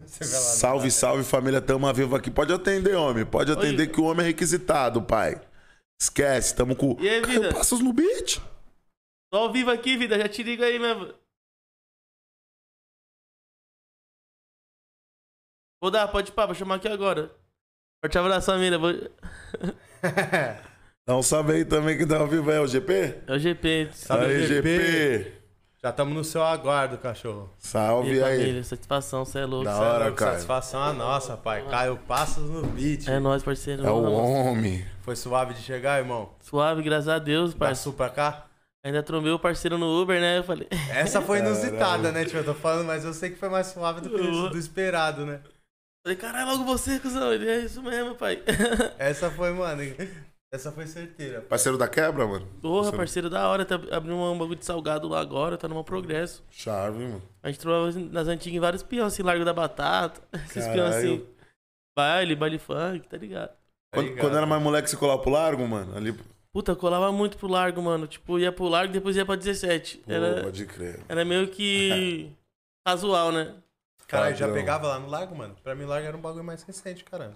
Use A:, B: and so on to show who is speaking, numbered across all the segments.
A: né?
B: Salve, salve família, tamo vivo aqui. Pode atender, homem. Pode atender que o homem é requisitado, pai. Esquece, tamo com.
A: E aí,
B: Caiu
A: vida?
B: passos no beat.
A: Tô ao vivo aqui, vida. Já te liga aí mesmo. Vou dar, pode pá, vou chamar aqui agora. Forte abraço, família. Vou... É
B: Dá um salve aí também que tá ao vivo aí, o GP?
A: É o GP.
C: Salve,
B: aí,
C: GP.
B: GP.
C: Já estamos no seu aguardo, cachorro.
B: Salve
A: E aí,
B: aí.
A: família. Satisfação, cê é louco.
B: Da
A: cê é
B: hora,
A: louco.
B: Caio.
C: Satisfação a nossa, pai. Caio Passos no beat.
A: É nóis, parceiro.
B: É o
A: Vamos lá, mano.
B: homem.
C: Foi suave de chegar, irmão?
A: Suave, graças a Deus, parceiro.
C: Passou pra cá?
A: Ainda trombei o parceiro no Uber, né? Eu falei.
C: Essa foi inusitada, né, tio? Eu tô falando, mas eu sei que foi mais suave do que isso, do esperado, né?
A: Falei, caralho, logo você, cuzão. Ele é isso mesmo, pai.
C: Essa foi, mano. Essa foi certeira. pai.
B: Parceiro da quebra, mano?
A: Porra,
B: Você-
A: parceiro, da hora. Tá abrindo um bagulho de salgado lá agora, tá numa progresso.
B: Chave, mano.
A: A gente trabalhava nas antigas em vários peões, assim, Largo da Batata. Esses peões
B: Caralho.
A: assim. Baile, baile funk, tá ligado?
C: Tá
B: Quando,
C: ligado?
B: quando era mais moleque, você colava pro largo, mano? Ali.
A: Puta, colava muito pro largo, mano. Tipo, ia pro largo e depois ia pra 17.
B: Pô,
A: Era,
B: pode crer.
A: era meio que casual, né?
C: Caralho, já
B: Padrão.
C: pegava lá no Largo, mano? Pra mim, Largo era um bagulho mais recente, caramba.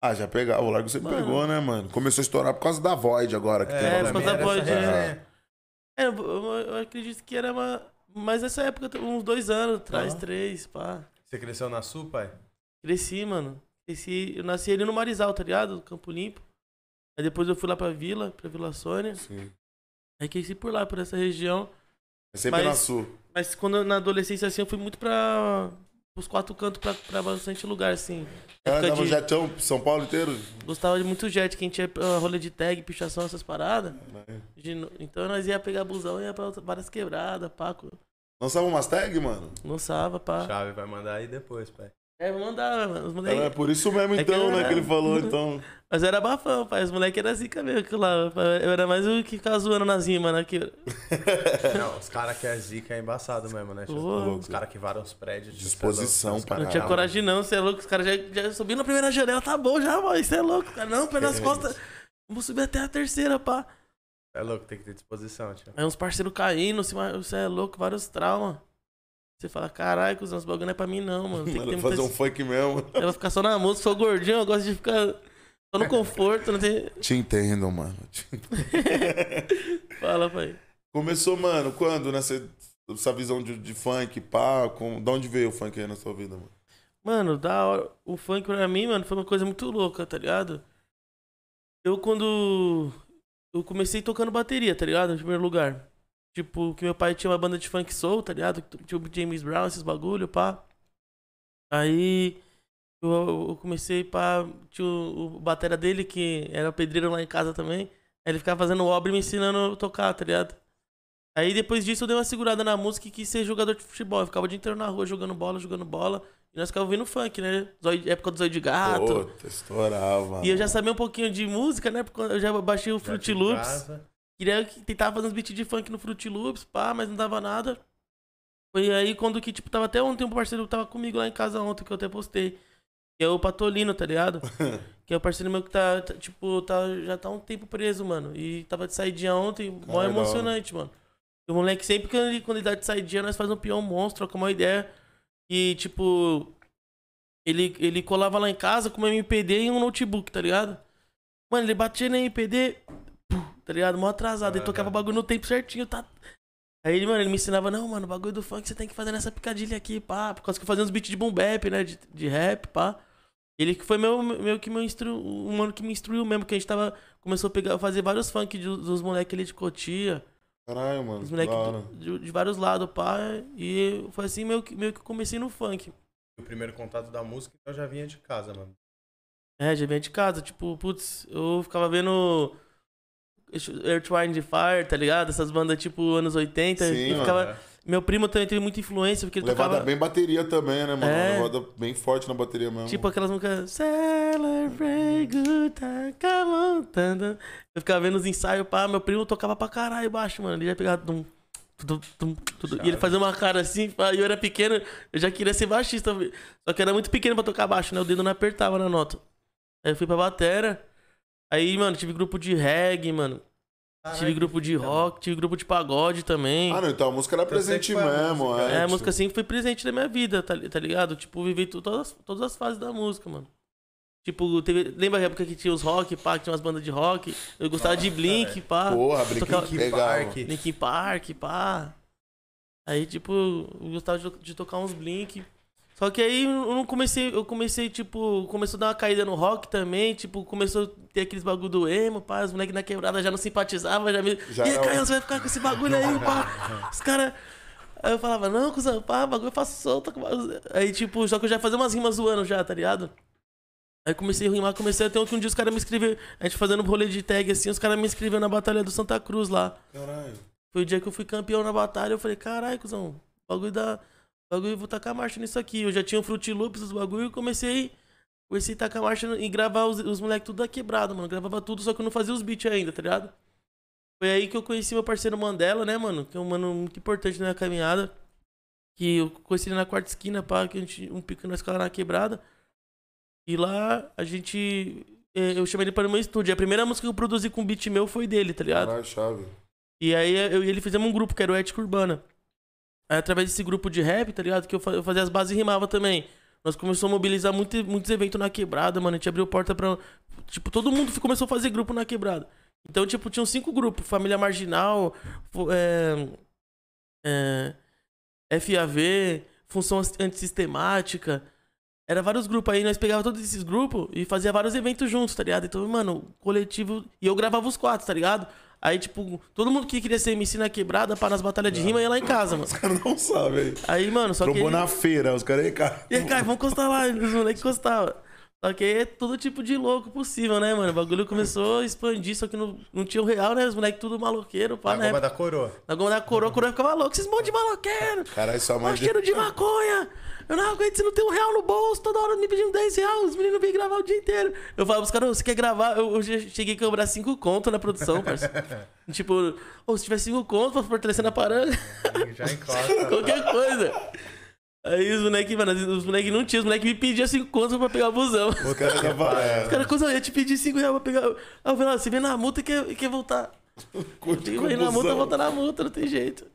B: Ah, já pegava. O largo você
A: Mano.
B: pegou, né, mano? Começou a estourar por causa da Void agora. Que tem
A: É,
B: um
A: por
B: bagulho.
A: causa da Void,
B: é.
A: É, eu, eu- eu acredito que era uma. Mas nessa época, uns dois anos atrás,
C: Ah.
A: três, pá.
C: Você cresceu na Sul, pai?
A: Cresci, mano. Cresci. Eu nasci ali no Marizal, tá ligado? Campo Limpo. Aí depois eu fui lá pra Vila, pra Vila Sônia.
B: Sim.
A: Aí cresci por lá, por essa região.
B: É sempre
A: Mas-
B: na sul.
A: Mas quando eu- na adolescência, assim, eu fui muito pra. Os quatro cantos pra, pra bastante lugar, assim.
B: Ela
A: Época
B: dava um
A: de-
B: jetão São Paulo inteiro?
A: Gostava de muito jet, que a gente ia pra rolê de tag, pichação, essas paradas. De no- Então nós ia pegar busão e ia pra outra- várias quebradas, pá. co-
B: Lançava umas tag, mano?
A: Lançava, pá.
C: Chave vai mandar aí depois, pai.
A: É, vou mandar, mano. Os moleque...
B: Era por isso mesmo,
A: É que
B: então,
A: eu
B: né?
A: era-
B: Que ele falou, então.
A: Mas era bafão, pai. Os moleques eram zica mesmo, que lá. Eu era mais o que ficava zoando nas rimas, né? Que...
C: Não, os caras que é zica é embaçado mesmo, né, tio?
A: Porra.
C: Os caras que varam os prédios. tio,
B: Disposição,
C: cê é louco. Os caras
A: Não
B: Ah,
A: tinha
B: não.
A: coragem, não, você é louco. Os caras já, já subiram na primeira janela, tá bom já, mano. Isso é louco, cara. Não, pé nas costas. Vamos subir até a terceira, pá.
C: É louco, tem que ter disposição, tio.
A: Aí uns parceiros caindo, você é louco, vários traumas. Você fala, caralho, cuzão, esse bagulho não é pra mim, não, mano. Tem que ter
B: Mano,
A: muita...
B: fazer um funk mesmo.
A: Eu vou ficar só na música, sou gordinho, eu gosto de ficar só no conforto, não tem.
B: Te entendo, mano. Te-
A: Fala, pai.
B: Começou, mano, quando? Nessa essa visão de, de funk, pá, com... da onde veio o funk aí na sua vida, mano?
A: Mano, da hora. O funk pra mim, mano, foi uma coisa muito louca, tá ligado? Eu quando. Eu comecei tocando bateria, tá ligado? Em primeiro lugar. Tipo, que meu pai tinha uma banda de funk soul, tá ligado? Tipo James Brown, esses bagulho, pá. Aí. Eu, eu comecei pá. Tinha o, o batera dele, que era pedreiro lá em casa também. Aí ele ficava fazendo obra e me ensinando a tocar, tá ligado? Aí depois disso eu dei uma segurada na música e quis ser jogador de futebol. Eu ficava o dia inteiro na rua jogando bola, jogando bola. E nós ficávamos ouvindo funk, né? Zóio- época do Zóio de Gato.
B: Puta, estourava.
A: Ah, E eu já sabia um pouquinho de música, né? Porque eu já baixei o
C: Já
A: Fruit
C: de
A: Loops.
C: casa,
A: Queria que tentava fazer uns beats de funk no Fruit Loops, pá, mas não dava nada. Foi aí quando que, tipo, tava até ontem um parceiro que tava comigo lá em casa ontem, que eu até postei. Que é o Patolino, tá ligado? que é o parceiro meu que tá, tá, tipo, tá, já tá um tempo preso, mano. E tava de saidinha ontem, mó
B: Caralho,
A: emocionante, mano. E o moleque sempre que ele, quando ele dá de saidinha, nós faz um peão monstro, com uma ideia. E, tipo, ele, ele colava lá em casa com uma MPD e um notebook, tá ligado? Mano, ele batia na MPD, puf, tá ligado? Mó atrasado. Ele
C: Aham.
A: tocava o bagulho no tempo certinho, tá? Aí, ele, mano, ele me ensinava, não, mano, o bagulho do funk você tem que fazer nessa picadilha aqui, pá. Por causa que eu fazia uns beats de boom bap, né? De, de rap, pá. Ele que foi meu, meu que me instruiu, um mano que me instruiu mesmo, que a gente tava. Começou a pegar, fazer vários funk de- dos moleques ali de Cotia,
B: Caralho, mano.
A: dos
B: da
A: moleques
B: hora.
A: de, de vários lados, pá. E foi assim meio que, meio que eu comecei no funk.
C: O primeiro contato da música então eu já vinha de casa, mano.
A: É, já vinha de casa. Tipo, putz, eu ficava vendo Earthwind Fire, tá ligado? Essas bandas tipo anos 80.
B: Sim,
A: e
B: mano.
A: ficava-
C: É.
A: Meu primo também teve muita influência, porque ele
B: Levada
A: tocava.
B: bem bateria também, né, mano?
A: É.
B: Levada bem forte na bateria mesmo.
A: Tipo aquelas músicas. Celebrate good time, come on, tan, tan. Eu ficava vendo os ensaios, pá. Meu primo tocava pra caralho baixo, mano. Ele já pegava. Tum, tum, tum, tum, tum. E ele fazia uma cara assim, pá. E eu era pequeno, eu já queria ser baixista. Só que era muito pequeno pra tocar baixo, né? O dedo não apertava na nota. Aí eu fui pra batera. Aí, mano, tive grupo de reggae, mano. Tive grupo de rock, tive grupo de pagode também.
B: Ah, não, então a música era
C: Então eu sei
B: presente
C: que foi a
B: mesmo, é.
C: música.
A: É, a
B: tipo,
A: música sempre foi presente na minha vida, tá, li- tá ligado? Tipo, vivi tu- todas, todas as fases da música, mano. Tipo, teve, lembra a época que tinha os rock, pá, que tinha umas bandas de rock? Eu gostava de Blink, pá.
B: Porra,
A: tocava-
B: brinquedo
C: Que
B: legal.
C: parque.
A: Linkin Park, pá. Aí, tipo, eu gostava de, de tocar uns Blink. Só que aí eu não comecei, eu comecei, tipo, começou a dar uma caída no rock também, tipo, começou a ter aqueles bagulho do emo, pá, os moleques na quebrada já não simpatizavam, já me.
B: Já
A: e aí,
B: era um-
A: Caio, você vai ficar com esse bagulho aí, pá. Os caras. Aí eu falava, não, cuzão, pá, bagulho eu faço solta. com bagulho. Aí, tipo, só que eu já fazia umas rimas zoando já, tá ligado? Aí comecei a rimar, comecei até que um dia os caras me escreveram, a gente fazendo um rolê de tag assim, os caras me escreveram na Batalha do Santa Cruz lá.
B: Caralho.
A: Foi o dia que eu fui campeão na batalha. Eu falei, caralho, cuzão, bagulho da. Bagulho, eu vou tacar marcha nisso aqui. Eu já tinha o Fruit Loops, os bagulho, e comecei. Comecei a tacar marcha no- e gravar os, os moleques tudo da quebrada, mano. Gravava tudo, só que eu não fazia os beats ainda, tá ligado? Foi aí que eu conheci meu parceiro Mandela, né, mano? Que é um mano muito importante na minha caminhada. Que eu conheci ele na quarta esquina, pá, que a gente, um pico na escala na quebrada. E lá a gente. eh, Eu chamei ele para o meu estúdio. A primeira música que eu produzi com um beat meu foi dele, tá ligado?
B: Caralho, chave.
A: E aí eu e ele fizemos um grupo, que era o Ética Urbana. Aí, através desse grupo de rap, tá ligado? Que eu fa- eu fazia as bases e rimava também. Nós começamos a mobilizar muito, muitos eventos na quebrada, mano. A gente abriu porta pra. Tipo, todo mundo fi- começou a fazer grupo na quebrada. Então, tipo, tinham cinco grupos: Família Marginal, fu- é, é, FAV, Função As- Antisistemática. Era vários grupos aí, nós pegava todos esses grupos e fazia vários eventos juntos, tá ligado? Então, mano, coletivo. E eu gravava os quatro, tá ligado? Aí, tipo, todo mundo que queria ser MC na quebrada, para nas batalhas de rima, ia lá em casa, mano.
B: Os caras não sabem.
A: Aí, mano, só que.
B: Trombou na feira, os caras aí, cara.
A: E aí, cara, vamos encostar lá. E Os moleques encostavam. Só que aí é todo tipo de louco possível, né, mano? O bagulho começou a expandir, só que não, não tinha o real, né? Os moleques tudo maloqueiro, pá,
C: A
A: né?
C: goma da coroa.
A: Na goma da coroa, a coroa ficava louca. Esses monte de maloqueiro.
B: Caralho, sua mãe.
A: Maloqueiro de maconha. Eu não aguento, você não tem um real no bolso, toda hora me pedindo 10 reais, os meninos vêm gravar o dia inteiro. Eu falava, os caras, você quer gravar? Eu, eu já cheguei a cobrar 5 conto na produção, parceiro. tipo, ou se tiver 5 conto pra fortalecer na parada.
C: Já encosta.
A: Qualquer coisa. Aí os moleques, mano, os moleques não tinham, os moleques me pediam cinco contas pra pegar o busão.
B: Os caras já
A: Os
B: falaram.
A: caras, quando eu ia te pedir cinco reais pra pegar. Aí eu falei, "Ah, você vem na multa e quer, e quer voltar.
B: É, Curte
A: Eu falei, na multa,
B: combusão.
A: volta na multa, não tem jeito.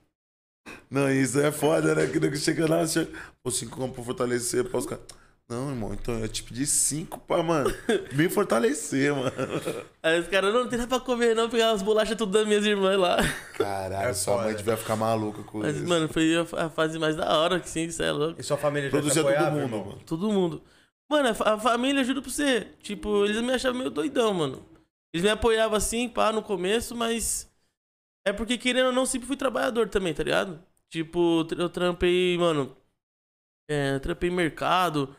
B: Não, isso é foda, né? Que nego chega lá, chega. Pô, cinco como pra fortalecer, pô, os caras. Não, irmão, então eu te pedi cinco pra, mano, me fortalecer, mano.
A: Aí os caras, não, não tem nada pra comer, não, pegar as bolachas tudo das minhas irmãs lá.
B: Caralho,
C: É
B: sua mãe
C: foda.
B: devia ficar maluca com
A: Mas,
B: isso.
A: mano, foi a a fase mais da hora, que sim, você é louco.
C: E sua família já te
B: Produzia todo
C: apoiava,
B: mundo,
C: irmão?
B: mano.
A: Todo mundo. Mano, a, fa- a família, juro pra você, tipo, eles me achavam meio doidão, mano. Eles me apoiavam assim, pá, no começo, mas. É porque, querendo ou não, sempre fui trabalhador também, tá ligado? Tipo, tr- eu trampei, mano. É, eu trampei em mercado.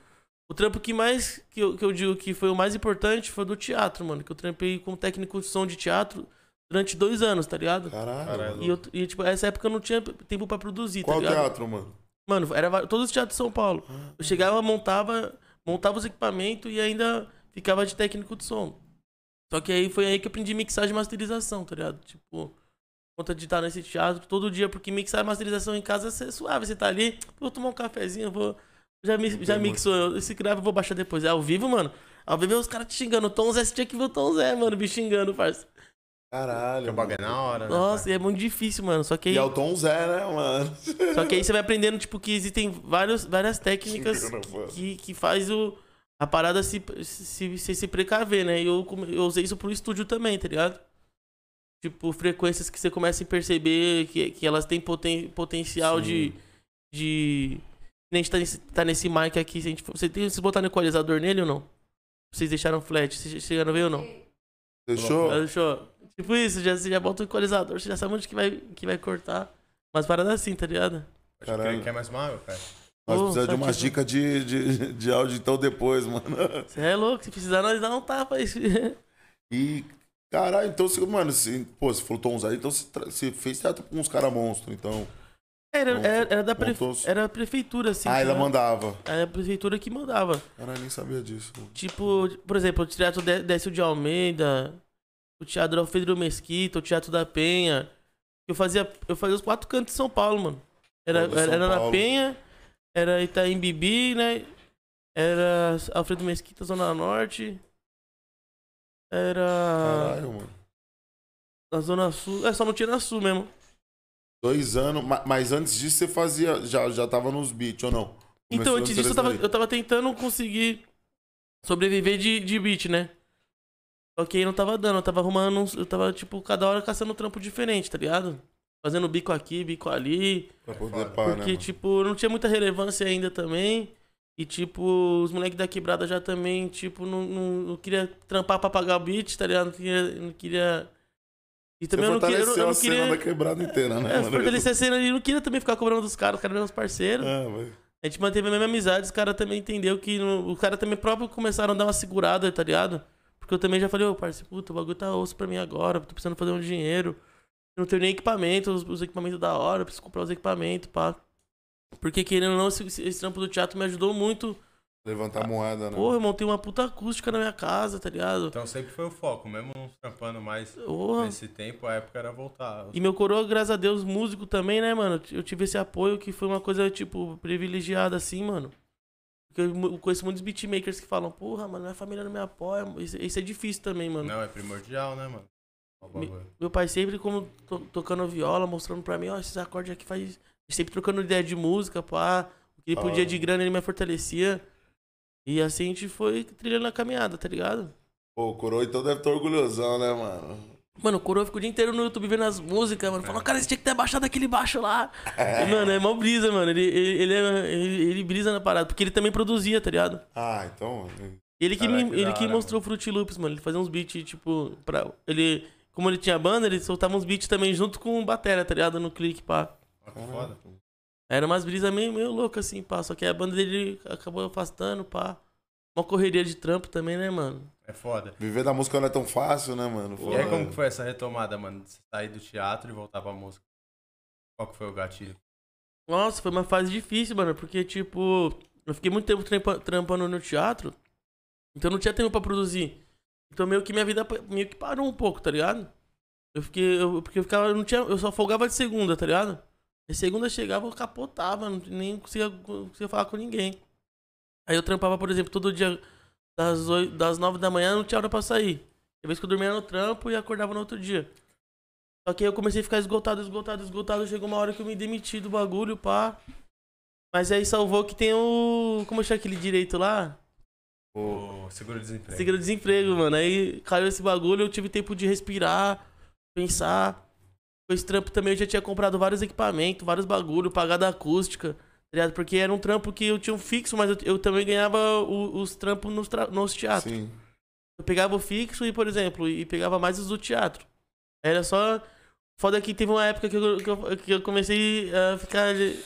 A: O trampo que mais. Que eu, que eu digo que foi o mais importante foi o do teatro, mano. Que eu trampei como técnico de som de teatro durante dois anos, tá ligado?
B: Caralho.
C: Caralho.
B: mano.
A: E, eu, e, tipo, essa época eu não tinha tempo pra produzir,
B: Qual
A: tá ligado?
B: teatro, mano?
A: Mano, era va- todos os teatros de São Paulo. Eu chegava, montava, montava os equipamentos e ainda ficava de técnico de som. Só que aí foi aí que eu aprendi mixagem e masterização, tá ligado? Tipo, por conta de estar nesse teatro todo dia, porque mixar e masterização em casa cê é suave, você tá ali, vou tomar um cafezinho, vou. Já, mi- já mixou, eu- esse grave eu vou baixar depois. É ao vivo, mano. Ao vivo é os caras te xingando. Tom Zé, você tinha que ver o Tom Zé, mano, me xingando, parça.
B: Caralho.
A: um
C: Porque o bagulho é na hora, né?
A: Nossa, e é muito difícil, mano. Só que aí.
B: E é o Tom Zé, né, mano?
A: Só que aí você vai aprendendo, tipo, que existem vários, várias técnicas
B: Sim,
A: que-
B: mano.
A: que, que faz o, a parada se, se, se, se precaver, né? E eu, come- eu usei isso pro estúdio também, tá ligado? Tipo, frequências que você começa a perceber que, que elas têm poten, potencial de, de. que nem A gente tá nesse, tá nesse mic aqui. Se a gente, for- você tem, vocês botaram o equalizador nele ou não? Vocês deixaram flat? Vocês chegaram a ver ou não?
B: Fechou?
A: Ela deixou- Tipo isso, já, você já bota o equalizador, você já sabe onde que vai, que vai cortar. Mas parada assim, tá ligado?
B: Caralho.
C: Quer mais uma água, cara?
B: Nós
A: Ô,
B: precisamos de
A: tá
B: umas
A: aqui,
B: dicas de, de, de áudio então depois, mano.
A: Você é louco, se precisar nós dá um tapa aí.
B: E, caralho, então, se, mano, se, pô, você falou Tom Zé, então você, tra- você fez teatro com uns caras monstros, então.
A: Era, era, era da pre-
B: Montou-se.
A: era a prefeitura, assim.
B: ah, ela
A: né?
B: mandava.
A: Era a prefeitura que mandava.
B: Caralho, nem sabia disso.
A: Tipo, por exemplo, o Teatro Dé- Décio de Almeida, o Teatro Alfredo Mesquita, o Teatro da Penha. Eu fazia, eu fazia os quatro cantos de São Paulo, mano. Era,
B: Olha, São
A: era, era na
B: Paulo.
A: Penha, era Itaim Bibi, né? Era Alfredo Mesquita, Zona Norte. Era.
B: Caralho, mano.
A: Na Zona Sul. É, só não tinha na Sul mesmo.
B: Dois anos, ma- mas antes disso você fazia, já, já tava nos beats ou não?
A: Então,
B: Começou
A: antes
B: nos
A: disso, eu
B: três
A: tava,
B: ali.
A: eu tava tentando conseguir sobreviver de, de beat, né? Só que aí não tava dando, eu tava arrumando uns. Eu tava, tipo, cada hora caçando um trampo diferente, tá ligado? Fazendo bico aqui, bico ali.
B: Pra
C: É
B: poder
C: foda.
B: pá, né,
A: porque,
B: mano?
A: tipo, não tinha muita relevância ainda também. E, tipo, os moleques da quebrada já também, tipo, não, não, não queria trampar pra pagar o beat, tá ligado? Não queria. Não queria... E também
B: você
A: eu não queria. Eu, não- eu
B: fortaleceu
A: não
B: a cena
A: queria.
B: da quebrada inteira, né,
A: É,
B: mano?
A: fortalecer a cena e não queria também ficar cobrando dos caras, os caras eram meus parceiros.
B: É, velho.
A: A gente manteve a mesma amizade, os caras também entendeu que. Não, os caras também próprio começaram a dar uma segurada, tá ligado? Porque eu também já falei, ô parceiro, puta, o bagulho tá osso pra mim agora, tô precisando fazer um dinheiro. Eu não tenho nem equipamento, os, os equipamentos da hora, eu preciso comprar os equipamentos, pá. Porque querendo ou não, esse, esse- esse trampo do teatro me ajudou muito.
B: Levantar a moeda, né?
A: Porra, eu montei uma puta acústica na minha casa, tá ligado?
C: Então sempre foi o foco, mesmo não trampando mais
A: Porra.
C: nesse tempo, a época era voltar.
A: E meu coroa, graças a Deus, músico também, né, mano? Eu tive esse apoio que foi uma coisa, tipo, privilegiada, assim, mano. Porque eu mu- conheço muitos beatmakers que falam, porra, mano, minha família não me apoia. Isso, isso é difícil também, mano.
C: Não, é primordial, né, mano? Ó o
A: Me-
C: bagulho.
A: Meu pai sempre como to- tocando viola, mostrando pra mim, ó, esses acordes aqui faz. Sempre trocando ideia de música, pá. O que ele
B: Da
A: podia
B: hora.
A: de grana, ele me fortalecia. E assim a gente foi trilhando a caminhada, tá ligado?
B: Pô, o coroa então deve estar orgulhosão, né, mano?
A: Mano, o coroa ficou o dia inteiro no YouTube vendo as músicas, mano. Falou, cara, você tinha que ter baixado aquele baixo lá. E, mano, é mó brisa, mano. Ele, ele, ele, é- ele- ele brisa na parada, porque ele também produzia, tá ligado?
B: Ah, então... mano,
A: Ele que,
C: Caraca,
A: me-
C: que
A: ele
C: da
A: que
C: hora,
A: mostrou o Fruit Loops, mano. Ele fazia uns beats, tipo, pra. Ele. Como ele tinha banda, ele soltava uns beats também junto com o Batera, tá ligado? No clique, pá.
C: Ó que foda.
A: Era umas brisas meio, meio loucas, assim, pá. Só que a banda dele acabou afastando, pá. Uma correria de trampo também, né, mano?
C: É foda.
B: Viver da música não é tão fácil, né, mano?
C: E aí, como que foi essa retomada, mano? De sair do teatro e voltar pra música? Qual que foi o gatilho?
A: Nossa, foi uma fase difícil, mano, porque, tipo, eu fiquei muito tempo trampa- trampando no teatro, então não tinha tempo pra produzir. Então meio que minha vida pa- meio que parou um pouco, tá ligado? Eu fiquei. eu- porque eu ficava. Eu, não tinha, eu só folgava de segunda, tá ligado? E segunda chegava, eu capotava, não- nem conseguia, conseguia falar com ninguém. Aí eu trampava, por exemplo, todo dia das, oi- das 9 da manhã, não tinha hora pra sair. Tem vez que eu dormia no trampo e acordava no outro dia. Só que aí eu comecei a ficar esgotado, esgotado, esgotado. Chegou uma hora que eu me demiti do bagulho, pá. Mas aí salvou que tem o. Como achar aquele direito lá?
C: O seguro-desemprego.
A: Segredo-desemprego, mano. Aí caiu esse bagulho, eu tive tempo de respirar, pensar. Com esse trampo também eu já tinha comprado vários equipamentos, vários bagulho, pagado a acústica, tá ligado? Porque era um trampo que eu tinha um fixo, mas eu, eu também ganhava o- os trampos nos, tra- nos teatros.
B: Sim.
A: Eu pegava o fixo e, por exemplo, e pegava mais os do teatro. Era só. Foda que teve uma época que eu, que eu, que eu comecei a ficar de-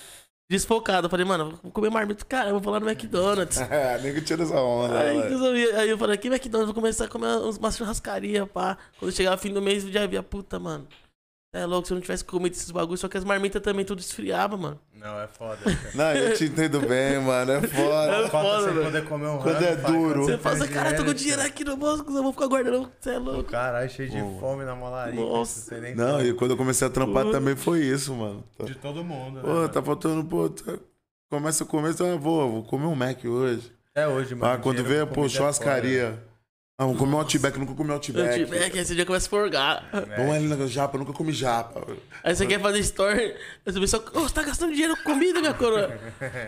A: desfocado. Eu falei, mano, vou comer marmita, cara, eu vou lá no McDonald's.
B: Nego tira essa onda,
A: Aí,
B: né, velho?
A: eu sabia- aí eu falei, aqui McDonald's, vou começar a comer uns- umas churrascarias, pá. Quando chegava fim do mês, eu já via, puta, mano. É louco, se eu não tivesse comido esses bagulhos, só que as marmitas também tudo esfriava, mano.
C: Não, é foda.
B: Não, eu te entendo bem, mano. É foda.
C: Falta
A: foda,
C: você
A: velho.
C: poder comer um
B: Quando
C: rango,
B: é
C: pai,
B: duro.
C: quando
B: Você
A: Eu falo assim,
C: perde
A: cara, tô com dinheiro
C: cara.
A: aqui no bolso, eu vou ficar guardando, você é louco.
C: Caralho, cheio de
B: Boa.
C: fome na malaria.
A: Nossa.
B: Não, e quando eu comecei a trampar
A: Pô.
B: também foi isso, mano. Tá-
C: De todo mundo, né?
B: Pô,
C: mano?
B: tá faltando, pô, tá- começa a comer, tá, vou, vou comer um Mac hoje.
C: Até hoje, mano.
B: Ah, quando vê,
C: dinheiro pra
B: pô,
C: comida é
B: churrascaria. Ah, vamos comer um Outback, nunca comi
A: Eu
B: Outback.
A: tive, é que esse dia começa a forgar.
C: foda, né?
B: Vamos ali na japa, nunca comi japa.
A: Aí você quer fazer story, aí você vê só, ô, você tá gastando dinheiro com comida, minha coroa.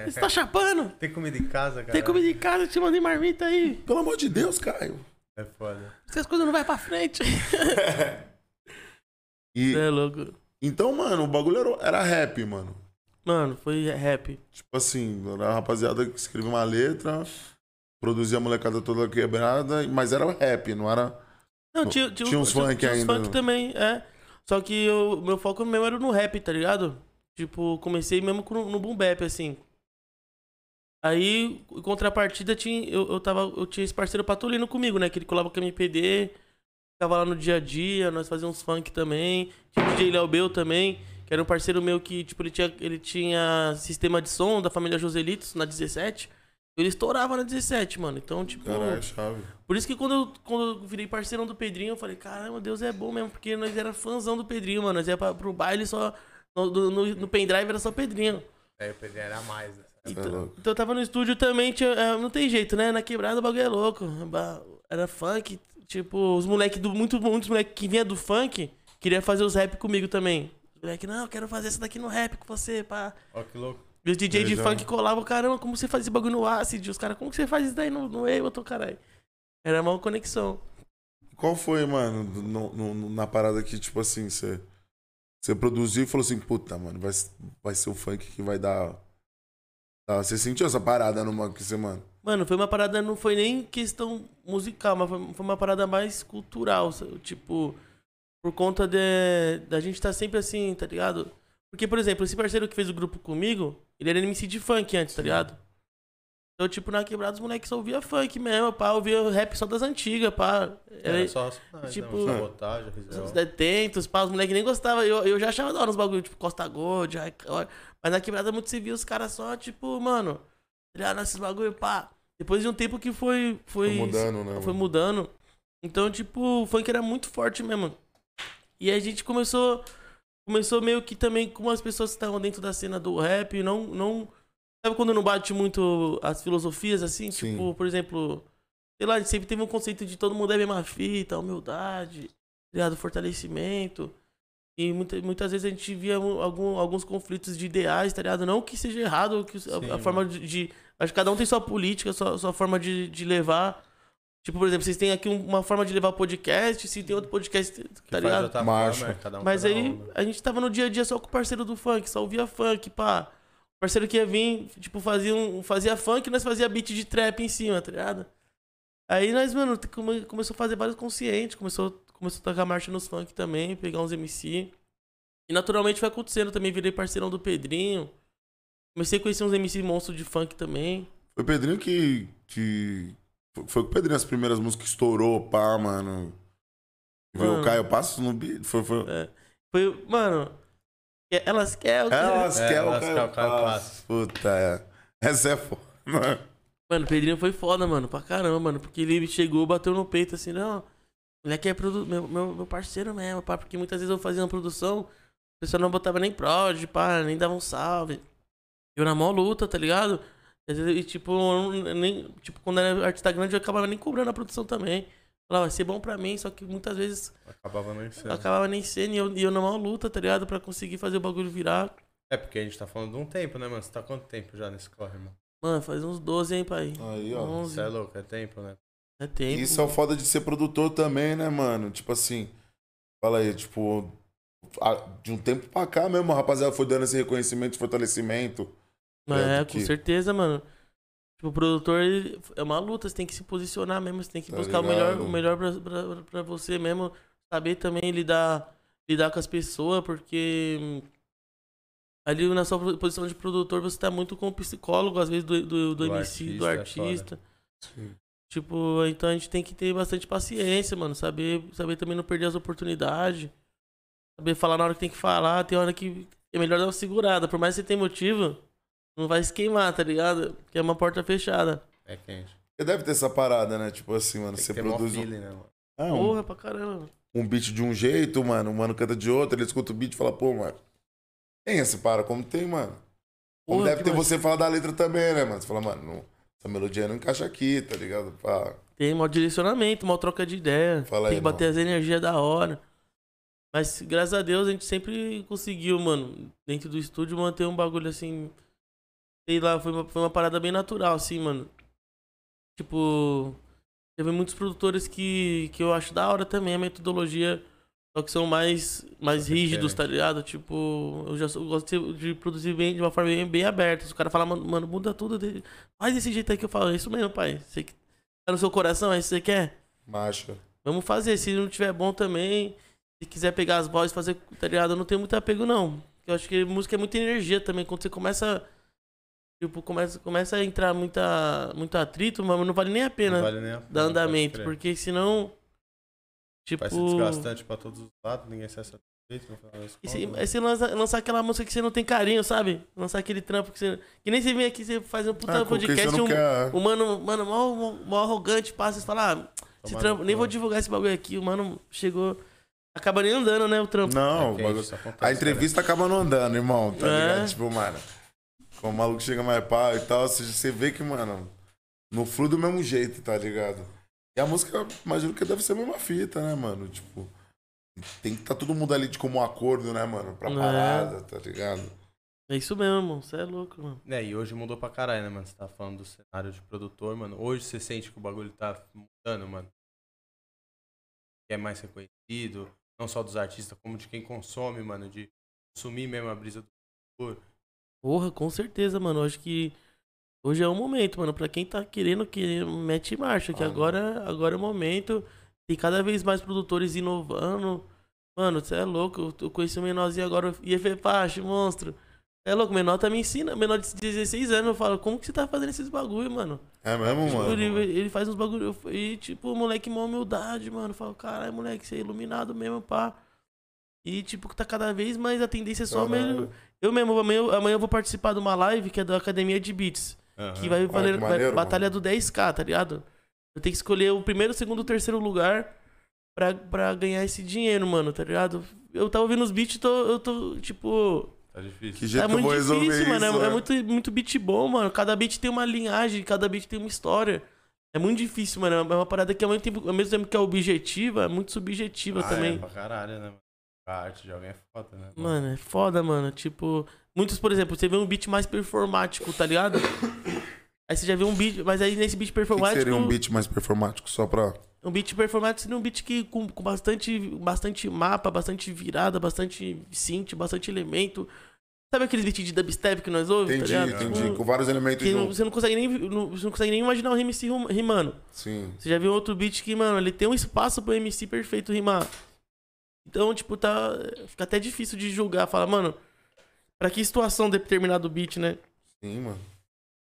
A: Você tá chapando?
C: Tem comida em casa, cara?
A: Tem comida em casa, eu te mandei marmita aí.
B: Pelo amor de Deus, Caio.
C: É foda.
A: Por isso que as coisas não vai pra frente.
B: E,
A: Você é louco.
B: Então, mano, o bagulho era, era rap, mano.
A: Mano, foi rap.
B: Tipo assim, era a rapaziada que escrevia uma letra, produzia a molecada toda quebrada, mas era rap, não era.
A: Não, tinha, tinha,
B: Tinha uns funk
A: tinha uns
B: ainda. né?
A: funk também, é. Só que o meu foco mesmo era no rap, tá ligado? Tipo, comecei mesmo com- no boom bap, assim. Aí, em contrapartida, tinha, eu, eu, tava, eu tinha esse parceiro Patolino comigo, né? Que ele colava com a MPD, ficava lá no dia a dia, nós fazíamos funk também. Tinha o DJ Léo Bel também, que era um parceiro meu que, tipo, ele tinha, ele tinha sistema de som da família Joselitos, na 17. Ele estourava na 17, mano. Então, tipo...
B: Caralho, chave.
A: Por isso que quando eu, quando eu virei parceirão do Pedrinho, eu falei, caramba, Deus é bom mesmo, porque nós era fãzão do Pedrinho, mano. Nós ia pra, pro baile só. No, do- no, no pendrive era só Pedrinho.
C: Aí o Pedrinho É, era mais, né?
B: é
A: Então,
B: louco.
A: então eu tava no estúdio também, tinha- é, não tem jeito, né? Na quebrada o bagulho é louco. Ba- Era funk, tipo, os moleques do. Muito, muitos moleques que vinha do funk, Queria fazer os rap comigo também. Os moleque, não, eu quero fazer isso daqui no rap com você, pá.
C: Ó, que louco.
A: E os DJ de
B: Legal.
A: funk colavam, caramba, como você faz esse bagulho no Acid? Os caras, como que você faz isso daí no, no Ableton, caralho? Era uma conexão.
B: Qual foi, mano, no- no- no- na parada que, tipo assim, você você produziu e falou assim, puta, mano, vai, vai ser o funk que vai dar. tá? Você sentiu essa parada numa que você, mano?
A: Mano, foi uma parada, não foi nem questão musical, mas foi, foi uma parada mais cultural, sabe? tipo, por conta de, da gente estar sempre assim, tá ligado? Porque, por exemplo, esse parceiro que fez o grupo comigo, ele era MC de funk antes, tá ligado? Então, tipo, na quebrada os moleques só ouvia funk mesmo, pá, ouvia rap só das antigas, pá.
C: Era,
A: Era,
C: só ah,
A: tipo-
C: não, sabotagem,
B: é,
A: os
C: risada.
A: detentos, pá, os moleques nem gostavam. Eu, eu já achava da hora os bagulho, tipo, Costa Gold, Raik- ó, mas na quebrada muito se via os caras só, tipo, mano, olhar nesses bagulho, pá. Depois de um tempo que foi. Foi,
B: Foi mudando, né?
A: Foi
B: mano?
A: mudando. Então, tipo, o funk era muito forte mesmo. E a gente começou. Começou meio que também com as pessoas que estavam dentro da cena do rap, não. não sabe quando não bate muito as filosofias assim?
B: Sim.
A: Tipo, por exemplo. Sei lá, a gente sempre teve um conceito de todo mundo é a mesma fita, humildade, tá ligado? fortalecimento. E muita- muitas vezes a gente via mu- algum- alguns conflitos de ideais, tá ligado? Não que seja errado, que a-
C: Sim,
A: a, forma de, de- Acho que cada um tem sua política, sua, sua forma de, de levar. Tipo, por exemplo, vocês têm aqui um- uma forma de levar podcast, se tem outro podcast,
C: Que
A: tá
C: faz
A: ligado?
C: outra
B: Marcha.
C: forma, é, cada um
A: Mas
C: cada
A: aí
C: onda.
A: a gente tava no dia a dia só com o parceiro do funk, só ouvia funk, pá. O parceiro que ia vir, tipo, fazia, um, fazia funk e nós fazia beat de trap em cima, tá ligado? Aí nós, mano, te- come- começou a fazer vários conscientes, começou, começou a tocar marcha nos funk também, pegar uns MC. E naturalmente foi acontecendo também, virei parceirão do Pedrinho. Comecei a conhecer uns MC monstros de funk também.
B: Foi o Pedrinho que. que... foi- Foi com o Pedrinho as primeiras músicas que estourou, pá, mano. Viu
A: Mano.
B: o Caio Passo no beat? Foi, foi...
A: É, foi, mano, é- elas querem...
B: Elas
C: É,
B: querem o
C: elas querem
B: Caio
C: o Caio
B: Passo. Puta, é. Essa é foda.
A: Mano, o Pedrinho foi foda, mano, pra caramba, mano. Porque ele chegou, bateu no peito assim, não. Moleque é produ... meu, meu, meu parceiro mesmo, pá. Porque muitas vezes eu fazia uma produção, o pessoal não botava nem prod, pá, nem dava um salve. Eu na mó luta, tá ligado? E, às vezes, e, tipo, eu não- eu nem, tipo, quando era artista grande, eu acabava nem cobrando a produção também. Falava, vai ser bom pra mim, só que muitas vezes
C: Acabava não
A: eu
C: sendo.
A: acabava nem sendo e eu, e eu na maior luta, tá ligado? Pra conseguir fazer o bagulho virar.
C: É porque a gente tá falando de um tempo, né, mano? Você tá quanto tempo já nesse corre, mano?
A: Mano, faz uns 12, hein, pai?
B: Aí, ó.
A: 11.
C: Você é louco, é tempo, né?
A: É tempo.
B: Isso é o foda de ser produtor também, né, mano? Tipo assim, fala aí, tipo, a- de um tempo pra cá mesmo, a rapaziada foi dando esse reconhecimento, fortalecimento.
A: Mas
B: né,
A: é,
B: do
A: com
B: que-
A: certeza, mano. Tipo, o produtor ele- é uma luta, você tem que se posicionar mesmo, você tem que
B: Tá
A: buscar o melhor,
B: ligado?
A: o melhor pra, pra, pra você mesmo. Saber também lidar, lidar com as pessoas, porque hum, ali na sua pro- posição de produtor você tá muito com o psicólogo, às vezes, do, do, do
C: Do
A: MC, do
C: artista, é
A: artista. Tipo, então a gente tem que ter bastante paciência, mano. Saber, saber também não perder as oportunidades. Saber falar na hora que tem que falar. Tem hora que é melhor dar uma segurada. Por mais que você tenha motivo, não vai se queimar, tá ligado? Porque é uma porta fechada.
C: É quente.
B: Porque deve ter essa parada, né? Tipo assim, mano,
C: Tem que
B: você
C: ter mó
B: produz um,
C: feeling, né, mano?
B: Ah, um,
A: Porra pra caramba.
B: um beat de um jeito, mano, o mano canta de outro, ele escuta o beat e fala, pô, mano, tem essa para, como tem, mano? Como
A: Porra,
B: deve
A: que
B: ter você falar da letra também, né, mano? Você fala, mano, não- essa melodia não encaixa aqui, tá ligado? Pá.
A: Tem mau direcionamento, mal troca de ideia.
B: Fala aí,
A: tem que bater as energias da hora. Mas graças a Deus a gente sempre conseguiu, mano, dentro do estúdio manter um bagulho assim. Sei lá, foi uma, foi uma parada bem natural, assim, mano. Tipo. Teve muitos produtores que, que eu acho da hora também a metodologia, só que são mais, mais
C: São
A: rígidos,
C: diferentes.
A: tá ligado? Tipo, eu já sou- eu gosto de, de produzir bem, de uma forma bem, bem aberta. Se o cara falar, mano, mano, muda tudo, de- faz desse jeito aí que eu falo, é isso mesmo, pai. Você que tá no seu coração, é isso que você quer?
B: Macha.
A: Vamos fazer. Se não tiver bom também, se quiser pegar as vozes, fazer, tá ligado? Eu não tenho muito apego, não. Eu acho que música é muita energia também. Quando você começa. Tipo, começa, começa a entrar muita, muito atrito, mas não vale nem a pena
C: Não vale nem a pena,
A: dar
C: pode
A: andamento.
C: crer.
A: Porque senão. Tipo.
C: Vai ser desgastante pra todos os lados, ninguém se satisfeito no final das
A: E
C: contas. né?
A: se, aí você lança- lançar aquela música que você não tem carinho, sabe? Lançar aquele trampo que você. Que nem você vem aqui, você faz um puta
B: Ah, com quem
A: podcast
B: você
A: e
B: não
A: um,
B: quer.
A: o mano, mano, mó, mó, mó arrogante, passa e fala, ah, esse
C: Tomar
A: trampo,
C: no
A: nem
C: cu.
A: vou divulgar esse bagulho aqui. O mano chegou. Acaba nem andando, né, o trampo.
B: Não,
C: É
B: o
C: quente,
B: bagulho.
C: isso acontece,
B: A entrevista acaba não andando, irmão, tá
A: É.
B: ligado? Tipo, mano, quando o maluco chega mais pau e tal, você- você vê que, mano, não flui do mesmo jeito, tá ligado? E a música, eu imagino que deve ser a mesma fita, né, mano? Tipo, Tem que estar tá todo mundo ali de comum acordo, né, mano? Pra
A: É.
B: parada, tá ligado?
A: É isso mesmo, irmão. Você é louco, mano.
C: É, e hoje mudou pra caralho, né, mano? Você tá falando do cenário de produtor, mano. Hoje você sente que o bagulho tá mudando, mano. Que é mais reconhecido, não só dos artistas, como de quem consome, mano. De consumir mesmo a brisa do produtor.
A: Porra, com certeza, mano. Eu Acho que hoje é o momento, mano. Pra quem tá querendo que mete marcha, que
B: Ah,
A: agora, agora é o momento. Tem cada vez mais produtores inovando. Mano, você é louco. Eu conheci o menorzinho agora, IFE Pache, monstro. Cê É louco, o menor tá me ensinando. Menor de 16 anos, eu falo, como que você tá fazendo esses bagulho, mano?
B: É mesmo,
A: Tipo, ele,
B: mano?
A: ele faz uns bagulho. eu- E, tipo, o moleque, uma humildade, mano. Eu falo, caralho, moleque, você é iluminado mesmo, pá. E, tipo, tá cada vez mais a tendência é só
B: Caralho.
A: mesmo. Eu mesmo, amanhã, eu- amanhã eu vou participar de uma live que é da Academia de Beats. Que vai
B: Ah,
A: valer
B: que
A: vai-
B: maneiro,
A: batalha do 10k, tá ligado? Eu tenho que escolher o primeiro, o segundo, o terceiro lugar pra, pra ganhar esse dinheiro, mano, tá ligado? Eu tava ouvindo os beats, tô, eu tô, tipo,
C: Tá difícil.
B: Que jeito
A: é
B: que eu
A: muito
B: vou resolver
A: difícil,
B: isso,
A: mano. É-
B: né?
A: É muito, muito beat bom, mano. Cada beat tem uma linhagem, cada beat tem uma história. É muito difícil, mano. É uma parada que ao mesmo tempo, ao mesmo tempo que é objetiva, é muito subjetiva
C: Ah,
A: também.
C: É pra caralho, né, mano? A arte de alguém é foda, né? mano?
A: Mano, é foda, mano. Tipo, muitos, por exemplo, você vê um beat mais performático, tá ligado? Aí você já vê um beat, mas aí nesse beat
B: O que que
A: performático.
B: seria um beat mais performático só pra.
A: Um beat performático seria um beat que, com, com bastante, bastante mapa, bastante virada, bastante synth, bastante elemento. Sabe aqueles beats de dubstep que nós ouvimos?
B: Entendi,
A: tá ligado?
B: entendi.
A: Tipo,
B: Com vários elementos
A: Que não-
B: juntos.
A: você não consegue nem não- você não consegue nem imaginar o MC rim- rimando.
B: Sim.
A: Você já viu outro beat que, mano, ele tem um espaço pro MC perfeito rimar. Então, tipo, tá fica até difícil de julgar, falar, mano, pra que situação determinado beat, né?
B: Sim, mano.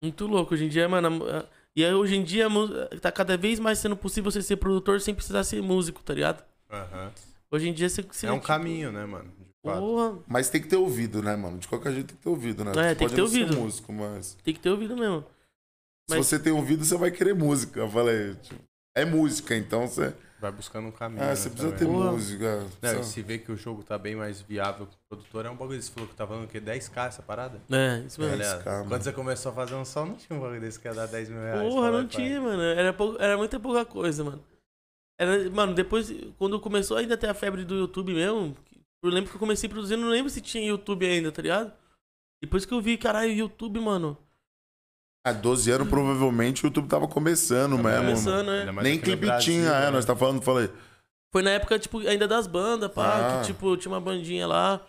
A: Muito louco hoje em dia, mano. a mu- a- E aí hoje em dia a mu- tá cada vez mais sendo possível você ser produtor sem precisar ser músico, tá ligado?
C: Aham.
A: Hoje em dia você, você
C: É um
A: tipo,
C: caminho, né, mano? De fato.
A: Porra,
B: Mas tem que ter ouvido, né, mano? De qualquer jeito tem que ter ouvido, né?
A: É, tem que ter
B: não ser
A: ouvido.
B: músico, mas.
A: tem que ter ouvido mesmo. Mas-
B: Se você tem ouvido, você vai querer música. Eu falei, tipo, é música, então você.
C: Vai buscando um caminho.
B: Ah,
C: né,
B: você precisa
C: também.
B: ter
A: Boa.
B: música.
C: Não, e
B: Só-
C: se vê que o jogo tá bem mais viável pro produtor, é um bagulho. Você falou que tá falando o quê? 10k essa parada?
A: É, isso mesmo.
C: Tá ligado?
B: 10K, mano.
C: Quando você começou a fazer um som, não tinha um bagulho desse que ia dar 10
B: É,
C: mil reais.
A: Porra,
C: Fala,
A: não
C: pai.
A: tinha, mano. Era, pou- era muita pouca coisa, mano. Era, mano, depois, quando começou ainda a ter a febre do YouTube mesmo, eu lembro que eu comecei produzindo, não lembro se tinha YouTube ainda, tá ligado? Depois que eu vi, caralho, YouTube, mano.
B: Há 12 Ah, anos, provavelmente, o YouTube tava começando
C: Tá
B: mesmo.
A: começando,
B: é, mano.
A: né?
C: Ainda mais
B: Nem
C: aqui no
B: clipe
C: Brasil,
B: tinha,
C: né?
B: é. Nós tá falando, falei.
A: Foi na época, tipo, ainda das bandas, pá,
B: Ah.
A: que, tipo, tinha uma bandinha lá.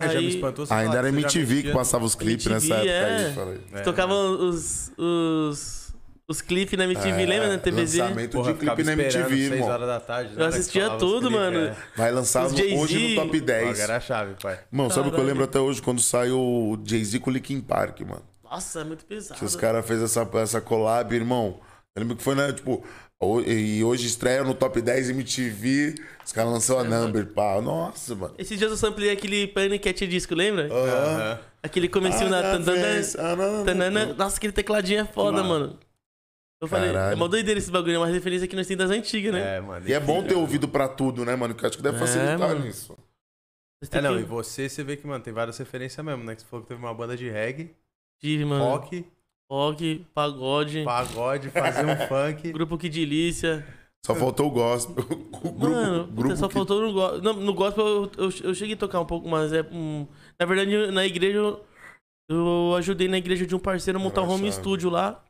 C: É, já me
A: Aí-
C: espantou, você
B: ainda
C: falar
B: era
C: que você já
B: MTV que
C: mexia-
B: passava os clipes
A: MTV,
B: nessa época
A: é.
B: aí, falei.
C: É,
A: Tocavam os. os. os clipes na MTV,
B: É,
A: lembra na TVZ?
B: Lançamento
C: Porra,
B: de clipe
C: ficava
B: na
C: esperando
B: MTV,
C: seis
B: irmão.
C: horas da tarde. né,
A: Eu
C: que
A: assistia
C: falava os
A: tudo,
C: clipes,
A: mano.
C: é.
B: Vai lançar
A: Os
B: no-
A: Jay-Z.
B: hoje no top
C: Logo
B: 10.
C: Era a chave, pai.
B: Mano, sabe o que eu
A: Caralho.
B: lembro até hoje? Quando saiu o Jay-Z com o Linkin Park, mano.
A: Nossa, é muito pesado.
B: Que os caras fez essa, essa collab, irmão. Eu lembro que foi, né? Tipo, ho- e hoje estreia no top 10 MTV. Os caras lançou a number, pá. Nossa, mano.
A: Esses dias eu samplei aquele Panic! At the Disco, lembra?
B: Aham.
C: Aham.
A: Aquele comecinho na...
B: Ah, vez, ah, não, não, não.
A: Tanana, nossa, aquele tecladinho é foda,
C: Mano.
A: mano. Eu falei,
B: Caralho.
A: é mó doideira esse bagulho, é uma referência que nós temos das antigas, né?
C: É, mano.
B: E é bom
C: que-
B: ter ouvido pra tudo, né, mano? Que eu acho que deve
A: É,
B: facilitar
A: mano.
B: nisso.
A: Nós
C: É,
A: tem
C: não,
A: que-
C: e você, você vê que, mano, tem várias referências mesmo, né? Que você falou que teve uma banda de reggae,
A: Tive, mano. Rock,
C: rock,
A: pagode,
C: pagode, fazer um funk.
A: grupo que delícia.
B: Só faltou o gospel. O grupo,
A: mano, puta,
B: grupo
A: só
B: que-
A: faltou no gospel. No, no gospel eu, eu, eu cheguei a tocar um pouco, mas é. um- na verdade, na igreja eu, eu ajudei na igreja de um parceiro a montar um home
B: Engraçado.
A: studio lá.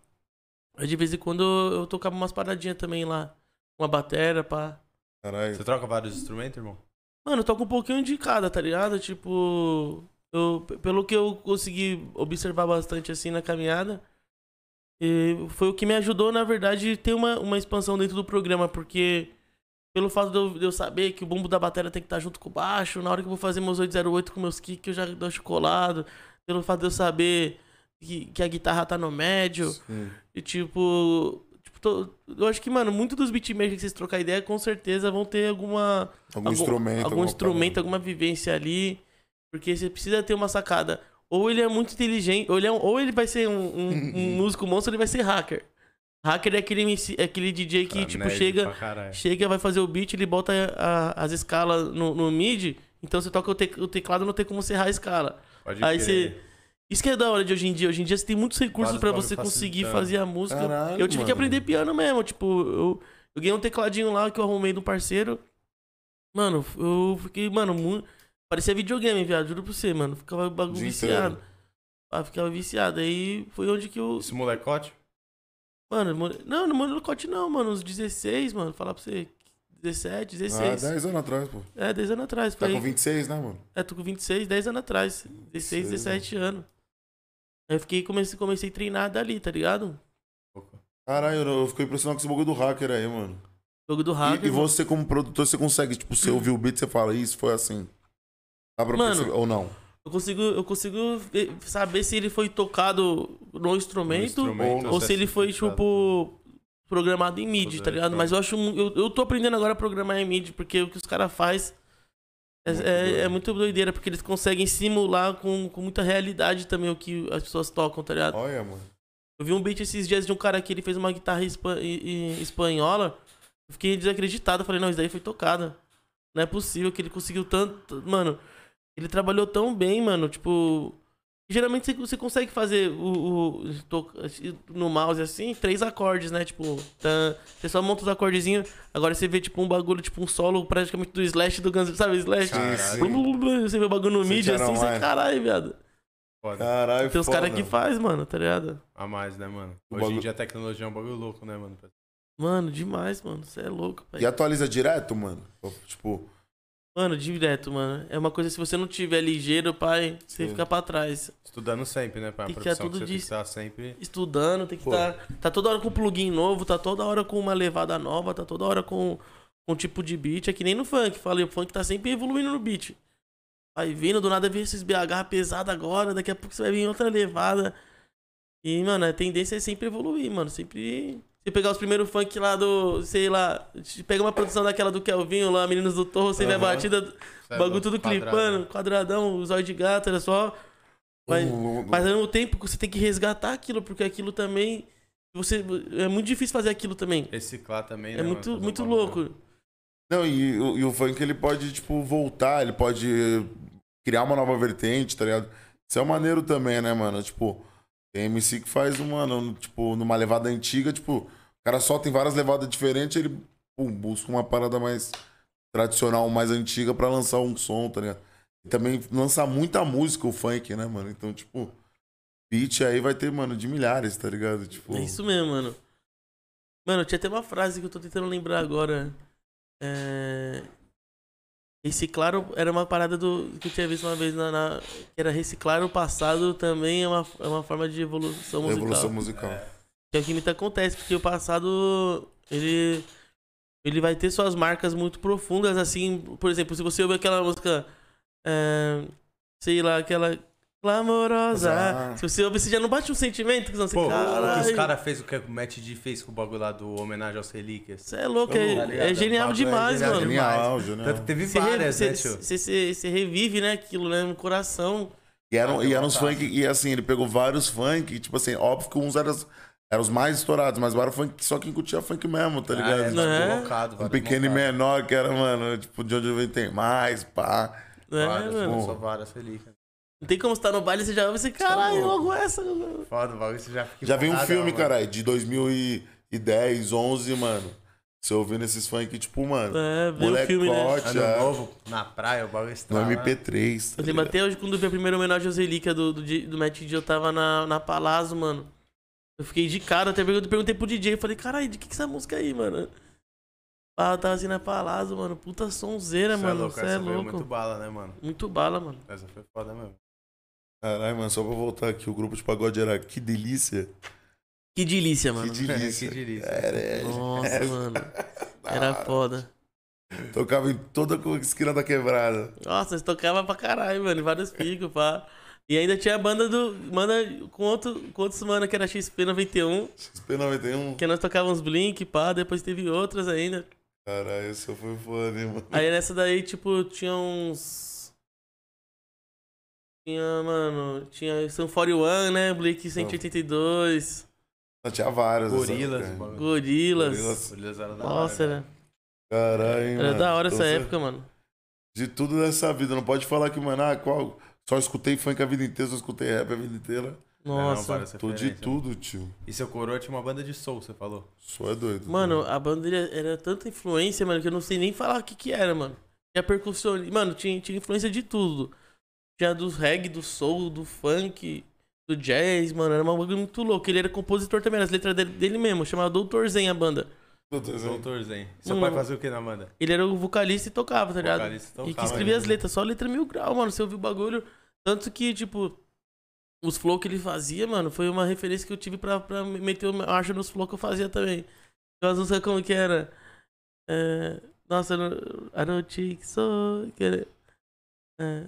A: Aí de vez em quando eu, eu tocava umas paradinhas também lá. Uma batera, pá.
B: Caralho.
C: Você troca vários instrumentos, irmão?
A: Mano, eu toco um pouquinho de cada, tá ligado? Tipo, eu, p- pelo que eu consegui observar bastante assim na caminhada, eh, foi o que me ajudou, na verdade, ter uma, uma expansão dentro do programa, porque pelo fato de eu, de eu saber que o bumbo da bateria tem que estar junto com o baixo, na hora que eu vou fazer meus 808 com meus kicks, eu já dou chocolado, pelo fato de eu saber que, que a guitarra tá no médio.
B: Hum.
A: E tipo. tipo tô- eu acho que, mano, muito dos beatmakers que vocês trocar ideia, com certeza vão ter alguma.
B: Algum instrumento,
A: Algum
B: alguma
A: instrumento, alguma vivência ali. Porque você precisa ter uma sacada. Ou ele é muito inteligente, ou ele, é um- ou ele vai ser um, um- um músico monstro, ou ele vai ser hacker. Hacker é aquele, MC é aquele DJ que,
C: Ah,
B: né,
A: tipo,
C: nerd
A: chega,
C: pra
B: é.
C: caralho.
A: chega, vai fazer o beat, ele bota a- as escalas no, no mid, então você toca o, tec- o teclado, não tem como você errar a escala.
C: Pode
A: Aí
C: crer.
A: você- Isso que é da hora de hoje em dia. Hoje em dia você tem muitos recursos
C: Vários
A: pra
C: bagulho
A: você conseguir
C: facilitando.
A: fazer a música.
B: Caralho,
A: eu tive que
B: mano.
A: aprender piano mesmo. Tipo, eu, eu ganhei um tecladinho lá que eu arrumei do um parceiro. Mano, eu fiquei, mano, muito. Parecia videogame, viado, juro pra você, mano. Ficava bagulho
B: Dia
A: viciado. Ah, ficava viciado. Aí foi onde que eu.
C: Esse molecote?
A: Mano, eu more- não, não moro no Cote não, mano. Uns 16, mano. Falar pra você. 17,
B: Ah,
A: 16.
B: 10 anos atrás, pô.
A: É, 10 anos atrás.
B: Tá
A: Foi
B: com 26, né, mano?
A: É, tô com 26, 10 anos atrás. 16,
B: Sei, né?
A: 17 anos. Aí eu fiquei, comecei, comecei a treinar dali, tá ligado?
B: Caralho, eu eu fiquei impressionado com esse bagulho do hacker aí, mano.
A: Jogo do
B: E-
A: hacker.
B: e, você, como produtor, você consegue, tipo, você ouvir o beat, você fala, isso foi assim. Dá pra
A: Mano,
B: perceber, ou não?
A: Eu consigo, eu consigo ver- saber se ele foi tocado no instrumento,
B: instrumento,
A: ou se ele foi, tipo, programado em MIDI,
C: Tudo
A: tá ligado?
C: eletrônico.
A: Mas eu acho. mu- Eu, eu tô aprendendo agora a programar em MIDI, porque o que os caras fazem é,
B: Muito
A: é-
B: doido.
A: é muito doideira, porque eles conseguem simular com, com muita realidade também o que as pessoas tocam, tá ligado?
B: Olha, mano.
A: Eu vi um beat esses dias de um cara que ele fez uma guitarra espa- e- e- espanhola. Eu fiquei desacreditado. Eu Falei, não, isso daí foi tocada. Não é possível que ele conseguiu tanto. Mano, ele trabalhou tão bem, mano. Tipo. Geralmente você- você consegue fazer o, o- to- no mouse assim, três acordes, né? Tipo, tan- você só monta os acordezinhos. Agora você vê, tipo, um bagulho, tipo, um solo praticamente do Slash do Guns, sabe? Slash.
B: Sim,
A: Blum,
B: sim.
A: blum, blum, Você vê o bagulho no
B: Você
A: MIDI
B: tira
A: assim,
B: online.
A: você, caralho, viado.
C: Foda.
B: Caralho,
A: Tem os
B: foda.
A: caras que faz, mano, tá ligado?
C: A mais, né, mano?
B: O
C: Hoje em
B: bagulho-
C: dia a tecnologia é um bagulho louco, né, mano?
A: Mano, demais, mano. Você é louco, pai.
B: E atualiza direto, mano? Tipo,
A: Mano, direto, mano. É uma coisa, se você não tiver ligeiro, pai, você
B: Sim.
A: fica pra trás.
C: Estudando sempre, né, pai? A
A: Tem que
C: profissão
A: é tudo
C: que você tem que
A: disso.
C: estar sempre.
A: Estudando, tem que
B: Pô.
A: tá. Tá toda hora com plugin novo, tá toda hora com uma levada nova, tá toda hora com, com tipo de beat. É que nem no funk, falei, o funk tá sempre evoluindo no beat. Vai vindo, do nada vem esses BH pesado agora, daqui a pouco você vai vir outra levada. E, mano, a tendência é sempre evoluir, mano. Sempre. Você pegar os primeiros funk lá do. Sei lá. se Pega uma produção daquela do Kelvinho lá, Meninos do Torro, você vê a
B: Aham.
A: batida.
C: Cê é
A: bagulho
C: louco,
A: tudo
C: quadrado. né?
A: clipando, quadradão, os olhos de gato, era só. Mas,
B: um- um-
A: mas ao mesmo tempo você tem que resgatar aquilo, porque aquilo também. Você, é muito difícil fazer aquilo também.
C: Reciclar também,
A: É,
C: né? mano?
A: muito,
C: Fazer um
A: muito
C: bagulho.
A: louco. É
B: Não, e, o- e o funk ele pode, tipo, voltar, ele pode criar uma nova vertente, tá ligado? Isso é maneiro também, né, mano? Tipo, tem MC que faz uma, no- tipo, numa levada antiga, tipo, o cara só tem várias levadas diferentes, ele pum, busca uma parada mais tradicional, mais antiga pra lançar um som, tá ligado? E também lança muita música o funk, né, mano? Então, tipo, beat aí vai ter, mano, de milhares, tá ligado? Tipo,
A: É isso mesmo, mano. Mano, tinha até uma frase que eu tô tentando lembrar agora. É. Reciclar o- era uma parada do que eu tinha visto uma vez na, na- que era reciclar o passado também é uma, é uma forma de evolução musical.
B: revolução musical.
A: Que é o que muito acontece, porque o passado ele ele vai ter suas marcas muito profundas, assim, por exemplo, se você ouvir aquela música, é, sei lá, aquela clamorosa,
B: Ah.
A: se você ouvir, você já não bate um sentimento, que você,
C: Pô, o que os
A: caralho,
C: caras fez, o que o Matt D fez com o bagulho lá do homenagem assim. aos relíquias.
A: você é louco,
B: Tá
A: é,
B: ligado?
A: é genial
C: O bagulho é
A: demais,
C: genial
A: mano.
C: demais.
B: Genial, genial.
C: Tanto que teve
A: Você, re-
C: várias,
A: você,
C: né, tio?
A: você- você- você revive, né, aquilo, né, no coração.
B: E eram,
C: Ah,
B: e
C: deu
B: eram os
C: vontade.
B: funk, e assim, ele pegou vários funk, e, tipo assim, óbvio que uns eram, eram os mais estourados, mas era funk que só quem curtia funk mesmo, tá ligado?
C: Ah, é,
B: Tipo,
A: Não é?
C: Deslocado,
B: um
C: vários
B: pequeno e
C: montados.
B: menor que era, mano, tipo, de onde eu venho tem mais, pá.
A: Né,
C: Várias,
A: mano?
C: Só várias relíquias.
A: Não tem como estar no baile e você já ouve esse caralho,
B: louco.
A: logo essa. mano."
C: Foda, o bagulho você já fica.
B: Já veio um
C: empolgado, né,
B: filme,
C: mano.
B: caralho, de 2010, 11, mano. Você ouvindo esses funk, tipo, mano,
A: É, vê o
B: molecote,
A: filme, né?
B: é,
C: Ano novo, na praia, o bagulho né?
B: no
C: estrala.
B: MP3, tá
A: Eu lembro
B: ligado?
A: até hoje quando eu vi a primeira homenagem aos Relíquia do, do, Di- do Matt D, eu tava na, na Palazzo, mano. Eu fiquei de cara, até perguntei, perguntei pro DJ, eu falei, caralho, de que que é essa música aí, mano? Ah, eu tava assim na Palazzo, mano, puta sonzeira,
C: Cê é
A: mano,
C: louco,
A: você
C: essa
A: é
C: veio
A: louco.
C: muito
A: Muito...
C: bala, né, mano?
A: bala, mano.
C: Essa foi foda mesmo.
B: Caralho, mano, só pra voltar aqui, o grupo de pagode era Que Delícia.
A: Que delícia, mano.
B: Que delícia.
C: Que delícia.
B: Era, era.
A: Nossa, mano, era foda.
B: Tocava em toda a esquina da quebrada.
A: Nossa, eles tocavam pra caralho, mano, em vários picos, pá. E ainda tinha a banda do. Banda com, outro, com outros, mano, que era XP91,
B: SP91.
A: que nós tocávamos Blink, pá, depois teve outras ainda.
B: Caralho, isso foi foda, hein, mano.
A: Aí nessa daí, tipo, tinha uns. Tinha, mano. Tinha Sun 41, né? Blake 182.
B: Não, Tinha várias. essa é
C: Gorilas, o
B: época.
C: bagulho.
A: Gorilas.
B: Gorilas.
C: Gorilas era da
A: Nossa, né?
C: hora,
A: era,
B: Caralho, hein,
A: era
B: mano.
A: da hora
B: Então
A: essa
B: você-
A: época, mano.
B: De tudo nessa vida. Não pode falar que, mano, ah, qual... Só escutei funk a vida inteira, só escutei rap a vida inteira.
C: Não,
A: Nossa.
C: várias
B: Tô de
C: referências.
B: tudo, tio.
C: E seu coroa tinha uma banda de soul, você falou.
B: Só é doido.
A: mano, a banda era, era tanta influência, mano, que eu não sei nem falar o que que era, mano. E a percussão, mano, tinha, tinha influência de tudo. Tinha do reggae, do soul, do funk, do jazz, mano. Era um bagulho muito louco. Ele era compositor também, era as letras dele, dele mesmo. Chamava Doutor Zen a banda.
B: Doutor Zé.
C: Doutor Zen. Seu
A: Hum.
C: pai fazia o que na banda?
A: Ele era o vocalista e tocava, né? tá ligado?
C: Vocalista, então,
A: e que
C: calma aí.
A: escrevia as letras, só letra mil grau, mano. Você ouviu o bagulho. Tanto que, tipo, os flow que ele fazia, mano, foi uma referência que eu tive pra, pra meter uma acha nos flow que eu fazia também. Então as músicas como que era. É, nossa, eu não- I don't think so. que era- é.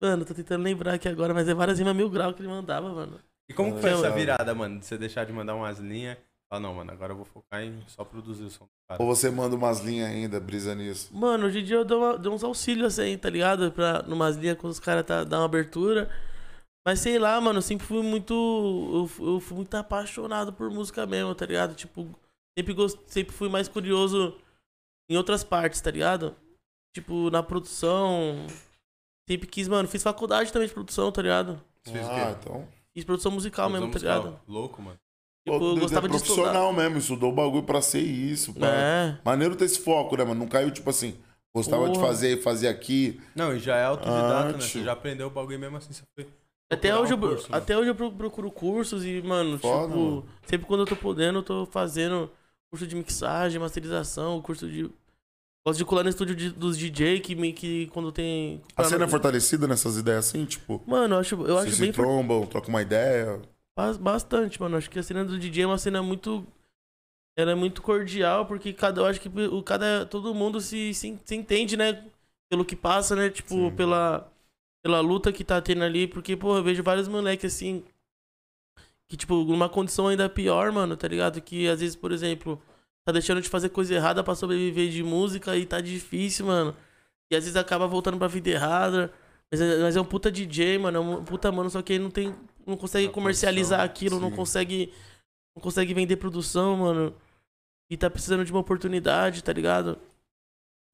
A: Mano, tô tentando lembrar aqui agora, mas é várias rimas mil grau que ele mandava, mano.
C: E como que foi
B: Caramba.
C: essa virada, mano? De você deixar de mandar umas linhas. Falar, não, mano, agora eu vou focar em só produzir o som do cara.
B: Ou você manda umas linhas ainda, brisa nisso.
A: Mano, hoje em dia eu dou, uma- dou uns auxílios assim, tá ligado? Pra, numas linhas quando os caras tá, dão uma abertura. Mas sei lá, mano, eu sempre fui muito. Eu, fu- eu fui muito apaixonado por música mesmo, tá ligado? Tipo, sempre, gos- sempre fui mais curioso em outras partes, tá ligado? Tipo, na produção. Sempre quis, mano, fiz faculdade também de produção, tá ligado?
C: Você fez o
B: ah,
C: quê?
B: então.
A: Fiz produção musical
C: Produção
A: mesmo, tá
C: musical.
A: ligado?
C: Louco, mano.
A: Tipo,
B: Pô,
A: eu
B: é
A: gostava de estudar.
B: profissional mesmo, estudou o bagulho pra ser isso. Pra...
A: É.
B: Maneiro ter esse foco, né, mano? Não caiu, tipo assim, gostava de
A: Porra.
B: fazer, fazer aqui.
C: Não, e já é autodidata, né?
B: Arte.
C: Você já aprendeu o bagulho mesmo assim, você foi.
A: Até
C: procurar
A: hoje,
C: um
A: eu, pro-
C: curso, né?
A: até hoje eu pro- procuro cursos e, mano,
B: Foda,
A: tipo,
B: mano.
A: sempre quando eu tô podendo, eu tô fazendo curso de mixagem, masterização, curso de. Gosto de colar no estúdio de- dos DJ que, me- que quando tem.
B: A cena é fortalecida nessas ideias assim, tipo.
A: Mano, eu acho, eu
B: Vocês
A: acho
B: se
A: bem for-
B: trombam, trocam uma ideia.
A: bas- bastante, mano. Acho que a cena do DJ é uma cena muito. Ela é muito cordial, porque cada, eu acho que o cada, todo mundo se, se, se entende, né? Pelo que passa, né? Tipo,
B: Sim.
A: pela, pela luta que tá tendo ali. Porque, porra, eu vejo vários moleques assim. Que, tipo, numa condição ainda pior, mano, tá ligado? Que às vezes, por exemplo, tá deixando de fazer coisa errada pra sobreviver de música e tá difícil, mano. E às vezes acaba voltando pra vida errada. Mas é, mas é um puta DJ, mano. É um puta mano, só que ele não tem. Não consegue
C: Na
A: comercializar
C: produção,
A: aquilo, não
B: sim.
A: consegue. Não consegue vender produção, mano. E tá precisando de uma oportunidade, tá ligado?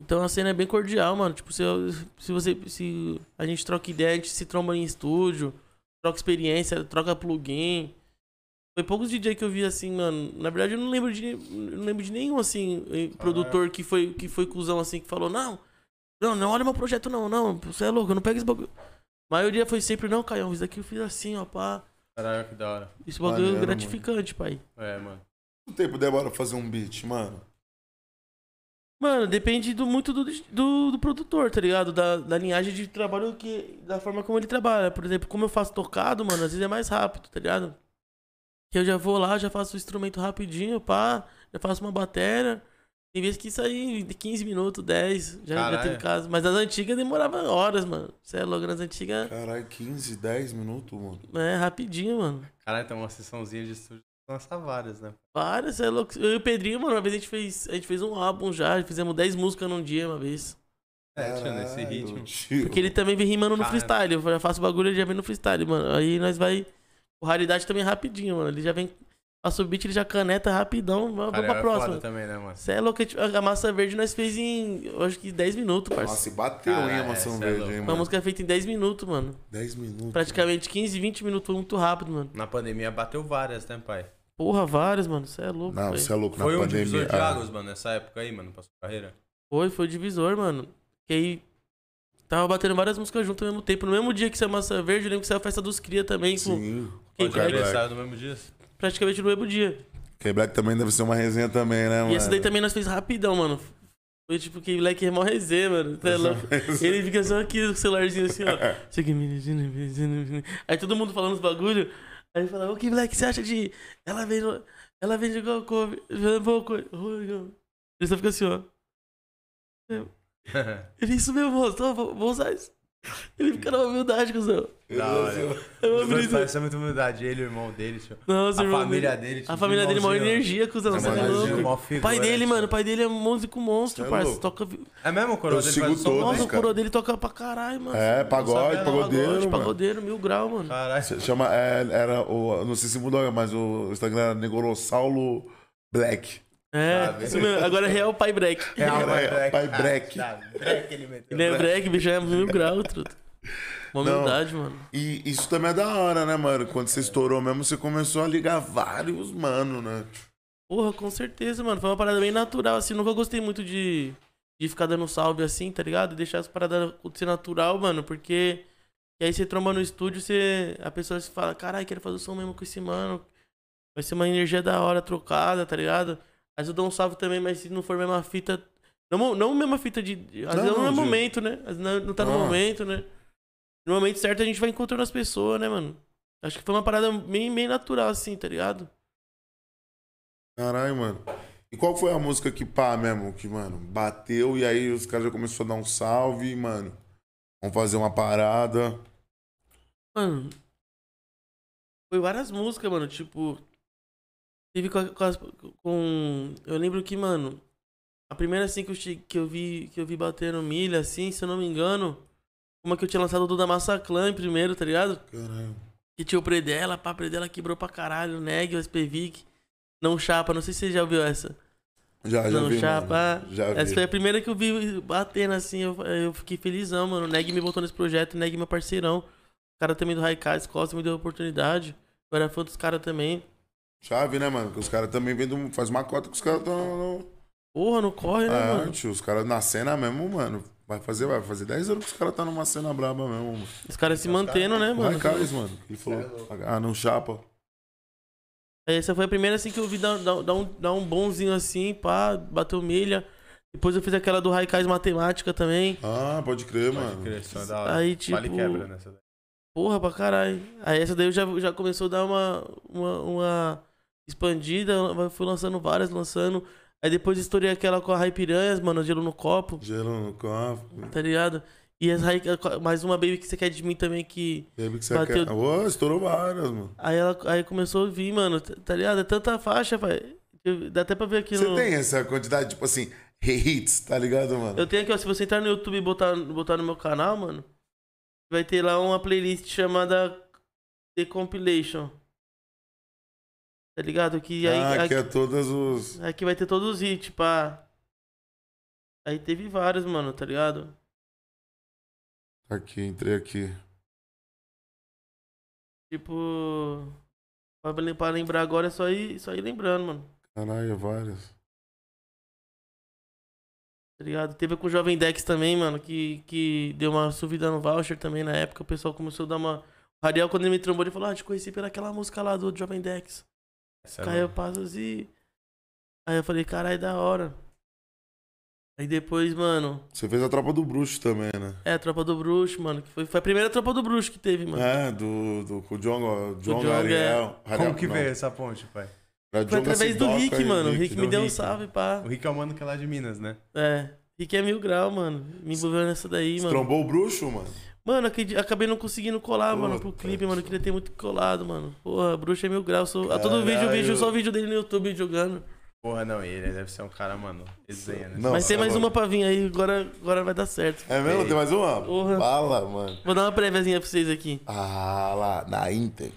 A: Então a cena é bem cordial, mano. Tipo, se, eu- se você. Se a gente troca ideia, a gente se tromba em estúdio, troca experiência, troca plugin. Foi poucos DJ que eu vi assim, mano. Na verdade, eu não lembro de, não lembro de nenhum, assim, eh, produtor que foi, que foi cuzão assim, que falou, não, não, não olha meu projeto, não, não. Você é louco, eu não pega esse bagulho. A maioria foi sempre, não, Caião, isso daqui eu fiz assim, ó, pá.
C: Caralho, que da hora.
A: Esse bagulho
B: Maneiro,
A: é gratificante, pai.
C: É, mano.
B: Quanto tempo demora pra fazer um beat, mano?
A: Mano, depende do, muito do, do, do produtor, tá ligado? Da, da linhagem de trabalho, que, da forma como ele trabalha. Por exemplo, como eu faço tocado, mano, às vezes é mais rápido, tá ligado? Que eu já vou lá, já faço o instrumento rapidinho, pá, já faço uma bateria. Tem vezes que isso aí, de 15 minutos, 10, já, já
C: Caralho.
A: tem caso. Mas nas antigas demorava horas, mano. Você é louco, nas antigas
B: Caralho, 15, 10 minutos, mano.
A: é rapidinho, mano.
C: Caralho, tem uma sessãozinha de estúdio lança várias, né?
A: Várias, é louco. Eu e o Pedrinho, mano, uma vez a gente fez, a gente fez um álbum já, fizemos 10 músicas num dia, uma vez.
C: É, tio, nesse
B: Caralho,
C: ritmo.
B: tio.
A: Porque ele também vem rimando no
C: Cara.
A: freestyle. Eu já faço bagulho, ele já vem no freestyle, mano. Aí nós vai. O raridade também é rapidinho, mano. Ele já vem. Passa o beat, ele já caneta rapidão. Vamos
C: Cara,
A: pra
C: era
A: próxima.
C: foda também, né, mano?
A: Você é louco, a gente- a massa verde nós fez em. eu Acho que 10 minutos, parceiro.
B: Nossa, e bateu, hein, a
C: Caralho,
B: maçã
C: cê é
B: verde,
C: louco.
B: hein,
A: Uma
B: mano?
A: música é feita em 10 minutos, mano.
B: 10 minutos.
A: Praticamente 15, 20 minutos, foi muito rápido, mano.
C: Na pandemia bateu várias, né, pai?
A: Porra, vários, mano. Você é louco.
B: Não,
A: foi.
B: você é louco, na
C: Foi um
B: pandemia.
C: divisor de
B: ah,
C: águas, mano, nessa época aí, mano, pra sua carreira.
A: Foi, foi o divisor, mano. Que aí tava batendo várias músicas junto ao mesmo tempo. No mesmo dia que saiu Massa Verde, eu lembro que saiu a festa dos Cria também, com,
B: Sim.
A: que, é?
C: Pode
B: Black.
A: que,
C: aniversário no mesmo dia.
A: praticamente no mesmo dia.
B: Quebec também deve ser uma resenha também, né, mano?
A: E essa daí também nós fez rapidão, mano. Foi tipo que moleque é mó resenha, mano. Tá louco? Ele fica só aqui com o celularzinho
B: é
A: assim, ó. Sei que menino, menino, menino. Aí todo mundo falando os bagulho. Aí fala, o que moleque você acha de. Ela vem. Ela vem um de qual cor? Qual cor? Ele só fica assim, ó. É, Ele, é isso mesmo, moço, Ó, vou, vou usar isso. Ele fica na humildade, cuzão.
C: da hora.
A: Eu
C: Os
A: amo
C: dois
A: isso.
C: parecem muita humildade. Ele e o irmão dele, tio.
A: Nossa,
C: A
A: irmão
C: família
A: dele.
C: dele, né? tio.
A: A família dele, é maior energia, cuzão. Você é
B: Irmãozinho,
A: louco.
B: irmão.
A: O pai dele, mano, o pai dele é músico monstro,
B: Cê é
A: parça.
B: louco.
A: Toca. vi-
C: né, É mesmo, Coroa?
B: Eu
C: Ele
B: sigo
C: faz o som
B: todos.
A: Nossa, o
B: cara.
A: coro dele toca pra caralho, mano.
B: É,
C: Sabe,
B: pagode,
C: é,
B: pagodeiro, mano.
A: né? pagodeiro, mil grau, mano.
C: Caralho.
B: Chama, é, era o, não sei se mudou, mas o Instagram era Negorossauro Black.
A: É,
C: Sabe?
A: isso mesmo. Agora é real pai break.
B: Real,
C: Pai
B: Ah, é,
C: Breck.
B: pai Breck.
C: Ah, tá, Breck ele meteu.
A: Ele é break, bicho, é mil grau, truto. Uma
B: Não.
A: humildade, mano.
B: E isso também é da hora, né, mano? Quando você estourou mesmo, você começou a ligar vários, mano, né?
A: Porra, com certeza, mano. Foi uma parada bem natural, assim. Nunca gostei muito de, de ficar dando um salve assim, tá ligado? Deixar as paradas acontecer natural, mano, porque. E aí você tromba no estúdio, você. A pessoa se fala, caralho, quero fazer o som mesmo com esse mano. Vai ser uma energia da hora trocada, tá ligado? Às vezes eu dou um salve também, mas se não for a mesma fita. Não, não a mesma fita de. Às
B: Não,
A: vezes não,
B: não,
A: é
B: de-
A: momento, né? Às vezes não, não tá no
B: Ah.
A: momento, né? No momento certo a gente vai encontrando as pessoas, né, mano? Acho que foi uma parada bem, bem natural, assim, tá ligado?
B: Caralho, mano. E qual foi a música que pá mesmo? Que, mano, bateu e aí os caras já começaram a dar um salve, mano. Vamos fazer uma parada.
A: Mano. Foi várias músicas, mano. Tipo. Teve com, a- com, as- com- Eu lembro que, mano. A primeira assim que eu, che- que eu vi que eu vi batendo milha, assim, se eu não me engano. Uma que eu tinha lançado do da Massaclan em primeiro, tá ligado?
B: Caralho.
A: Que tinha o Predela, pá, Predela quebrou pra caralho, o Neg, o SPVIC. Não chapa, não sei se você já ouviu essa.
B: Já, já
A: não
B: vi,
A: chapa.
B: mano. Já vi.
A: Essa foi a primeira que eu vi batendo assim, eu, eu fiquei felizão, mano. O Neg me botou nesse projeto, o Neg é meu parceirão. O cara também do Raikais Costa me deu a oportunidade. Eu era fã dos caras também.
B: Chave, né, mano? Porque os caras também vêm do... Faz uma cota que os caras estão...
A: Porra, não corre, né,
B: Ah,
A: mano?
B: tio, os caras na cena mesmo, mano. Vai fazer, vai fazer 10 anos que os caras tá numa cena braba mesmo, mano.
A: Os caras se mantendo, né, mano?
B: Vai, Carlos, mano. Ele falou. Ah, não chapa.
A: Essa foi a primeira assim que eu vi dar, dar- dar um, dar um bonzinho assim, pá, bateu milha. Depois eu fiz aquela do Raikais Matemática também.
B: Ah, pode crer,
C: Pode
B: mano.
C: crer, isso é da hora.
A: Aí, tipo-
C: Vale quebra nessa daí.
A: Porra, pra caralho. Aí essa daí eu já, já começou a dar uma, uma, uma expandida. eu Fui lançando várias, lançando. Aí depois estourei aquela com a Rai Piranhas, mano, gelo no copo,
B: Gelo no copo.
A: tá ligado? E as Rai, mais uma baby que você quer de mim também que.
B: Baby que você
A: Bateu-
B: quer. Ô, estourou várias, mano.
A: Aí ela aí começou a vir, mano, tá tá ligado? É tanta faixa, pai. que Dá até pra ver aqui
B: Você
A: no.
B: tem essa quantidade, tipo assim, hits, tá ligado, mano?
A: Eu tenho aqui, ó. Se você entrar no YouTube e botar, botar no meu canal, mano, vai ter lá uma playlist chamada The Compilation. Tá ligado? Que aí,
B: ah,
A: aqui,
B: que é todas os.
A: aqui É vai ter todos os hits, pá. Aí teve vários, mano, tá ligado?
B: Aqui, entrei aqui.
A: Tipo. Pra lem- pra lembrar agora é só ir, só ir lembrando, mano.
B: Caralho, é várias.
A: Tá ligado? Teve com o Jovem Dex também, mano, que, que deu uma subida no voucher também na época. O pessoal começou a dar uma. O Ariel, quando ele me trombou, ele falou: Ah, te conheci pelaquela música lá do Jovem Dex.
C: Essa é
A: Caiu
C: da-
A: passos e. Aí eu falei, caralho, é da hora. Aí depois, mano.
B: Você fez a tropa do bruxo também, né?
A: É, a tropa do bruxo, mano. Que foi, foi a primeira tropa do bruxo que teve, mano.
B: É, do, do, com o John, John,
A: Djonga, é-
B: Ariel. Ariel,
C: Como que
B: não.
C: veio essa ponte, pai?
B: Era
A: foi
B: Djonga,
A: através do
B: Sidoca
A: Rick,
B: assim, e
A: mano. O Rick me
B: né?
A: deu um
C: Rick.
A: salve, pá.
C: O Rick é o mano que é lá de Minas, né?
A: É. Rick é mil grau, mano. Me envolveu nessa daí, mano.
B: Trombou o bruxo, mano?
A: Mano, acredi- acabei não conseguindo colar, mano, pro
B: Puta
A: clipe, mano. Eu
B: que-
A: queria ter muito colado, mano. Porra, bruxa é mil grau. Sou... A todo vídeo eu
B: Caralho.
A: vejo só o vídeo dele no YouTube jogando.
C: Porra, não, ele deve ser um cara, mano, resenha, né?
B: Não. tá
A: Mas tem mais
B: agora-
A: uma pra vir aí, agora, agora vai dar certo.
B: É mesmo? Tem mais uma?
A: Porra.
B: Fala, mano.
A: Vou dar uma préviazinha pra vocês aqui.
B: Ah, lá, na Inter.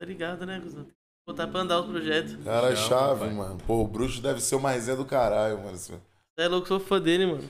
A: Tá ligado, né, Guzão? Tem que Botar pra andar os projetos. Você
B: Cara,
C: Não,
B: chave,
C: papai.
B: mano. Pô, o bruxo deve ser uma resenha do caralho, mano. esse-
A: é louco, sou fã dele, mano.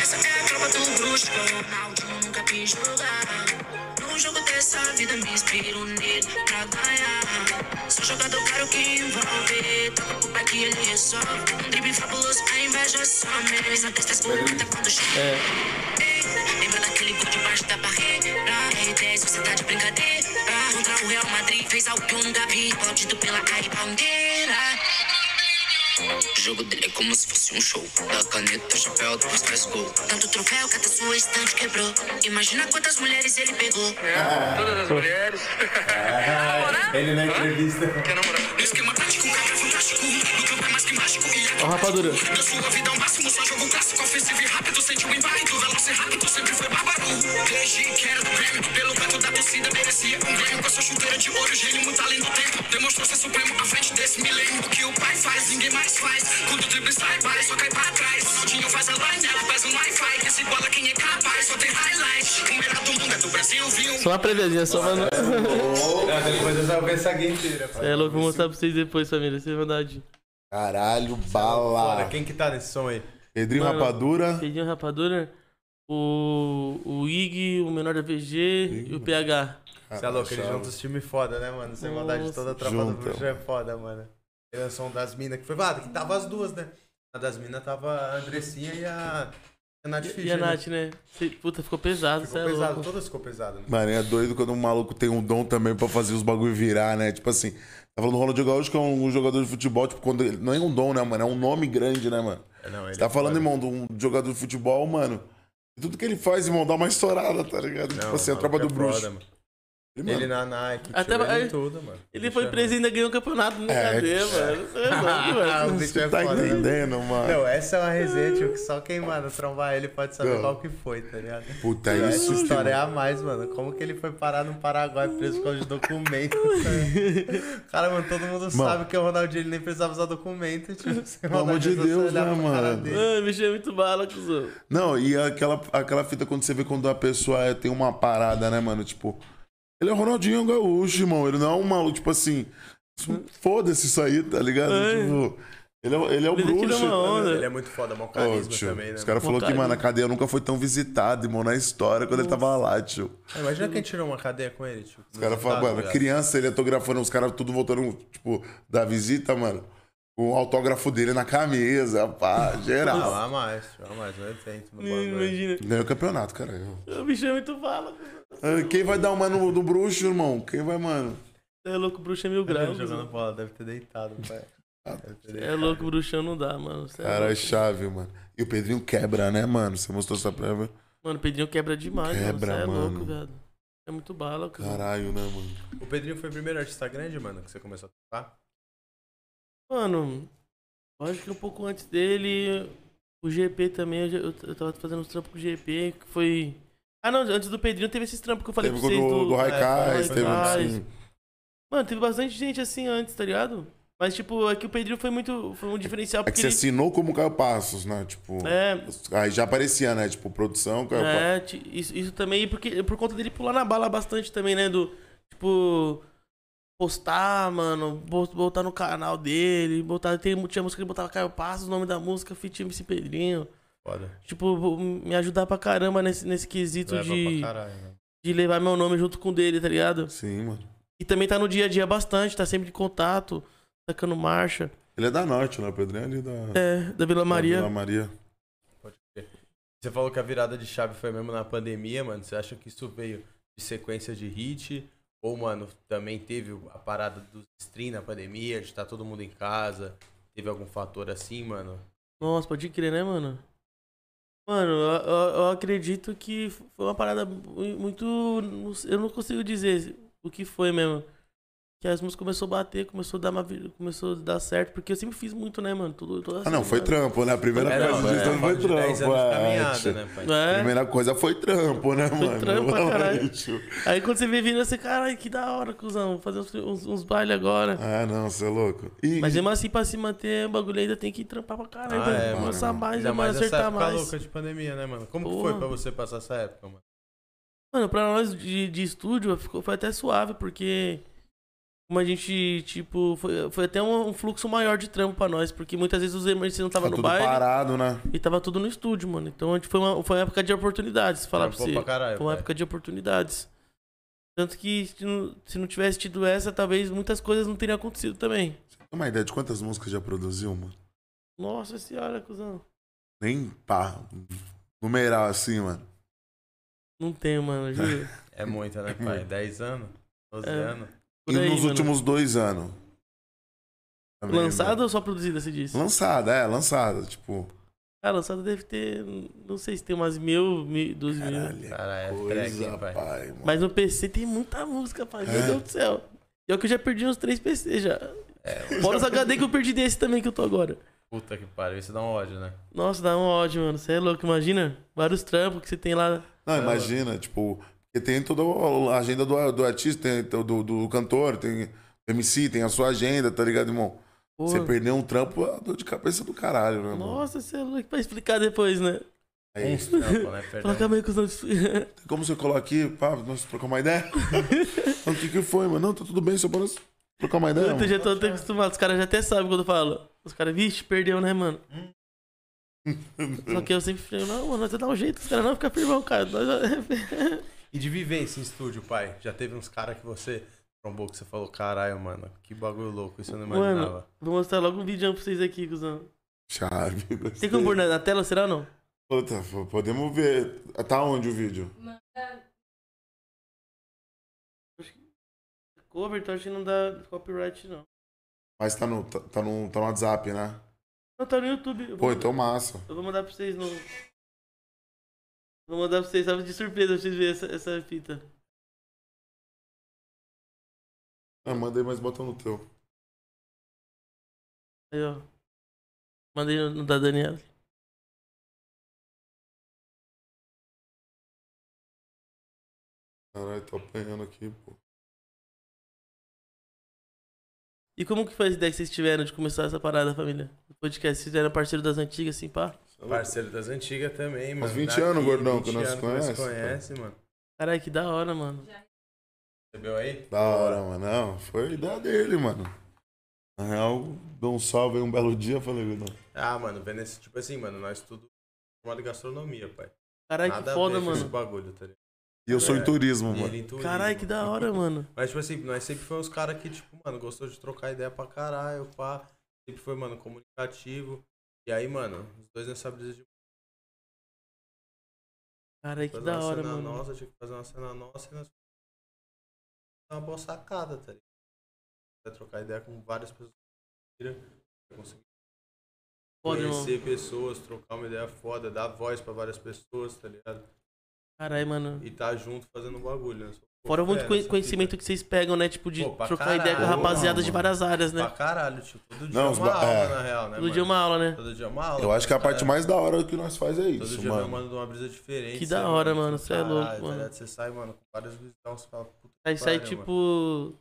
D: Essa é a tropa tão brusca, Ronaldo nunca quis mudar. Num jogo dessa vida me inspiro nele pra ganhar. Sou jogador caro que envolve, toca pro pé que ele resolve. Um drible fabuloso, a inveja some. Essa besta escura quando chega. Lembra daquele gol debaixo da barreira? R10, você tá de brincadeira. Contra o Real Madrid, fez algo que eu nunca vi. Aplaudido pela Ari Bandeira. O jogo dele é como se fosse um show. Da caneta, chapéu, depois faz gol. Tanto troféu que até sua estante quebrou. Imagina quantas mulheres ele pegou.
E: Todas as mulheres.
C: Ele na entrevista.
E: Quer namorar?
D: Esquema tático, cara fantástico. No campo é mais que mágico. E
A: Ó, rapadura.
D: a da sua vida é o máximo. Só jogo clássico, ofensivo e rápido. Sente um impacto, veloz e rápido. Sempre foi bárbaro. Desde que era do Grêmio. Pelo canto da torcida, merecia um Grêmio. Com a sua chuteira de ouro, gênio, muito além do tempo. Demonstrou ser supremo à frente desse milênio. O que o pai faz, ninguém mais faz. Quando o drible sai, vai, só cai pra trás. Ronaldinho faz a line, ela pesa no Wi-Fi, que se cola quem é capaz, só tem highlight. O melhor do mundo é do Brasil, viu?
A: Só uma previazinha, só uma.
C: Tá, Depois eu salvei essa guinteira.
A: É louco, vou mostrar pra vocês depois, família. Isso é verdade.
B: Caralho, bala.
C: Bora, quem que tá nesse som aí?
B: Pedrinho
A: Mano,
B: Rapadura.
A: Pedinho Rapadura, o, o Ig, o menor da VG e o PH.
C: Você é louco, eles
B: Salve.
C: juntam os times foda, né, mano? Sem maldade
A: Nossa.
C: toda a tropa do
B: Juntam.
C: bruxo é foda, mano. Ele lançou um das minas que foi. Ah, que tava as duas, né? A das minas tava a Andressinha e a, a Nath
A: E
C: Fischer,
A: a
C: né?
A: Nath, né? Cê- Puta, ficou pesado,
C: Ficou
A: cê é
C: pesado,
A: louco.
C: todas ficou pesado. Né?
B: Mano, é doido quando um maluco tem um dom também pra fazer os bagulho virar, né? Tipo assim, tá falando do Ronaldinho Gaúcho, que é um jogador de futebol, tipo, quando ele- não é um dom, né, mano? É um nome grande, né, mano?
C: não, ele
B: Você tá
C: é
B: falando,
C: foda.
B: irmão, de um jogador de futebol, mano. e Tudo que ele faz, irmão, dá uma estourada, tá ligado?
C: Não,
B: tipo assim, a
C: o
B: tropa do
C: maluco é
B: bruxo.
C: foda, mano.
B: Ele, mano,
C: Ele na Nike,
A: Até
C: Até ele
A: aí-
C: em tudo, mano.
A: Ele foi
C: presidente.
A: preso e ainda ganhou o campeonato.
B: É,
A: Brincadeira, mano. Cê é louco,
C: Ah, o
A: mano.
C: bicho é
B: tá
C: foda, né?
B: entendendo, mano?
C: Não, essa é uma resenha, tio, que só quem, mano, trombar ele pode saber
B: Não.
C: qual que foi, tá ligado?
B: Puta,
C: Essa
B: isso, filho.
C: história é a mais, mano. Como que ele foi parar no Paraguai preso por causa de documento? cara? cara, mano, todo mundo sabe que o Ronaldinho ele nem precisava usar documento, tipo, tio. Pelo
B: amor de Deus, né, mano?
A: Mano, o bicho é muito bala, cuzão.
B: Não, e aquela, aquela fita quando você vê quando a pessoa é- tem uma parada, né, mano? Tipo, ele é o Ronaldinho Gaúcho, irmão. Ele não é um maluco, tipo assim. Foda-se isso aí, tá ligado?
A: É.
B: Tipo, ele é, ele é o
A: Ele tirou
B: bruxo.
A: uma onda.
C: Ele é muito foda, mó
B: Ô,
C: carisma
B: tio,
C: também, né?
B: os caras falaram que,
A: carisma.
B: mano, a cadeia nunca foi tão visitada, irmão, na história, quando ele tava lá, tio.
C: mano? Ah, Imagina quem tirou uma cadeia com ele, tipo, tio.
B: Os caras falam, mano,
C: ligado?
B: criança, ele autografando, os caras tudo voltando, tipo, da visita, mano, com o autógrafo dele na camisa, pá,
C: Não,
B: geral.
C: a mais, tio, a mais, um evento no
A: Não
C: bagulho.
A: Imagina.
B: Ganhou o campeonato, cara.
A: O bicho é muito bala.
B: Ah, Quem vai dar uma no, do bruxo, irmão? Quem vai, mano?
A: Cê é louco, bruxo é mil graus.
C: Ele jogando bola, deve ter deitado, pai. Deve ter
A: É
C: deitado.
A: louco, bruxão não dá, mano. Cê é
B: Cara, é
A: louco.
B: chave, mano. E o Pedrinho quebra, né, mano? Você mostrou essa prévia.
A: Mano, o Pedrinho quebra demais,
B: Quebra,
A: mano. Cê é louco,
B: mano.
A: viado. É muito bala, cuzão.
B: Caralho, né, mano?
C: O Pedrinho foi o primeiro artista grande, mano, que você começou a tocar?
A: Mano, eu acho que um pouco antes dele, o GP também, eu, já- eu, eu tava fazendo uns trampos com o GP, que foi. Ah não, antes do Pedrinho teve esses trampos que eu falei
B: Teve
A: pra
B: o
A: vocês
B: do, do
A: é,
B: Raikais,
A: do
B: teve
A: Raikais.
B: assim.
A: Mano, teve bastante gente assim antes, tá ligado? Mas tipo, é que o Pedrinho foi muito. Foi um diferencial
B: É que
A: porque
B: você
A: ele.
B: assinou como Caio Passos, né? Tipo.
A: É,
B: Aí já aparecia, né? Tipo, produção, Caio Passos.
A: é ti- isso, isso também, e porque, por conta dele pular na bala bastante também, né? Do. Tipo. Postar, mano, bo- botar no canal dele, botar. Tem, tinha música que ele botava Caio Passos, o nome da música, Fit MC Pedrinho.
C: Foda.
A: tipo, vou me ajudar pra caramba nesse, nesse quesito
C: Leva
A: de,
C: pra caralho, né?
A: de levar meu nome junto com o dele, tá ligado?
B: Sim, mano.
A: E também tá no dia a dia bastante, tá sempre em contato, tacando marcha.
B: Ele é da Norte, né? O Pedrinho é ali da.
A: É, da Vila
B: Da Vila
A: Maria.
B: Maria.
C: Pode crer. Você falou que a virada de chave foi mesmo na pandemia, mano. Você acha que isso veio de sequência de hit? Ou, mano, também teve a parada dos stream na pandemia, de estar todo mundo em casa? Teve algum fator assim, mano?
A: Nossa, pode crer, né, mano? Mano, eu, eu- eu acredito que foi uma parada mu- muito. Eu não consigo dizer o que foi mesmo. Que as músicas começou a bater, começou a dar uma, vi- começou a dar certo, porque eu sempre fiz muito, né, mano? Tudo, toda
B: Ah, não,
A: essa-
B: foi trampo, né? A primeira
C: É,
B: coisa
C: é,
B: disso
C: eu
B: não foi
C: falo de 10
B: trampo.
C: anos de
B: é,
C: caminhada,
B: tio.
C: né, pai?
A: É.
B: Primeira coisa foi trampo, né, mano?
A: trampo pra caralho.
B: É, tio.
A: Aí quando você vê vindo, você, caralho, que da hora, cuzão, vou fazer uns, uns, uns bailes agora.
B: Ah, não, você é louco. E,
A: Mas mesmo assim, pra se manter, o bagulho ainda tem que trampar pra caralho,
C: Ah,
A: pra
C: é,
A: começar
B: mano.
A: mais,
C: Ainda
A: pra
C: mais essa
A: acertar
C: época
A: mais.
C: louca de pandemia, né, mano? Como que
A: Porra.
C: foi pra você passar essa época, mano?
A: Mano, pra nós de, de estúdio ficou, foi até suave, porque como a gente, tipo, foi, foi até um, um fluxo maior de trampo pra nós, porque muitas vezes os emergentes não
B: tá
A: tava no
B: tudo
A: baile
B: parado, né?
A: e tava tudo no estúdio, mano. Então a gente foi uma, foi uma época de oportunidades, falar pra
C: Trampou
A: você.
C: pra caralho,
A: Foi uma
C: pai.
A: época de oportunidades. Tanto que se não, se não tivesse tido essa, talvez muitas coisas não teriam acontecido também.
B: Tem uma ideia de quantas músicas já produziu, mano?
A: Nossa senhora, cuzão.
B: Nem pá. Numeral assim, mano.
A: Não tem, mano, juro.
C: É muita, né, pai? 10 anos? 12
A: É.
C: anos?
A: Por
B: e
A: aí,
B: nos
A: mano.
B: últimos dois anos. Também,
A: Lançada
B: né?
A: ou só produzida, você disse?
B: Lançada, é, lançada. Tipo,
A: Ah, lançada deve ter. Não sei se tem umas mil, mil duas mil.
B: caralho.
C: Cara, é track,
B: coisa,
C: hein, pai?
B: pai, mano.
A: Mas no PC tem muita música, pai. Meu
B: É?
A: Deus do céu. E eu que eu já perdi uns três PC já. Fora os HD que eu perdi desse também que eu tô agora.
C: É, Puta que pariu, isso dá um ódio, né?
A: Nossa, dá um ódio, mano. Você é louco, imagina? Vários trampos que você tem lá.
B: Não, imagina, tipo, porque tem toda a agenda do, do artista, tem do, do, do cantor, tem MC, tem a sua agenda, tá ligado, irmão?
A: Pô,
B: Você perdeu um trampo, é uma dor de cabeça do caralho, né, mano?
A: Nossa, você é louco. Pra explicar depois, né?
B: É
C: Uns trampos, né?
A: Fala,
C: Perdão.
A: calma aí, cuzão. isso-
B: Tem como você colar aqui, pá, nós trocar uma ideia? Então, O que que foi, mano? Não, tá tudo bem, só para trocar uma ideia.
A: Eu
B: mano.
A: já tô até acostumado. Os caras já até sabem quando eu falo. Os caras, vixe, perdeu, né, mano? Só que eu sempre falei, não, mano, você dá um jeito, os caras não ficam firmão, cara. Nós-
C: E de vivência em estúdio, pai? Já teve uns caras que você trombou que você falou, caralho, mano, que bagulho louco, isso eu não
A: Mano.
C: imaginava.
A: Vou mostrar logo um vídeo pra vocês aqui, cuzão.
B: Chave.
A: Tem como pôr na, na tela, será ou não?
B: Puta, pô, tá, podemos ver. Tá onde o vídeo?
A: Cover, então acho que não dá copyright, não.
B: Mas tá no, tá, tá no, tá no WhatsApp, né?
A: Não, tá no YouTube. Eu vou,
B: Pô, então massa.
A: eu vou mandar pra vocês no... Vou mandar pra vocês, sabe, de surpresa, pra vocês verem essa, essa fita.
B: Ah, mandei, mas bota no teu.
A: Aí, ó. Mandei no, no da Daniela.
B: Caralho, tô apanhando aqui, pô.
A: E como que foi a ideia que vocês tiveram de começar essa parada, família? O podcast, vocês eram parceiro das antigas, assim, pá?
C: Parceiro das antigas também, mano.
B: 20
C: Daqui,
B: anos, gordão, que
C: 20
B: nós
C: anos
B: conhece,
C: nós conhece, mano.
A: Caralho, que da hora, mano.
C: Recebeu aí?
B: Da hora, mano. Não, foi a ideia dele, mano. Na real, dou um salve aí um belo dia, falei, não.
C: Ah, mano, Venice, tipo assim, mano, nós tudo formado em gastronomia, pai.
A: Caralho, que
C: Nada
A: foda,
C: a ver com esse
A: mano.
C: bagulho, tá ligado?
B: E eu sou em
C: É.
B: turismo,
C: E
B: mano.
C: ele em turismo.
A: Caralho, que da hora, mano.
C: Mas, tipo assim, nós sempre foi uns caras que, tipo, mano, gostou de trocar ideia pra caralho, pá. Sempre foi, mano, comunicativo. E aí, mano, os dois nessa brisa de
A: Caralho, que
C: fazer
A: da
C: uma
A: hora,
C: cena
A: mano.
C: é, nossa, tinha que fazer uma cena nossa e nós é uma boa sacada, tá ligado? Vai trocar ideia com várias pessoas. Vai conseguir
A: Foda, irmão.
C: conhecer pessoas, trocar uma ideia foda, dar voz pra várias pessoas, tá ligado?
A: Caralho, mano.
C: E tá junto fazendo um bagulho, né?
A: Fora muito
C: Fera,
A: conhe-
C: essa
A: conhecimento que vocês pegam, né? Tipo, de
C: Pô, pra
A: trocar ideia com
C: caralho,
A: rapaziada de
B: mano.
A: várias áreas,
C: fita.
A: né?
C: Pra caralho, tipo, todo dia
B: Não,
C: é
B: os
C: uma
B: ba-
C: aula,
B: é.
C: na real, né?
A: Todo dia é
C: mano?
A: uma aula, né?
C: Todo dia é uma aula.
B: Eu acho que a
C: Os caras-
B: parte mais da hora que nós faz é
C: Todo
B: isso,
C: dia vem,
B: mano.
C: mano, de uma brisa diferente.
A: Que da
C: você
A: hora,
C: vê,
A: mano,
C: fala,
A: cê é louco,
C: "Caralho", tá
A: mano.
C: ligado? Você sai, mano, com várias visitão, você fala, puta.
A: Aí sai,
C: pariu, mano. é
A: tipo,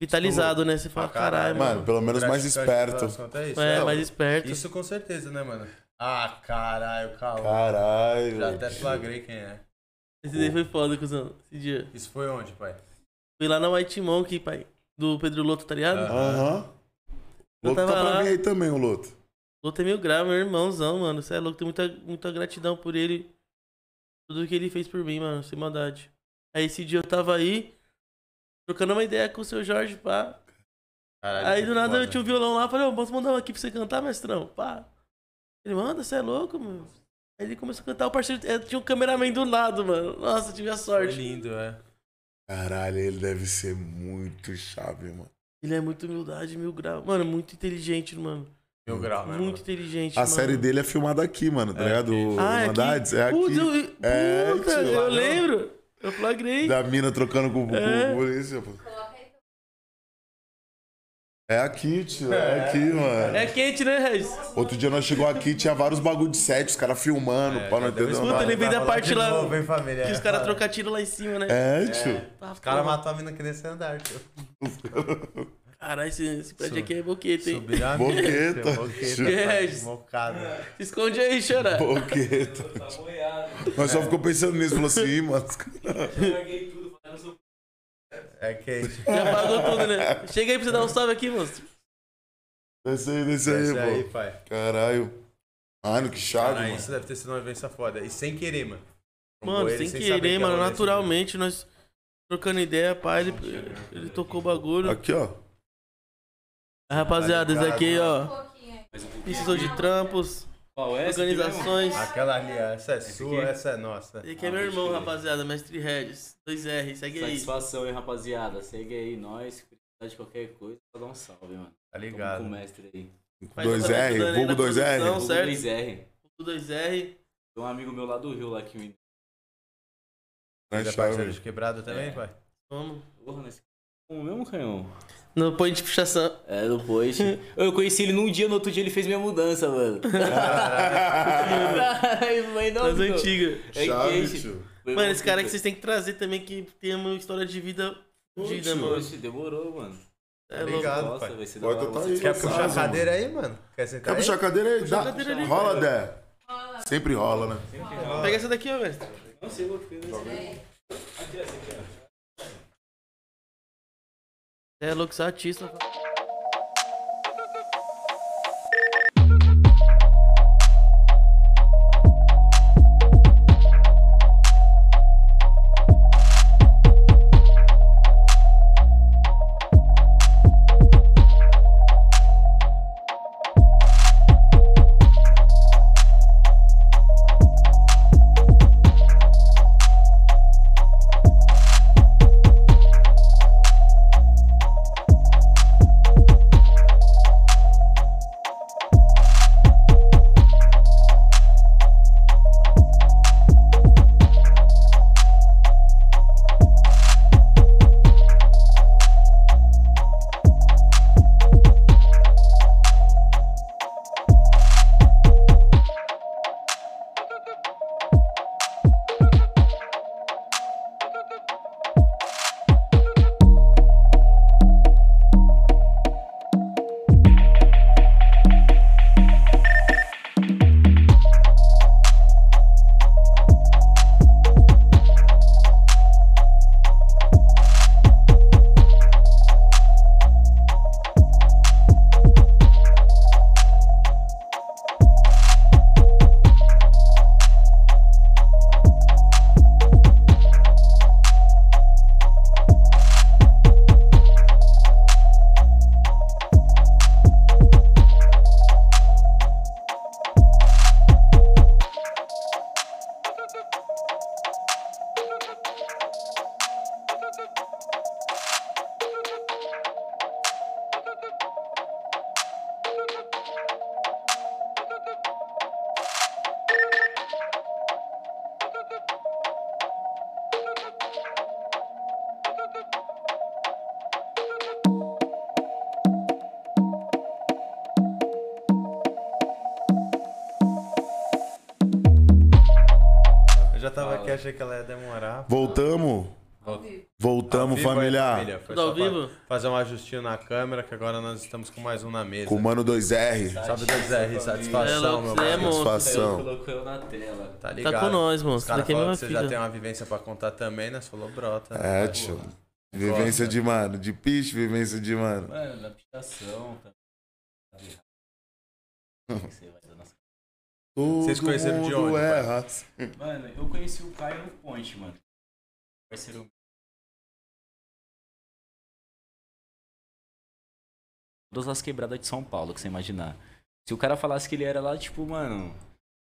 A: vitalizado, né? Você fala,
C: pra
A: caralho,
C: caralho,
A: mano.
B: Mano, pelo menos mais
C: gratificante em
B: esperto.
C: relação até isso,
A: É,
C: né?
A: mais esperto.
C: Isso com certeza, né, mano? Ah, caralho, calma.
B: Caralho.
C: Já até flagrei quem é.
A: Esse daí foi foda, cuzão. Esse dia.
C: Isso foi onde, pai?
A: Fui lá na White Monkey, pai. Do Pedro Loto, tá ligado?
C: Ah.
B: Aham. O
A: Eu
B: Loto tá
A: tava
B: pra
A: lá.
B: mim aí também, o Loto.
A: Luta é mil grau, meu irmãozão, mano. Você é louco, tenho muita, muita gratidão por ele. Tudo que ele fez por mim, mano, sem maldade. Aí esse dia eu tava aí, trocando uma ideia com o seu Jorge, pá.
C: Caralho,
A: Aí
C: que
A: do nada
C: tá foda.
A: eu tinha um violão lá, falei, ô, posso mandar um aqui pra você cantar, mestrão? Pá. Ele manda, você é louco, meu. Aí ele começou a cantar, o parceiro eh, tinha um cameraman do lado, mano. Nossa, eu tive a
C: Foi
A: sorte.
C: lindo, é.
B: Caralho, ele deve ser muito chave, mano.
A: Ele é muito humildade, mil grau. Mano, muito inteligente, mano.
C: Mil
B: Hum.
C: grau, né?
A: Muito
C: mano?
A: inteligente,
B: A
A: mano.
B: série dele é filmada aqui, mano, tá
C: É
B: ligado?
C: aqui.
B: O
A: Ah, é aqui?
B: Mandades é aqui.
A: Putz, eu-
B: É,
A: Puta,
B: tio.
A: eu
C: Ah, não.
A: lembro. Eu flagrei.
B: Da mina trocando com, com-
A: É.
B: com o polícia, pô. É aqui, tio. É aqui, mano.
A: É quente, né, Regis?
B: Outro dia nós chegou aqui, tinha vários bagulho de set, os caras filmando,
C: É,
B: pá, não
C: já deu
B: entendeu?
C: esse
A: Puta,
B: nada.
C: bagulho.
A: lembrei da
C: Vai falar
A: parte
C: de
A: lá-
C: novo, hein, família?
A: Que os caras trocam tiro lá em cima, né?
B: É,
C: É.
B: tio.
A: Ah,
C: Os caras mataram a mina que nesse andar, tio.
A: Caralho, esse, esse prédio
C: Sub-
A: aqui é boqueta, hein?
C: Subiram a
B: Boqueta.
C: mina, tio,
A: Yes.
C: Boqueta. Mocado.
A: Se esconde aí, chora.
B: Boqueta. Nós só ficou pensando nisso, falou assim, "Ih, mano. os caras-
C: É quente.
A: Já apagou tudo, né? Chega aí pra você dar um salve aqui, moço.
B: Desce aí, desce aí,
C: Isso
B: pô.
C: aí, pai.
B: Caralho. Mano, que chave,
C: Caralho,
B: mano.
C: isso deve ter sido uma vivência foda. E sem querer, mano.
A: Mano,
C: Ele
A: sem
C: saber que
A: querer,
C: é
A: mano.
C: rolê, sem
A: Naturalmente, nós trocando ideia, pá, ele, ele tocou o bagulho.
B: Aqui, ó.
A: Ah, Rapaziada, esse aqui, ó.
F: um
E: pouquinho.
A: Precisou de trampos,
F: Qual é? Essa aqui mesmo?
A: organizações.
C: querer. Aquela ali, essa é sua,
F: aqui?
C: essa é nossa.
A: Esse aqui é meu irmão, rapaziada. Mestre Regis. 2R, segue aí.
F: Satisfação, hein, rapaziada. Segue aí, nós. Se precisar de qualquer coisa, só dá um salve, mano.
C: Tá
F: Tamo com o
C: ligado?
F: mestre aí.
A: Faz o
B: 2R,
A: trabalho
B: vulgo
A: da produção,
B: 2R.
A: Não, certo.
F: 2R.
A: O 2R.
F: Tem um amigo meu lá do Rio, lá que me...
B: Né,
C: Ele é
B: chave.
C: parceiro de quebrado também,
F: É.
C: pai?
A: Vamos.
F: Porra, nesse... Com o é mesmo canhão.
A: No point de puxação.
F: É, do Post. Eu conheci ele num dia, no outro dia ele fez minha mudança, mano. Caralho, mãe, não,
A: Das
F: ficou.
A: antigas.
F: É
B: Chave,
F: quente.
B: tio.
F: Foi
A: Mano,
F: bom
A: esse cara é que
F: que
A: vocês têm que trazer também, que tem uma história de vida fodida,
B: tio.
A: né, mano.
F: Poxa, demorou, mano.
A: É louco.
C: Obrigado,
F: Nossa,
C: pai.
F: vai ser da
B: Bota
F: hora
B: tá
F: você
B: aí,
C: Quer
B: Quer
C: puxar a cadeira aí, mano? Quer sentar
B: Quer puxar a
C: aí?
B: cadeira aí? Dá.
A: cadeira ali,
B: Rola,
A: cara.
B: Dé. Sempre rola, né?
A: Pega essa daqui, ó, mestre. É louco, sou artista.
C: Eu já tava aqui, achei que ela ia demorar.
B: Voltamos.
C: Ao
B: Voltamos,
C: vivo,
B: familiar.
C: é, Foi
A: Tudo
C: só
A: ao
C: fa-
A: vivo?
C: Fazer um ajustinho na câmera, que agora nós estamos com mais um na mesa.
B: Com o Mano 2R.
C: Salve do Zé,
A: É
C: satisfação,
A: louco,
C: meu
A: você é
C: mano.
A: monstro.
F: Ele
B: Satisfação.
F: colocou eu na tela.
C: Tá ligado?
A: Tá com nós, moço.
C: Os caras
A: Daqui é a
C: falam
A: mesma
C: que você já tem
A: fita.
C: uma vivência pra contar também, né? Você falou brota. né?
B: É, tio. Vivência de mano, de piche, vivência de mano.
F: Mano, na pichação. Tá... Como que você vai dar nossa-
B: Todo
C: Vocês conheceram de
B: mundo
C: onde,
B: é
C: pai?
B: raça.
F: Mano, eu conheci o Caio no Ponte, mano. Parceiro. Todas as quebradas de São Paulo, que você imaginar. Se o cara falasse que ele era lá, tipo, mano,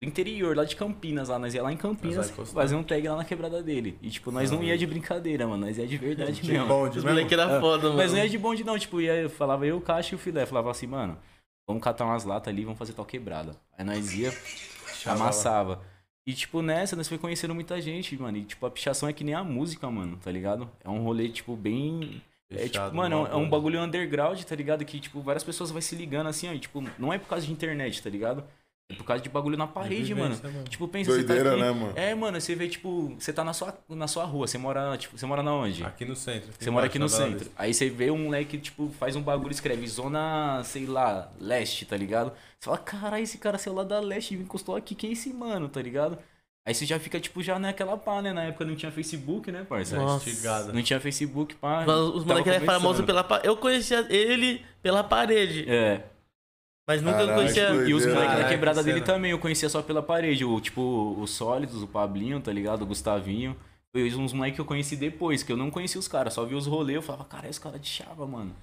F: do interior, lá de Campinas, lá, nós ia lá em Campinas
C: Nós vai encostar.
F: fazer um tag lá na quebrada dele. E, tipo, nós não ia de brincadeira, mano, nós ia de verdade
C: De
F: mesmo.
C: bonde
A: Os
C: mesmo?
A: moleques da
F: Ah,
A: foda, mano.
F: Mas não ia de bonde, não. Tipo, ia, eu falava eu, o Caixa e o Filé. Falava assim, mano, vamos catar umas latas ali, vamos fazer tal quebrada. Aí nós ia,
A: É.
F: amassava. E, tipo, nessa, nós foi conhecendo muita gente, mano. E, tipo, a pichação é que nem a música, mano, tá ligado? É um rolê, tipo, bem. É,
C: Fechado,
F: tipo, mano, é um- é
C: bagulho.
F: um bagulho underground, tá ligado? Que, tipo, várias pessoas vai se ligando assim, ó. E, tipo, não é por causa de internet, tá ligado? É por causa de bagulho na parede, mano.
C: vivência, mano.
F: Tipo, pensa,
B: Doideira,
F: você tá
B: né,
F: aqui...
B: mano?
F: É, mano, você vê, tipo, você tá na sua, na sua rua, você mora, tipo, você mora na onde?
C: Aqui no centro.
F: Você mora aqui no
C: embaixo, na
F: centro. Aí você vê um moleque, tipo, faz um bagulho, escreve zona, sei lá, leste, tá ligado? Você fala, caralho, esse cara, sei lá, da leste, me encostou aqui, que é esse mano, tá ligado? Aí você já fica, tipo, já naquela pá, né? Na época não tinha Facebook, né, parça?
A: Nossa.
C: Instigada.
F: Não tinha Facebook, pá.
A: Mas Os
F: tava
A: moleques eram famosos
F: começando.
A: pela pa- Eu conhecia ele pela parede.
F: É.
A: Mas nunca
B: Caraca,
A: conhecia.
B: que
F: E os
B: Doideira.
F: moleques da
C: Caraca,
F: quebrada
C: que
F: dele
C: cena.
F: também, eu conhecia só pela parede. O, tipo, o Sólidos, o Pablinho, tá ligado? O Gustavinho. Foi uns moleques que eu conheci depois, que eu não conhecia os caras, só vi os rolês, eu falava, cara, esse cara de chava, mano.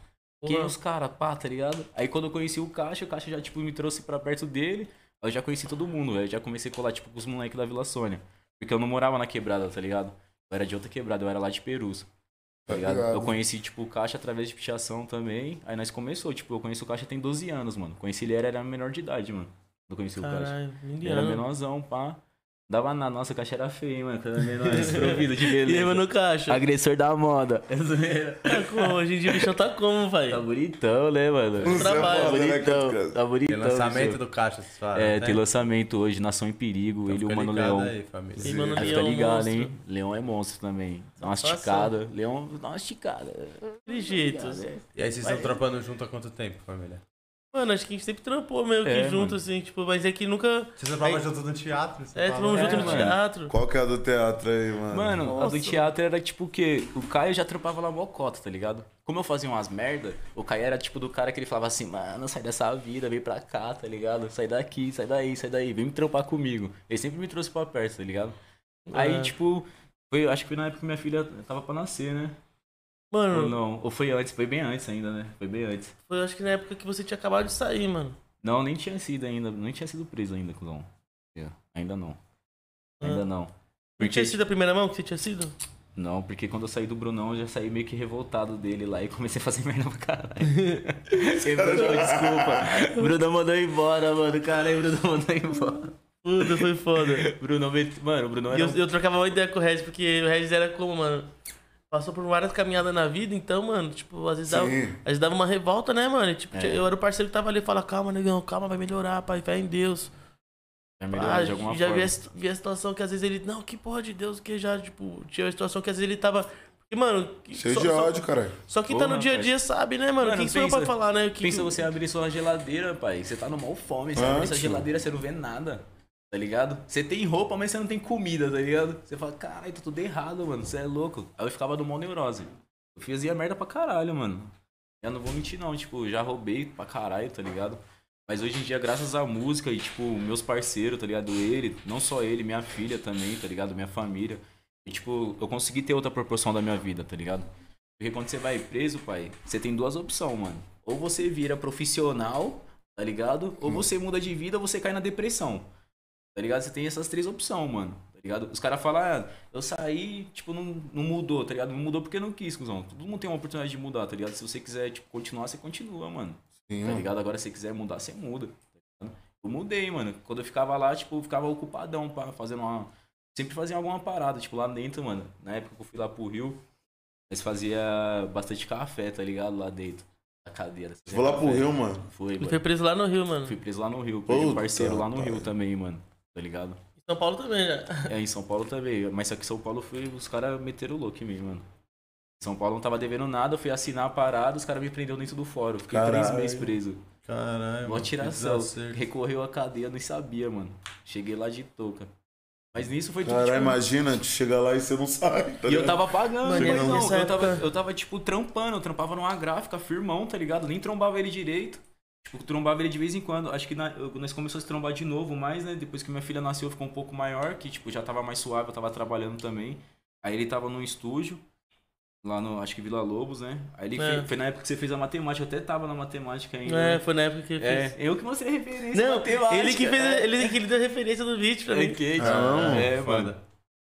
F: Quem é
A: Porra.
F: os caras, pá, tá ligado? Aí quando eu conheci o Caixa, o Caixa já, tipo, me trouxe pra perto dele. Eu já conheci todo mundo, velho. Eu já comecei a colar, tipo, com os moleques da Vila Sônia. Porque eu não morava na quebrada, tá ligado? Eu era de outra quebrada, eu era lá de Perus. Tá
B: Tá
F: ligado?
B: ligado.
F: Eu conheci, tipo, o Caixa através de pichação também. Aí nós começou, tipo, eu conheço o Caixa tem 12 anos, mano. Conheci ele, era, era menor de idade, mano. Eu conheci o Caixa.
A: Caralho,
F: Ele é era
A: indiano.
F: menorzão, pá. Dava na nossa, o Caixa era feio, hein, mano. Era menor, desprovido de
A: E aí,
F: beleza.
A: mano, caixa.
F: Agressor da moda.
A: Tá como? Hoje em dia o bichão tá como, pai?
F: Tá bonitão, né, mano?
B: Isso é
A: trabalho,
B: foda, né,
F: Bonitão,
B: Cascas?
F: tá bonitão.
C: Tem lançamento
F: bicho.
C: do Caixa, vocês falam.
F: É,
C: né?
F: tem lançamento hoje, Nação em Perigo,
C: Então
F: ele e o
C: fica
F: Mano
C: ligado
F: Leão.
C: Aí, família.
A: E mano,
F: Tá Aí
A: Leão,
F: fica Tá ligado,
A: monstro.
F: hein? Leão é monstro Tá né? também. Dá uma
A: Satisfação.
F: esticada. Leão dá uma esticada.
A: De jeito.
C: E aí vocês estão trampando junto há quanto tempo, família?
A: Mano, acho que a gente sempre trampou meio que
F: É,
A: junto,
F: mano.
A: assim, tipo, mas é que nunca.
E: Vocês trabalham junto no teatro? você
A: É,
E: fala,
A: trampamos
F: É,
A: junto no
F: mano.
A: teatro.
B: Qual que é a do teatro aí, mano?
F: Mano, a
A: Nossa.
F: do teatro era tipo o quê? O Caio já trampava lá mocota, tá ligado? Como eu fazia umas merda, o Caio era tipo do cara que ele falava assim, mano, sai dessa vida, vem pra cá, tá ligado? Sai daqui, sai daí, sai daí, vem me trampar comigo. Ele sempre me trouxe pra perto, tá ligado? Aí,
A: É.
F: tipo, foi, acho que foi na época que minha filha tava pra nascer, né? Ou
A: Mano,
F: não, ou foi antes, foi bem antes ainda, né? Foi bem antes.
A: foi acho que na época que você tinha acabado de sair, mano.
F: Não, nem tinha sido ainda, nem tinha sido preso ainda, cuzão. É, Ainda não. Ainda
A: Ah.
F: não.
A: Não tinha
F: Porque-
A: sido a primeira mão que você tinha sido?
F: Não, porque quando eu saí do Brunão, eu já saí meio que revoltado dele lá e comecei a fazer merda pra caralho. Ei, Brunão, desculpa. Brunão mandou embora, mano. Caralho, Brunão mandou embora.
A: Puta, foi foda.
F: Brunão, met- mano, o Brunão
A: E
F: era...
A: eu,
F: um-
A: eu trocava uma ideia com o Regis, porque o Regis era como, mano? Passou por várias caminhadas na vida, então, mano, tipo, às vezes, dava,
B: Sim.
A: às vezes dava uma revolta, né, mano? E, tipo,
F: É.
A: tinha- eu era o parceiro que tava ali, fala, calma, negão, calma, vai melhorar, pai, fé em Deus.
F: É
A: Ah,
F: melhor de
A: já
F: alguma
A: vi a,
F: forma.
A: situ- vi a situação que às vezes ele, não, que porra de Deus, que já, tipo, tinha a situação que às vezes ele tava. Porque, mano, que-
B: Cheio
A: só,
B: de
A: só-
B: ódio, caralho.
A: Só quem tá
F: Porra,
A: no dia a dia sabe, né, mano?
F: Mano,
A: quem sou eu
F: pensa-
A: pra falar, né? Que,
F: Pensa você abrir sua geladeira, pai. Você tá no mal fome. Você abre
B: Ah,
F: sua
B: tio.
F: geladeira, você não vê nada. Tá ligado? Você tem roupa, mas você não tem comida, tá ligado? Você fala, caralho, tá tudo errado, mano. Você é louco. Aí eu ficava do mal neurose. Eu fazia merda pra caralho, mano. Eu não vou mentir, não. Tipo, já roubei pra caralho, tá ligado? Mas hoje em dia, graças à música e, tipo, meus parceiros, tá ligado? Ele, não só ele, minha filha também, tá ligado? Minha família. E, tipo, eu consegui ter outra proporção da minha vida, tá ligado? Porque quando você vai preso, pai, você tem duas opções, mano. Ou você vira profissional, tá ligado? Ou você muda de vida ou você cai na depressão. Tá ligado? Você tem essas três opções, mano. Tá ligado? Os caras falam, ah, eu saí, tipo, não, não mudou, tá ligado? Não mudou porque não quis, cuzão. Todo mundo tem uma oportunidade de mudar, tá ligado? Se você quiser, tipo, continuar, você continua, mano.
B: Sim,
F: Tá
B: mano.
F: ligado? Agora se você quiser mudar, você muda. tá ligado? Eu mudei, mano. Quando eu ficava lá, tipo, eu ficava ocupadão pra fazendo uma. Sempre fazia alguma parada, tipo, lá dentro, mano. Na época que eu fui lá pro Rio, nós fazia bastante café, tá ligado? Lá dentro. Na cadeira.
B: Vou lá pro
F: Café.
B: Rio, mano.
F: Foi,
A: Ele
F: mano.
A: foi preso lá no Rio, mano.
F: Fui preso lá no Rio. Perdi um
B: Puta,
F: parceiro lá no
B: pai.
F: Rio também, mano. Tá ligado?
A: Em São Paulo também, né?
F: É, em São Paulo também. Mas só que em São Paulo foi, os caras meteram o louco em mim, mano. São Paulo não tava devendo nada, eu fui assinar a parada, os caras me prenderam dentro do fórum. Fiquei três
B: Caralho.
F: meses preso.
E: Caralho.
F: Mó
E: mano,
F: tiração.
E: que desacerto.
F: Recorreu à cadeia, não sabia, mano. Cheguei lá de touca. Mas nisso foi tudo.
B: Caralho,
F: tipo,
B: imagina, tu chega lá e você não sai, tá
F: E eu
B: ligado?
F: tava pagando,
A: Mano,
F: mas
A: não.
F: não,
A: nessa
F: eu tava,
A: época-
F: eu tava, tipo, trampando, eu trampava numa gráfica, firmão, tá ligado? Nem trombava ele direito. Tipo, trombava ele de vez em quando. Acho que na- eu- nós começamos a se trombar de novo mais, né? Depois que minha filha nasceu, ficou um pouco maior, que, tipo, já tava mais suave, eu tava trabalhando também. Aí ele tava num estúdio, lá no, acho que Vila Lobos, né? Aí
A: É.
F: ele fe- foi na época que você fez a matemática, eu até tava na matemática ainda.
A: É,
F: né?
A: foi na época que ele
F: É,
A: fez.
F: eu que mostrei a referência.
A: Não,
F: matemática,
A: ele que fez.
F: né?
A: a- Ele que ele deu a referência do vídeo pra
F: É,
A: mim.
F: Kate.
B: Ah,
F: é,
C: foda.
F: mano.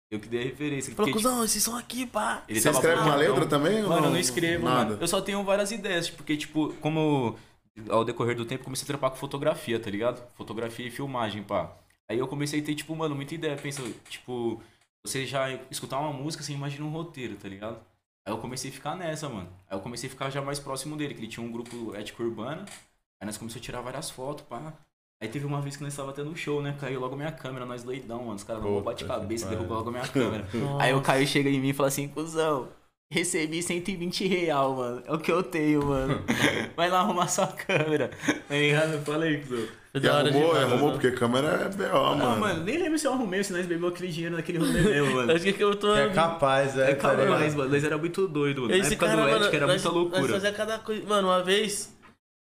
F: Eu que dei a referência.
A: Falou,
F: porque, tipo,
A: cuzão, esse som aqui, pá.
F: ele
B: Você
F: tava
B: escreve uma
F: boladão.
B: letra também? ou
F: Mano, eu não escrevo,
B: Nada.
F: mano. Eu só tenho várias ideias, porque, tipo, como eu, ao decorrer do tempo, comecei a trampar com fotografia, tá ligado? Fotografia e filmagem, pá. Aí eu comecei a ter, tipo, mano, muita ideia. Pensa, tipo, você já escutar uma música, você imagina um roteiro, tá ligado? Aí eu comecei a ficar nessa, mano. Aí eu comecei a ficar já mais próximo dele, que ele tinha um grupo ético urbano. Aí nós começamos a tirar várias fotos, pá. Aí teve uma vez que nós tava tendo um show, né? Caiu logo minha câmera, nós doidão, mano. Os caras não
C: Puta
F: bate cabeça e
C: que
F: derrubou
C: pariu.
F: logo minha câmera. Aí o Caio chega em mim e fala assim, cuzão, recebi 120 real, mano. É o que eu tenho, mano. Vai lá arrumar sua câmera. Tá ligado? Falei, cuzão.
A: Foi
B: E
A: da hora
B: arrumou,
A: demais,
B: arrumou,
A: né?
B: porque câmera é B.O.,
F: Ah,
B: mano.
F: mano, nem lembro se eu arrumei ou se nós bebemos aquele dinheiro naquele rolê meu, mano.
A: Acho que eu tô.
E: É capaz, é.
F: É calma
E: tá
F: mais,
E: ligado?
F: mano. Nós era muito doido, mano. Na
A: Esse
F: época
A: cara,
F: do
A: mano,
F: Ética era
A: nós-
F: muita
A: Nós
F: loucura.
A: fazia cada coisa. Mano, uma vez,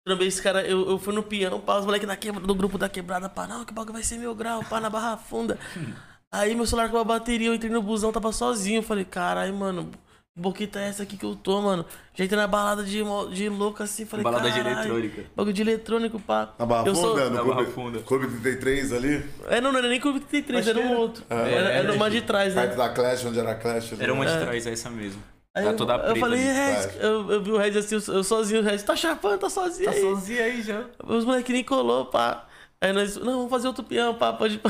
A: também esse cara, eu, eu fui no peão, pá, os moleques na quebra, do grupo da quebrada, pá, não, que bagulho vai ser mil grau, pá, na barra funda. Aí meu celular com a bateria, eu entrei no busão, tava sozinho. Eu falei, caralho, mano, que boqueta é essa aqui que eu tô, mano? Já entrei na balada de, mo- de louco assim, falei,
F: Balada de
A: "Caralho,
F: eletrônica."
A: Bagulho de eletrônico, pá.
B: Na Barra
A: Eu sou-
B: Funda?
F: Na
B: Tá No
F: Barra
B: Clube,
F: Funda.
B: Clube 33 ali?
A: É, não, não era nem Clube 33, era um outro. Era,
C: É,
A: era uma de trás, né?
F: Tá
B: Perto da Clash, onde era a Clash. ali.
F: Era uma de trás, é essa mesmo.
A: Aí
F: Era
A: eu-
F: toda
A: eu,
F: preta.
A: falei, "É,
F: ali.
A: Rez, eu, eu vi o Rez assim, eu, eu sozinho, o Rez, tá chapando, tá sozinho
F: Tá
A: aí.
F: sozinho aí já.
A: Os moleque nem colou, pá. Aí nós, não, vamos fazer outro peão, pá, pode pá.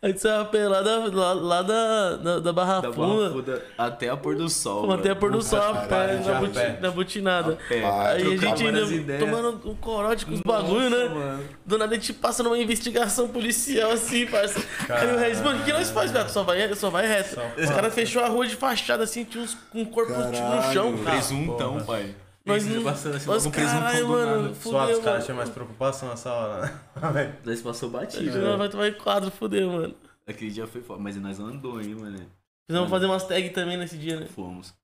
A: Aí saiu a pé lá da, lá, lá da, da, da Barra
F: Da barra
A: Funda.
F: funda até a pôr do sol,
A: Fomos até
F: mano.
A: pôr do sol, pá,
B: caralho,
A: na,
B: a
A: buti-
C: pé.
A: na butinada.
F: É.
B: Ah,
A: Aí a
B: trocar
A: gente
F: várias
A: ainda
F: ideias.
A: tomando um corote com os bagulho, né? Do nada a gente passa numa investigação policial assim, parça. Aí o Reis, mano, o que nós faz, viado? Só vai, só vai reto. Os caras fechou a rua de fachada assim, tinha uns, um corpo tipo, no
B: Caralho.
A: chão.
B: Presunto.
F: Presuntão, então, pai.
A: Nós
E: Isso,
A: não.
E: passando assim,
A: Nós,
E: com prisma no
A: caralho,
E: fundo do
A: mano.
E: nada.
A: Fudeu,
C: Suave, os caras
A: mano.
C: tinham mais preocupação nessa hora, né? Velho,
F: Nós passou batido,
A: Senão
F: né?
A: Vai tomar em quadro, fudeu, mano.
F: Aquele dia foi foda. Mas nós andou, hein, mano.
A: Precisamos fazer umas tags também nesse dia, né?
F: Fomos.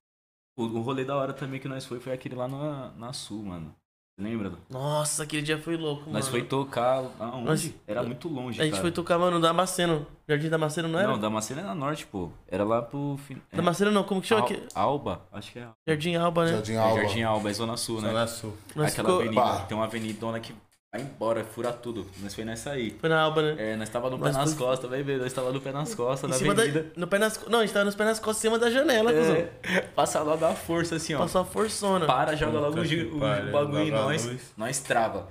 F: O o rolê da hora também que nós foi foi aquele lá na, na Sul, mano. Lembra?
A: Nossa, aquele dia foi louco, mano.
F: Nós foi tocar aonde?
A: Nós-
F: Era muito longe,
A: A gente
F: cara.
A: foi tocar, mano, no Damasceno. Jardim Damasceno, não era?
F: Não, Damasceno era norte, pô. Era lá pro... Fin... é,
A: Damasceno não, como que chama?
F: Al...
A: aqui?
F: Alba? Acho que é Alba.
A: Jardim Alba, né?
B: Jardim
F: É
B: Alba.
F: Jardim Alba, é Zona Sul, né?
C: Zona Sul.
A: Nós
F: Aquela
A: ficou-
F: avenida.
B: Bah.
F: Tem uma avenidona que vai embora, fura tudo. Nós foi nessa aí.
A: Foi na Alba, né?
F: É, nós tava no pé
A: Nós
F: nas
A: foi-
F: costas, vai ver. Nós tava no pé nas costas,
A: Em
F: na
A: cima da,
F: avenida.
A: no pé nas, co- não, a gente tava nos pés nas costas, em cima da janela, cuzão.
F: É, passa lá, dá força assim, ó.
A: Passou a forçona.
F: Para, joga logo
C: Puta
F: o, gi-
C: que
F: o
C: pariu,
F: bagulho em
C: joga a
F: nós.
C: luz.
F: Nós trava.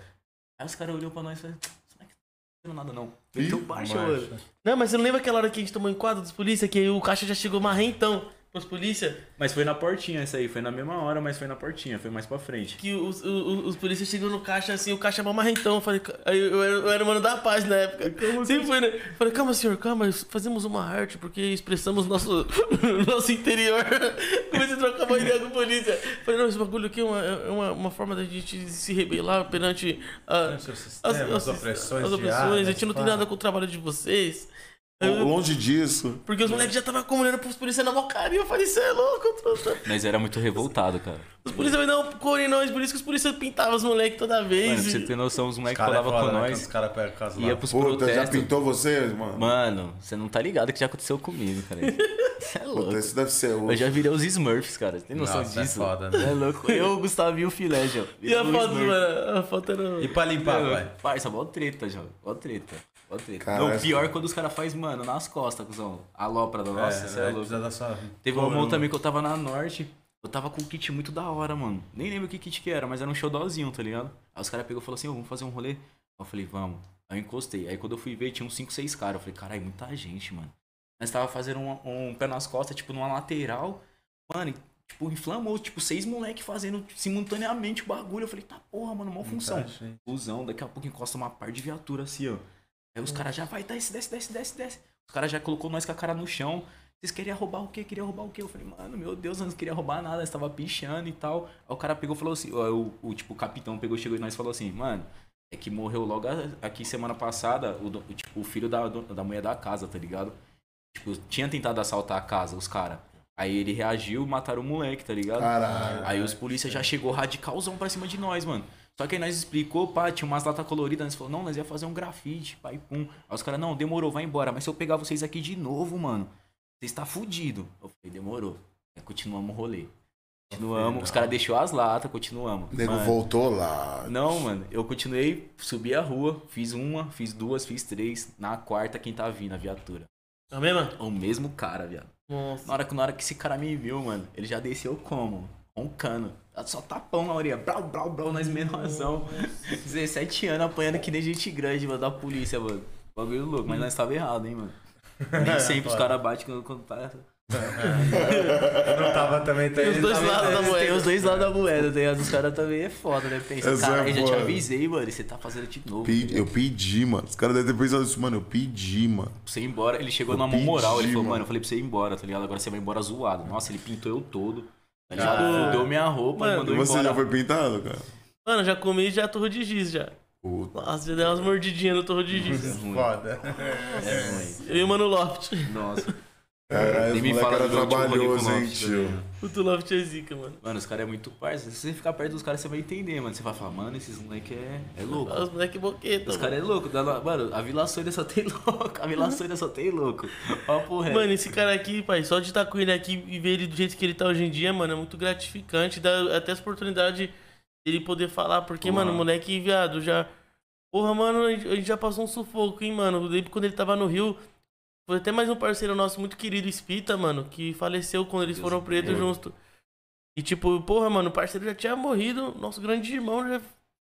F: Aí os caras olhou pra nós e falaram, será que não tá fazendo nada não? Meteu baixa,
C: marcha.
F: mano.
A: Não, mas você não lembra aquela hora que a gente tomou um enquadro dos polícia, que aí o caixa já chegou marrentão pros polícia,
F: Mas foi na portinha essa aí, foi na mesma hora, mas foi na portinha, foi mais pra frente.
A: que os, os, os polícias chegou no caixa, assim, o caixa mal marrentão. Eu falei, "Ca- aí eu, era- eu era o mano da paz na época. Sempre foi, né? Eu Falei, calma, senhor, calma, fazemos uma arte porque expressamos nosso, nosso interior. Comecei a trocar uma ideia com o polícia. Eu Falei, não, esse bagulho aqui é uma, é uma, uma forma da gente se rebelar perante a,
C: Seus sistemas,
A: As, as-
C: opressões,
A: as opressões,
C: diárias,
A: a gente não tem
C: pá.
A: nada com o trabalho de vocês. Eu-
B: Longe disso.
A: porque os moleques já estavam acumulando pros policiais na mó carinha. Eu falei, você é louco, trouxa.
F: Mas era muito revoltado, cara.
A: Os policiais não correm nós, por isso que os policiais pintavam os moleques toda
F: Mano, pra você
A: vez.
F: ter noção, os moleques
C: Cara, é
F: colavam
C: foda,
F: com
C: né? Quando Os
F: nós,
C: caras pegam casa lá.
F: ia pros
B: Puta, já
F: protestos.
B: pintou você, mano?
F: Mano, você não tá ligado que já aconteceu comigo, cara. Você é
B: Puta,
F: louco.
B: isso deve ser o.
F: Eu já virei os Smurfs, cara. Você tem noção
C: Nossa, é
F: disso?
C: foda, né?
F: É louco. Eu, o Gustavo e o Filé, já.
A: E a foto, mano? A foto era.
C: E pra limpar, vai.
F: Parça, mó treta, João. Mó treta. Mó treta.
B: Caraca.
F: Não, pior quando os caras fazem, mano, nas costas, cuzão. A lópra da nossa, você é,
C: vai
F: louco.
C: precisar da sua
F: Teve uma
C: coluna.
F: mão também que eu tava na Norte. Eu tava com um kit muito da hora, mano. Nem lembro que kit que era, mas era um showdózinho, tá ligado? Aí os caras pegou e falou assim, ô, vamos fazer um rolê? Aí eu falei, vamos. Aí eu encostei. Aí quando eu fui ver, tinha uns 5, 6 caras. Eu falei, caralho, muita gente, mano. Nós tava fazendo um, um pé nas costas, tipo, numa lateral. Mano, e, tipo, inflamou, tipo, seis moleque fazendo simultaneamente o bagulho. Eu falei, tá porra, mano, mó
C: né?
F: função.
C: gente.
F: Busão, daqui a pouco encosta uma par de viatura assim, ó. Aí os caras já vai, desce, desce, desce, desce, desce. Os caras já colocou nós com a cara no chão. Vocês queriam roubar o quê? Queria roubar o quê? Eu falei, mano, meu Deus, nós não queria roubar nada, nós tava pichando e tal. Aí o cara pegou e falou assim, ó, o, o tipo, o capitão pegou, chegou e nós falou assim, mano, é que morreu logo a- aqui semana passada o, do- o, tipo, o filho da, do- da mulher da casa, tá ligado? Tipo, tinha tentado assaltar a casa, os caras. Aí ele reagiu, mataram o moleque, tá ligado?
B: Ah, Caralho.
F: Aí os polícia já chegou radicalzão pra cima de nós, mano. Só que aí nós explicou, pá, tinha umas latas coloridas, nós falou, não, nós ia fazer um grafite, pá, e pum. Aí os caras, não, demorou, vai embora. Mas se eu pegar vocês aqui de novo, mano, vocês tá fudido. Eu falei, demorou. Aí continuamos o rolê. Continuamos, os caras deixou as latas, continuamos.
B: O nego
F: Mano,
B: voltou lá.
F: Não, mano, eu continuei, subi a rua, fiz uma, fiz duas, fiz três. Na quarta, quem tá vindo, É a viatura.
A: A mesma?
F: O mesmo cara, viado.
A: Nossa.
F: Na hora, que- na hora que esse cara me viu, mano, ele já desceu como? Roncando. Tá Só tapão na orelha. Brau, brau, brau, nós menorzão. 17 anos apanhando que nem gente grande, mano, da polícia, mano. Bagulho louco, mas nós tava errado, hein, mano. Nem sempre os caras batem quando, quando tá.
E: Eu não tava também.
A: Tá Tem os dois lados da
F: Tá Tem
A: moeda.
F: os dois lados da moeda, tá ligado? Os caras também é foda, né? Pensa,
B: Essa é
F: cara, eu já te
B: boa.
F: avisei, mano, e você tá fazendo de novo.
B: Pe- Eu pedi, mano. Os caras devem ter pensado isso, mano. Eu pedi, mano.
F: pra você ir embora. Ele chegou
B: Eu
F: na mão moral, ele
B: pedi,
F: falou, mano,
B: mano,
F: eu falei pra você ir embora, tá ligado? Agora você vai embora zoado. Nossa, ele pintou eu todo. Tá ligado?
A: Caralho.
F: Mudou minha roupa,
A: Mano,
B: E
F: mandou
B: você
F: embora.
B: já foi pintado, cara?
A: Mano, já comi já torro de giz já.
B: Puta.
A: Nossa, já dei umas mordidinhas no torro de giz.
E: Foda.
F: É ruim.
A: Eu e o mano Loft.
F: Nossa.
B: Caralho,
F: Nem
B: o
F: me
B: moleque
F: fala
B: era
F: do meu último rolê com
B: trabalhoso, hein,
F: nós,
B: tio.
C: né?
A: Puto Loft é zica, mano.
F: Mano, os caras é muito parça. Se você ficar perto dos caras, você vai entender, mano. Você vai falar, mano, esses moleque é, é louco.
A: Os moleque boqueta.
F: Os
A: mano.
F: caras é louco. dá no- Mano, a Vila Sônia só tem louco. A Vila Sônia só tem louco. Ó, porra.
A: Mano, esse cara aqui, pai, só de estar com ele aqui e ver ele do jeito que ele tá hoje em dia, mano, é muito gratificante. Dá até essa oportunidade dele poder falar, porque,
F: Porra.
A: mano, o moleque, viado, já. Porra, mano, a gente a gente já passou um sufoco, hein, mano. Lembro quando ele tava no Rio. Foi até mais um parceiro nosso muito querido, Espita, mano, que faleceu quando eles foram preto junto. E tipo, porra, mano, o parceiro já tinha morrido, nosso grande irmão já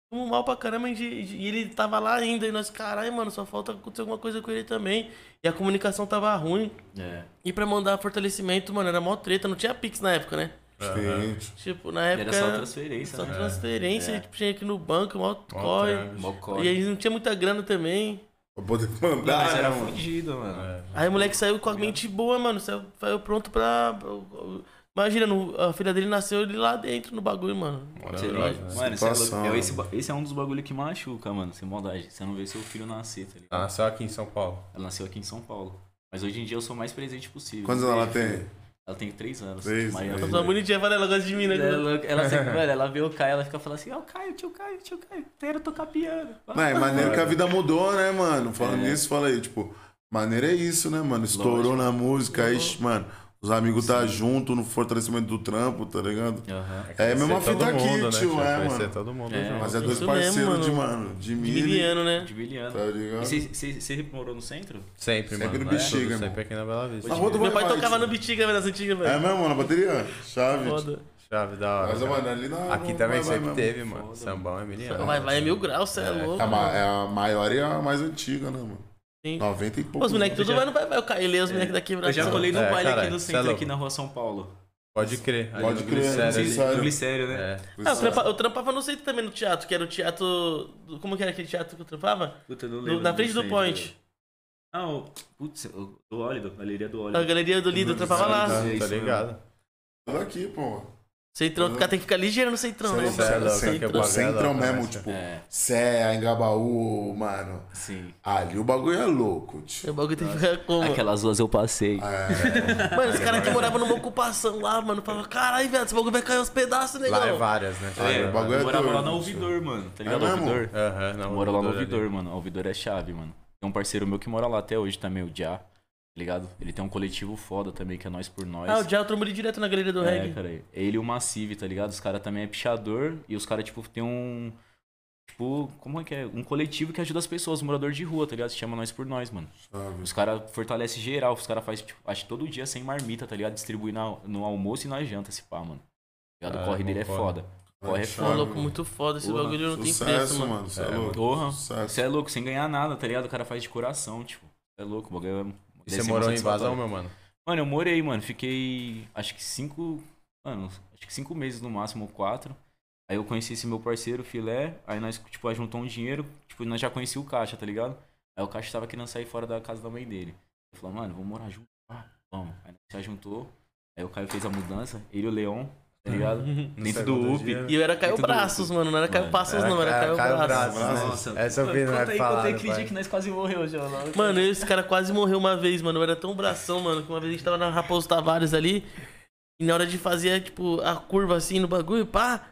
A: fomos mal pra caramba, e, e ele tava lá ainda, e nós, caralho, mano, só falta acontecer alguma coisa com ele também. E a comunicação tava ruim.
F: É.
A: E pra mandar fortalecimento, mano, era mó treta, não tinha Pix na época, né?
B: Gente.
A: Tipo, na
F: Era
A: época.
F: só transferência,
A: só
F: né?
A: transferência,
F: É.
A: tipo, tinha aqui no banco, mó
C: Mó
A: corre.
C: trampo.
F: Mocó.
A: E aí não tinha muita grana também.
B: Pra poder
F: Não, mas
B: mandar.
F: era
B: né, mano?
F: fudido, mano.
A: Aí o moleque saiu com a mente boa, mano. Saiu, saiu pronto pra. Imagina, no- a filha dele nasceu ele lá dentro no bagulho, mano.
F: Sei
C: Maravilhoso,
F: lá,
C: né?
F: Mano, isso é louco.
B: Situação,
F: Eu- esse,
B: mano.
F: ba- esse é um dos bagulho que machuca, mano. Sem maldade. Você não vê seu filho nascer, tá ligado?
C: Ela Ah, Nasceu aqui em São Paulo.
F: Ela nasceu aqui em São Paulo. Mas hoje em dia eu sou o mais presente possível.
B: Quantos anos ela tem?
F: Ela tem 3 anos.
B: Três,
F: Mariana.
B: três.
A: Tá bonitinha, fala, ela gosta de mim, né?
F: Ela, é ela sempre, velho, ela vê o Caio, ela fica falando assim, ó, o Caio, tio Caio, tio Caio, quero tocar piano.
B: Não, é maneiro que a vida mudou, né, mano? Falando nisso, fala aí, tipo, maneiro é isso, né, mano? Estourou na música, aí, mano, os amigos tá junto no fortalecimento do trampo, tá ligado?
F: Aham.
B: É a mesma
C: Conhecer
B: fita
C: todo mundo,
B: aqui,
C: né,
B: tio, é,
C: Conhecer
B: mano.
C: todo mundo
F: É,
C: junto.
B: Mas é dois
A: Isso
B: parceiros
A: mesmo,
B: de,
A: mano.
B: mano, de milho,
A: Miliano, né?
F: De biliano.
B: tá ligado?
F: E você morou no centro?
C: Sempre,
B: Sempre
C: mano.
B: no
C: né?
B: Bexiga,
C: Tudo
B: mano.
C: Sempre aqui na Bela Vista.
B: Na rua do
A: Meu pai
B: Vai-Vai,
A: tocava
B: tio.
A: no Bitinga, velho, das antigas,
B: É
A: velho.
B: mesmo, mano, a bateria? Chave. tio.
A: Foda.
C: Chave da hora.
B: Mas,
C: cara.
B: mano, ali na-
C: Aqui
B: no
C: também
B: Vai-Vai
C: sempre
B: mesmo.
C: teve, mano. Sambão é miliano.
A: Vai, vai, é mil graus, cê é, louco.
B: É a, ma- é a maior e a mais antiga, né, mano?
A: Sim.
B: 90 e pouco.
A: Pô, os moleques
B: né?
A: tudo vai, não vai, vai. O Caio lê os moleques daqui pra
F: Eu já
A: cima.
F: colei no
C: É,
F: baile aqui
C: caralho,
F: no
C: cê é
F: centro,
C: louco.
F: aqui na rua São Paulo.
C: Pode crer. ali
B: Pode
C: no
B: crer,
A: É,
C: Glicério,
B: ali.
C: ali.
B: Sério?
F: No Glicério, né?
C: É.
A: Ah, eu, trampa- eu trampava no centro também, no teatro, que era o teatro. do- Como que era aquele teatro que eu trampava?
F: Puta, eu não
A: No-
F: lembro
A: na frente do
F: centro.
A: point.
F: Ah, o... Putz, o- do Ólido, galeria do
A: A
F: Ólido.
A: galeria do Lido, eu trampava lá.
F: Tá.
C: Tá
F: Isso mesmo.
C: ligado?
B: Tudo tá aqui, pô.
A: Centrão, o cara tem que ficar ligeiro no centrão, né?
B: Isso é
A: Centrão.
B: louco,
C: Centro.
B: aqui é o centrão
C: Centrão
B: mesmo,
C: mesmo,
B: tipo,
F: É,
B: Sé, Engabaú, mano.
F: sim.
B: Ali o bagulho é louco, tio.
A: O bagulho tem que ficar como?
F: Aquelas ruas eu passei.
B: É,
A: Mano, os caras que moravam numa ocupação lá, mano, falavam, caralho, velho, esse bagulho vai cair aos pedaços, negão.
C: Lá é várias, né?
B: É, o bagulho
F: eu
B: é
F: morava
B: doido,
F: lá na
B: tio.
F: Ouvidor, mano.
B: É
F: Tá ligado?
B: mesmo?
F: Ouvidor.
C: Aham, na
F: Eu
C: rua
F: moro lá no
C: do Tá Ouvidor
F: ouvidor, mano. O ouvidor é chave, mano. Tem um parceiro meu que mora lá até hoje também, o Já, tá ligado? Ele tem um coletivo foda também, que é Nós por Nós.
A: Ah, o Diabo trombou ele direto na galeria do
F: É,
A: reggae.
F: cara. Ele e o Massive, tá ligado? Os caras também é pichador e os caras, tipo, tem um. Tipo, como é que é? Um coletivo que ajuda as pessoas, morador de rua, tá ligado? Se chama Nós por Nós, mano.
B: Sabe?
F: Os caras fortalecem geral, os caras fazem, tipo, acho que todo dia sem marmita, tá ligado? Distribui na- no almoço e na janta, esse pá, mano. Tá ligado? O
C: Ah,
F: corre
C: bom
F: dele é
C: corre.
F: foda. Corre é
B: Chave,
A: Pô,
F: foda.
A: louco,
B: mano.
A: muito foda. Esse
F: Porra,
A: bagulho não tem
B: Sucesso,
A: preço, mano.
B: mano. Você é, louco.
F: Porra.
B: Sucesso.
F: Você é louco, sem ganhar nada, tá ligado? O cara faz de coração, tipo. Você é louco, o bagulho é.
C: E
F: deve
C: você
F: ser
C: morou em
F: satisfatório.
C: Vazão, meu mano?
F: Mano, eu morei, mano. Fiquei. Acho que cinco. Mano, acho que cinco meses no máximo, ou quatro. Aí eu conheci esse meu parceiro, Filé. Aí nós, tipo, ajuntou um dinheiro. Tipo, nós já conheci o Caixa, tá ligado? Aí o Caixa tava querendo sair fora da casa da mãe dele. Eu falei, mano, vamos morar junto. Ah, vamos. Aí nós se ajuntou. Aí o Caio fez a mudança. Ele e o Leon, tá ligado? Dentro do UP.
A: E eu era Caio
F: Muito doido.
A: Braços, mano. Não era Caio
F: Mano,
A: Passos, não. Era Caio Braços.
C: né?
B: Braços.
F: Nossa.
C: Essa eu
F: Mano,
C: vi, não
F: conta
C: é
F: aí,
C: falado,
F: conta aí aquele
C: pai.
F: dia que nós quase morreu já. lá.
A: Mano, eu e esse cara quase morreu uma vez, mano. Eu era tão bração, mano, que uma vez a gente tava na Raposo Tavares ali. E na hora de fazer, tipo, a curva assim no bagulho, pá.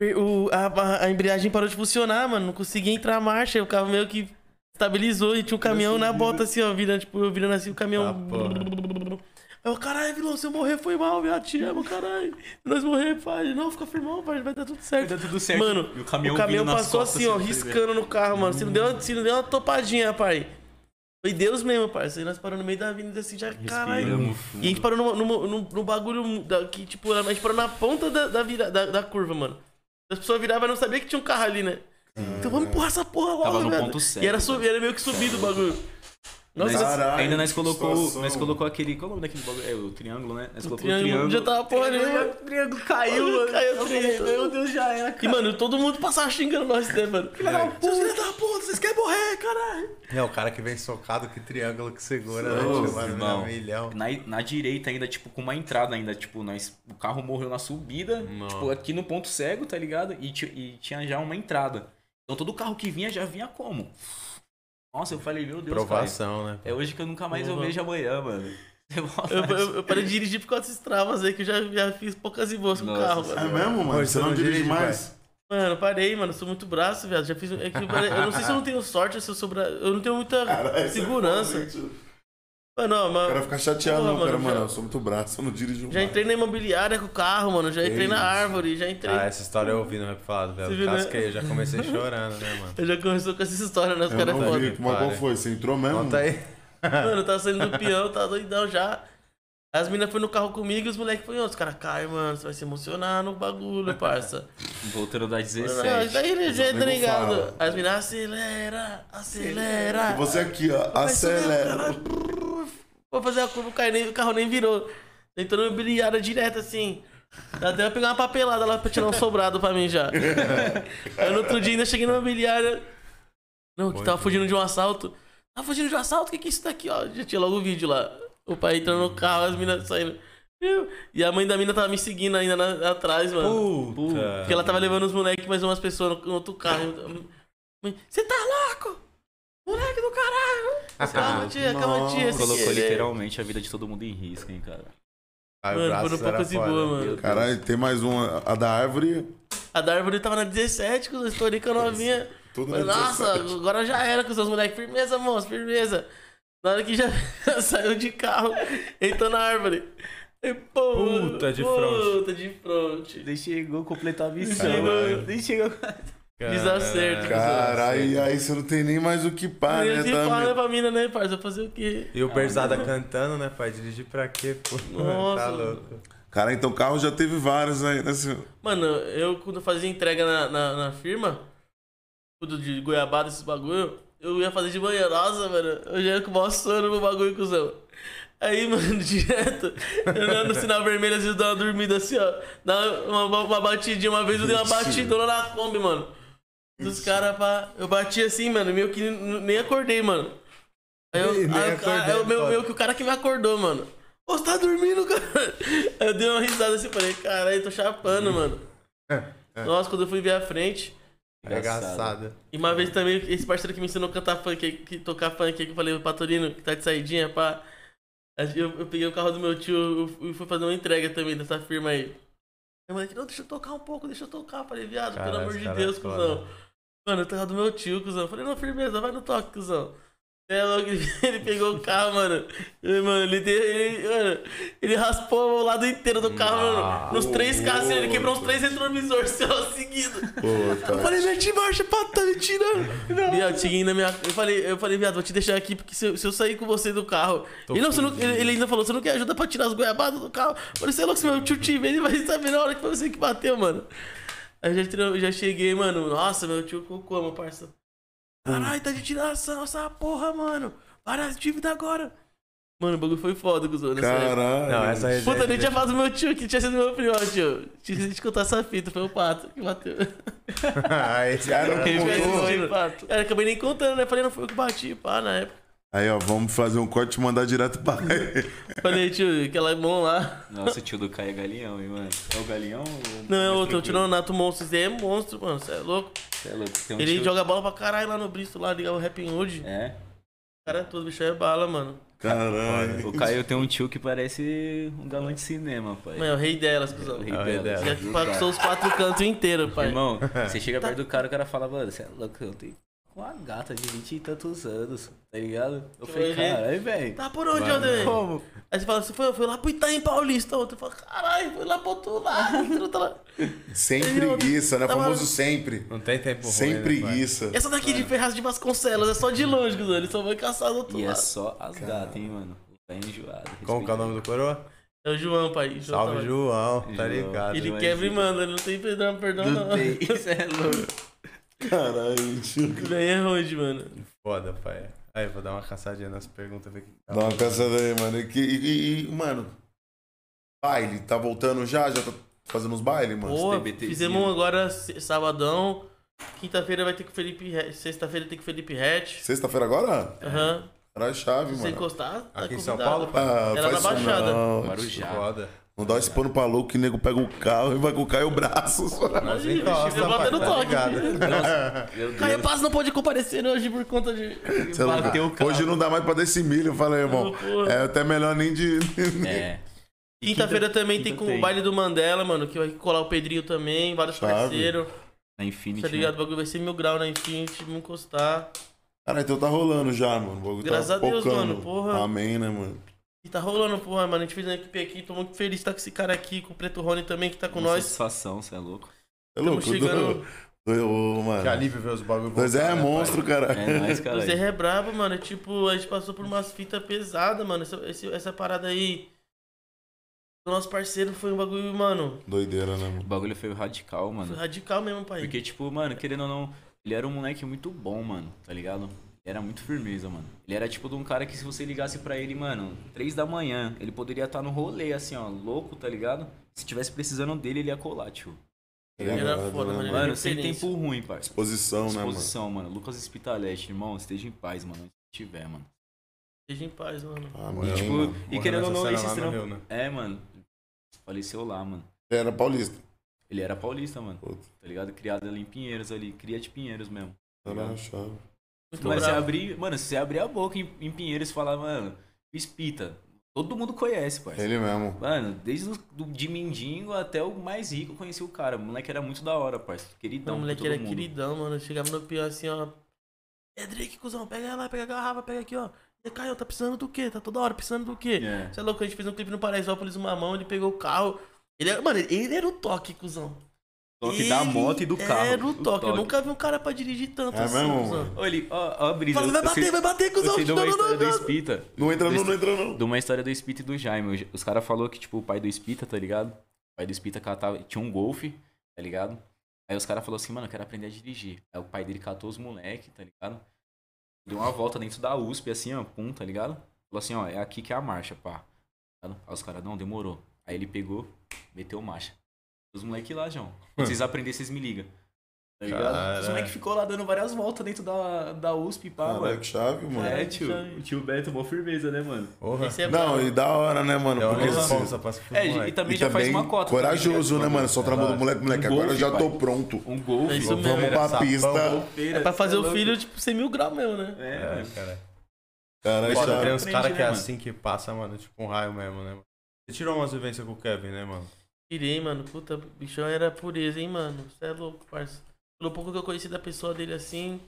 A: e o- a, a- a embreagem parou de funcionar, mano. Não conseguia entrar a marcha. E o carro meio que estabilizou e tinha um caminhão na bota assim, ó. Virando, tipo, eu virando assim o caminhão.
C: Ah, porra.
A: Aí eu, caralho, vilão, se eu morrer foi mal, viado. Te amo, caralho. Se nós morrer, pai. Não, fica firmão, pai. Vai dar tudo certo.
F: Vai dar Tá tudo certo.
A: Mano,
F: E
A: o
F: o
A: caminhão,
F: caminhão vindo nas
A: passou
F: costas,
A: assim, ó,
F: assim,
A: riscando no carro, mano. Se não deu, se não deu uma topadinha, pai. Foi Deus mesmo, parceiro. Aí nós paramos no meio da avenida assim, já, caralho.
F: Respiramos
A: E a gente parou num no, bagulho da- que, tipo, a gente parou na ponta da, da, vira- da- da curva, mano. As pessoas viravam e não sabiam que tinha um carro ali, né? Então vamos empurrar essa porra logo,
F: Tava no
A: velho.
F: ponto certo, né?
A: E era,
F: cara.
A: sub- era meio que subido o bagulho.
F: Nós-
A: Nossa,
B: Caralho,
F: ainda nós
B: que
F: colocou,
B: situação.
F: nós colocou aquele. Qual é o nome daquele bagulho? É, o triângulo, tá né? Nós colocou
A: triângulo, já tava porra nenhuma.
F: O triângulo caiu, mano.
A: Caiu o
F: Eu falei,
A: triângulo.
F: Meu Deus, já era,
A: E,
F: cara.
A: mano, todo mundo passava xingando nós, né, mano? Filha da puta! Filha da puta, vocês querem morrer, caralho!
C: É, o cara que vem socado, que triângulo que segura, né?
B: Ô,
C: tio? Mano,
F: irmão.
C: é um milhão.
F: Na, na direita ainda, tipo, com uma entrada ainda, tipo, nós, o carro morreu na subida, tipo, aqui no ponto cego, tá ligado? E, ti- e tinha já uma entrada. Então todo carro que vinha, já vinha como? Nossa, eu falei, meu Deus, cara.
C: Provação, né?
F: É hoje que eu nunca mais eu
A: Porra.
F: vejo amanhã, mano.
A: Eu, eu- eu parei de dirigir por causa desses travas aí, que eu já, já fiz poucas e boas com o
F: Nossa
A: carro,
B: É
A: mano.
B: mesmo, mano?
C: Hoje
B: Você não dirige mais?
A: Mano, parei, mano. Sou muito braço, viado. Já fiz. é que eu, parei- eu não sei se eu não tenho sorte, se eu sou bra... Eu não tenho muita
B: Caralho, isso é
A: segurança.
B: foda, hein, tio?
A: mano, ó, mas-
B: O cara fica chateado,
A: Porra,
B: não, cara,
A: mano,
B: mano.
A: já-
B: Eu sou muito braço, eu não dirijo
A: já
B: mais.
A: entrei na imobiliária com o carro, mano. Já entrei na
B: isso.
A: árvore, já entrei.
C: Ah, essa história eu ouvi no Rap Falado,
A: Você
C: velho.
A: viu, né?
C: Casquei, eu já comecei chorando, né, mano?
A: Eu já começou com essa história, né? Os
B: Eu
A: caras é
B: não
A: foda.
B: vi,
C: foda.
B: mas qual
C: Para.
B: foi? Você entrou mesmo?
C: Conta aí.
A: Mano, eu tava saindo do peão, tava doidão já. As meninas foram no carro comigo e os moleques foram, "Ô, os caras caem, mano, você vai se emocionar no bagulho, parça.
F: Voltando da
A: Não, isso
F: 17.
A: daí ele já tá
B: amigos
A: ligado.
B: falam.
A: As meninas acelera, acelera.
B: E você aqui, ó,
A: é um
B: acelera.
A: Vou fazer a curva, o carro nem, o carro nem virou. Entrou na imobiliária direto assim. Dá até pra pegar uma papelada lá pra tirar um sobrado pra mim já. Aí no outro dia ainda cheguei na imobiliária. Não, que tava fugindo de um assalto. Tava fugindo de um assalto? O que que é isso daqui, ó? Já tinha logo o vídeo lá. O pai entrando no carro, as meninas saindo. E a mãe da mina tava me seguindo ainda na- atrás, mano.
E: Puta.
A: Porque ela tava levando os moleques mais umas pessoas no, no outro carro. Eu- Mãe, Você tá louco? Moleque do caralho! Calma, tia, calma, tia. esse
F: Colocou
A: aqui,
F: literalmente a vida de todo mundo em risco, hein, cara.
C: Aí o
A: Mano,
C: braço
A: foram
C: era
A: poucas e
C: foda. né?
A: boas, mano.
B: Caralho, tem mais uma. A da árvore.
A: A da árvore tava na 17, com os estouricos novinha.
B: Tudo
A: Falei,
B: na
A: Nossa,
B: 17.
A: agora já era com os seus moleques. Firmeza, moço, firmeza. Na hora que já saiu de carro, entrou na árvore. E, pô,
C: Puta de
A: Puta de fronte.
F: Nem chegou a completar a missão.
A: Caralho.
F: Nem chegou.
E: é.
A: Desacerto.
B: Caralho, aí você não tem nem mais o que
C: Ah,
B: pá, né?
A: Ele se fala
B: Também.
A: pra mina, né, parça? Fazer o quê?
E: E o Berzada cantando, né, pai? Dirigir pra quê, pô?
A: Nossa.
E: Tá louco.
B: Cara, então o carro já teve vários aí, né? senhor?
A: Mano, eu quando fazia entrega na, na, na firma, tudo de goiabada, esses bagulho, eu ia fazer de manhã, nossa, mano, eu já ia com o maior sono no bagulho, cuzão. Aí, mano, direto, eu lá no sinal vermelho, às vezes eu dava uma dormida assim, ó. Dá uma, uma, uma batidinha, uma vez eu dei uma
B: Mentira.
A: batidona na Kombi, mano. Dos caras pra. Eu bati assim, mano, meio que n- nem acordei, mano. Aí eu,
E: Ih, nem
A: aí o cara-
E: acordei,
A: aí o meu,
E: foda.
A: meu que o cara que me acordou, mano. Ô, você tá dormindo, cara? Aí eu dei uma risada assim, falei, caralho, tô
E: Uhum.
A: chapando, mano.
E: É,
A: Nossa, quando eu fui ver a frente.
E: Engraçado.
A: E uma vez também, esse parceiro que me ensinou a cantar funk, aí, que tocar funk, aí, que eu falei, o Patorino, que tá de saidinha, pá. Aí Eu, eu peguei o carro do meu tio eu- e fui fazer uma entrega também dessa firma aí. Aí o moleque, não, deixa eu tocar um pouco, deixa eu tocar. Eu falei, viado, pelo
E: Caralho,
A: amor de
E: cara
A: Deus,
E: é foda.
A: cuzão. Mano, eu tava do meu tio, cuzão. Eu Falei, não, firmeza, vai no toque, cuzão. É, logo ele- ele pegou o carro, mano. Ele, mano, ele, deu- ele, mano, ele raspou o lado inteiro do carro, mano. Nos três carros, assim, ele quebrou uns três retrovisores, assim, ó, seguido. Eu
B: Puta.
A: falei, mete marcha, pá, tá me tirando. Viado, cheguei na minha. Eu falei, eu falei, viado, vou te deixar aqui, porque se eu, se eu sair com você do carro. Ele, não, você não- ele, ele ainda falou, você não quer ajuda pra tirar as goiabadas do carro? Eu falei, você é louco, se meu tio te vê, ele vai saber na hora que foi você que bateu, mano. Aí eu já, tirei- eu já cheguei, mano. Nossa, meu tio cocô, meu parça. Caralho, tá de tiração essa porra, mano. Para as dívidas agora. Mano, o bagulho foi foda, cuzão. nessa época.
B: Caralho.
E: Não, essa aí.
A: Puta, nem tinha falado do meu tio, que tinha sido meu primo, ó, tio. Tinha de contar essa fita, foi o pato que bateu.
E: Ai,
B: Cara, não
A: Eu
B: contou.
A: acabei nem- Cara, acabei nem contando, né? Falei, não foi eu que bati, pá, na época.
B: Aí, ó, vamos fazer um corte e mandar direto pra ele.
A: Falei, tio, aquela mão lá.
F: Nossa, o tio do Caio é Galeão, hein, mano. É o Galeão?
A: Não, é outro, tirou o Nato Monstro. Esse daí é monstro, mano, você é louco.
F: É louco, tem um
A: Ele
F: tio-
A: joga bola pra caralho lá no Bristol, lá, ligava o Rapping Hood.
F: É.
A: Cara, todo bicho é bala, mano.
B: Caralho.
F: O Caio tem um tio que parece um galã de cinema, pai.
A: Mano, é o rei delas, cuzão.
F: O rei
A: Já
F: Ah, é dela.
E: dela.
A: que passou Tá. os quatro cantos inteiros, pai.
F: Irmão, você chega perto do cara, o cara fala, mano, você é louco, eu tenho uma gata de vinte e tantos anos, tá ligado? Eu falei,
A: Foi, né?
F: caralho, velho.
A: Tá por onde, ontem?
F: Como?
A: Aí você fala, você foi, foi lá pro Itaim Paulista. Outro fala, caralho, foi lá pro outro lado. outro lado.
B: Sem preguiça, né?
A: Tá maluco.
B: Famoso sempre.
E: Não tem tempo ruim,
B: Sem
E: né,
B: preguiça.
A: Essa daqui de Ferraz de Vasconcelos é só de longe, cuzão. Ele só vai caçar do outro
F: E é
A: lado.
F: só as gatas, hein, mano. Tá enjoado.
E: pai? Como que é o nome do coroa?
A: É o João, pai. João
E: Salve,
A: Tavares.
E: João. Tá
F: João.
E: ligado.
A: Ele
F: Imagina.
A: quebra e manda, ele não tem perdão, perdão não.
F: Não tem, isso é louco.
B: Caralho, tio.
A: Isso daí é rude, mano.
E: Foda, pai. Aí, vou dar uma caçadinha nas perguntas. Ver que...
B: Dá uma caçada aí, mano. E, que- e- e- e, mano, baile, tá voltando já? Já tá fazendo uns bailes, mano?
A: Boa,
F: TBTzinho.
A: fizemos um agora s- sabadão. Quinta-feira vai ter com o Felipe Re- Sexta-feira tem com o Felipe Hatch.
B: Sexta-feira agora?
A: Aham.
B: Era chave,
A: Se você
B: mano.
A: encostar, tá
E: Aqui em
A: convidado.
E: São Paulo, pai?
B: Ah,
A: Era
B: faz
A: na
B: isso
A: Baixada.
B: Não.
F: Guarujá.
E: Foda.
B: não dá esse pano pra louco que o nego pega o carro e vai com o Caio braço. só.
E: Mas
A: Ih,
E: encosta,
A: eu
E: pai.
A: batendo
E: Tá
A: toque.
E: ligado.
F: Meu Deus.
A: Caio Paz não pôde comparecer né, hoje por conta de.
B: Você é louco.
F: Bateu o carro.
B: Hoje não dá mais pra dar esse milho, eu falei, irmão.
A: Porra.
B: É até melhor nem de.
F: É. E
A: Quinta-feira também
F: quinta
A: tem com
F: tem.
A: o baile do Mandela, mano, que vai colar o Pedrinho também, vários
B: Chave.
A: parceiros.
F: Na Infinity.
A: Tá ligado? O
F: né?
A: bagulho vai ser mil grau na Infinity, vamos encostar.
B: Cara, então tá rolando já, mano. O bagulho tá
A: Graças a Deus,
B: focando.
A: mano, porra.
B: Amém, né, mano?
A: E tá rolando, porra, mano. A gente fez uma equipe aqui, tô muito feliz de estar com esse cara aqui, com o Preto Rony também, que tá com
F: Uma
A: nós.
F: Satisfação, você é louco.
B: É louco,
A: chegando-
B: do- do- ô,
E: Que
B: mano.
E: alívio ver os bagulho
B: Mas
E: voltar, né,
B: é
E: pai?
B: monstro, cara.
F: É nóis,
A: O
F: cara.
A: Zé é brabo, mano. É Tipo, a gente passou por umas fitas pesadas, mano. Essa, esse- essa parada aí. do nosso parceiro foi um bagulho, mano.
B: Doideira, né,
F: O
B: mano?
F: bagulho foi radical, mano.
A: Foi radical mesmo, pai.
F: Porque, tipo, mano, querendo ou não, ele era um moleque muito bom, mano, tá ligado? Ele era muito firmeza, mano. Ele era tipo de um cara que se você ligasse pra ele, mano, três da manhã, ele poderia estar no rolê, assim, ó, louco, tá ligado? Se tivesse precisando dele, ele ia colar, tio.
A: Ele era foda, né, mano.
B: né, mano?
F: Mano, sem
A: É referência.
F: tempo ruim, parça.
B: Exposição, né, mano?
F: Disposição, mano. Lucas Spitalete, irmão, esteja em paz, mano, onde tiver, mano.
A: Esteja em paz, mano.
B: Amém,
F: tipo,
B: mano.
F: e
E: Morreu
F: querendo ou
E: nessa
F: não,
E: cena
F: esses
E: lá no
F: trampos.
E: Rio, né?
F: É, mano. Faleceu lá, mano.
B: Era paulista.
F: Ele era paulista, mano.
B: Puta.
F: Tá ligado? Criado ali em Pinheiros ali. Cria de Pinheiros mesmo.
B: Era
A: né?
B: achado.
A: Muito
F: Mas é você
A: bravo.
F: abrir, mano, se você abrir a boca em, em Pinheiros e falar, mano, espita. Todo mundo conhece, parceiro.
B: Ele mesmo.
F: Mano, desde o do, de mendigo até o mais rico eu conheci o cara. O moleque era muito da hora, parceiro. Queridão.
A: o moleque
F: pra todo
A: era
F: mundo.
A: queridão, mano. Chegava no pior assim, ó. É, Drake, cuzão, pega lá, pega a garrafa, pega aqui, ó. E Caio, tá precisando do quê? Tá toda hora precisando do quê?
F: É.
A: Você é louco, a gente fez um clipe no Paraisópolis, uma mão, ele pegou o carro. Ele era, mano, ele era o toque, cuzão.
F: Toque da
A: Ele
F: moto e do carro.
A: Era o
F: do
A: É, toque. Eu nunca vi um cara pra dirigir tanto
B: É
A: assim,
B: mesmo,
A: cuzão.
B: mano?
F: Olha, ele- ó, ó a brisa.
A: Fala, vai
F: eu sei-
A: bater, vai bater,
F: eu
A: cuzão.
F: sei de
A: Não,
F: uma
A: não,
F: história
A: não,
F: do
A: não.
F: Espita.
B: Não entra não,
F: Desse-
B: não entra não.
F: de uma história do Espírito e do Jaime. Os caras falaram que, tipo, o pai do Espírito, tá ligado? O pai do Espírito catava, tinha um golfe, tá ligado? Aí os caras falaram assim, mano, eu quero aprender a dirigir. Aí o pai dele catou os moleque, tá ligado? Deu uma volta dentro da USP, assim, ó, pum, tá ligado? Falou assim, ó, é aqui que é a marcha, pá. Tá ligado? Aí os caras, não, demorou. Aí ele pegou, meteu marcha. Os moleque lá, João. Quando vocês aprenderem, vocês me ligam. Tá ligado? Os
E: Caralho.
F: moleque ficou lá dando várias voltas dentro da, da USP, pá,
B: Caralho,
F: mano.
B: que chave, mano.
F: É, tio. O tio Beto, mó firmeza, né, mano?
E: Porra.
A: Esse é
B: Não, e da hora, né, mano?
E: Dá uma
B: Porque se-
E: responsa pra se
F: É,
E: moleque.
F: e
A: tá-
F: também
B: e
F: já
B: também
F: faz uma cota.
B: corajoso,
F: tá
B: né,
F: ligado?
B: mano? Só tramando do moleque, moleque.
F: Um
B: Agora eu já
F: golfe,
B: tô pronto.
F: Um golfe.
A: Ah, É isso
F: uma
A: mesmo.
B: Vamos
F: golfeira,
B: pra
F: sapão,
B: pista.
F: golfeira,
A: É pra fazer
F: cê
A: o
F: louco.
A: filho, tipo, 100 mil graus mesmo, né?
F: É,
E: É,
F: mano.
E: cara.
B: Caralho,
E: Foda, tem
F: Foda,
B: chave.
F: criança.
E: uns caras
F: né,
E: que é
F: mano?
E: assim que passa, mano. Tipo um raio mesmo, né, mano? Você tirou umas vivências com o Kevin, né, mano?
F: É.
A: Tirei, mano. Puta, o bichão era pureza, hein, mano. Você é louco, parça. Pelo pouco que eu conheci da pessoa dele assim,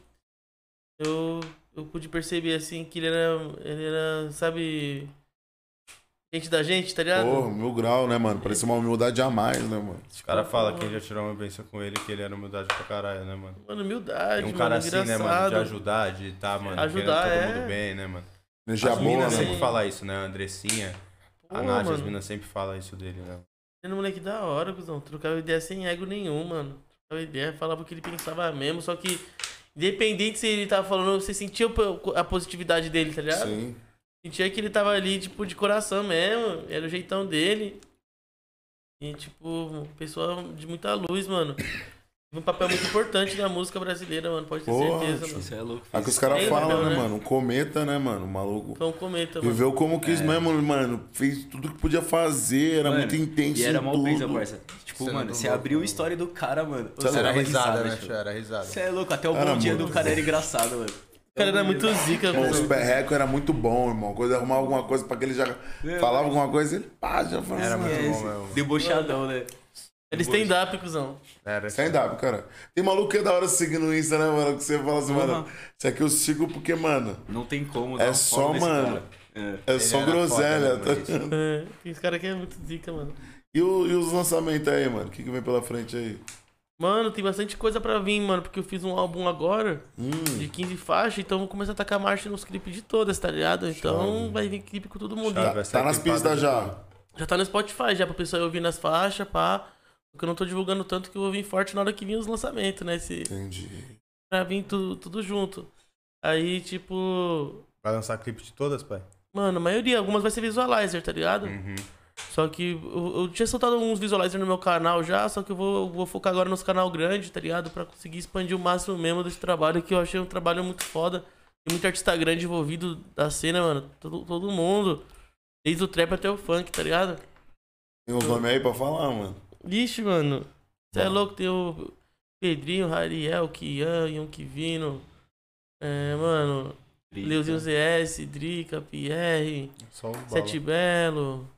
A: eu, eu pude perceber assim que ele era. Ele era, sabe. Gente da gente, tá
F: é
A: ligado?
B: Porra, mil grau, né, mano? Parece uma humildade a mais, né, mano?
E: Os
A: Tá
E: caras falam quem já tirou uma vivência com ele, que ele era humildade pra caralho, né, mano?
A: Mano, humildade,
E: E um
A: mano,
E: cara assim, né, mano,
A: engraçado.
E: de ajudar, de tá, mano,
A: Ajudar,
E: querendo
A: é.
E: todo mundo bem, né, mano?
B: Energia
E: as
B: boa,
E: minas
B: né?
F: é
E: sempre
B: mano?
E: falam isso, né? A Andressinha,
A: Porra,
E: a Nádia, as
A: mano.
E: minas sempre falam isso dele, né?
A: Ele era um moleque da hora, cuzão. Trocava ideia sem ego nenhum, mano. Trocava ideia, falava o que ele pensava mesmo, só que. Independente se ele tava falando, você sentia o- a positividade dele, tá ligado?
B: Sim.
F: é
A: Sentia que ele tava ali, tipo, de coração mesmo. Era o jeitão dele. E, tipo, pessoa de muita luz, mano. Um papel muito importante na música brasileira, mano. Pode ter
B: Porra,
A: certeza,
B: tio.
A: mano.
F: Cê é louco.
B: É o que os
A: É,
B: caras falam,
A: né?
B: né, mano? Um cometa, né, mano? O maluco.
A: Então comenta, mano.
B: Viveu como quis mesmo, mano. Fez tudo que podia fazer, era
F: É. Mano,
B: muito intenso.
F: E era
B: em
F: mó
B: é tudo.
F: brisa, parça. Tipo,
E: Cê
F: mano,
E: não
F: você
E: tomou,
F: abriu a
E: mano.
F: história do cara, mano.
B: Cê
F: Você né,
B: era
E: Era risada.
F: Você é louco, até o
B: né, Era
F: bom dia do
B: muito
F: cara era engraçado, mano.
A: O cara
B: um
A: era muito zica,
B: Pô, Os
A: mano.
B: perrecos era muito bom, irmão. Coisa, arrumar alguma coisa pra que ele já falava alguma coisa, ele pá, já falava
E: Era
B: assim,
E: muito
B: "Ah,
E: bom
B: esse
E: mesmo.
F: é Debochadão, né?
A: Ele stand-up, cuzão.
E: Era
B: Stand-up, cara. Tem maluco que é da hora seguindo no Insta, né, mano? Que você fala assim, mano, isso aqui eu sigo porque, mano,
F: Não tem como,
B: É
F: dar um
B: só,
F: follow nesse
B: mano.
F: cara. É.
B: é só
E: era
B: groselha.
E: foda né, mesmo,
B: tá?
A: É, tem uns caras que é muito zica, mano.
B: e, o- e os lançamentos aí, mano? O que, que vem pela frente aí?
A: Mano, tem bastante coisa pra vir, mano. Porque eu fiz um álbum agora
B: Hum,
A: de 15 faixas, então vou começar a tacar marcha nos clipes de todas, tá ligado? Então vai vir clipe com todo mundo.
E: Chave.
B: tá,
E: vai sair
B: tá nas
E: clipado
B: pistas
E: de
B: já.
A: Já tá no Spotify, já pra pessoa ouvir nas faixas, pá. Porque eu não tô divulgando tanto que eu vou vir forte na hora que vir os lançamentos, né? Esse,
B: Entendi.
A: pra vir tudo, tudo junto. Aí, tipo.
E: Vai lançar clipe de todas, pai?
A: Mano, a maioria, algumas vai ser visualizer, tá ligado?
E: Uhum.
A: Só que eu, eu tinha soltado alguns visualizer no meu canal já, só que eu vou, vou focar agora nos canal grande, tá ligado? Pra conseguir expandir o máximo mesmo desse trabalho, que eu achei um trabalho muito foda. Tem muito artista grande envolvido da cena, mano. Todo, todo mundo. Desde o trap até o funk, tá ligado?
B: Tem uns nomes aí pra falar, mano.
A: Vixe, mano. Você é louco, tem o Pedrinho, Rariel, Kian, Ion Kivino. É, mano, Leuzinho ZS, Drica, Pierre,
E: Só o bala.
A: Sete Belo,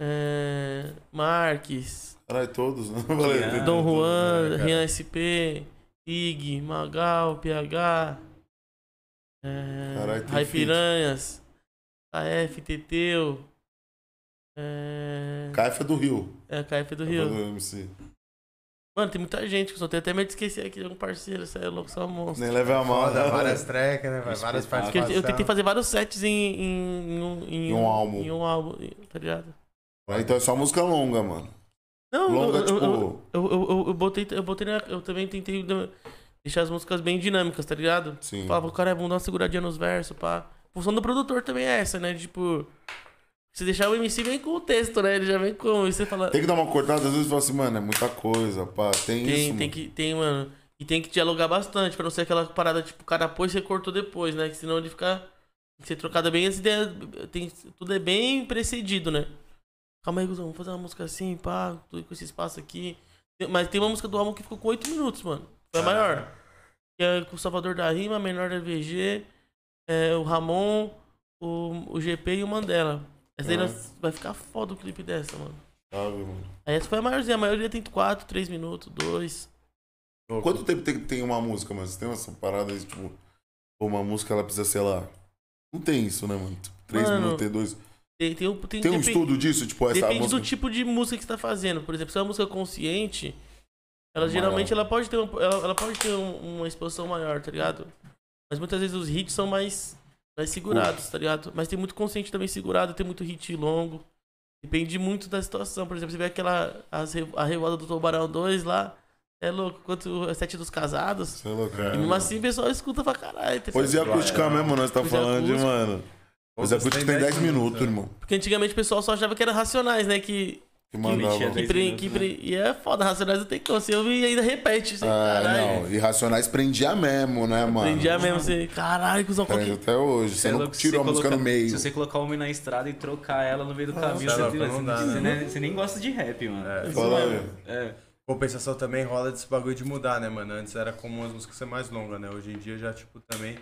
A: é, Marques,
B: Caralho, todos, né?
E: é.
F: Ah,
A: Dom
B: todos,
A: Juan,
B: né, cara?
A: Rian SP, Ig, Magal, PH, é,
B: Caralho, tem
A: Rai
B: feat.
A: Piranhas, AF, Teteu, é,
B: Caifa é do Rio.
A: é, KF do
B: Caifa
A: Rio.
B: do MC.
A: Mano, tem muita gente que só tem até medo de esquecer aqui de um parceiro, você é louco, só um monstro.
B: Nem leve a mão, né?
E: Foda, várias
B: Várias...
E: tracks, né? vai? Várias
F: Espetáculo.
E: participações.
A: Porque eu, eu tentei fazer vários sets em, em, em um, em
B: Em um álbum.
A: Em um álbum, tá ligado?
B: Então é só música longa, mano.
A: Não,
B: Longa,
A: eu,
B: tipo.
A: eu, eu, eu, eu, eu botei, eu botei na, Eu também tentei da- deixar as músicas bem dinâmicas, tá ligado?
B: Sim.
A: Falava, o cara, vamos dar uma seguradinha nos versos, pá. A função do produtor também é essa, né? Tipo, você deixar o MC bem com o texto, né? Ele já vem com. E você fala.
B: Tem que dar uma cortada, às vezes fala assim, mano, é muita coisa, pá. Tem,
A: Tem,
B: isso.
A: tem
B: mano.
A: que. Tem, mano. E tem que dialogar bastante, pra não ser aquela parada, tipo, o cara pôs e você cortou depois, né? Que senão ele fica. Tem que ser trocado bem as ideias. Tem, tudo é bem precedido, né? Calma aí, Guzão, vamos fazer uma música assim, pá, tô com esse espaço aqui. Mas tem uma música do álbum que ficou com 8 minutos, mano. Foi a maior. Que é com o Salvador da Rima, Menor da VG, é, o Ramon, o, o GP e o Mandela. Essa daí
B: Ah.
A: nós- vai ficar foda o clipe dessa, mano.
B: Sabe, mano?
A: Aí essa foi a maiorzinha, a maioria tem 4, 3 minutos, 2.
B: Quanto tempo tem, tem uma música, mano? Você tem essa parada aí, tipo, pô, uma música ela precisa, sei lá. Não tem isso, né, mano? Tipo, três
A: Mano,
B: minutos, tem dois.
A: Tem, tem, um- tem,
B: Tem um
A: depen-
B: estudo disso, tipo, essa
A: Depende
B: música.
A: do tipo de música que você tá fazendo. Por exemplo, se é uma música consciente, ela geralmente ela pode ter, um- ela, ela pode ter um- uma exposição maior, tá ligado? Mas muitas vezes os hits são mais, mais segurados, tá ligado? Mas tem muito consciente também segurado, tem muito hit longo. Depende muito da situação. Por exemplo, você vê aquela as re- a revolta do Tubarão 2 lá, é louco, quanto é Sete dos Casados.
B: Sei lá, cara.
A: E mesmo assim o pessoal escuta pra caralho. tá
B: Poesia
A: ligado?
B: é, acústica mesmo, nós tá
A: Poesia
B: falando de,
A: é, acústica.
B: mano. Poesia acústica tem 10 minutos, né? irmão.
A: Porque antigamente o pessoal só achava que era Racionais, né? Que
B: Que mandava.
F: metia
A: Que
F: 10
A: pre-
F: minutos,
A: que
F: né?
A: pre- E é foda, Racionais não tem como. Você ouve e ainda repete. Você,
B: Ah,
A: caralho.
B: não. Irracionais prendia mesmo, né, mano?
A: Prendia mesmo, você. Caralho, cuzão, qual
B: Prende
A: que...
B: até hoje. Você
F: É
B: não
F: louco, se
B: tirou a
F: você
B: música
F: colocar-
B: no meio. Ah,
F: Se você colocar o homem na estrada e trocar ela no meio do caminho,
C: sei
F: você,
C: lá,
F: tem-
C: pra não
F: você-
C: dar, né?
F: você nem- você nem gosta de rap, mano. É.
B: Fala,
F: É.
C: Compensação também rola desse bagulho de mudar, né, mano? Antes era comum as músicas ser mais longas, né? Hoje em dia já, tipo, também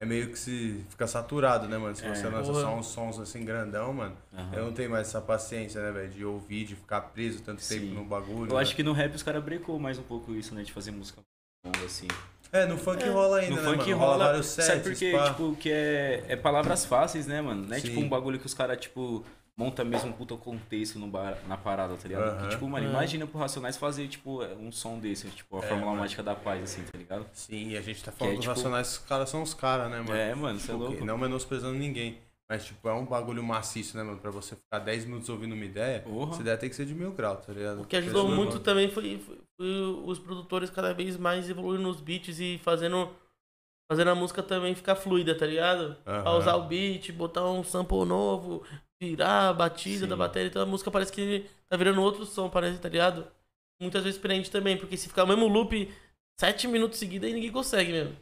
C: é meio que se fica saturado, né, mano? Se
F: É,
C: você lança
A: Porra.
C: só uns sons assim grandão, mano, eu não tenho mais essa paciência, né, velho? De ouvir, de ficar preso tanto
F: Sim.
C: tempo no bagulho. né?
F: Eu acho que no rap os caras brecou mais um pouco isso, né? De fazer música longa, assim.
C: É, no funk rola ainda,
F: No
C: né,
F: funk
C: mano?
F: rola.
C: vários sets,
F: sabe por quê?
C: pá.
F: Tipo, que é, é palavras fáceis, né, mano? Não é tipo
C: Sim.
F: um bagulho que os caras, tipo, monta mesmo um puta contexto no bar, na parada, tá ligado?
C: Aham.
F: Que, tipo, mano,
A: É.
F: imagina pro Racionais fazer, tipo, um som desse, tipo, a
C: É,
F: Fórmula Mágica da Paz, assim, tá ligado?
C: Sim, e a gente tá falando dos
F: tipo-
C: racionais, os caras são os caras, né, mano?
F: É, mano, você é
C: Tipo,
F: louco.
C: que Não menosprezando ninguém. Mas, tipo, é um bagulho maciço, né, mano? Pra você ficar 10 minutos ouvindo uma ideia,
F: Porra.
C: essa ideia tem que ser de mil graus, tá ligado?
A: O que ajudou
C: Porque senão-
A: muito também foi, foi- foi os produtores cada vez mais evoluindo nos beats e fazendo, fazendo a música também ficar fluida, tá ligado?
C: Aham.
A: Pausar o beat, botar um sample novo, virar a batida da bateria. Então a música parece que tá virando outro som, parece, tá ligado? Muitas vezes prende também, porque se ficar o mesmo loop sete minutos seguidos, aí ninguém consegue mesmo.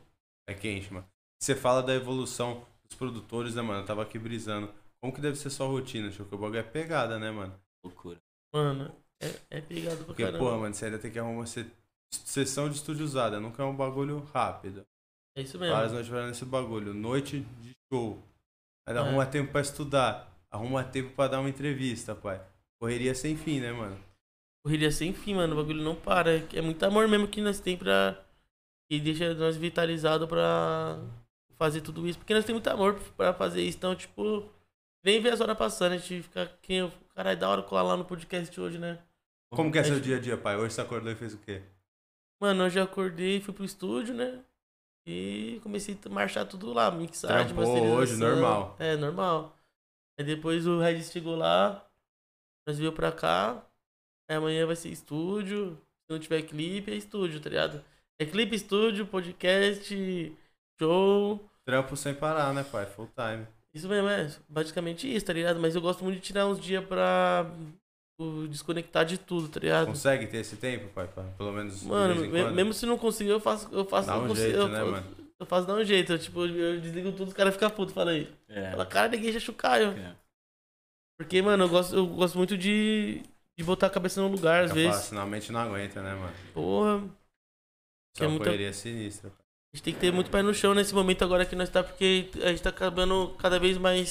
C: É quente, mano. Você fala da evolução dos produtores, né, mano? Eu tava aqui brisando. Como que deve ser sua rotina, tio? Que o bagulho é pegada, né, mano?
F: Loucura.
A: Mano, é, é pegado pra
C: Porque,
A: caramba.
C: porra, mano, você ainda tem que arrumar uma se- sessão de estúdio usada. Nunca é um bagulho rápido.
A: é isso mesmo.
C: Várias noites vai nesse bagulho. Noite de show. Ainda
A: É.
C: arruma tempo pra estudar. Arruma tempo pra dar uma entrevista, pai. Correria sem fim, né, mano?
A: Correria sem fim, mano. O bagulho não para. É muito amor mesmo que nós tem pra. Que deixa nós vitalizado pra fazer tudo isso. Porque nós temos muito amor pra fazer isso. Então, tipo, nem vê as horas passando. A gente fica. Quem, eu- caralho, é da hora colar lá no podcast hoje, né?
C: Como que é
A: Mas-
C: seu dia a dia, pai? Hoje você acordou e fez o quê?
A: Mano, hoje eu acordei, fui pro estúdio, né? E comecei a marchar tudo lá, mixagem,
C: Trampou hoje,
A: masterização.
C: normal.
A: É, normal. Aí depois o Regis chegou lá, nós veio pra cá. Aí amanhã vai ser estúdio. Se não tiver clipe, é estúdio, tá ligado? É clipe, estúdio, podcast, show.
C: Trampo sem parar, né, pai? Full time.
A: Isso mesmo, é basicamente isso, tá ligado? Mas eu gosto muito de tirar uns dias pra uh, desconectar de tudo, tá ligado?
C: Consegue ter esse tempo, pai? pra- Pelo menos. de
A: Mano,
C: vez em
A: me-
C: quando?
A: mesmo se não conseguir, eu faço. Eu faço
C: Dá
A: eu
C: um
A: consigo-
C: jeito,
A: eu-
C: né,
A: eu-
C: mano?
A: Eu faço dar um jeito, eu, tipo, eu desligo tudo, os caras ficam putos, fala aí.
F: É.
A: Fala, cara, ninguém já chucaio.
F: É.
A: Porque, mano, eu gosto, eu gosto muito de, de botar a cabeça no lugar, às
C: Fica
A: vezes.
C: É fácil, Finalmente assim, não aguenta, né, mano?
A: Porra,
C: Isso é
A: É
C: uma
A: muita-
C: correria sinistra. pai.
A: a gente tem que ter muito pé no chão nesse momento agora que nós tá, porque a gente tá acabando cada vez mais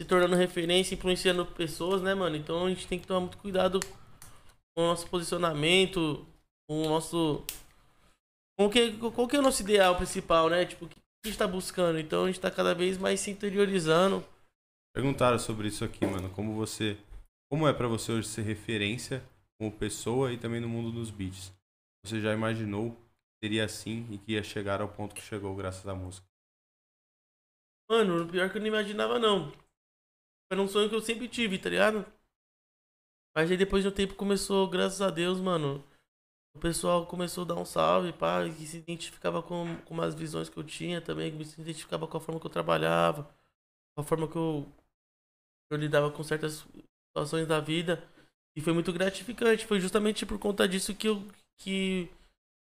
A: se tornando referência, influenciando pessoas, né, mano? Então a gente tem que tomar muito cuidado com o nosso posicionamento, com o nosso. Com o que, qual que é o nosso ideal principal, né? Tipo, o que a gente tá buscando? Então a gente tá cada vez mais se interiorizando.
C: Perguntaram sobre isso aqui, mano. Como você. Como é pra você hoje ser referência como pessoa e também no mundo dos beats? Você já imaginou que seria assim e que ia chegar ao ponto que chegou graças à música?
A: Mano, o pior que eu não imaginava, não. Era um sonho que eu sempre tive, tá ligado? Mas aí depois de um tempo começou, graças a Deus, mano. O pessoal começou a dar um salve, pá, que se identificava com, com umas visões que eu tinha também, que se identificava com a forma que eu trabalhava, com a forma que eu, que eu lidava com certas situações da vida. E foi muito gratificante. Foi justamente por conta disso que eu que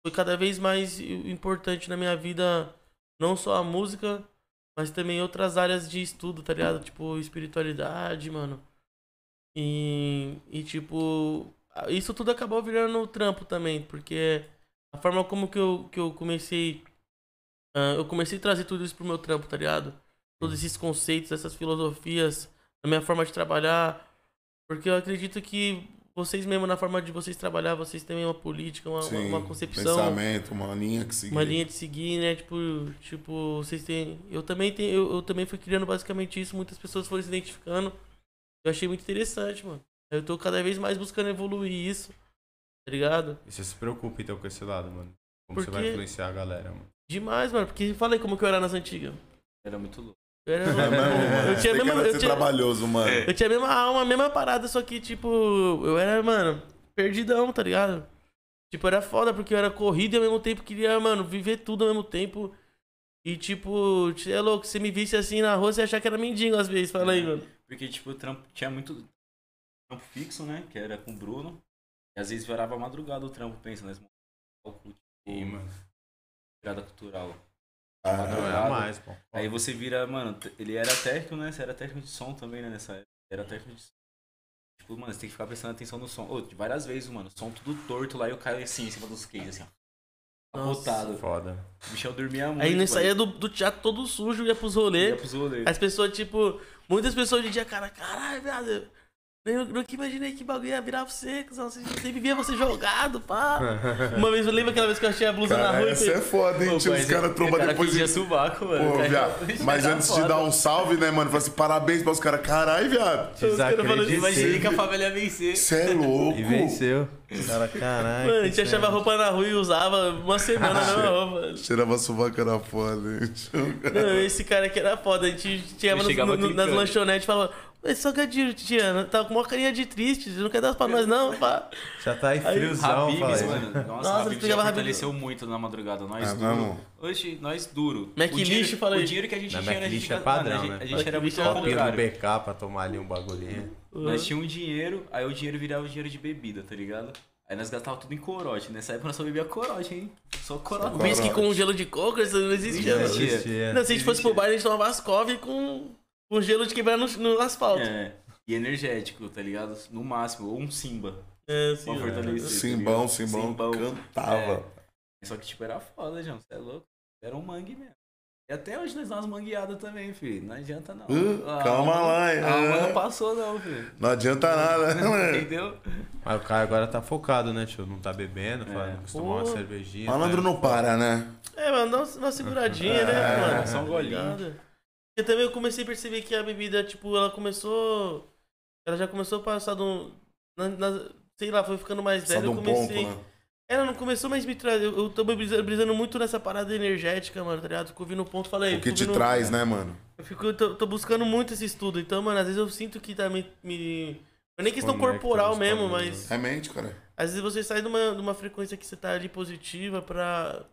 A: foi cada vez mais importante na minha vida, não só a música, mas também outras áreas de estudo, tá ligado? Tipo, espiritualidade, mano. E, e, tipo, a- isso tudo acabou virando trampo também, porque a forma como que eu, que eu comecei. ah, eu comecei a trazer tudo isso pro meu trampo, tá ligado? Todos
B: Uhum.
A: esses conceitos, essas filosofias, a minha forma de trabalhar. Porque eu acredito que vocês mesmo, na forma de vocês trabalhar, vocês têm uma política, uma, uma-
B: Sim,
A: uma concepção
B: Pensamento, uma linha que seguir.
A: uma linha de seguir, né? Tipo, tipo, vocês têm. Eu também tenho. Eu, eu também fui criando basicamente isso, muitas pessoas foram se identificando. Eu achei muito interessante, mano. Eu tô cada vez mais buscando evoluir isso, tá ligado?
E: E você se preocupa então com esse lado, mano. Como você
A: Porque-
E: vai influenciar a galera, mano.
A: Demais, mano, porque fala aí como que eu era nas antigas.
F: Era muito louco.
A: Eu era.
B: É mesmo, mano.
A: Eu tinha
B: Tem
A: mesmo-
B: cara de
A: eu
B: ser
A: tinha-
B: trabalhoso, mano.
A: Eu tinha a mesma alma, a mesma parada, só que, tipo, eu era, mano, perdidão, tá ligado? Tipo, era foda, porque eu era corrido e ao mesmo tempo queria, mano, viver tudo ao mesmo tempo. E, tipo, cê é louco, se você me visse assim na rua, você ia achar que era mendigo às vezes. Fala aí, mano.
F: Porque, tipo, o trampo tinha muito trampo fixo, né? Que era com o Bruno. E às vezes virava a madrugada o trampo, pensa, né? Tipo,
E: Sim, mano.
F: virada cultural.
B: Caralho.
E: Não, era
F: Errado.
E: mais, pô.
F: Aí você vira, mano, t- ele era técnico, né? Você era técnico de som também, né? Nessa época. Era técnico de som. Tipo, mano, você tem que ficar prestando atenção no som. Ô, de várias vezes, mano, o som tudo torto lá e eu caio assim em cima dos cases, assim, ó.
A: Nossa.
F: Botado.
E: Foda.
F: O Michel dormia muito.
A: Aí
F: mano.
A: nós saía do, do teatro todo sujo, ia pros
F: Ia
A: rolês.
F: pros rolês.
A: As pessoas, tipo, muitas pessoas hoje em dia, cara, caralho, viado. Eu nunca imaginei que bagulho ia virar você, cuzão. Você sempre via você jogado, pá. Uma vez, eu lembro aquela vez que eu achei a blusa na
B: Cara,
A: rua e
B: essa é
A: falei,
B: foda, hein? Tinha os caras tromba depois
F: de
B: de.
F: subaco, mano.
B: Pô,
F: Cara,
B: viado. Mas
F: tá
B: antes de
F: foda.
B: dar um salve, né, mano? Fala assim, parabéns para os caras. Caralho, viado.
A: os caras falando,
E: Desacreditei.
F: Imaginei que a favela ia vencer.
B: Você é louco.
E: E venceu. Cara, caralho.
A: Mano, a gente achava roupa na rua e usava uma semana na mesma roupa.
B: Tirava a suvaca na foda, gente.
A: Não, esse cara que era foda. A gente chegava nos- no-
F: chegava
A: no- nas
F: clicando.
A: lanchonetes e falava, mas salgadinho, Tiana, tá com uma carinha de triste, você não quer dar pra nós não, pá.
E: Já tá aí
A: Aí,
E: friozão,
F: Habibs,
E: falei.
F: mano. Nossa,
A: Nossa,
F: Nossa Habibs já
A: pegava Habibs.
F: fortaleceu muito na madrugada. Nós
B: Ah,
F: duro.
B: vamos.
F: Hoje, nós duro.
A: Mac
F: O dinheiro-
A: lixo, fala aí.
F: O dinheiro que a gente
E: Não,
F: tinha,
E: Mac
F: né, a gente
E: lixo é
F: gastava-
E: padrão,
F: mano, a
E: né?
F: gente- A gente
A: Mac
F: era
A: lixo
F: muito
A: é
F: ao
A: padrão.
E: Copinha do
F: contrário.
E: BK pra tomar ali um bagulhinho.
F: Nós tinha um dinheiro, aí o dinheiro virava o dinheiro de bebida, tá ligado? Aí nós gastava tudo em corote. Nessa época nós só bebia corote, hein? Só corote.
B: corote.
A: Um Whisky com gelo de coco, isso não existia.
F: Não
A: mano.
F: existia.
A: Não, se a gente fosse pro bar, a gente tomava as cove com, com gelo de quebrar no, no asfalto. É,
F: É. E energético, tá ligado? No máximo. Ou um simba.
A: assim,
F: Pra
A: ó.
F: fortalecer. tá
B: Simbão,
F: ligado?
B: simbão,
F: É.
B: cantava.
F: Só que, tipo, era foda, João. Você é louco. Era um mangue mesmo. E até hoje nós damos umas mangueadas também, filho. Não adianta não. Ah,
B: Hã?
F: A
B: Calma
F: alma-
B: lá, hein?
F: A alma
B: Hã?
F: não passou não, filho.
B: Não adianta nada, né, mano?
F: Entendeu?
E: Mas o cara agora tá focado, né, tio? Não tá bebendo, fala, não costuma uma
A: Pô.
E: cervejinha.
B: Malandro
E: né?
B: não para, né?
A: É, mano, dá uma, uma seguradinha,
B: É,
A: né, mano?
F: só um golinho.
A: Obrigado. Eu também eu comecei a perceber que a bebida, tipo, ela começou. Ela já começou a passar de um. na- na- sei lá, foi ficando mais
B: Só
A: velha.
B: de
A: Eu
B: um ponto,
A: comecei.
B: né?
A: Ela não começou mais me trazer. Eu, eu tô brisa- brisando muito nessa parada energética, mano, tá ligado? Fico ouvindo o ponto falei.
B: O que te
A: ouvindo,
B: traz, né, mano?
A: Eu fico, eu tô, tô buscando muito esse estudo. Então, mano, às vezes eu sinto que tá me. me... Não é nem questão
E: Conecta
A: corporal
E: nos
A: mesmo,
E: caminhos,
A: mas.
B: É mente, cara.
A: Às vezes você sai de uma, de uma frequência que você tá ali positiva pra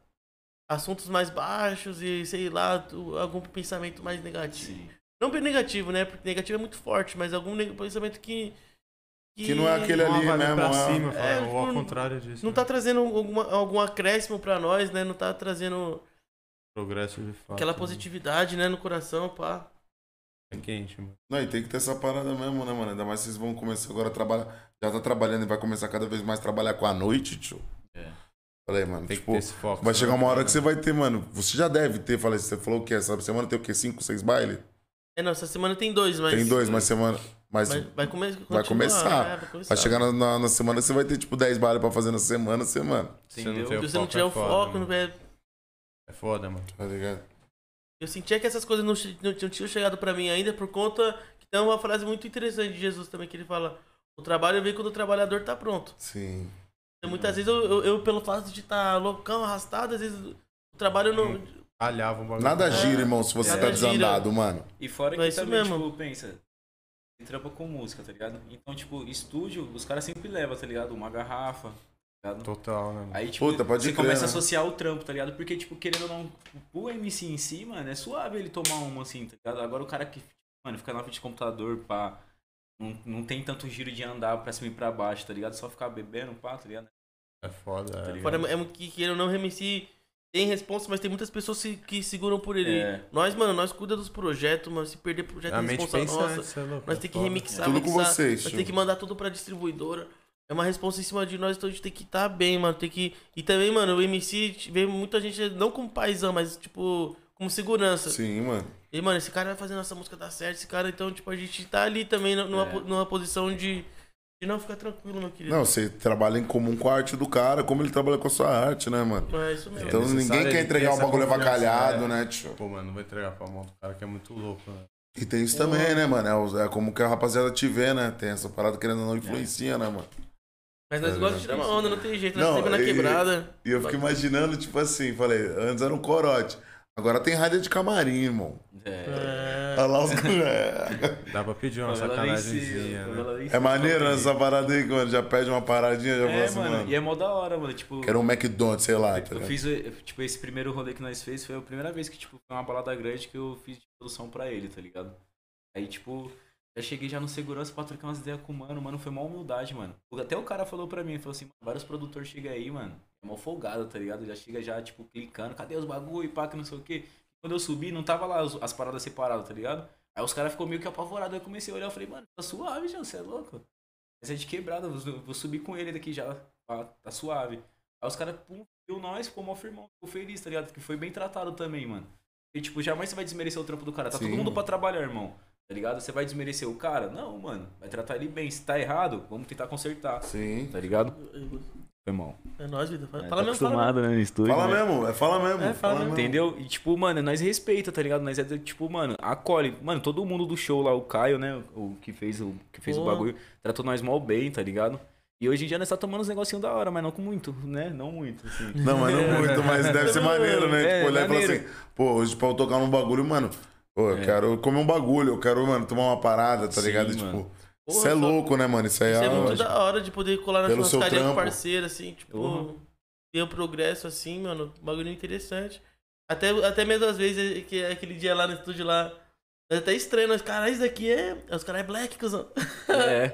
A: assuntos mais baixos e, sei lá, tu- algum pensamento mais negativo. Não bem negativo, né? Porque negativo é muito forte, mas algum ne- pensamento que.
B: Que não é aquele ali
E: Uma vibe
B: mesmo.
E: pra
B: é-
E: cima, fala,
A: É,
E: ou ao
A: tipo,
E: contrário disso.
A: Não
E: né?
A: tá trazendo alguma, algum acréscimo pra nós, né? Não tá trazendo
E: Progresso de fato.
A: aquela
E: né?
A: positividade, né? No coração, pá.
E: É quente, mano.
B: Não, e tem que ter essa parada mesmo, né, mano? Ainda mais vocês vão começar agora a trabalhar. Já tá trabalhando e vai começar cada vez mais a trabalhar com a noite, tio.
F: É.
B: Falei, mano,
E: Tem que
B: tipo,
E: ter esse foco.
B: vai
E: né?
B: chegar uma hora que você vai ter, mano. Você já deve ter, falei, você falou o quê? Essa semana tem o quê? Cinco, seis bailes?
A: É, não, essa semana tem dois, mas.
B: Tem dois, mas semana. Mas
A: Vai,
B: vai,
A: vai, come-
B: Vai
A: continuar,
B: começar.
A: é, vai começar.
B: chegar na, na- na semana, você vai ter, tipo, dez bailes pra fazer na semana, semana.
E: Se não
F: Entendeu?
E: tem
A: Se você não
E: é
A: tiver o
E: foda,
B: né?
A: foco,
E: mano.
A: não é,
E: É foda, mano.
B: Tá ligado?
A: Eu sentia que essas coisas não, che- não tinham- tinham chegado pra mim ainda por conta que tem uma frase muito interessante de Jesus também que ele fala: "O trabalho vem quando o trabalhador tá pronto".
B: Sim.
A: Então, muitas
C: Uhum.
A: vezes eu, eu- eu, pelo fato de estar loucão, arrastado, às vezes o trabalho não
C: Uhum.
E: Calhava um bagulho.
B: Nada gira,
A: É.
B: irmão, se você
A: Nada
B: tá
A: gira.
B: desandado, mano.
F: E fora
A: É
F: que
A: isso
F: também,
A: mesmo.
F: tipo, pensa, você trampa com música, tá ligado? Então, tipo, estúdio, os caras sempre levam, tá ligado? Uma garrafa, tá ligado?
E: Total, né, mano?
F: Aí, tipo,
B: Puta, pode
F: você
B: crer,
F: começa a
B: né?
F: associar o trampo, tá ligado? Porque, tipo, querendo ou não, o MC em si, mano, é suave ele tomar uma, assim, tá ligado? Agora o cara que, mano, fica na frente de computador, pá, não, não tem tanto giro de andar pra cima e pra baixo, tá ligado? Só ficar bebendo, pá, tá ligado?
E: É foda,
F: Tá
E: é.
F: ligado?
A: fora, é muito que queira ou não remexe tem responsa, mas tem muitas pessoas se- que seguram por ele.
F: É.
A: Nós, mano, nós cuida dos projetos, mano. Se perder projeto é
C: A mente
A: responsa
C: pensa,
A: nossa.
C: "Cê é louco,
A: Nós
C: é
A: tem que
C: foda."
A: remixar,
B: Tudo com
A: mixar,
B: vocês,
A: Nós
B: tio.
A: tem que mandar tudo pra distribuidora. É uma responsa em cima de nós, então a gente tem que estar bem, mano. Tem que. E também, mano, o MC vê muita gente, não como paizão, mas tipo, como segurança.
B: Sim, mano.
A: E, mano, esse cara vai fazer nossa música dar certo, esse cara, então, tipo, a gente tá ali também numa, po- numa posição de. De não ficar tranquilo, meu querido.
B: Não, você trabalha em comum com a arte do cara, como ele trabalha com a sua arte, né, mano?
A: Mas É isso mesmo.
B: Então
C: necessário
B: ninguém
C: ele
B: quer
C: ter
B: entregar um
C: essa
B: bagulho
C: confiança,
B: avacalhado,
C: é.
B: né, tio?
C: Pô, mano, não vou entregar pra mão do cara que é muito louco, né?
B: E tem isso também, né, mano? É o- É como que a rapaziada te vê, né? Tem essa parada querendo ou não influencia, né, mano?
A: Mas nós gostamos de tirar uma onda, não tem jeito, nós
B: Não, é.
A: sempre na
B: e-
A: quebrada.
B: E eu fico imaginando, tipo assim, falei, antes era um corote. Agora tem rádio de camarim, irmão.
A: É,
B: Olha lá os... É,
C: Dá pra pedir uma sacanagemzinha, né?
B: é maneiro essa parada aí, quando já pede uma paradinha, já fala
F: É,
B: assim, mano.
F: mano, e é mó da hora, mano. Tipo,
B: Quero um McDonald's, sei lá. tá
F: eu
B: ligado?
F: fiz, eh, tipo, esse primeiro rolê que nós fez foi a primeira vez que, tipo, foi uma balada grande que eu fiz de produção pra ele, tá ligado? Aí, tipo, já cheguei já no segurança pra trocar umas ideias com o mano, mano, foi mó humildade, mano. Até o cara falou pra mim, falou assim, "Mano, vários produtores chegam aí, mano, é mó folgado, tá ligado? Já chega já, tipo, clicando, cadê os bagulho, pá, que não sei o quê. Quando eu subi, não tava lá as, as paradas separadas, tá ligado? Aí os caras ficou meio que apavorados, aí eu comecei a olhar, eu falei, mano, tá suave, já, você é louco? Mas é de quebrada, vou, vou subir com ele daqui já, pá, tá suave. Aí os caras, pum, viu nós, ficou mó firmão, ficou feliz, tá ligado? Que foi bem tratado também, mano. E, tipo, jamais você vai desmerecer o trampo do cara, tá
B: Sim.
F: todo mundo pra trabalhar, irmão. Tá ligado? Você vai desmerecer o cara? Não, mano. Vai tratar ele bem. Se tá errado, vamos tentar consertar.
B: Sim.
F: Tá ligado? Foi mal.
A: é nóis, vida. Fala,
F: É,
A: fala
F: tá
A: mesmo, fala mesmo.
F: acostumado, né? No estúdio,
B: Fala
F: né?
B: mesmo, é fala mesmo.
A: É, fala
F: Tá
B: fala
A: mesmo.
B: mesmo.
F: Entendeu? E tipo, mano, nós respeita, tá ligado? Nós é do tipo, mano, acolhe. Mano, todo mundo do show lá, o Caio, né? O que fez o, que fez o
A: Boa.
F: bagulho, tratou nós mal bem, tá ligado? E hoje em dia nós tá tomando uns negocinhos da hora, mas não com muito, né? Não muito, assim.
B: Não, mas não muito, mas deve ser maneiro, né?
F: É,
B: tipo, olhar e
F: maneiro. É.
B: falar assim, pô, hoje pra eu tocar num bagulho, mano, pô, eu quero comer um bagulho, eu quero, mano, tomar uma parada, tá
F: Sim,
B: ligado? E,
F: mano.
B: Tipo, isso
A: Porra,
B: é
A: só-
B: louco, né, mano? Isso aí
A: Isso
B: é,
A: é muito
B: lógico.
A: da hora de poder colar na
B: Pelo seu
A: churrascaria com
B: trampo.
A: parceiro, assim, tipo,
F: Uhum.
A: ter um progresso assim, mano, um bagulho interessante. Até, até mesmo às vezes, é que é aquele dia lá no estúdio lá, é até estranho, nós, caralho, isso daqui é. Os caras é black, cuzão.
F: é.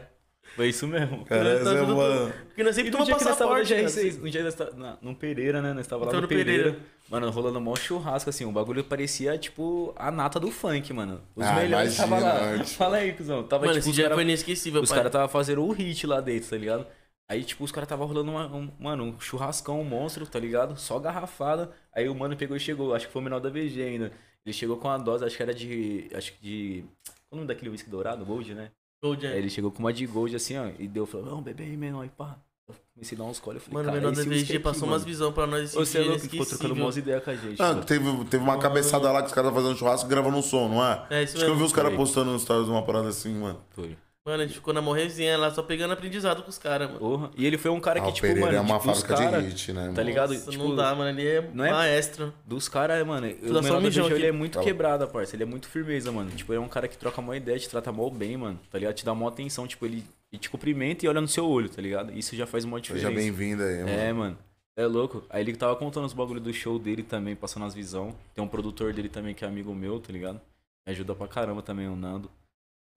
F: Foi isso mesmo.
B: Cara,
A: Tá
B: isso é
A: tudo-
B: mano.
A: Porque nós
F: E
A: sempre
F: no
A: tomamos
F: dia que nós tava na
A: passaporte. né? cara.
F: GR6, no né? dia que nós tá- na- no Pereira, né? Nós tava lá
A: Então,
F: no,
A: no
F: Pereira.
A: Pereira.
F: Mano, rolando mó churrasco, assim. O bagulho parecia, tipo, a nata do funk, mano. Os
B: Ah,
F: melhores
B: imagina,
F: tava lá.
B: né, tipo-
F: Fala aí, cuzão. Tava,
A: Mano,
F: tipo,
A: esse
F: os
A: dia
F: cara- tá
A: foi inesquecível,
F: Os
A: pai.
F: caras tava fazendo o hit lá dentro, tá ligado? Aí, tipo, os caras tava rolando uma, um, mano, um churrascão, um monstro, tá ligado? Só garrafada. Aí o mano pegou e chegou, acho que foi o menor da VG ainda. Ele chegou com uma dose, acho que era de. Acho que de. Qual o nome daquele whisky dourado? Gold, né?
A: Gold,
F: Aí
A: é.
F: ele chegou com uma de gold assim, ó, e deu, falou, não, bebê aí, menor, e pá. Eu comecei a dar uns colhe, eu falei,
A: Mano, o
F: cara,
A: menor da
F: esse whisky
A: VG
F: aqui,
A: passou
F: mano.
A: umas visão pra nós esse
F: Ô, Você é
A: dia,
F: louco, ficou trocando
A: inesquecível.
F: umas ideias com a gente.
B: Ah,
F: mano.
B: teve, teve uma cabeçada lá que os caras estavam fazendo churrasco e gravando um som, não é?
A: É, isso
B: Acho que eu vi
A: mesmo.
B: os caras postando nos stories uma parada assim, mano.
F: Foi.
A: Mano, a gente ficou na morrezinha lá, só pegando aprendizado com os caras, mano.
F: Porra. E ele foi um cara
B: Ah,
F: que,
B: o
F: tipo,
B: Pereira
F: mano,
B: é uma
F: tipo, dos
B: fábrica de
F: caras,
B: hit, né, mano?
F: tá ligado?
A: Nossa,
F: tipo,
A: não dá, mano. Ele é
F: não é-
A: maestro.
F: Dos caras, mano,
A: dá só
F: o
A: um
F: menor da
A: mijão
F: VG, ele
A: aqui.
F: é muito
B: Fala.
F: quebrada, parça. Ele é muito firmeza, mano. Tipo, ele é um cara que troca mó ideia, te trata mó bem, mano, tá ligado? Te dá mó atenção, tipo, ele, ele te cumprimenta e olha no seu olho, tá ligado? Isso já faz uma diferença.
B: Seja bem-vindo aí, mano.
F: Tipo, É, mano. É louco. Aí ele tava contando os bagulho do show dele também, passando as visão. Tem um produtor dele também que é amigo meu, tá ligado? Me ajuda pra caramba também, o Nando.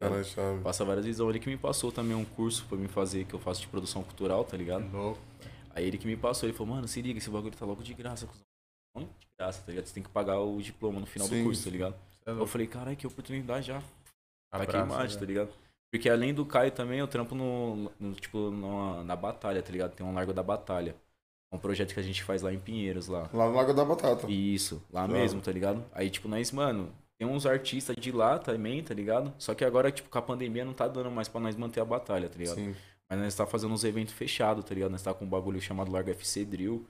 B: Cara, é chave.
F: Passa várias visões. Ele que me passou também um curso pra me fazer, que eu faço de produção cultural, tá ligado?
C: Louco.
F: Aí ele que me passou, ele falou, mano, se liga, esse bagulho tá logo de graça, cuzão. Não De graça, tá ligado? Você tem que pagar o diploma no final
B: Sim,
F: do curso,
B: sim.
F: tá ligado?
C: Cê é
F: Eu
C: louco.
F: falei, caralho, que oportunidade já. Tá
C: Abraço,
F: queimado,
C: né?
F: tá ligado? Porque além do Caio também, eu trampo no, no- tipo, numa- na batalha, tá ligado? Tem um Largo da Batalha. É um projeto que a gente faz lá em Pinheiros, lá.
B: Lá no Lago da Batata.
F: Isso, lá
B: Claro.
F: mesmo, tá ligado? Aí, tipo, nós, mano, tem uns artistas de lá também, tá ligado? Só que agora, tipo, com a pandemia não tá dando mais pra nós manter a batalha, tá ligado?
B: Sim.
F: Mas nós tá fazendo uns eventos fechados, tá ligado? Nós tá com um bagulho chamado Largo FC Drill.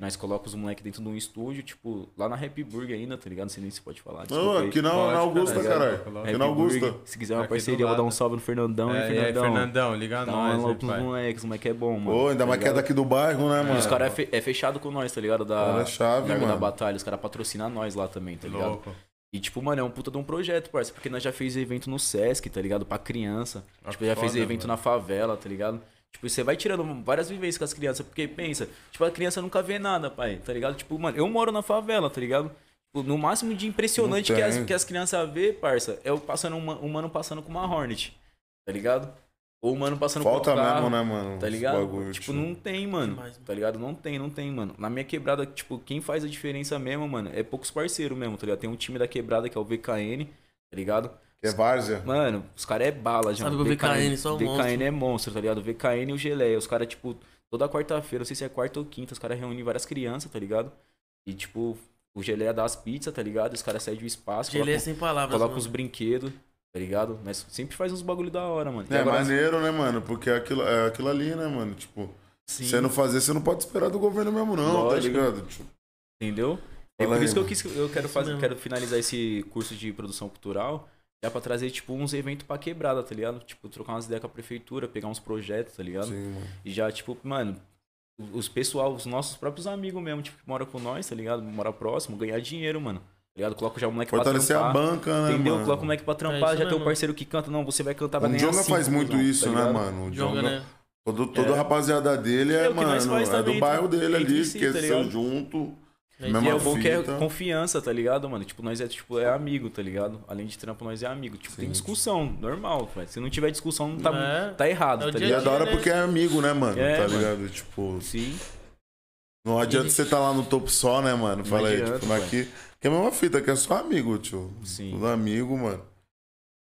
F: Nós colocamos os moleque dentro de um estúdio, tipo, lá na Happy Burger ainda, tá ligado? Não sei nem se pode falar. desculpa
B: Não,
F: aí. tá
B: aqui na,
C: Pode,
B: na Augusta,
C: caralho.
B: caralho. Aqui
F: Happy
B: na Augusta.
F: Burger. Se quiser uma
C: Aqui do
F: parceria, eu vou dar um
C: lado.
F: salve no Fernandão,
C: É,
F: hein,
C: e aí,
F: Fernandão.
C: Fernandão, liga
F: Dá um
C: nós,
F: alô
C: hein,
F: pros
C: pai.
F: moleques, o moleque é bom, mano.
B: Ô, ainda mais que é
F: ligado?
B: daqui do bairro, né,
F: E os
B: mano?
F: caras é, fe- é fechado com nós, tá ligado? Da,
B: Cara, é chave,
F: Largo da
B: mano.
F: batalha, os caras patrocinam nós lá também, tá ligado?
C: é Louco.
F: E, tipo, mano, é um puta de um projeto, parça. Porque nós já fez evento no Sesc, tá ligado? Pra criança.
C: Ah,
F: tipo, já fez
C: foda,
F: evento
C: mano.
F: na favela, tá ligado? Tipo, você vai tirando várias vivências com as crianças. Porque, pensa, tipo, a criança nunca vê nada, pai, tá ligado? Tipo, mano, eu moro na favela, tá ligado? Tipo, no máximo de impressionante
B: Não
F: que
B: tem.
F: as, que as crianças vê, parça, é o passando um, ma- um mano passando com uma Hornet, tá ligado? Ou o mano passando
B: Falta
F: por outro carro,
B: mesmo, né, mano?
F: Tá
B: esse
F: ligado?
B: bagulho,
F: tipo, não tem, mano.
A: Demais, mano.
F: Tá ligado? Não tem, não tem, mano. Na minha quebrada, tipo, quem faz a diferença mesmo, mano, é poucos parceiros mesmo, tá ligado? Tem um time da quebrada que é o VKN, tá ligado?
B: É várzea?
F: Mano, os caras é bala, já.
A: Sabe que o VKN só um
F: VKN
A: monstro.
F: é monstro, tá ligado? O VKN e o Geleia. Os caras, tipo, toda quarta-feira, não sei se é quarta ou quinta, os caras reúnem várias crianças, tá ligado? E, tipo, o Geleia dá as pizzas, tá ligado? Os caras saem do espaço,
A: Ele é
F: colocam
A: sem palavras.
F: coloca
A: mano.
F: os brinquedos, tá ligado? Mas sempre faz uns bagulho da hora, mano. E
B: É
F: agora-
B: maneiro, né, mano? Porque é aquilo, é aquilo ali, né, mano? Tipo,
F: Sim,
B: você não fazer, você não pode esperar do governo mesmo, não,
F: Lógico.
B: tá ligado? Tipo,
F: Entendeu? É
B: Fala
F: por
B: aí,
F: isso que eu,
B: mano.
F: quis, eu quero,
A: Isso
F: fazer,
A: mesmo.
F: quero finalizar esse curso de produção cultural já pra trazer, tipo, uns eventos pra quebrada, tá ligado? Tipo, trocar umas ideias com a prefeitura, pegar uns projetos, tá ligado?
B: sim, mano.
F: E já, tipo, mano, os pessoal, os nossos próprios amigos mesmo, tipo, que moram com nós, tá ligado? Mora próximo, ganhar dinheiro, mano. Tá ligado? Coloca já o moleque
B: Fortalecer
F: pra
B: a
F: trampar.
B: banca, né,
F: entendeu?
B: mano?
F: Coloca o moleque pra trampar,
A: É isso
F: já tem um
A: mesmo.
F: parceiro que canta, não, você vai cantar pra
B: O
F: ganhar
B: Jonga
F: cinco,
B: faz muito
F: cuzão, tá
B: isso, né,
F: ligado?
B: mano? O
A: Joga,
B: Jonga,
A: né?
B: Todo, toda a rapaziada dele é,
F: É o que
B: mano,
F: nós faz
B: é do
F: também,
B: bairro
F: tá-
B: dele ali,
F: entre si, tá
B: cresceu
F: ligado?
B: junto.
A: É,
B: mesma
F: E é o bom que é
B: fita.
F: confiança, tá ligado, mano? Tipo, nós é, tipo, é amigo, tá ligado? Além de trampo, nós é amigo. Tipo, tem discussão, normal, velho. Se não tiver discussão, não tá,
A: É.
F: tá errado,
A: É o
F: tá
A: dia a
B: E
F: ligado?
B: é da hora
A: né?
B: porque é amigo, né, mano?
F: É,
B: tá
F: mano.
B: ligado? Tipo,
F: Sim,
B: não adianta você tá lá no topo só, né, mano? Fala aí,
F: adianta,
B: tipo, aqui. Que é a mesma fita, que é só amigo, tio.
F: sim.
B: Tudo amigo, mano.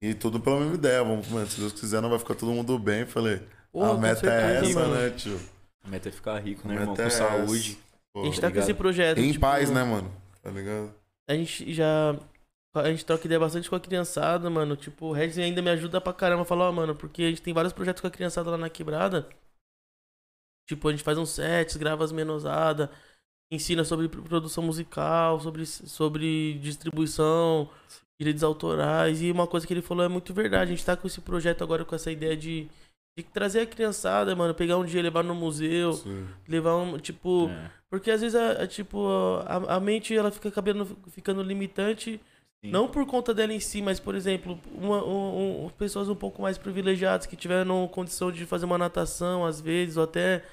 B: E tudo pela mesma ideia. Vamos, mano, se Deus quiser, não vai ficar todo mundo bem. Falei,
A: Porra,
B: a
A: com
B: meta é
A: certeza,
B: essa,
A: mano.
B: né, tio?
F: A meta é ficar rico,
B: A
F: né, irmão?
B: meta
F: Com
B: é
F: saúde.
B: Pô,
A: A gente tá com
F: Obrigado.
A: esse projeto.
B: Em
A: tipo,
B: paz, né, mano? Tá ligado?
A: A gente já. A gente troca ideia bastante com a criançada, mano. Tipo, o Regis ainda me ajuda pra caramba. Fala, ó, mano, porque a gente tem vários projetos com a criançada lá na quebrada. Tipo, a gente faz uns sets, grava as menosadas, ensina sobre pr- produção musical, sobre, sobre distribuição, direitos autorais. E uma coisa que ele falou é muito verdade. A gente tá com esse projeto agora com essa ideia de, de trazer a criançada, mano, pegar um dia, levar no museu,
B: Sim.
A: levar um. Tipo.
F: É,
A: Porque às vezes a, a- tipo, a, a mente ela fica cabendo, ficando limitante,
F: sim.
A: não por conta dela em si, mas, por exemplo, uma, um, um- pessoas um pouco mais privilegiadas que tiveram condição de fazer uma natação, às vezes, ou até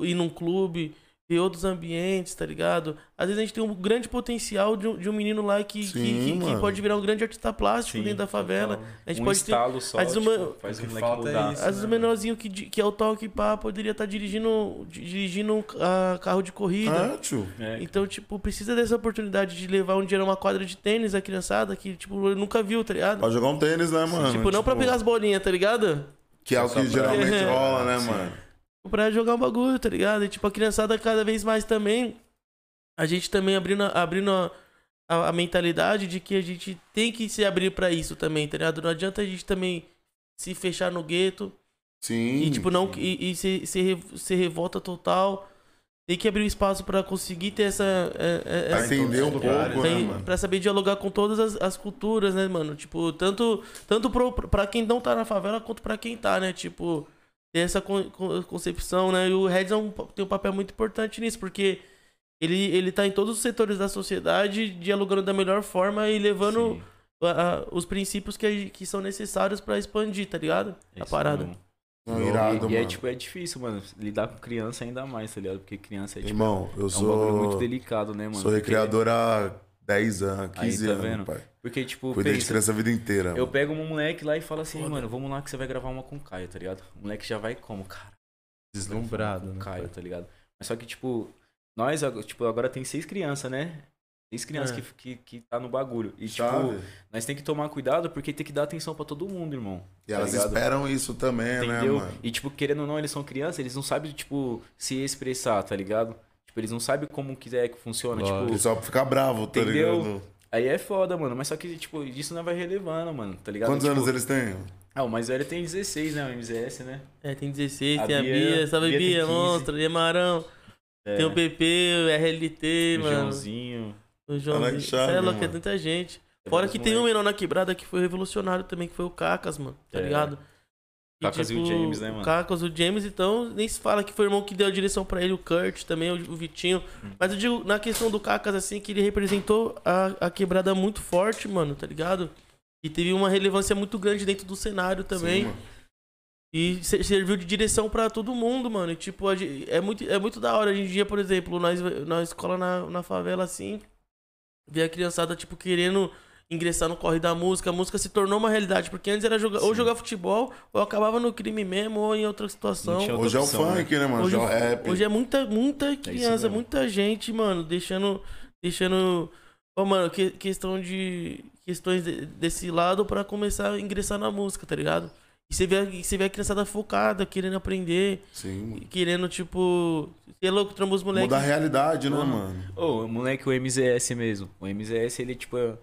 A: ir num clube, ver outros ambientes, tá ligado? Às vezes a gente tem um grande potencial de um, de um menino lá que, que-
B: Sim,
A: que, que
B: mano.
A: pode virar um grande artista plástico
F: Sim,
A: dentro da favela.
F: total.
A: A gente
F: um
A: pode ter.
F: estalo só,
A: às vezes uma-
F: tipo, faz
E: O
F: o
E: que
F: moleque
E: falta é
F: mudar.
E: isso.
A: Às vezes o
E: né, mano?
A: menorzinho que, di- que é o toque pá, poderia estar dirigindo, di- dirigindo um ca- carro de corrida.
B: Ah, tio.
F: É,
A: Então, tipo, precisa dessa oportunidade de levar um dia numa quadra de tênis a criançada que, tipo, nunca viu, tá ligado?
B: Pra jogar um tênis, né, mano?
A: tipo, não pra pegar as bolinhas, tá ligado?
B: Que é o
F: Só pra-
B: que geralmente
A: É.
B: rola, né,
F: Sim.
B: mano?
A: Pra jogar um bagulho, tá ligado? E, tipo, a criançada cada vez mais também. A gente também abrindo, a- abrindo a, a- a mentalidade de que a gente tem que se abrir pra isso também, tá ligado? Não adianta a gente também se fechar no gueto
B: Sim.
A: e, tipo, não. E, e se, se, re- se revolta total. Tem que abrir o espaço pra conseguir ter essa. é- é-
B: pra
A: essa
B: entender um pouco,
E: lugares,
B: né,
A: Tem,
B: mano?
A: pra saber dialogar com todas as, as culturas, né, mano? Tipo, tanto, tanto pro, pra quem não tá na favela quanto pra quem tá, né? Tipo, ter essa con- con- concepção, né? E o Reds é um pa- tem um papel muito importante nisso, porque ele, ele tá em todos os setores da sociedade, dialogando da melhor forma e levando
F: sim,
A: a- a- os princípios que, que são necessários pra expandir, tá ligado?
F: é
A: a
F: isso
A: parada.
F: mesmo.
B: Não,
F: E-
B: irado,
F: e
B: mano.
F: é, tipo, é difícil, mano, lidar com criança ainda mais, tá ligado? Porque criança é, tipo,
B: Irmão, eu
F: é um bagulho muito
B: sou.
F: delicado, né, mano?
B: sou
F: Porque-
B: recreador há 10 anos,
F: Aí,
B: 15
F: tá
B: anos,
F: vendo?
B: pai.
F: Porque, tipo,
B: Cuidei de
F: pensa,
B: criança a vida inteira.
F: Eu
B: mano.
F: pego um moleque lá e falo assim, mano, vamos lá que você vai gravar uma com o Caio, tá ligado? O moleque já vai como, cara?
C: um
E: Deslumbrado,
F: Com o
E: né?
F: Caio,
E: pai?
F: tá ligado? Mas só que, tipo, nós, ag- tipo, agora tem seis crianças, né? Seis crianças
A: É.
F: que, que, que tá no bagulho. E,
B: Sabe?
F: tipo, nós tem que tomar cuidado porque tem que dar atenção pra todo mundo, irmão.
B: E elas
F: ligado?
B: esperam isso também,
F: Entendeu?
B: né, mano?
F: e, tipo, querendo ou não, eles são crianças, eles não sabem, tipo, se expressar, tá ligado? Tipo, eles não sabem como que é que funciona.
E: Lógico.
B: O
F: Tipo,
B: pessoal fica bravo, tá
F: Entendeu?
B: ligado?
F: aí é foda, mano. Mas só que, tipo, isso não vai relevando, mano, tá ligado?
B: Quantos
F: Tipo,
B: anos eles têm?
F: Ah, o mais velho tem 16, né? O MZS, né?
A: É, tem 16,
F: A
A: tem a
F: Bia-
A: Bia, sabe
F: Bia
A: Bia,
F: tem 15.
A: monstro, Emarão,
F: É.
A: tem um o PP, o RLT,
F: O
A: mano.
F: Joãozinho.
A: O Joãozinho.
B: Alex
A: Cê
B: Chaves,
A: é louco, é
B: mano.
A: tanta gente. Fora que
F: é.
A: tem um menor na quebrada que foi revolucionário também, que foi o Cacas, mano, tá
F: É.
A: ligado?
F: Cacas e o James, né, mano?
A: O Cacas, o James, então, nem se fala que foi o irmão que deu a direção pra ele, o Kurt também, o o Vitinho.
F: Hum.
A: Mas eu digo, na questão do Cacas, assim, que ele representou a, a quebrada muito forte, mano, tá ligado? E teve uma relevância muito grande dentro do cenário também.
B: Sim, mano.
A: E se- serviu de direção pra todo mundo, mano. E, tipo, a gen- é muito, é muito da hora. Hoje em dia, por exemplo, nós, nós escola na, na favela, assim, ver a criançada, tipo, querendo ingressar no corre da música. A música se tornou uma realidade, porque antes era jogar, ou jogar futebol, ou acabava no crime mesmo, ou em outra situação.
F: tinha outra
B: Hoje é o
F: opção, né?
B: funk, né, mano? Hoje,
A: Hoje,
B: é o rap.
A: hoje é muita, muita criança,
F: mesmo.
A: muita gente, mano, deixando. Deixando. Ô, mano, que- questão de. Questões de- desse lado pra começar a ingressar na música, tá ligado? E você vê, a- e você vê a criançada focada, querendo aprender,
B: Sim, mano.
A: e querendo, tipo. Você é louco, tromba os moleques.
B: Mudar a realidade, né, mano?
F: Ô, o moleque, o MZS mesmo. O MZS, ele, tipo, é-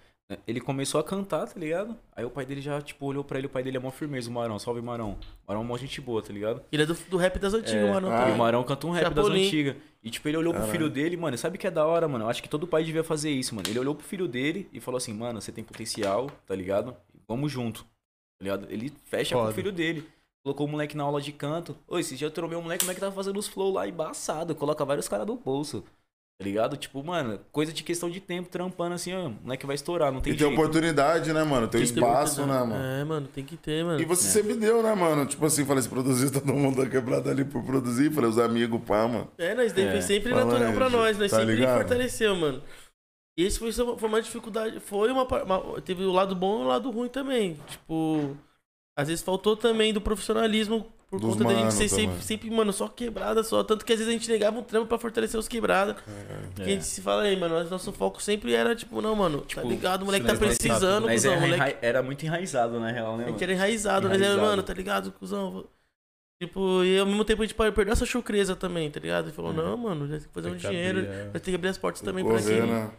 F: ele começou a cantar, tá ligado? Aí o pai dele já, tipo, olhou pra ele, o pai dele é mó firmeza, o Marão. Salve, Marão. Marão é mó gente boa, tá ligado?
A: Ele é do, do rap das antigas,
F: É,
A: mano.
B: ah,
A: tá
F: E o
A: ligado?
F: Marão canta um rap das
A: Chapolin.
F: antigas. E, tipo, ele olhou pro
B: Caralho.
F: filho dele, mano, sabe que é da hora, mano? Eu acho que todo pai devia fazer isso, mano. Ele olhou pro filho dele e falou assim, mano, você tem potencial, tá ligado? Vamos junto, tá ligado? Ele fecha com o
C: Foda.
F: filho dele. Colocou o moleque na aula de canto. Ô, esse dia eu tromei um moleque, o moleque tava fazendo os flow lá embaçado. Coloca vários caras no bolso. Tá ligado? Tipo, mano, coisa de questão de tempo, trampando assim, ó. O moleque vai estourar, não tem
B: E tem um
F: jeito.
B: oportunidade, né, mano? Tem
A: Tem que ter
B: espaço, né,
A: oportunidade.
B: mano?
A: É, mano, tem que ter, mano.
B: E você
F: É.
B: sempre deu, né, mano? Tipo assim, falei, se produzir, todo mundo da quebrada ali por produzir. Falei, os amigos, pá, mano.
A: É, nós daí
F: É,
A: foi sempre
B: fala
A: natural
B: aí,
A: pra nós, nós
B: tá
A: sempre
B: ligado?
A: fortaleceu, mano. E isso foi, só- foi uma dificuldade, foi uma, par- uma- Teve o lado bom e o lado ruim também. Tipo, às vezes faltou também do profissionalismo por
B: Dos
A: conta da gente
B: mano
A: ser sempre,
B: também.
A: sempre, mano, só quebrada só. Tanto que às vezes a gente negava um trampo pra fortalecer os quebrados. Porque a gente se fala aí, mano, mas nosso foco sempre era, É. tipo, não, mano, tá ligado, o moleque tá precisando,
F: Mas é
A: cuzão,
F: era,
A: o moleque
F: enra- era muito enraizado, na
B: É
F: real, né,
A: a gente
F: mano?
A: era enraizado, mas era,
F: Enraizado.
A: mano, tá ligado, cuzão? vou- Tipo, e ao mesmo tempo a gente pode perder essa chucreza também, tá ligado? E falou, não, mano, já tem que fazer um
C: Tem que abrir,
A: dinheiro,
C: é.
A: já tem que abrir as portas também pra
B: Correr,
A: quem.
B: né?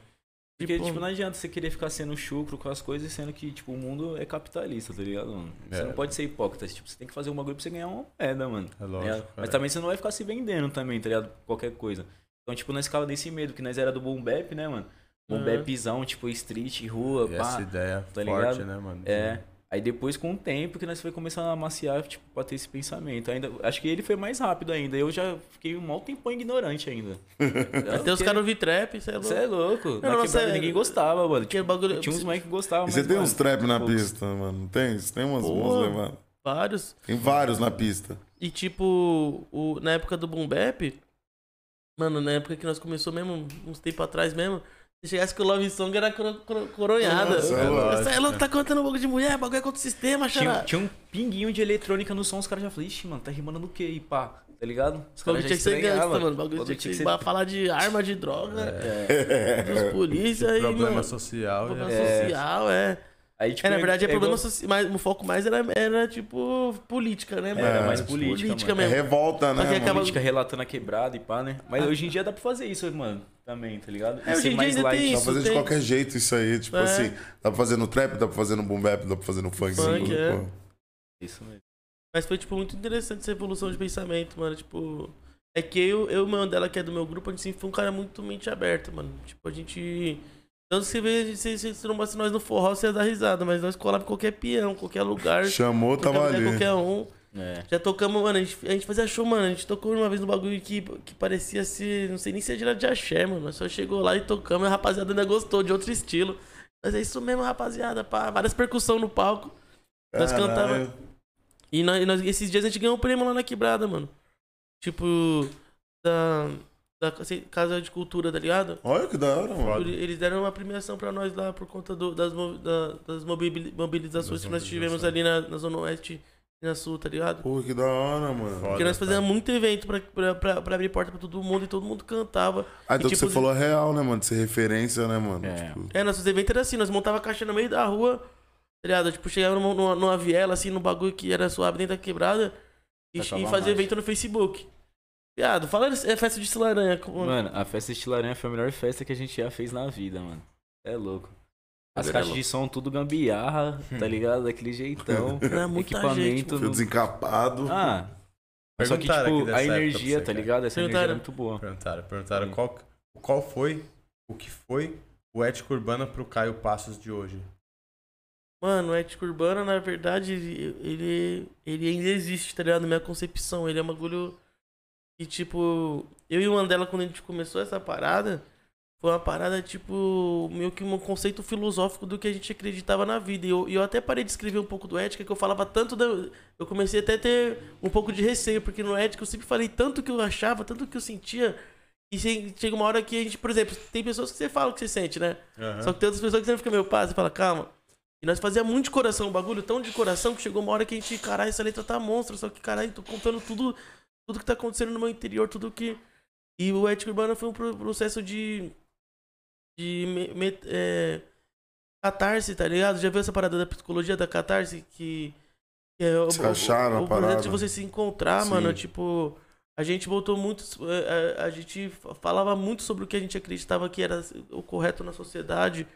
F: Porque,
A: Tipo,
F: tipo, não adianta você querer ficar sendo chucro com as coisas, sendo que, tipo, o mundo é capitalista, tá ligado, mano? Você
C: É.
F: não pode ser hipócrita, tipo, você tem que fazer um bagulho pra você ganhar uma moeda, mano.
C: É
F: tá
C: lógico.
F: ligado? Mas também você não vai ficar se vendendo também, tá ligado? Qualquer coisa. Então, tipo, nós ficava desse medo, que nós era do boom bap, né, mano? Boom
A: É.
F: bapzão, tipo, street, rua,
C: E
F: pá.
C: essa ideia
F: tá
C: forte,
F: ligado?
C: né, mano?
F: É. Aí depois, com o tempo, que nós foi começando a amaciar, tipo, pra ter esse pensamento. Ainda, acho que ele foi mais rápido ainda. Eu já fiquei um mau tempão ignorante ainda. Tá
A: até os
F: Porque-
A: caras ouvir trap, sei lá.
F: Você é louco. Na
A: nossa,
F: quebrada
A: é-
F: ninguém gostava, mano.
A: Que
F: Tipo,
A: bagulho-
F: Tinha uns moleques que
B: E
F: gostavam, mas,
B: você tem
F: mano,
B: uns trap na
F: poucos.
B: pista, mano? Tem? Você tem umas,
A: Pô.
B: umas levadas?
A: Vários.
B: Tem vários na pista.
A: E tipo, o- na época do Boom Bap, mano, na época que nós começou mesmo, uns tempos atrás mesmo, se chegasse que o Love Song era coro, coro, coronhada.
B: Nossa, é
A: Você é louco, tá cantando um bagulho de mulher, bagulho é contra o sistema,
F: Tinha,
A: xará.
F: tinha um pinguinho de eletrônica no som, os caras já falaram, ixi, mano, tá rimando no quê? E pá, tá ligado? Os
A: O bagulho tinha que ser gangsta,
F: estranhavam.
A: mano. O bagulho tinha que ser... É. falar de arma, de droga, dos polícia e,
C: Problema
A: mano,
C: social. já-
A: problema
F: É.
A: social, é.
F: Aí, tipo,
A: É, na verdade, é
F: igual-
A: problema social, mas o foco mais era, era tipo, política, né, mano?
F: Era É, mais
B: tipo,
F: política, mano.
B: É
A: mesmo.
B: revolta, né,
A: Só que
B: mano?
A: acaba-
F: Política relatando a quebrada e pá, né? Mas hoje em dia dá pra fazer isso, mano, também, tá ligado?
A: É, hoje em dia ainda tem
B: Dá pra
A: isso,
B: fazer tá de
A: tem-
B: qualquer jeito isso aí. Tipo
A: É.
B: assim, dá pra fazer no trap, dá pra fazer no boom bap, dá pra fazer no funk.
A: Funk,
B: assim,
A: é.
B: pô.
F: Isso né? mesmo.
A: Mas foi, tipo, muito interessante essa evolução de pensamento, mano. Tipo, é que eu, eu e o Mandela, que é do meu grupo, a gente sempre foi um cara muito mente aberta, mano. Tipo, a gente. Tanto que você vê, a gente- se se- se trombasse nós no forró, você ia dar risada, mas nós colava em qualquer peão, qualquer lugar.
B: Chamou, tava
A: trocava ideia
B: ali.
A: com qualquer um.
F: É.
A: Já tocamos, mano, a gente, a gente fazia show, mano. A gente tocou uma vez no bagulho que, que parecia ser. Não sei nem se era de axé, mano. Nós só chegou lá e tocamos, a rapaziada ainda gostou, de outro estilo. Mas é isso mesmo, rapaziada, pá. Várias percussão no palco. um, Nós
B: Caralho.
A: cantava. E nós, nós- esses dias a gente ganhou um prêmio lá na quebrada, mano. Tipo. Da. Da Casa- Casa de Cultura, tá ligado?
B: Olha que da hora, mano.
A: Ele- Eles deram uma premiação pra nós lá por conta do- das, mo- da- das mobili- mobilizações que nós tivemos ali na, na Zona Oeste e na Sul, tá ligado?
B: Pô, que da hora, mano.
A: Porque nós fazíamos
F: tá.
A: muito evento pra, pra, pra, pra abrir porta pra todo mundo e todo mundo cantava.
B: Ah, então
A: E,
B: o que você
A: tipo,
B: falou é real, né, mano? De ser referência, né, mano?
F: É.
B: Tipo,
A: É, nossos eventos eram assim, nós montava a caixa no meio da rua, tá ligado? Tipo, chegava numa, numa, numa viela, assim, num bagulho que era suave dentro da quebrada e, e
F: Tacava
A: fazia
F: mais.
A: evento no Facebook. Viado, fala é festa de Cilaranha. como-
F: Mano, a festa estilo aranha foi a melhor festa que a gente já fez na vida, mano. É louco. As
C: é
A: Era
F: caixas
A: louco.
F: de som tudo gambiarra, tá
C: Hum.
F: ligado? Daquele jeitão.
A: Era é muita gente,
F: equipamento.
B: fio
F: no-
B: desencapado.
F: Ah, só que
C: Perguntaram aqui
F: tipo,
C: dessa
F: a
C: época pra
F: energia,
C: você,
F: tá
C: cara.
F: ligado? Essa energia era
A: Perguntaram.
F: muito boa.
C: Perguntaram, perguntaram qual, qual foi, o que foi o ético urbana pro Caio Passos de hoje.
A: Mano, o ético urbano, na verdade, ele, ele, ele ainda existe, tá ligado? Na minha concepção. Ele é um bagulho. E, tipo, eu e o Mandela, quando a gente começou essa parada, foi uma parada, tipo, meio que um conceito filosófico do que a gente acreditava na vida. E eu, e eu até parei de escrever um pouco do ética, que eu falava tanto da. Eu comecei até a ter um pouco de receio, porque no ética eu sempre falei tanto que eu achava, tanto que eu sentia, E che- chega uma hora que a gente, por exemplo, tem pessoas que você fala o que você sente, né?
E: Aham.
A: Só que tem outras pessoas que você fica meio pá, você fala, calma. E nós fazia muito de coração o bagulho, tão de coração, que chegou uma hora que a gente, caralho, essa letra tá monstro, só que, caralho, tô contando tudo, tudo que tá acontecendo no meu interior, tudo que. E o Ético Urbano foi um pro- processo de. de. me- me- é, catarse, tá ligado? Já viu essa parada da psicologia da catarse? Que. que é o,
B: Se achar na
A: o, o projeto de
B: parada.
A: você se encontrar,
B: Sim.
A: mano, tipo. A gente voltou muito. é, é, A, gente fa- falava muito sobre o que a gente acreditava que era o correto na sociedade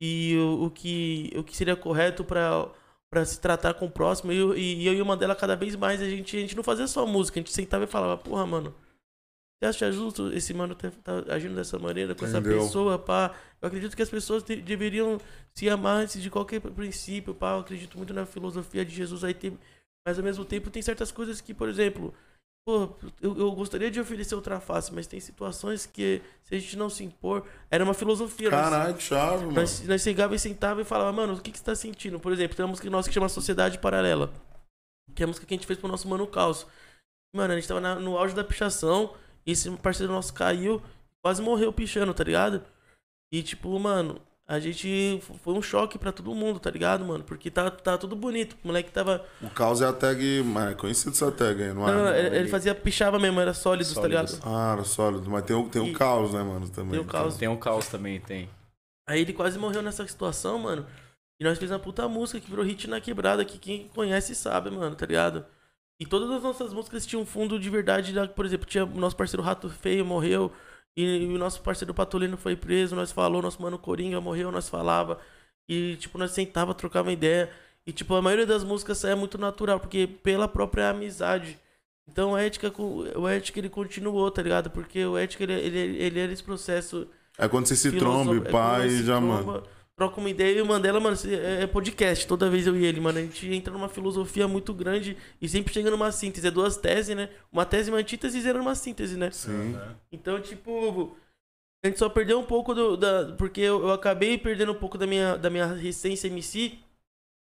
A: e o, o que, o que seria correto pra para se tratar com o próximo. E, eu- e eu e o Mandela, cada vez mais, a gente, a gente não fazia só música, a gente sentava e falava, porra, mano, você acha justo esse mano tá, tá agindo dessa maneira com
B: Entendeu.
A: essa pessoa, pá? Eu acredito que as pessoas te- deveriam se amar antes de qualquer princípio, pá. Eu acredito muito na filosofia de Jesus aí, tem, mas ao mesmo tempo tem certas coisas que, por exemplo, Pô, eu, eu gostaria de oferecer outra face, mas tem situações que, se a gente não se impor, era uma filosofia. nós-
B: Caralho, que chave, mano.
A: nós, nós chegava e sentava e falava, mano, o que, que você tá sentindo? Por exemplo, tem uma música nossa que chama Sociedade Paralela. Que é a música que a gente fez pro nosso mano Caos. Mano, a gente tava na- no auge da pichação, e esse parceiro nosso caiu, quase morreu pichando, tá ligado? E tipo, mano, a gente. Foi um choque pra todo mundo, tá ligado, mano? Porque tá, tá tudo bonito. O moleque tava.
B: O caos é a tag, mano, é conhecido essa tag aí, não é?
A: Não, Ah, não, ele, ele fazia pichava mesmo, era sólidos, tá ligado?
B: Ah, era sólido, mas tem o, tem o
A: E-
B: caos, né, mano, também.
A: Tem o caos.
F: Tem um caos também, tem.
A: Aí ele quase morreu nessa situação, mano. E nós fizemos uma puta música que virou hit na quebrada, que quem conhece sabe, mano, tá ligado? E todas as nossas músicas tinham um fundo de verdade, né? por exemplo, tinha o nosso parceiro Rato Feio morreu, e o nosso parceiro Patolino foi preso, nós falou, nosso mano Coringa morreu, nós falava. E, tipo, nós sentava, trocava ideia. E, tipo, a maioria das músicas saia muito natural, porque pela própria amizade. Então, a ética, com- o ética, ele continuou, tá ligado? Porque o ética, ele, ele, ele era esse processo
B: É quando você se
A: Filosofa-
B: trombe,
A: é,
B: pai,
A: quando
B: e
A: se
B: já,
A: tromba,
B: mano.
A: Troca uma ideia e o Mandela, mano, se- é é podcast. Toda vez eu e ele, mano. A gente entra numa filosofia muito grande e sempre chega numa síntese. É duas teses, né? Uma tese, uma antítese e era uma síntese, né?
B: Sim.
A: Então, tipo, a gente só perdeu um pouco do. Da, porque eu, eu acabei perdendo um pouco da minha, da minha recência MC.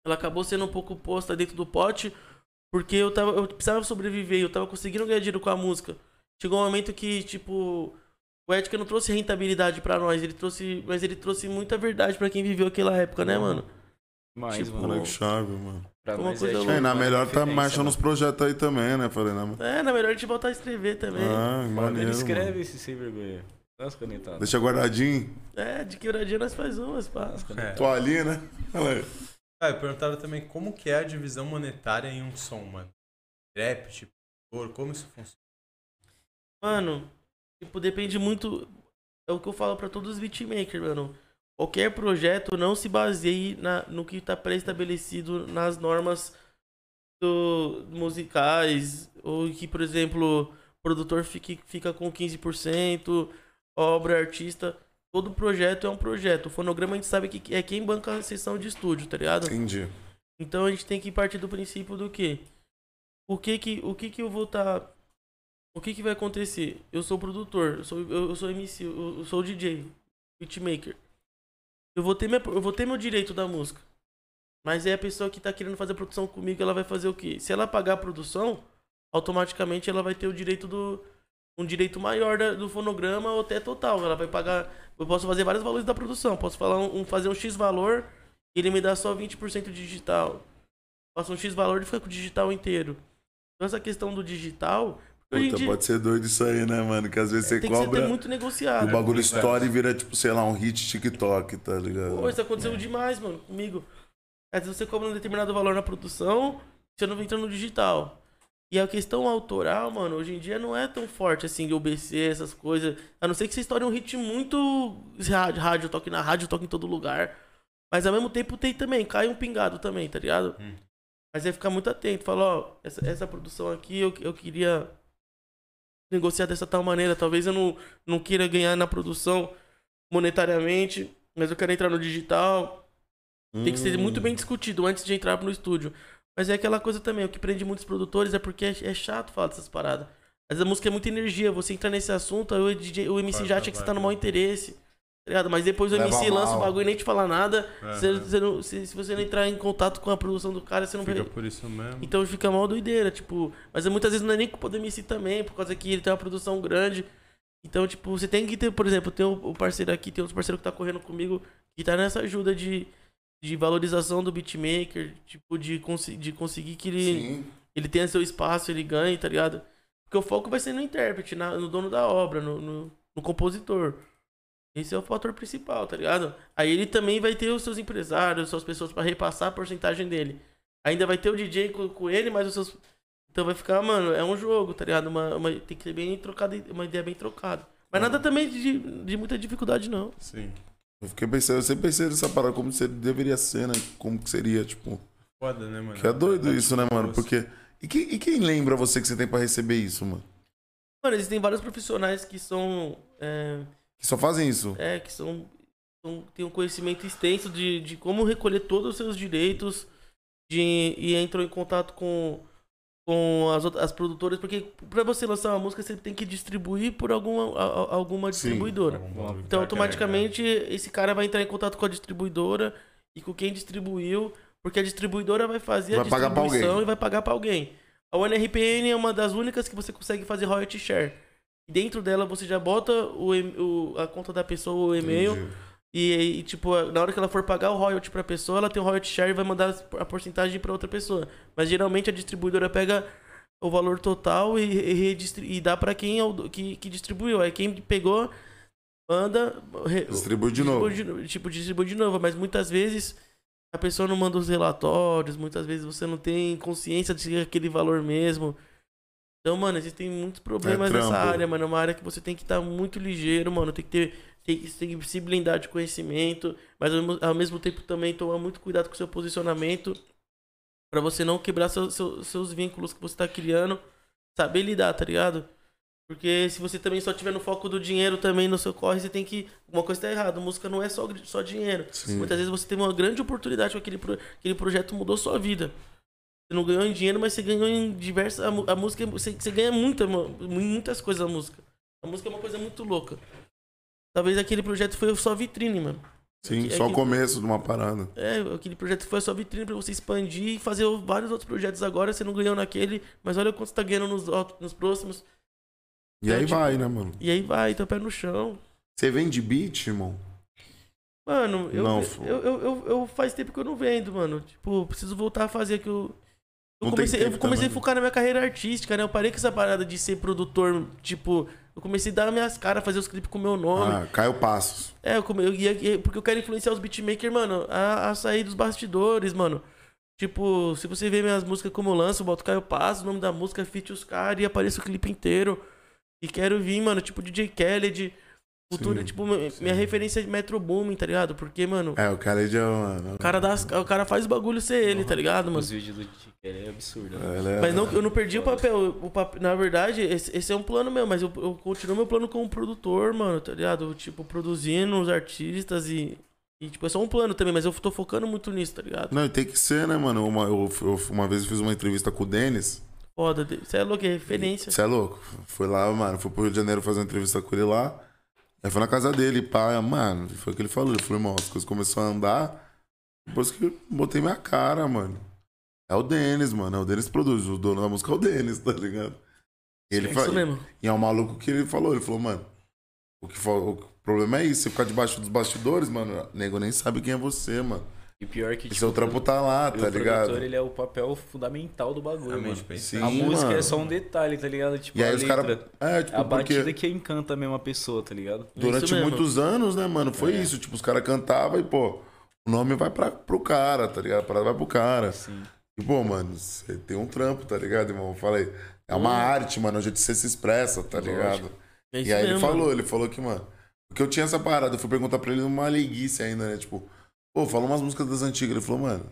A: Ela acabou sendo um pouco posta dentro do pote. Porque eu tava. Eu precisava sobreviver, eu tava conseguindo ganhar dinheiro com a música. Chegou um momento que, tipo. O Ética não trouxe rentabilidade pra nós, ele trouxe. Mas ele trouxe muita verdade pra quem viveu aquela época, né, mano?
F: Mas,
A: Tipo,
B: Moleque
F: mano,
B: chave, é mano.
F: pra
A: uma
F: nós
A: coisa
F: tipo,
A: louca.
F: né?
B: É, na
F: uma
B: melhor tá
F: referência,
B: marchando
F: mano.
B: os projetos aí também, né? Falei, né, mano?
A: É, na melhor a gente voltar a escrever também.
B: Ah, maneiro.
F: Ele
B: mano.
F: escreve esse sem vergonha. Dá umas canetadas.
B: Deixa guardadinho.
A: É, de quebradinha nós faz umas, pá.
C: É.
B: Toalhinha, né? Olha aí.
C: Ah, e perguntaram também como que é a divisão monetária em um som, mano. Trap, tipo, cor, como isso funciona?
A: Mano, tipo, depende muito. É o que eu falo pra todos os beatmakers, mano. Qualquer projeto não se baseie na, no que tá pré-estabelecido nas normas do, musicais. Ou que, por exemplo, produtor fique, fica com 15%, obra, artista. Todo projeto é um projeto. O fonograma a gente sabe que é quem banca a sessão de estúdio, tá ligado?
B: Entendi.
A: Então a gente tem que partir do princípio do quê? O que que, o que, que eu vou estar. O que que vai acontecer? Eu sou produtor, eu sou, eu, eu sou MC, eu, eu sou DJ, beatmaker. Eu vou, ter minha, eu vou ter meu direito da música. Mas aí a pessoa que tá querendo fazer a produção comigo, ela vai fazer o quê? Se ela pagar a produção, automaticamente ela vai ter o direito do. Um direito maior da- do fonograma ou até total. Ela vai pagar. Eu posso fazer vários valores da produção. Posso falar um, um- fazer um X valor e ele me dá só 20% de digital. Passa um X valor e fica com o digital inteiro. Então essa questão do digital. hoje em
B: Puta,
A: dia É,
B: pode ser doido isso aí, né, mano? Que às vezes você
A: tem que ser
B: cobra
A: ter
B: e
A: muito né, negociado.
B: o bagulho estoura e vira, tipo, sei lá, um hit TikTok, tá ligado?
A: Pô, isso aconteceu demais, mano, comigo. Às vezes você cobra um determinado valor na produção, você não vai entrando no digital. E a questão autoral, mano, hoje em dia não é tão forte assim, OBC, essas coisas. A não ser que você estoure um hit muito rádio, rádio toque na rádio, toque em todo lugar. Mas ao mesmo tempo tem também, cai um pingado também, tá ligado? Mas é ficar muito atento, falar, ó, essa, essa produção aqui eu, eu queria negociar dessa tal maneira. Talvez eu não, não queira ganhar na produção monetariamente, mas eu quero entrar no digital. Tem que ser
B: Hum.
A: muito bem discutido antes de entrar no estúdio. Mas é aquela coisa também, o que prende muitos produtores é porque é, é chato falar dessas paradas. Às vezes a música é muita energia, você entra nesse assunto, aí o, DJ, o MC já acha que você tá no mau interesse. Tá ligado? Mas depois o
B: Leva
A: MC lança o
B: mal.
A: bagulho e nem te fala nada. Você- você não- se, se você não entrar em contato com a produção do cara, você não
C: Fica
A: vai-
C: por isso mesmo.
A: Então é fica mal doideira, tipo. Mas muitas vezes não é nem culpa do MC também, por causa que ele tem uma produção grande. Então, tipo, você tem que ter, por exemplo, tem o o parceiro aqui, tem outro parceiro que tá correndo comigo, que tá nessa ajuda de, de valorização do beatmaker, tipo, de, consi- de conseguir que ele
B: Sim.
A: ele tenha seu espaço, ele ganhe, tá ligado? Porque o foco vai ser no intérprete, na- no dono da obra, no, no- no compositor. Esse é o fator principal, tá ligado? Aí ele também vai ter os seus empresários, suas pessoas pra repassar a porcentagem dele. Ainda vai ter o DJ com, com ele, mas os seus. Então vai ficar, mano, é um jogo, tá ligado? Uma, uma- tem que ser bem trocado, uma ideia bem trocada. Mas nada também de, de muita dificuldade, não.
E: Sim.
B: Eu fiquei pensando, eu sempre pensei nessa parada, como seria, deveria ser, né? Como que seria, tipo.
E: Foda, né, mano?
B: Que é doido isso, né, mano?
E: Nossa.
B: Porque. E quem, e quem lembra você que você tem pra receber isso, mano?
A: Mano, existem vários profissionais que são. é,
B: Que só fazem isso.
A: É, que são, são tem um conhecimento extenso de, de como recolher todos os seus direitos de, e entram em contato com, com as, outras- as produtoras, porque pra você lançar uma música você tem que distribuir por alguma, a- a- alguma
B: Sim.
A: distribuidora.
B: Tá
A: Então automaticamente esse cara vai entrar em contato com a distribuidora e com quem distribuiu, porque a distribuidora vai fazer a
B: Vai pagar pra
A: distribuição
B: alguém.
A: e vai pagar pra alguém. A ONRPN é uma das únicas que você consegue fazer royalty share. Dentro dela você já bota o, e- o- a conta da pessoa, o e-mail,
B: Entendi.
A: e, e, tipo, na hora que ela for pagar o royalty pra pessoa, ela tem o royalty share e vai mandar a porcentagem pra outra pessoa. Mas geralmente a distribuidora pega o valor total e, e redistri- e dá pra quem é o do- que, que distribuiu. Aí quem pegou, manda. re-
B: Distribui de novo.
A: distribui de no- tipo, distribui de novo. Mas muitas vezes a pessoa não manda os relatórios, muitas vezes você não tem consciência de aquele valor mesmo. Então, mano, existem muitos problemas nessa
B: trampo.
A: área, mano. É uma área que você tem que estar muito ligeiro, mano. Tem que ter. Tem, você tem que se blindar de conhecimento, mas ao, mesmo- ao mesmo tempo também tomar muito cuidado com o seu posicionamento pra você não quebrar seu- seu- seus vínculos que você tá criando. Saber lidar, tá ligado? Porque se você também só tiver no foco do dinheiro também no seu corre, você tem que. Uma coisa tá errada. Música não é só, gr- só dinheiro.
B: Sim.
A: Muitas vezes você teve uma grande oportunidade com aquele, pro- aquele projeto, mudou sua vida. Você não ganhou em dinheiro, mas você ganhou em diversas. A, mu- a música. Você, você ganha muita, mu- muitas coisas na música. A música é uma coisa muito louca. Talvez aquele projeto foi só vitrine, mano.
B: Sim,
A: É
B: só
A: que-
B: o começo de uma parada.
A: É, aquele projeto foi só vitrine pra você expandir e fazer o- vários outros projetos agora. Você não ganhou naquele, mas olha quanto você tá ganhando nos, outros- nos próximos.
B: E aí
A: Então,
B: vai, né, mano?
A: E aí vai, então pé no chão.
B: Você vende beat, irmão?
A: Mano, eu,
B: Não,
A: ve-
B: fô.
A: eu, eu, eu, eu- faz tempo que eu não vendo, mano. Tipo, preciso voltar a fazer que eu. Eu
B: Não tem
A: comecei, eu
B: tempo
A: comecei
B: também.
A: a
B: né?
A: focar na minha carreira artística, né? Eu parei com essa parada de ser produtor, tipo, eu comecei a dar minhas caras, fazer os clipes com o meu nome.
B: Ah, Caio Passos.
A: É, eu, come, eu ia- ia- porque eu quero influenciar os beatmakers, mano, a, a sair dos bastidores, mano. Tipo, se você vê minhas músicas como eu lanço, eu boto Caio Passo, o nome da música, feat os caras e aparece o clipe inteiro. E quero vir, mano, tipo DJ Khaled, Cultura,
B: Sim,
A: tipo, minha, minha referência é Metro Booming, tá ligado? Porque, mano,
B: É, o cara é de. Mano,
A: o cara, dá as- o cara faz o bagulho ser ele, tá ligado, mano?
F: Os vídeos do Tiki é absurdo. né?
B: Ela é-
A: Mas não, eu não perdi o papel. o pap- na verdade, esse, esse é um plano meu, mas eu, eu continuo meu plano como produtor, mano, tá ligado? Tipo, produzindo os artistas e. E, tipo, é só um plano também, mas eu tô focando muito nisso, tá ligado?
B: Não, e tem que ser, né, mano? Uma, eu- eu- uma vez eu fiz uma entrevista com o Denis.
A: Foda, você é louco, é referência.
B: Você é louco? Foi lá, mano. Foi pro Rio de Janeiro fazer uma entrevista com ele lá. Aí foi na casa dele, pá, mano. Foi o que ele falou. Ele falou, irmão, as coisas começaram a andar. Depois que eu botei minha cara, mano. É o Denis, mano. É o Denis que produz. O dono da música é o Denis, tá ligado? E Ele
A: É
B: fa-
A: isso mesmo.
B: E é um maluco que ele falou, ele falou, mano, o que fa- o problema é isso, você ficar debaixo dos bastidores, mano, nego nem sabe quem é você, mano.
F: E pior que,
B: E
F: tipo,
B: seu trampo tá lá,
F: o
B: tá ligado?
F: produtor, ele é o papel fundamental do bagulho,
E: Realmente,
F: mano.
E: pensar.
B: Sim,
F: a música
B: mano.
F: é só um detalhe, tá ligado? Tipo,
B: E
F: a
B: aí os
F: letra.
B: caras. É, tipo,
F: A
B: porque
F: batida que encanta mesmo a pessoa, tá ligado?
B: durante
A: Isso mesmo.
B: muitos anos, né, mano, foi
F: É.
B: isso. Tipo, os caras cantavam e, pô, o nome vai pra, pro cara, tá ligado? A parada vai pro cara.
F: Sim.
B: E, pô, mano, você tem um trampo, tá ligado, irmão? Eu falei, é uma arte, mano, onde você se expressa, tá ligado?
A: É isso
B: E aí ele
A: mesmo, mano.
B: falou, ele falou que, mano. Porque eu tinha essa parada, eu fui perguntar pra ele numa leiguice ainda, né? Tipo, pô, fala umas músicas das antigas. Ele falou, mano,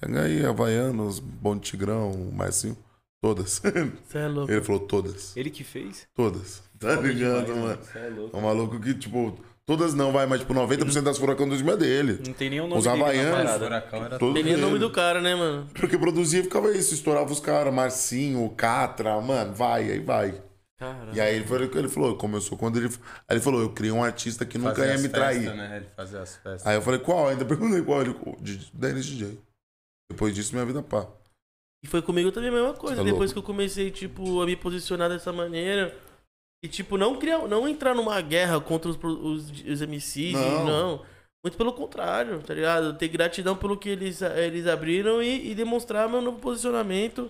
B: pega aí, Havaianos, Bom de Tigrão, Marcinho, todas.
A: Você é louco.
B: ele falou, todas,
F: Ele que fez?
B: todas. Tá
F: Foda
B: ligado,
F: demais,
B: mano?
F: Cê é louco.
B: É um maluco que, tipo, todas não, vai, mas tipo, 90% das furacão do time é dele.
F: Não tem nem o nome
B: Os
F: dele
B: havaianos,
F: na
B: os
F: parada.
E: Furacão era
B: Todos
A: Tem nem o nome
B: dele.
A: do cara, né, mano?
B: Porque produzia e ficava isso, estourava os caras, Marcinho, Catra, mano, vai, aí vai.
A: Caralho.
B: E aí ele falou, ele falou começou quando ele. Aí ele falou, eu criei um artista que nunca
E: fazer
B: ia
E: as
B: me
E: festas,
B: trair.
E: Né? Ele fazia as festas.
B: Aí eu falei, qual? Ainda perguntei qual. Ele, o DJ Dennis DJ. Depois disso, minha vida pá.
A: E foi comigo também a mesma coisa.
B: Cê é louco.
A: Depois que eu comecei, tipo, a me posicionar dessa maneira, E, tipo, não, criar, não entrar numa guerra contra os, pro- os, os MCs,
B: Não.
A: não. Muito pelo contrário, tá ligado? Ter gratidão pelo que eles, eles abriram e, e demonstrar meu novo posicionamento,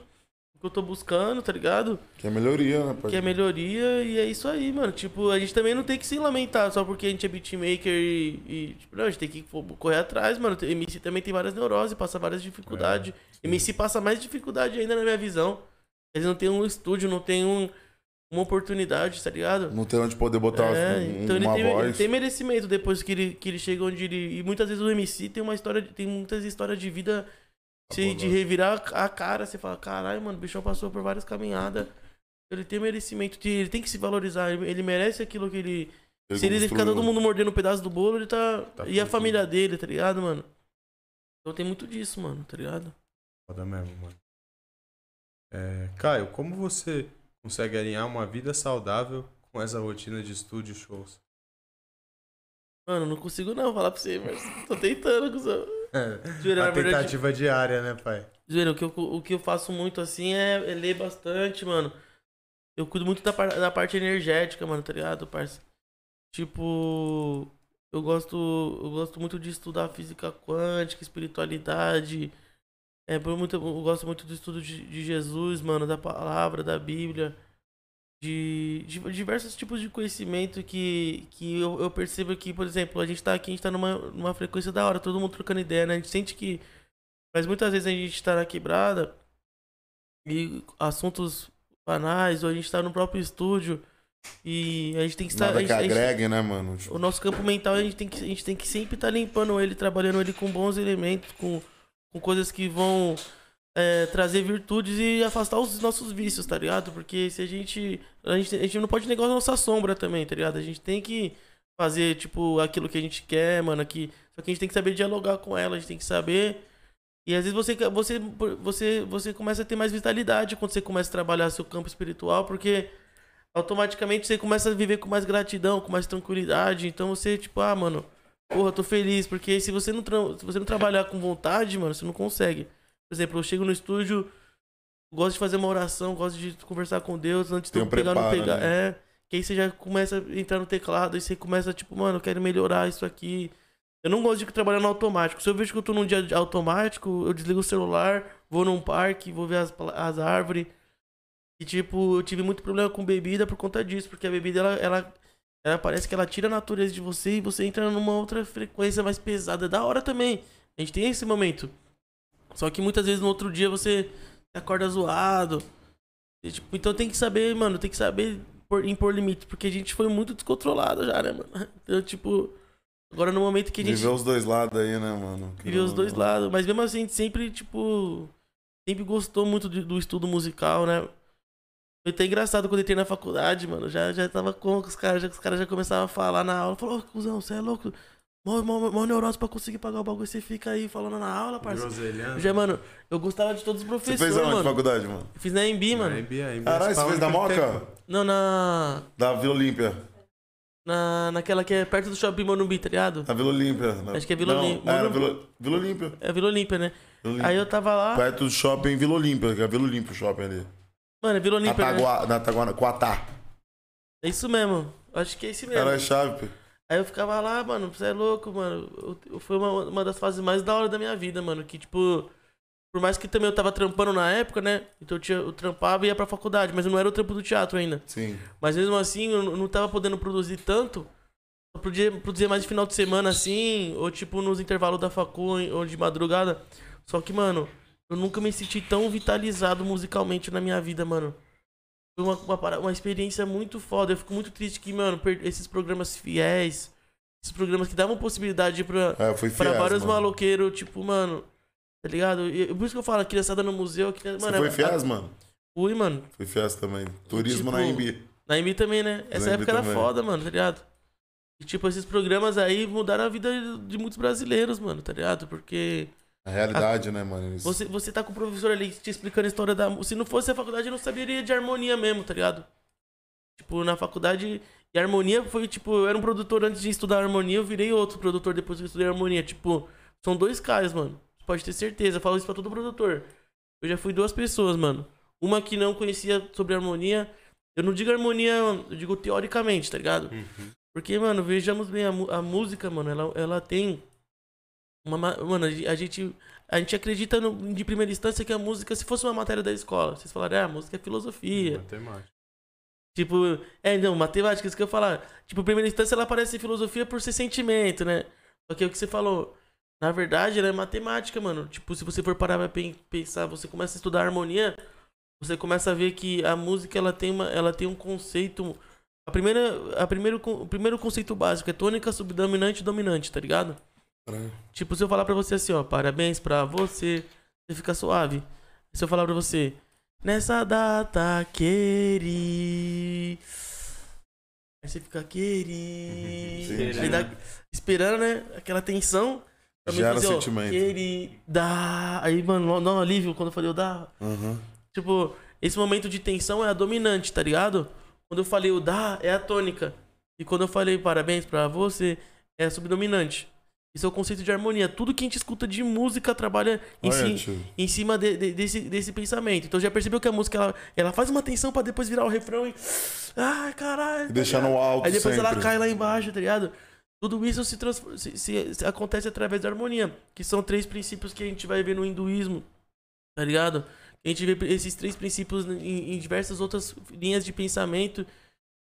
A: o que eu tô buscando, tá ligado?
B: Que é melhoria, né, pai?
A: Que é melhoria e é isso aí, mano. Tipo, a gente também não tem que se lamentar só porque a gente é beatmaker e, e, tipo, não, a gente tem que pô, correr atrás, mano. MC também tem várias neuroses, passa várias dificuldades. MC passa mais dificuldade ainda na minha visão. Eles não tem um estúdio, não tem um- uma oportunidade, tá ligado?
B: Não tem onde poder botar
A: É,
B: um-
A: então ele
B: uma
A: tem, ele
B: voz.
A: tem merecimento depois que ele, que ele chega onde ele. E muitas vezes o MC tem uma história, de- tem muitas histórias de vida se, de revirar a cara. Você fala, caralho, mano, o bichão passou por várias caminhadas. Ele tem merecimento, de- ele tem que se valorizar, ele, ele merece aquilo que ele. se ele ficar
B: né?
A: todo mundo mordendo um pedaço do bolo, ele tá. e a família dele, tá ligado, mano? Então tem muito disso, mano, tá ligado?
E: Foda mesmo, mano. É, Caio, como você consegue alinhar uma vida saudável com essa rotina de estúdio e shows?
A: Mano, não consigo não falar pra você, mas tô tentando, cuzão. Juro,
E: a
A: na verdade,
E: tentativa diária, né, pai?
A: Zoeira, o que eu, o que eu faço muito assim é, é ler bastante, mano. Eu cuido muito da, par- da parte energética, mano, tá ligado, parça? Tipo, eu gosto, eu gosto muito de estudar física quântica, espiritualidade. É, por muito, eu gosto muito do estudo de, de Jesus, mano, da palavra, da Bíblia. De, de diversos tipos de conhecimento que, que eu, eu percebo que, por exemplo, a gente tá aqui, a gente tá numa, numa frequência da hora, todo mundo trocando ideia, né? A gente sente que mas muitas vezes a gente tá na quebrada e assuntos banais, ou a gente tá no próprio estúdio e a gente tem que tá estar.
B: Nada
A: a
B: que
A: gente- a gente-
B: agregue, né, mano? Tipo,
A: o nosso campo mental a gente tem que, a gente tem que sempre estar limpando ele, trabalhando ele com bons elementos, com, com coisas que vão é, trazer virtudes e afastar os nossos vícios, tá ligado? Porque se a gente. A gente, a gente não pode negar a nossa sombra também, tá ligado? A gente tem que fazer, tipo, aquilo que a gente quer, mano. Que, só que a gente tem que saber dialogar com ela, a gente tem que saber. E às vezes você, você, você, você começa a ter mais vitalidade quando você começa a trabalhar seu campo espiritual, porque automaticamente você começa a viver com mais gratidão, com mais tranquilidade. Então você, tipo, ah, mano, porra, tô feliz. Porque se você não, tra- se você não trabalhar com vontade, mano, você não consegue. Por exemplo, eu chego no estúdio, gosto de fazer uma oração, gosto de conversar com Deus antes de
B: Tem
A: eu
B: um
A: pegar no
B: preparo,
A: pegar.
B: né?
A: É. Que aí você já começa a entrar no teclado, aí você começa, tipo, mano, eu quero melhorar isso aqui. Eu não gosto de trabalhar no automático. Se eu vejo que eu tô num dia de automático, eu desligo o celular, vou num parque, vou ver as, pla- as árvores. E, tipo, eu tive muito problema com bebida por conta disso, porque a bebida, ela, ela, ela parece que ela tira a natureza de você e você entra numa outra frequência mais pesada. É da hora também. A gente tem esse momento. Só que muitas vezes no outro dia você acorda zoado. E, tipo, então tem que saber, mano, tem que saber pôr- impor limite, porque a gente foi muito descontrolado já, né, mano? Então, tipo, agora no momento que a gente
B: Viver os dois lados aí, né, mano? Que
A: Viver os
B: não-
A: dois lados. Mas mesmo assim, a gente sempre, tipo. Sempre gostou muito de- do estudo musical, né? Foi até engraçado quando eu entrei na faculdade, mano. Já, já tava com os caras, já, os caras já começavam a falar na aula. Falou, ô, cuzão, você é louco? Mó, mó, mó neurose pra conseguir pagar o bagulho, você fica aí falando na aula, parceiro.
E: Groselhando.
A: Já, mano, eu gostava de todos os
B: Você
A: professores,
B: fez aonde
A: né, mano.
B: faculdade, mano?
A: Fiz na EMB, mano.
B: Caralho, você fez da Moca?
A: Não, na.
B: Da Vila Olímpia.
A: Na, naquela que é perto do shopping Morumbi, tá ligado?
B: Da Vila Olímpia. Na-
A: Acho que é Vila
B: Não,
A: Olímpia.
B: Era Vila, Vila Olímpia.
A: É Vila Olímpia, né?
B: Vila Olímpia.
A: Aí eu tava lá.
B: Perto do shopping Vila Olímpia, que é Vila Olímpia o shopping ali.
A: Mano, é Vila
B: Na
A: Olímpia. Né?
B: Taguá, na Taguá, Coatá.
A: É isso mesmo. Acho que é esse mesmo.
B: Era a chave, pô.
A: Aí eu ficava lá, mano, você é louco, mano. Eu- eu- foi uma, uma das fases mais da hora da minha vida, mano. Que, tipo, por mais que também eu tava trampando na época, né? Então eu, tinha, eu trampava e ia pra faculdade, mas eu não era o trampo do teatro ainda.
B: Sim.
A: Mas mesmo assim, eu n- não tava podendo produzir tanto. Eu podia produzir mais no final de semana, assim, ou tipo nos intervalos da facu, ou de madrugada. Só que, mano, eu nunca me senti tão vitalizado musicalmente na minha vida, mano. Foi uma, uma, para- uma experiência muito foda. Eu fico muito triste que, mano, per- esses programas fiéis, esses programas que davam possibilidade pra,
B: É, eu fui
A: pra
B: fiel.
A: vários maloqueiros, tipo, mano, tá ligado? E, por isso que eu falo, a criançada no museu, a criança,
B: Você
A: mano, é
B: foi
A: a-
B: fias, mano? é
A: fui, mano.
B: Fui fias também. Turismo
A: tipo,
B: na Embi.
A: Na MB também, né? Essa
B: Na
A: época
B: MB
A: era
B: também.
A: foda, mano, tá ligado? E, tipo, esses programas aí mudaram a vida de muitos brasileiros, mano, tá ligado? Porque
B: A realidade, né, mano? Isso.
A: você, você tá com o professor ali te explicando a história da. mu- Se não fosse a faculdade, eu não saberia de harmonia mesmo, tá ligado? Tipo, na faculdade. E harmonia foi, tipo, eu era um produtor antes de estudar harmonia, eu virei outro produtor depois que eu estudei harmonia. Tipo, são dois caras, mano. Você pode ter certeza. Eu falo isso pra todo produtor. Eu já fui duas pessoas, mano. Uma que não conhecia sobre harmonia, Eu não digo harmonia, eu digo teoricamente, tá ligado? Porque, mano, vejamos bem, a, mu- a música, mano, ela, ela tem. Uma, ma- mano, a gen- a gente, a gente acredita no- de primeira instância que a música, se fosse uma matéria da escola, vocês falariam, ah, a música é
C: Uhum.
A: filosofia.
E: Matemática.
A: Tipo, é, não, matemática, isso que eu falar. Tipo, primeira instância ela parece filosofia por ser sentimento, né? Só que é o que você falou. Na verdade, ela é matemática, mano. Tipo, se você for parar pra pen- pensar, você começa a estudar harmonia, você começa a ver que a música ela tem, uma, ela tem um conceito. A primeira, a primeiro, con- o primeiro conceito básico é tônica, subdominante e dominante, tá ligado?
B: Caralho.
A: Tipo, se eu falar pra você assim, ó, parabéns pra você, você fica suave. Se eu falar pra você, nessa data queri. Aí você fica queri.
B: Sim.
A: Aí dá- esperando, né? Aquela tensão. Pra mim
B: Gera
A: fazer, ó,
B: sentimento.
A: Querida. Aí, mano, dá um alívio quando eu falei, eu dá.
B: Aham.
A: Tipo, esse momento de tensão é a dominante, tá ligado? Quando eu falei o dá, é a tônica. E quando eu falei parabéns pra você, é a subdominante. Isso é o conceito de harmonia. Tudo que a gente escuta de música trabalha em,
B: Olha,
A: si-
B: tio.
A: em cima de- de- desse, desse pensamento. Então já percebeu que a música ela, ela faz uma tensão pra depois virar o refrão e. Ai, caralho. tá
B: Deixar
A: ligado?
B: no alto
A: Aí depois ela
B: sempre.
A: cai lá embaixo, tá ligado? Tudo isso se, transfor- se- se- se acontece através da harmonia, que são três princípios que a gente vai ver no hinduísmo, tá ligado? A gente vê esses três princípios em, em diversas outras linhas de pensamento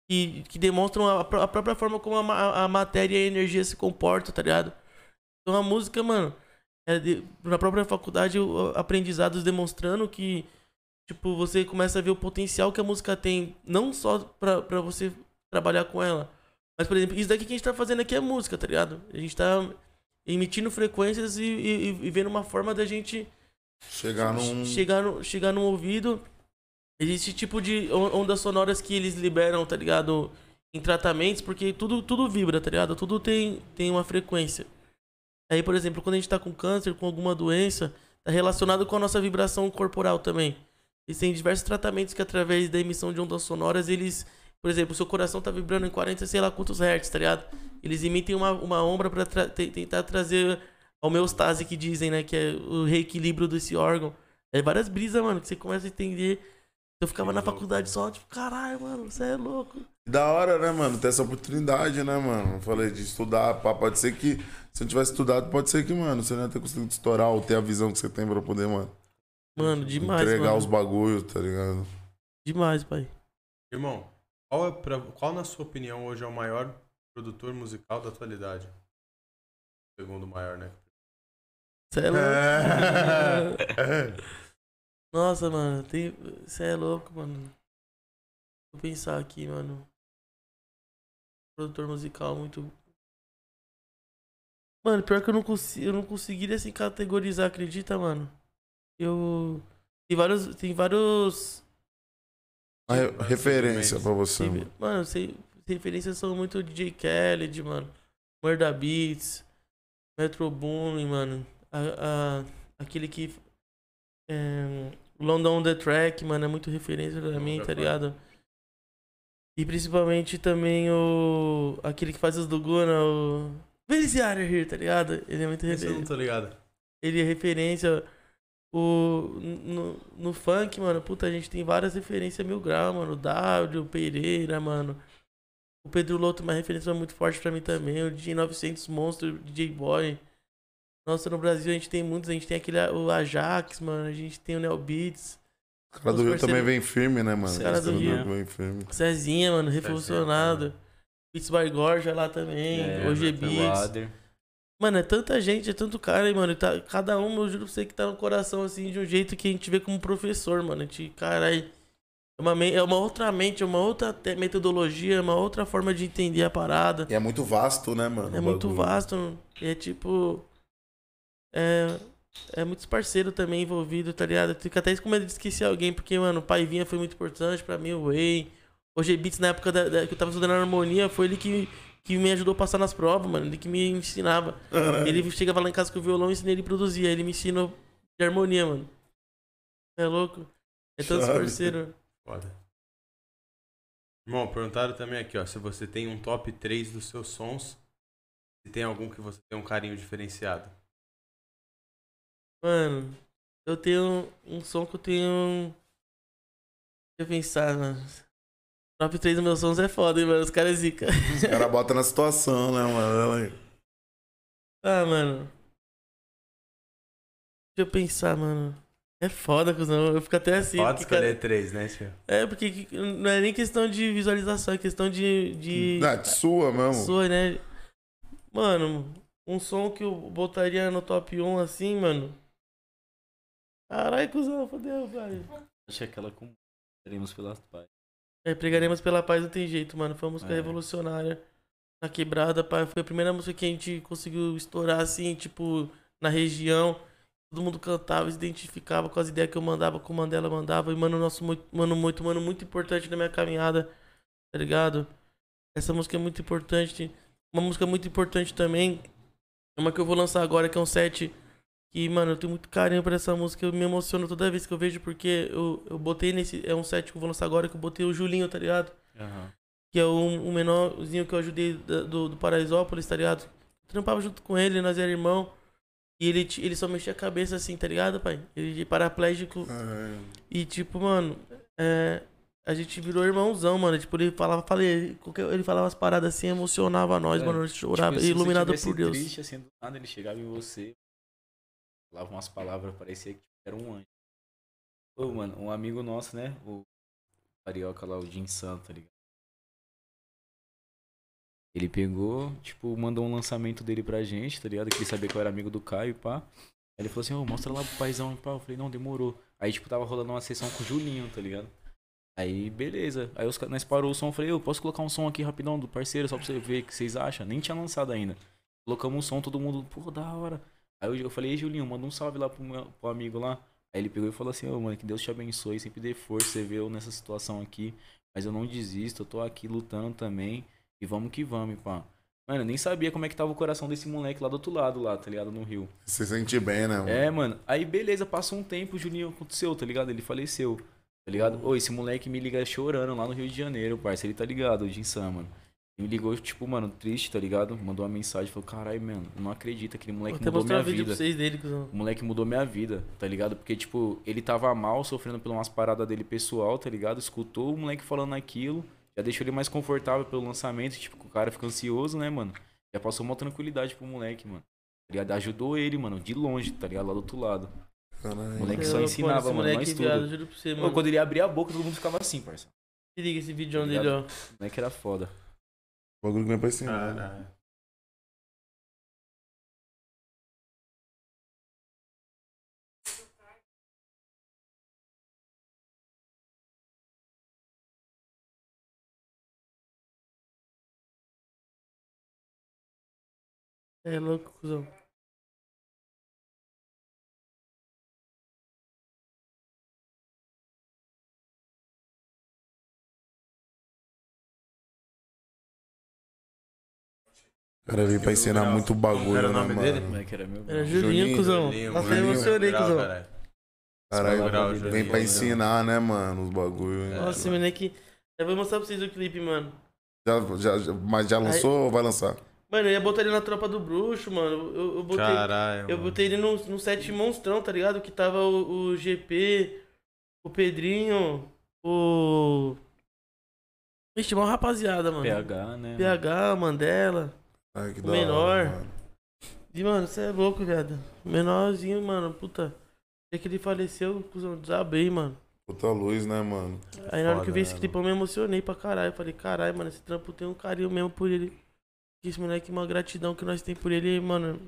A: que, que demonstram a, pró- a própria forma como a, ma- a matéria e a energia se comportam, tá ligado? Então a música, mano, é de- na própria faculdade, o- aprendizados demonstrando que, tipo, você começa a ver o potencial que a música tem, não só pra, pra você trabalhar com ela, mas, por exemplo, isso daqui que a gente tá fazendo aqui é música, tá ligado? A gente tá emitindo frequências e, e- e vendo uma forma da gente
B: Chegar Tá num.
A: chegar no, chegar no ouvido. Existe tipo de on- ondas sonoras que eles liberam, tá ligado? Em tratamentos, porque tudo, tudo vibra, tá ligado? Tudo tem, tem uma frequência. Aí, por exemplo, quando a gente tá com câncer, com alguma doença, tá relacionado com a nossa vibração corporal também. Existem diversos tratamentos que, através da emissão de ondas sonoras, eles. Por exemplo, seu coração tá vibrando em 40, sei lá quantos hertz, tá ligado? Eles emitem uma, uma ombra pra tra- te- tentar trazer a homeostase, que dizem, né? Que é o reequilíbrio desse órgão. É várias brisas, mano, que você começa a entender. Eu ficava na faculdade só, tipo, caralho, mano, você é louco.
B: Da hora, né, mano? Ter essa oportunidade, né, mano? Eu Falei de estudar, pá, pode ser que. Se eu tivesse estudado, pode ser que, mano, você não ia ter conseguido estourar ou ter a visão que você tem pra poder, mano,
A: Mano, demais,
B: entregar
A: mano.
B: os bagulhos, tá ligado?
A: Demais, pai.
E: Irmão, qual, é pra- qual, na sua opinião, hoje é o maior produtor musical da atualidade? Segundo maior, né?
A: Você é louco. Nossa, mano, tem... você é louco, mano. Vou pensar aqui, mano. Produtor musical muito. Mano, pior que eu não, consi... eu não conseguiria assim categorizar, acredita, mano? Eu. Tem vários. Tem vários.
B: Uma re- referência pra você,
A: tem-
B: mano.
A: Mano, sei... as referências são muito DJ Khaled, mano. Murda Beats. Metro Booming, mano. A- a- Aquele que. É... London on the Track, mano, é muito referência pra mim, tá ligado? E principalmente também o. Aquele que faz os do Guna, o. Veliciário Here, tá ligado? Ele é muito
E: Esse eu não
A: referência.
E: tô ligado.
A: Ele é referência. O. No, no funk, mano, puta, a gente tem várias referências mil grau, mano. O W, o Pereira, mano. O Pedro Loto, uma referência muito forte pra mim também. O DJ 900 Monstro, o DJ Boy. Nossa, no Brasil a gente tem muitos. A gente tem aquele, o Ajax, mano. A gente tem o Neo Beats.
B: O cara do
A: Os
B: Rio também
A: parceiros-
B: vem firme, né, mano?
A: Os caras do Rio.
B: vem firme.
A: Cezinha, mano, revolucionado. Beats by Gorja lá também.
F: É,
A: OG
F: Beats.
A: Beats. Mano, é tanta gente, é tanto cara, hein, mano. Tá, cada um, eu juro pra você que tá no coração, assim, de um jeito que a gente vê como professor, mano. A gente, caralho. É uma, men- é uma outra mente, é uma outra te- metodologia, é uma outra forma de entender a parada.
B: E é muito vasto, né, mano?
A: É
B: o
A: muito
B: bagulho.
A: vasto. mano. E é tipo. É. É muitos parceiros também envolvidos, tá ligado? Eu Fico até com medo de esquecer alguém, porque, mano, o Pai Vinha foi muito importante pra mim, o Way. O G-Beats, na época da- da- que eu tava estudando harmonia, foi ele que, que me ajudou a passar nas provas, mano. Ele que me ensinava. Ele chegava lá em casa com o violão e ensinei ele a produzir. Aí ele me ensinou de harmonia, mano. É louco? É tantos
B: Chave.
A: parceiros.
E: Foda. Irmão, perguntaram também aqui, ó, se você tem um top 3 dos seus sons, se tem algum que você tem um carinho diferenciado.
A: Mano, eu tenho um som que eu tenho. Deixa eu pensar, mano. Top 3 dos meus sons é foda, hein, mano? Os caras é zica.
B: O cara bota na situação, né, mano? Olha aí.
A: Ah, mano. Deixa eu pensar, mano. É foda, cuzão. Eu fico até assim.
E: Pode
A: porque, cara,
E: escolher três, né, tio?
A: É, porque que- não é nem questão de visualização, é questão de. de
B: Ah, de sua mesmo.
A: sua, né? Mano, um som que eu botaria no top 1 assim, mano. Caralho, cuzão, fodeu, velho.
F: Acho que é aquela com. Teremos pelas paz.
A: É, Pregaremos pela Paz não tem jeito, mano. Foi uma música
F: É.
A: revolucionária. Na quebrada, pá. Foi a primeira música que a gente conseguiu estourar, assim, tipo, na região. Todo mundo cantava, se identificava com as ideias que eu mandava, com o Mandela mandava. E, mano, nosso muito, mano, muito, mano, muito importante na minha caminhada, tá ligado? Essa música é muito importante. Uma música muito importante também. É uma que eu vou lançar agora, que é um set. Que, mano, eu tenho muito carinho pra essa música. Eu me emociono toda vez que eu vejo, porque eu, eu botei nesse. É um set que eu vou lançar agora, que eu botei o Julinho, tá ligado? que é um, um menorzinho que eu ajudei da- do, do Paraisópolis, tá ligado? Trampava junto com ele, nós era irmão. E ele, ti- ele só mexia a cabeça assim, tá ligado, pai? Ele de paraplégico.
B: Caralho.
A: E tipo, mano, é, a gente virou irmãozão, mano. Tipo, ele falava, falei, qualquer- ele falava as paradas assim, emocionava nós,
F: É,
A: mano. Nós chorava,
F: Tipo, se você
A: iluminado
F: tivesse
A: por Deus.
F: Triste, assim, do nada ele chegava em você, falava umas palavras, parecia que era um anjo. Pô, mano, um amigo nosso, né? O carioca lá, o Jim Santo, tá ligado? Ele pegou, tipo, mandou um lançamento dele pra gente, tá ligado? Que ele sabia que eu era amigo do Caio e pá. Aí ele falou assim, ô, mostra lá pro paizão e pá. Eu falei, não, demorou. Aí, tipo, tava rolando uma sessão com o Julinho, tá ligado? Aí, beleza. Aí os, ca- nós parou o som, eu falei, eu posso colocar um som aqui rapidão do parceiro, só pra você ver o que vocês acham? Nem tinha lançado ainda. Colocamos um som, todo mundo, pô, da hora. Aí eu, eu falei, ei, Julinho, manda um salve lá pro, meu, pro amigo lá. Aí ele pegou e falou assim, ô, mano, que Deus te abençoe, sempre dê força, você vê eu nessa situação aqui. Mas eu não desisto, eu tô aqui lutando também. E vamos que vamos, pá. Mano, eu nem sabia como é que tava o coração desse moleque lá do outro lado, lá, tá ligado? No Rio.
B: Se sente bem, né, mano?
F: É, mano. Aí beleza, passou um tempo, o Juninho aconteceu, tá ligado? Ele faleceu. Tá ligado? Ô, esse moleque me liga chorando lá no Rio de Janeiro, parça. Ele tá ligado, o Jinsan, mano. Ele me ligou, tipo, mano, triste, tá ligado? Mandou uma mensagem, falou, caralho, mano, eu não acredito, aquele
A: Vou
F: moleque
A: até
F: mudou
A: mostrar
F: minha
A: um vídeo
F: vida.
A: pra vocês dele, cuzão.
F: O moleque mudou minha vida, tá ligado? Porque, tipo, ele tava mal, sofrendo por umas paradas dele pessoal, tá ligado? Escutou o moleque falando aquilo, já deixou ele mais confortável pelo lançamento, tipo, o cara fica ansioso, né, mano? Já passou uma tranquilidade pro moleque, mano. Tá ligado? Ajudou ele, mano, de longe, tá ligado? Lá do outro lado.
B: Caralho.
F: Moleque
A: Eu,
F: É só
A: pô,
F: ensinava,
A: esse
F: mano,
A: moleque,
F: nós
A: viado,
F: tudo.
A: juro pra você,
F: Pô,
A: mano.
F: quando ele abria a boca, todo mundo ficava assim, parça.
A: Se liga esse vídeo dele, ó.
F: Obrigado. O moleque era foda.
B: O bagulho que vem pra cima. né?
E: Caralho.
A: É louco, cuzão.
B: O cara veio pra ensinar muito bagulho,
E: Não era o
B: né,
E: nome
B: mano?
E: dele?
F: O moleque era meu.
A: Era
F: mano.
A: Julinho,
B: Julinho,
A: cuzão.
E: Julinho,
A: Nossa, eu
B: Julinho.
A: emocionei,
E: Brau,
A: né, cuzão.
E: caralho.
B: Caralho,
E: Brau, Julinho.
B: vem pra ensinar, né, mano, os bagulhos.
E: É,
A: Nossa, esse
E: mano.
A: moleque. Eu vou mostrar pra vocês o clipe, mano.
B: Já, já, já- mas já lançou ou vai lançar?
A: Mano, eu ia botar ele na tropa do bruxo, mano. Eu, eu botei.
E: Caralho.
A: eu
E: mano.
A: botei ele num, num set monstrão, tá ligado? Que tava o, o GP, o Pedrinho, o. Vixe, mó rapaziada, mano. PH,
F: PH, né?
A: Mandela.
B: Ai, que
A: O
B: da hora,
A: menor.
B: mano.
A: E, mano, você é louco, viado. Menorzinho, mano, puta. É que ele faleceu, cuzão, desabei, mano.
B: Puta luz, né, mano?
A: Aí na hora que eu
E: Foda,
A: vi esse
E: né,
A: clipe eu me emocionei pra caralho. Eu falei, caralho, mano, esse trampo tem um carinho mesmo por ele. Esse moleque, uma gratidão que nós tem por ele, mano.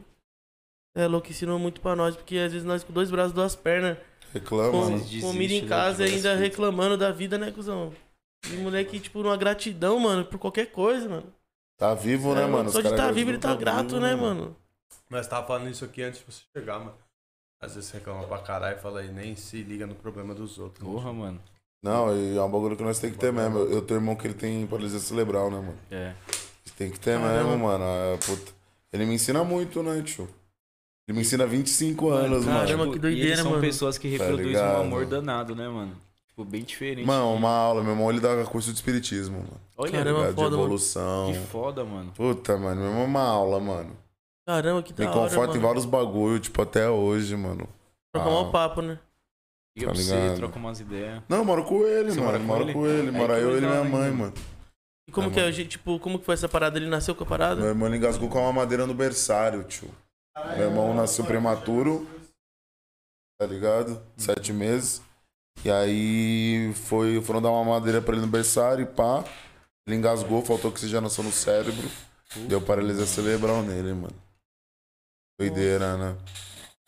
A: É louco, ensinou muito pra nós, porque às vezes nós com dois braços, duas pernas,
B: Reclama,
A: com,
B: mano.
F: desistem,
A: comida em
F: né,
A: casa
F: de
A: e
F: várias
A: ainda
F: coisas.
A: reclamando da vida, né, cuzão? E o moleque, tipo, numa gratidão, mano, por qualquer coisa, mano.
B: Tá vivo, né,
A: É,
B: mano? Os
A: Só de
B: cara
A: estar
B: já
A: vivo, ele tá
B: ajudou,
A: grato,
B: vivo,
A: né, mano?
E: Mas tava falando isso aqui antes de você chegar, mano. Às vezes reclama pra caralho e fala aí, nem se liga no problema dos outros.
F: Porra, mano.
B: Não, e é um bagulho que nós tem que ter mesmo. Eu eu tenho um irmão que ele tem paralisia cerebral, né, mano?
F: É.
B: Tem que ter
A: Caramba.
B: mesmo, mano. Ah, puta. Ele me ensina muito, né, tio? Ele me ensina 25 anos, mano.
A: Caramba, que
F: Tipo, e
A: doideira,
F: eles são
A: mano.
F: pessoas que
B: Tá
F: reproduzem um
B: ligado?
F: amor danado, né, mano? Tipo, bem diferente.
B: Mano, uma aula. Meu irmão, ele dá curso de espiritismo, mano.
F: Olha,
A: Caramba,
B: Ligado?
A: foda,
B: de
A: mano.
B: evolução.
F: que foda, mano.
B: Puta, mano. Meu irmão é uma aula, mano.
A: Caramba, que da
B: Me
A: hora,
B: conforta em
A: mano.
B: vários bagulho, tipo, até hoje, mano.
A: Trocar um
B: Ah.
A: papo, né?
F: Liga
B: Tá
F: pra você,
B: ligado.
F: troca umas ideias.
B: Não, eu moro com ele,
F: Você
B: mano.
F: mora
B: Eu
F: com
B: Moro
F: ele?
B: com ele.
F: Aí
B: Mora
F: que
B: eu, ele e minha
F: legal, né,
B: mãe,
F: hein?
B: mano.
A: E como que é, gente, tipo, como que foi essa parada? Ele nasceu com a parada?
B: Meu irmão engasgou com uma madeira no berçário, tio. Meu irmão nasceu prematuro, tá ligado? Sete meses. E aí foi, foram dar uma madeira pra ele no berçário e pá. Ele engasgou, faltou oxigenação no cérebro. Deu paralisia cerebral nele, mano. Doideira, né?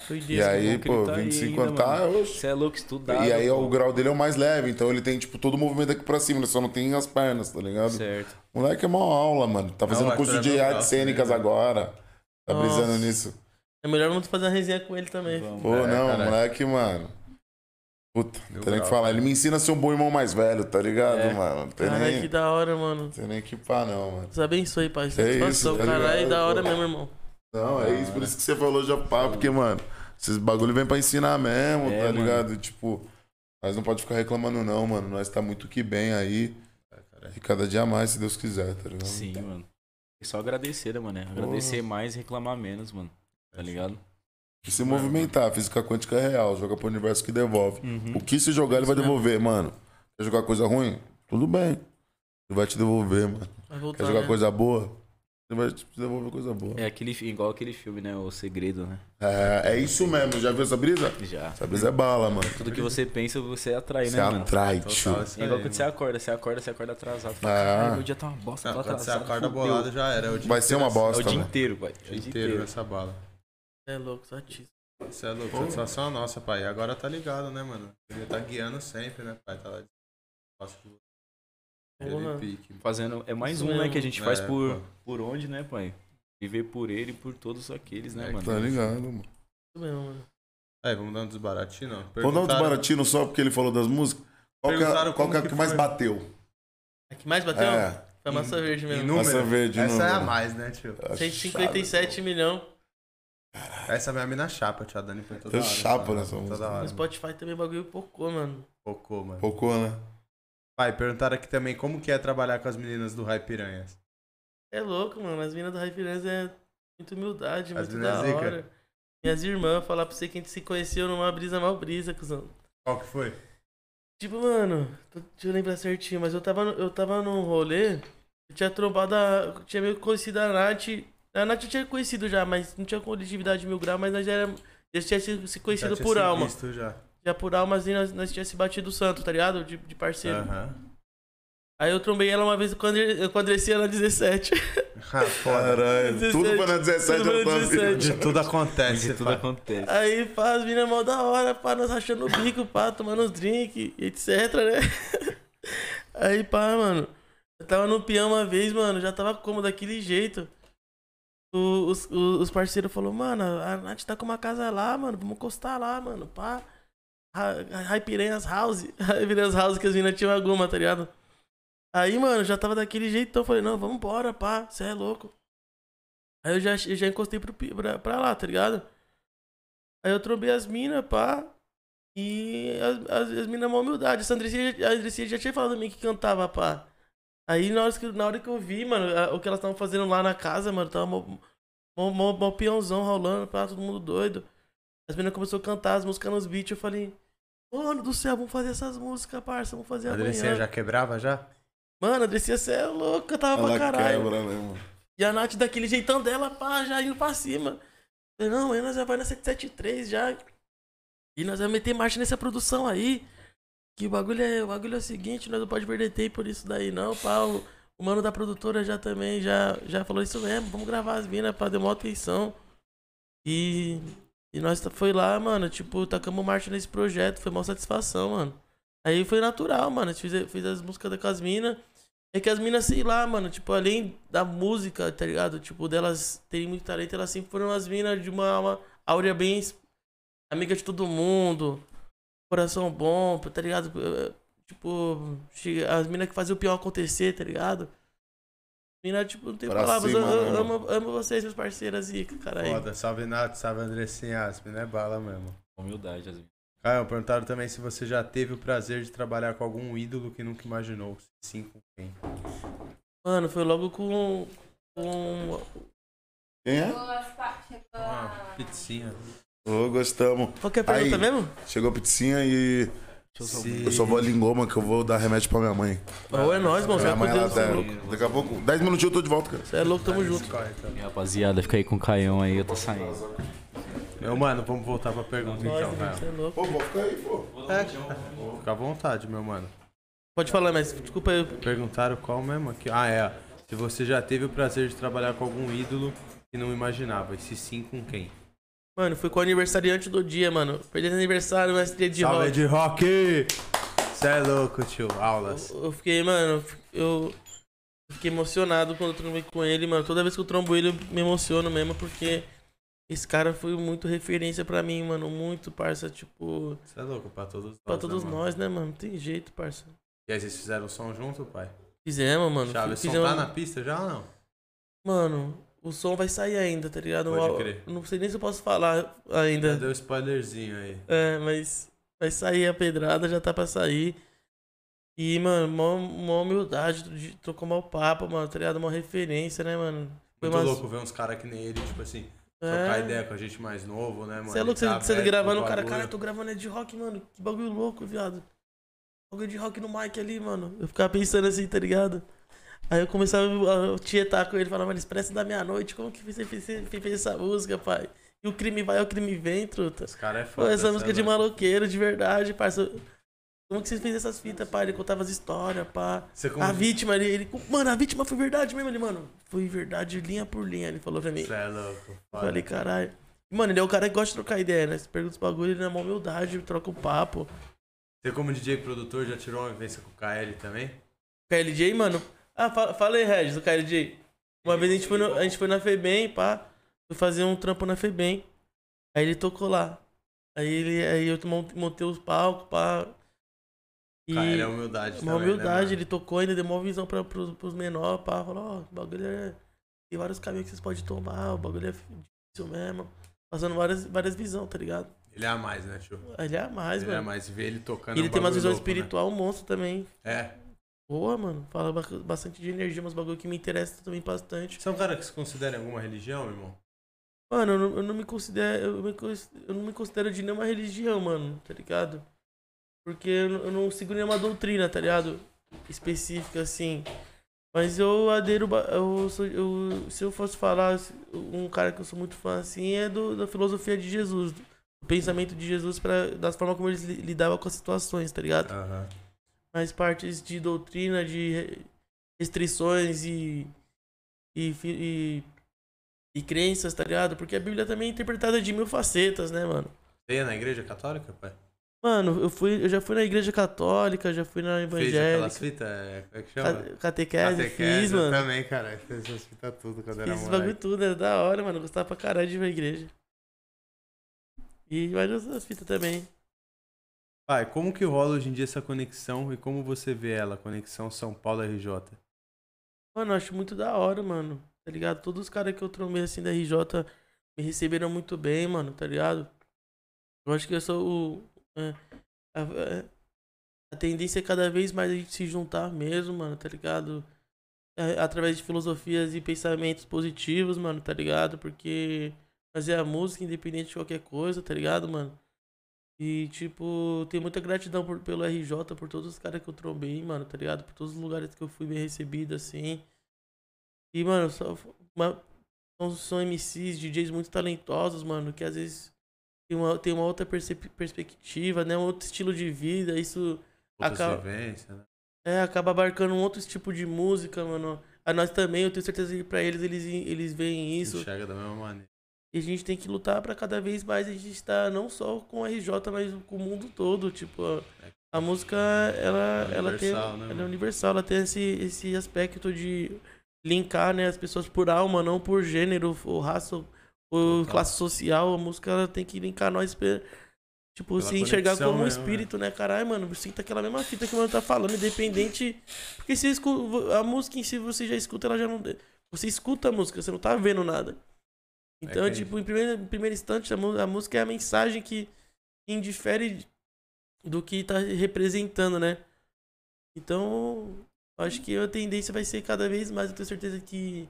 A: Foi
B: E
A: dia.
B: aí,
F: irmão que ele
B: pô,
F: tá aí
B: 25
F: ainda,
B: anos tá. oxe.
F: Você é louco estudado.
B: E aí
F: pô.
B: o grau dele é o mais leve, então ele tem, tipo, todo o movimento aqui pra cima, ele só não tem as pernas, tá ligado?
F: Certo.
B: Moleque é mó aula, mano. Tá fazendo
C: Aula,
B: curso
C: ator
B: de
C: é
B: artes
C: meu braço,
B: cênicas
C: né?
B: agora. Tá
A: Nossa.
B: brisando nisso.
A: É melhor vamos fazer uma resenha com ele também.
F: Vamos.
B: Pô,
C: É,
B: não,
C: caralho.
B: moleque, mano. Puta, não
C: Meu
B: tem nem o que
C: grau,
B: falar. Ele me ensina a ser um bom irmão mais velho, tá ligado,
F: É.
B: mano? Não tem
A: Caralho, que
B: nem,
A: da hora, mano.
B: tem nem que pá, não, mano.
A: Deus abençoe, pai.
B: isso,
A: Satisfação,
B: tá
A: caralho,
B: ligado,
A: da hora
B: pô.
A: mesmo, irmão.
B: Não, é isso, por isso que você falou já pá, porque, mano, esses bagulho vem pra ensinar mesmo,
F: É,
B: tá
F: mano.
B: ligado? Tipo, nós não pode ficar reclamando, não, mano. Nós tá muito que bem aí. E cada dia mais, se Deus quiser, tá ligado?
F: Sim, mano. É só agradecer, né, mano? Agradecer mais e reclamar menos, mano. Tá ligado?
B: E se movimentar, física quântica é real, joga pro universo que devolve.
F: Uhum.
B: O que se jogar, ele vai devolver, mano. Quer jogar coisa ruim? Tudo bem. Ele vai te devolver, mano. Quer
A: Vai voltar,
B: jogar
A: né?
B: coisa boa? Ele vai te devolver coisa boa.
F: É aquele, fi- igual aquele filme, né? O Segredo, né?
B: É, é isso mesmo. Já viu essa brisa?
F: Já.
B: Essa brisa é bala, mano.
F: Tudo que você pensa, você atrai,
B: Você
F: Tá
B: é
F: né, mano?
B: atrai, tio.
C: Total, isso
F: É igual
C: aí,
F: quando você acorda, você acorda, você acorda atrasado. Fala,
B: Ah.
F: caralho, meu dia tá uma bosta,
C: mano.
F: tô
C: Não, quando você
F: atrasado.
C: acorda
F: fudeu."
C: bolado já era. é o dia
B: Vai ser uma
C: inteiro
F: É o
B: bosta,
F: dia
B: mano.
F: inteiro, pai. É
C: assim, O dia inteiro nessa bala.
A: É louco, satisfação.
C: Isso é louco, satisfação nossa, pai. E agora tá ligado, né, mano? Ele tá guiando sempre, né, pai? Tá lá de Nossa, que
A: Porra.
C: aquele pique.
F: Fazendo, é mais
A: Isso
F: um, né,
A: mesmo.
F: que a gente faz
C: É,
F: por,
C: pô.
F: por onde, né, pai? Viver por ele e por todos aqueles, né,
C: É,
F: mano?
B: Tá ligado, mano.
A: Tudo mesmo, mano.
C: Aí, vamos dar um desbaratinho, não?
B: Vamos dar um
C: Perguntaram-
B: desbaratino só porque ele falou das músicas? Qual que é,
C: Perguntaram
B: qual que, é
C: como
B: que
C: que
B: mais
C: foi.
B: bateu?
A: A que mais bateu?
B: É,
A: Foi a massa verde
C: Em
A: mesmo.
C: número.
B: Essa verde,
C: Essa é a
B: número.
C: mais, né, tio?
B: Tá
A: 157 milhão.
C: Essa Essa é a minha mina chapa, tio. A Dani foi toda
B: Eu
C: hora.
B: chapa
C: sabe?
B: nessa música.
C: Toda hora.
A: No Spotify também o bagulho pocou, mano.
C: Focou, mano.
B: Focou, né?
C: Pai, perguntaram aqui também como que é trabalhar com as meninas do Rai Piranhas.
A: É louco, mano. As minas do High Finance é muita humildade,
C: As
A: muito da
C: minas zica.
A: hora. Minhas irmãs, falar pra você que a gente se conheceu numa brisa mal brisa, cuzão.
C: Qual que foi?
A: Tipo, mano, tô- deixa eu lembrar certinho, mas eu tava, no- eu tava num rolê, eu tinha trombado a. eu tinha meio que conhecido a Nath. A Nath eu tinha conhecido já, mas não tinha coletividade mil graus, mas nós já era. Eu tinha se se
C: Já
A: conhecido
C: tinha
A: por
C: se
A: alma.
C: visto já.
A: Já por alma, assim, nós, nós tinha se batido santo, tá ligado? De, de parceiro.
C: Aham.
A: Aí eu trombei ela uma vez com a André- com a Andressinha na 17.
C: Ah, foda.
B: Caralho, tudo
A: 17,
B: pra na 17
A: tudo pra
B: eu tava-
A: 17.
C: De tudo acontece,
F: Isso tudo
C: pai.
F: acontece.
A: Aí, pá, as meninas mó da hora, pá, nós rachando o bico, pá, tomando uns drink, etc, né? Aí, pá, mano, eu tava no peão uma vez, mano, já tava como daquele jeito. O- os, o- os parceiros falaram, mano, a Nath tá com uma casa lá, mano, vamos encostar lá, mano, pá. Ra- Rai Piranhas House. Rai Piranhas House que as meninas tinham alguma, tá ligado? Aí, mano, já tava daquele jeito, então eu falei, não, vambora, pá, cê é louco. Aí eu já, eu já encostei pro, pi- pra, pra lá, tá ligado? Aí eu trombei as minas, pá. E as, as, as minas, uma humildade. Essa Andressinha, já- a Andressinha já tinha falado pra mim que cantava, pá. Aí na hora que, na hora que eu vi, mano, a- o que elas estavam fazendo lá na casa, mano, tava mó, mó, mó, mó peãozão rolando, pá, todo mundo doido. As meninas começaram a cantar as músicas nos beats, eu falei, mano do céu, vamos fazer essas músicas, parça, vamos fazer
C: A
A: amanhã.
C: Adricinha já quebrava já?
A: Mano, a Andressinha, você é louca, tava pra
B: Ela
A: caralho.
B: quebra, né, mano?
A: E a Nath daquele jeitão dela, pá, já indo pra cima. Falei, não, amanhã nós já vai na 773 já. E nós vamos meter marcha nessa produção aí. Que o bagulho é o, bagulho é o seguinte, nós não pode perder tempo nisso daí não, pá. O, o mano da produtora já também já, já falou isso mesmo. Vamos gravar as minas, pá, deu maior atenção. E, e nós tá- foi lá, mano, tipo, tacamos marcha nesse projeto. Foi uma satisfação, mano. Aí foi natural, mano. Fiz, fiz as músicas com as minas. É que as minas, sei lá, mano, tipo, além da música, tá ligado? Tipo, delas terem muito talento, elas sempre foram as minas de uma, uma áurea bem es- amiga de todo mundo, coração bom, tá ligado? Eh, Tipo, chega- as minas que faziam o pior acontecer, tá ligado? Mina, tipo, não tem
B: Pra
A: palavras.
B: cima,
A: eu, eu-
B: né,
A: eu
B: mano?
A: amo, amo vocês, meus parceiras, Zica, caralho.
C: Foda. Salve Nath, salve Andressinha. As meninas é bala mesmo.
F: Humildade, às vezes.
C: Caio, perguntaram também se você já teve o prazer de trabalhar com algum ídolo que nunca imaginou. Se Sim, com quem?
A: Mano, foi logo com. com
B: Quem é?
C: Uma pizzinha.
B: Ô, gostamos.
A: Qual que é a pergunta
B: Aí.
A: mesmo?
B: Chegou a pizzinha e eu só vou a lingoma que eu vou dar remédio pra minha mãe.
A: Ou é nóis, mano. Você
B: Minha
A: vai
B: mãe,
A: com
B: ela
A: Deus, você é
B: tá...
A: louco.
B: Daqui a pouco, 10 minutinhos eu tô de volta, cara.
A: Você é louco, tamo junto.
C: Então,
F: E, rapaziada, fica aí com o Caião aí, eu tô saindo.
C: Meu mano, vamos voltar pra pergunta então, Caio.
A: Você é louco.
B: Pô, pode ficar aí, pô.
C: Fica à vontade, meu mano.
A: Pode falar, mas desculpa aí.
C: Perguntaram qual mesmo aqui. Ah, é. Se você já teve o prazer de trabalhar com algum ídolo que não imaginava. E se sim, com quem?
A: Mmano, fui com o aniversariante do dia, mano. Perdi esse aniversário, mas dia de
C: Salve
A: rock.
C: de rock! Cê é louco, tio. Aulas.
A: Eu fiquei, mano, eu fiquei emocionado quando eu trombei com ele, mano. Toda vez que eu trombo ele, eu me emociono mesmo, porque esse cara foi muito referência pra mim, mano. Muito, parça, tipo,
C: Cê é louco pra todos nós.
A: pra
C: né,
A: todos
C: mano?
A: nós, né, mano? Não tem jeito, parça.
C: E aí, vocês fizeram o som junto, pai?
A: Fizemos, mano. um
C: Chaves, som
A: fizemos...
C: tá na pista já ou não?
A: Mano, o som vai sair ainda, tá ligado?
C: Pode
A: Eu-
C: crer.
A: Não sei nem se eu posso falar
C: Já
A: ainda.
C: deu spoilerzinho aí.
A: É, mas vai sair a pedrada, já tá pra sair. E, mano, mó, mó humildade, de- trocou mal papo, mano, tá ligado? Uma referência, né, mano? Foi
C: Muito
A: umas-
C: louco ver uns caras que nem ele, tipo assim,
A: É.
C: trocar ideia com a gente mais novo, né, mano?
A: Você é louco,
C: Ele tá
A: você tá
C: aberto pro
A: gravando o cara,
C: bagulho.
A: cara, eu tô gravando é de rock, mano. Que bagulho louco, viado. Bagulho de rock no mic ali, mano. Eu ficava pensando assim, tá ligado? Aí eu começava a tietar com ele, falava, mano, expresso da meia-noite, como que você fez, você fez essa música, pai? E o crime vai, é o crime vem, truta.
C: Esse cara é
A: Pô,
C: foda.
A: essa
C: cê
A: música
C: é
A: de
C: louco.
A: maloqueiro, de verdade, parça. Como que você fez essas fitas, pai? Ele contava as histórias, pá.
C: Você
A: A
C: como...
A: vítima, ele, ele. Mano, a vítima foi verdade mesmo, ele, mano. Foi verdade, linha por linha, ele falou pra mim.
C: Cê é louco.
A: Eu
C: Foda.
A: Falei, caralho. Mano, ele é o cara que gosta de trocar ideia, né? Você pergunta os bagulho, ele na maior humildade, troca o papo.
C: Você como DJ produtor já tirou uma vivência com o KL também?
A: KLJ, mano. Ah, fa- fala aí, Regis, do KLJ. Uma vez a gente foi, no- a gente foi na Febem, pá. Fui fazer um trampo na Febem. Aí ele tocou lá. Aí, ele, aí eu mon- montei os palcos, pá. E
C: KL é humildade
A: uma
C: também, né,
A: humildade,
C: mano?
A: ele tocou ainda, deu uma visão pra, pros, pros menores, pá. Falou, ó, o bagulho é. Tem vários caminhos que vocês podem tomar, o bagulho é difícil mesmo. Passando várias, várias visões, tá ligado?
C: Ele é a mais, né, tio?
A: Ele é a mais,
C: Ele é a
A: mano.
C: mais. Ver ele tocando
A: E ele
C: é um
A: tem umas
C: bagulho
A: visões
C: louco, né?
A: espiritual, um monstro também.
C: É.
A: Boa, mano. Fala ba- bastante de energia, uns bagulho que me interessa também bastante.
C: Você é um cara que se considera em alguma religião, irmão?
A: Mano, eu não, eu não me considero. Eu, me, cons- eu não me considero de nenhuma religião, mano, tá ligado? Porque eu, não- eu não sigo nenhuma doutrina, tá ligado? Específica, assim. Mas eu adero. ba- Eu sou, eu, se eu fosse falar um cara que eu sou muito fã, assim, é do- da filosofia de Jesus. Do pensamento de Jesus, pra, da forma como ele li- lidava com as situações, tá ligado?
C: Aham.
A: mas partes de doutrina, de re- restrições e, e, fi- e, e crenças, tá ligado? Porque a Bíblia também é interpretada de mil facetas, né, mano?
C: Você ia na igreja católica, pai?
A: Mano, eu, fui, eu já fui na igreja católica, já fui na
C: Fez aquelas
A: evangélica,
C: fitas, é, como é que chama?
A: ca- catequese, fiz,
C: eu
A: mano.
C: também, cara. Fez essas fitas tudo quando
A: Fiz
C: era
A: esse
C: moleque.
A: bagulho tudo, era da hora, mano. eu Gostava pra caralho de ir pra igreja. E várias outras fitas também.
C: Pai, como que rola hoje em dia essa conexão e como você vê ela, conexão São Paulo-RJ?
A: Mano, eu acho muito da hora, mano. Tá ligado? Todos os caras que eu trombei assim da RJ me receberam muito bem, mano, tá ligado? Eu acho que eu sou o. é, a, é, a tendência é cada vez mais a gente se juntar mesmo, mano, tá ligado? É, através de filosofias e pensamentos positivos, mano, tá ligado? Porque fazer a música independente de qualquer coisa, tá ligado, mano? E, tipo, tenho muita gratidão por, pelo RJ, por todos os caras que eu trombei, mano, tá ligado? Por todos os lugares que eu fui bem recebido, assim. E, mano, só, uma- são, são MCs, DJs muito talentosos, mano, que às vezes tem uma, tem uma outra percep- perspectiva, né? Um outro estilo de vida, isso
C: Outras
A: Acaba-
C: vivências, né?
A: é, acaba abarcando um outro tipo de música, mano. A nós também, eu tenho certeza que pra eles, eles, eles veem isso.
C: Enxerga da mesma maneira.
A: E a gente tem que lutar pra cada vez mais a gente estar não só com a RJ, mas com o mundo todo. Tipo, a, a música, ela,
C: É
A: ela, tem,
C: universal, né,
A: ela é
C: mano?
A: universal, ela tem esse, esse aspecto de linkar né, as pessoas por alma, não por gênero, ou raça, ou
C: Total.
A: classe social. A música ela tem que linkar nós. pe- Tipo,
C: Pela
A: se enxergar
C: conexão
A: como um
C: mesmo, né?
A: espírito, né? Caralho, mano, sinta aquela mesma fita que o mano tá falando, independente. Porque se escu- a música em si você já escuta, ela já não. Você escuta a música, você não tá vendo nada. Então,
C: É que-
A: tipo, em primeiro, em primeiro instante, a, mu- a música é a mensagem que indifere do que tá representando, né? Então, acho que a tendência vai ser cada vez mais, eu tenho certeza que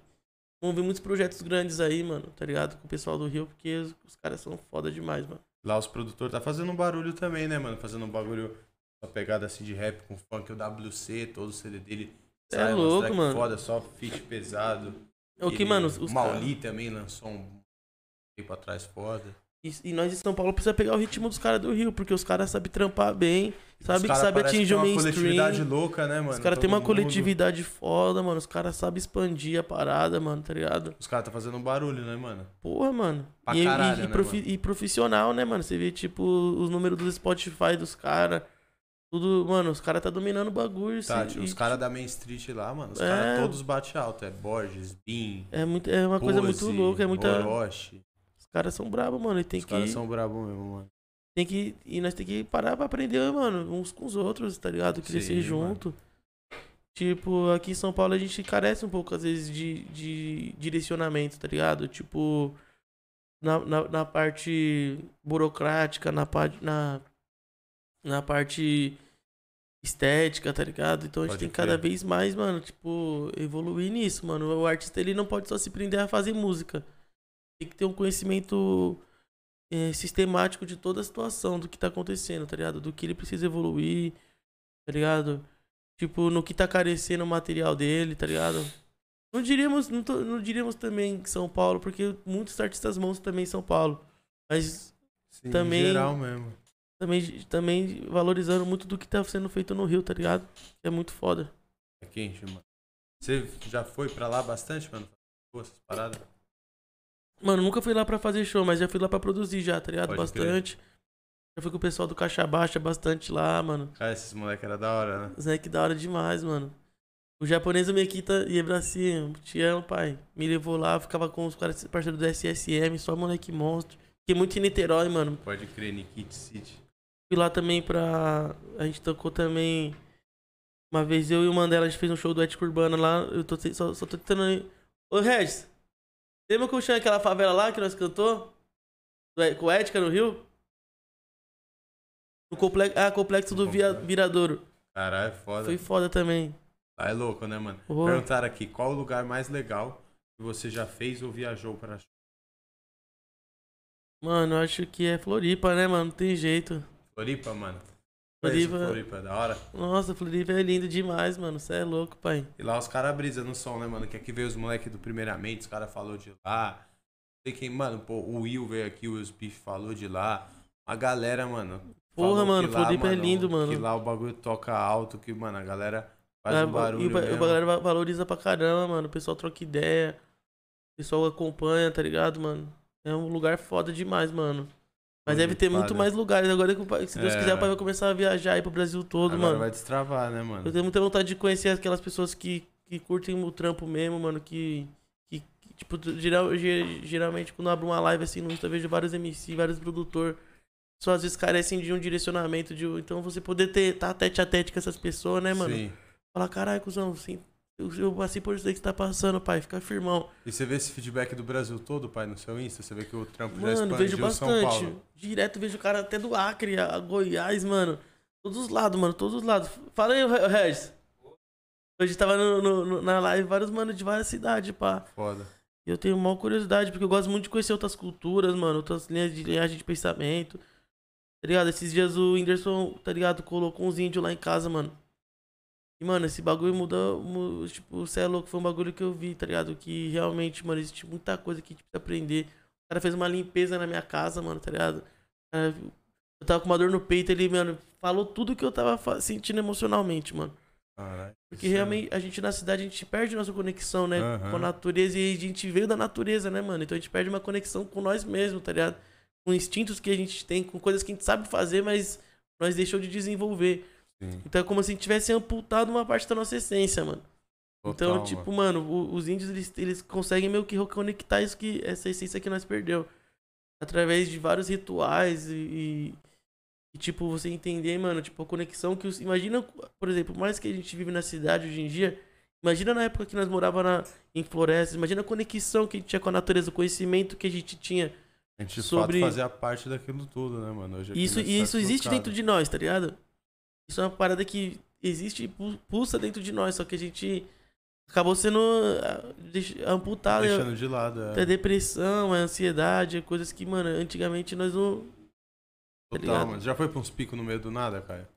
A: Vão vir muitos projetos grandes aí, mano, tá ligado? Com o pessoal do Rio, porque os, os caras são foda demais, mano.
C: Lá os produtores tá fazendo um barulho também, né, mano? Fazendo um bagulho, uma pegada assim de rap com funk, o WC, todo o CD dele.
A: É
C: umas
A: louco,
C: track
A: mano.
C: Foda, só feat pesado.
A: É o que,
C: Ele-
A: mano, os, os
C: o Mauli também lançou um tempo atrás foda.
A: E, e nós em São Paulo precisa pegar o ritmo dos caras do Rio, porque os caras sabem trampar bem,
C: Os
A: sabe que
C: cara
A: sabe
C: parece que
A: atingir
C: tem
A: o
C: uma coletividade
A: mainstream.
C: louca, né, mano?
A: Os caras
C: Todo
A: têm uma
C: mundo-
A: coletividade foda, mano. Os caras sabem expandir a parada, mano, tá ligado?
C: Os caras tá fazendo um barulho, né, mano?
A: Porra, mano.
C: Pra
A: e, e-
C: caralho,
A: e
C: né,
A: profi- e profissional, né, mano? Você vê, tipo, os números do Spotify dos caras. Tudo, mano, os caras tá dominando o bagulho.
C: Tá,
A: cê-
C: tio,
A: e,
C: os caras da Main Street lá, mano, os
A: É.
C: caras todos bate alto. É Borges, Bin,
A: É, muito, é uma coisa muito
C: Pose,
A: louca. É muita...
C: Orochi.
A: Os caras são bravos, mano. E tem
C: Os
A: que.
C: caras são brabos mesmo, mano.
A: tem que e nós tem que parar pra aprender, mano, uns com os outros, tá ligado? Crescer
C: Sim,
A: junto. Tipo, aqui em São Paulo a gente carece um pouco, às vezes, de, de direcionamento, tá ligado? Tipo, na, na, na parte burocrática, na, pa- na, na parte estética, tá ligado? Então a gente
C: Pode
A: tem que
C: crer.
A: cada vez mais, mano, tipo, evoluir nisso, mano. O artista, ele não pode só se prender a fazer música. Tem que ter um conhecimento é, sistemático de toda a situação, do que tá acontecendo, tá ligado? Do que ele precisa evoluir, tá ligado? Tipo, no que tá carecendo o material dele, tá ligado? Não diríamos, não, tô- não diríamos também que São Paulo, porque muitos artistas monstros também em São Paulo. Mas
C: Sim,
A: Também-
C: Em geral mesmo.
A: também, também valorizando muito do que tá sendo feito no Rio, tá ligado? É muito foda.
C: É quente, mano. Você já foi pra lá bastante, mano? Pô, essas paradas?
A: Mano, nunca fui lá pra fazer show, mas já fui lá pra produzir já, tá ligado?
C: Pode
A: bastante. Já fui com o pessoal do Caixa Baixa bastante lá, mano.
C: Cara, esses moleques eram da hora, né?
A: Zé, que da hora demais, mano. O japonês Mekita e Ebracinho, te amo, pai. Me levou lá, ficava com os caras- parceiros do SSM, só moleque monstro. Fiquei muito em Niterói, mano.
C: Pode crer, Nikit City.
A: Fui lá também pra. A gente tocou também. Uma vez eu e o Mandela, a gente fez um show do Ético Urbana lá. Eu tô te- só, só tô tentando. Ô, Regis, lembra que eu chamei aquela favela lá que nós cantou? Do É- Com Ética no Rio? No complexo, ah, complexo do Via- Viradouro.
C: Caralho, é foda.
A: Foi foda também.
C: Tá, é louco, né, mano?
A: Porra.
C: Perguntaram aqui, qual o lugar mais legal que você já fez ou viajou pra
A: Mano, eu acho que é Floripa, né, mano? Não tem jeito.
C: Floripa, mano? Conhece
A: Floripa.
C: Floripa, é da hora.
A: Nossa, Floripa é lindo demais, mano. Você é louco, pai.
C: E lá os caras brisa no som, né, mano? Que aqui veio os moleques do Primeiramente, os caras falaram de lá. Não sei quem, mano, pô, o Will veio aqui, o Will Spiff falou de lá. A galera, mano.
A: Porra,
C: falou
A: mano,
C: que lá,
A: Floripa é lindo,
C: Que
A: mano.
C: lá o bagulho toca alto, que, mano, a galera faz
A: Ah,
C: um barulho.
A: e o, ba-
C: mesmo.
A: o galera va- valoriza pra caramba, mano. O pessoal troca ideia. O pessoal acompanha, tá ligado, mano? É um lugar foda demais, mano. Mas
C: Pô,
A: deve ter muito
C: foda.
A: mais lugares. Agora, que o pai- se Deus
C: É.
A: quiser, o pai vai começar a viajar aí pro Brasil todo,
C: Agora
A: mano.
C: vai destravar, né, mano?
A: Eu tenho muita vontade de conhecer aquelas pessoas que, que curtem o trampo mesmo, mano, que. que, que, tipo, tu- geral, ge- geralmente quando eu abro uma live assim no Insta, eu vejo vários MC, vários produtor. Só às vezes carecem de um direcionamento, de um- Então você poder ter, tá tete a tete com essas pessoas, né, mano?
C: Sim.
A: Falar, caralho, cuzão, assim, eu, eu passei por isso aí que você tá passando, pai. Fica firmão.
C: E você vê esse feedback do Brasil todo, pai, no seu Insta? Você vê que o trampo já
A: Mano,
C: expandiu
A: vejo
C: São
A: bastante.
C: Paulo.
A: Direto vejo o cara até do Acre, a a Goiás, mano. Todos os lados, mano, todos os lados. Fala aí, Re- Regis. Hoje tava no- no- no- na live vários mano de várias cidades, pá.
C: Foda.
A: E eu tenho maior curiosidade, porque eu gosto muito de conhecer outras culturas, mano, outras linhas de linhagem de pensamento. Tá ligado? Esses dias o Whindersson, tá ligado? Colocou uns índios lá em casa, mano. E, mano, esse bagulho mudou. mu- Tipo, cê é louco, foi um bagulho que eu vi, tá ligado? Que realmente, mano, existe muita coisa que a gente precisa aprender. O cara fez uma limpeza na minha casa, mano, tá ligado? O cara- Eu tava com uma dor no peito, ele, mano, falou tudo que eu tava fa- sentindo emocionalmente, mano.
C: Caralho. é
A: Porque realmente a gente na cidade, a gente perde nossa conexão, né?
C: Aham.
A: Com a natureza e a gente veio da natureza, né, mano? Então a gente perde uma conexão com nós mesmos, tá ligado? Com instintos que a gente tem, com coisas que a gente sabe fazer, mas nós deixou de desenvolver.
C: Sim.
A: Então é como se a gente tivesse amputado uma parte da nossa essência, mano. Então,
C: Total,
A: tipo, mano, o- os índios, eles, eles conseguem meio que reconectar isso que, essa essência que nós perdeu. Através de vários rituais e, e- e, tipo, você entender, mano, tipo, a conexão que os... Imagina, por exemplo, por mais que a gente vive na cidade hoje em dia, imagina na época que nós morávamos na- em florestas, imagina a conexão que a gente tinha com a natureza, o conhecimento que a gente tinha.
C: A gente de
A: sobre-
C: fato fazia parte daquilo tudo, né, mano? Hoje aqui
A: E isso,
C: nós
A: e
C: tá
A: isso existe
C: trocado.
A: dentro de nós, tá ligado? Isso é uma parada que existe e pu- pulsa dentro de nós, só que a gente acabou sendo ah, deix- amputada.
C: Deixando de lado, é.
A: É depressão, é ansiedade, é coisas que, mano, antigamente nós não.
C: Total,
A: Tá ligado?
C: mas já foi pra uns picos no meio do nada, cara?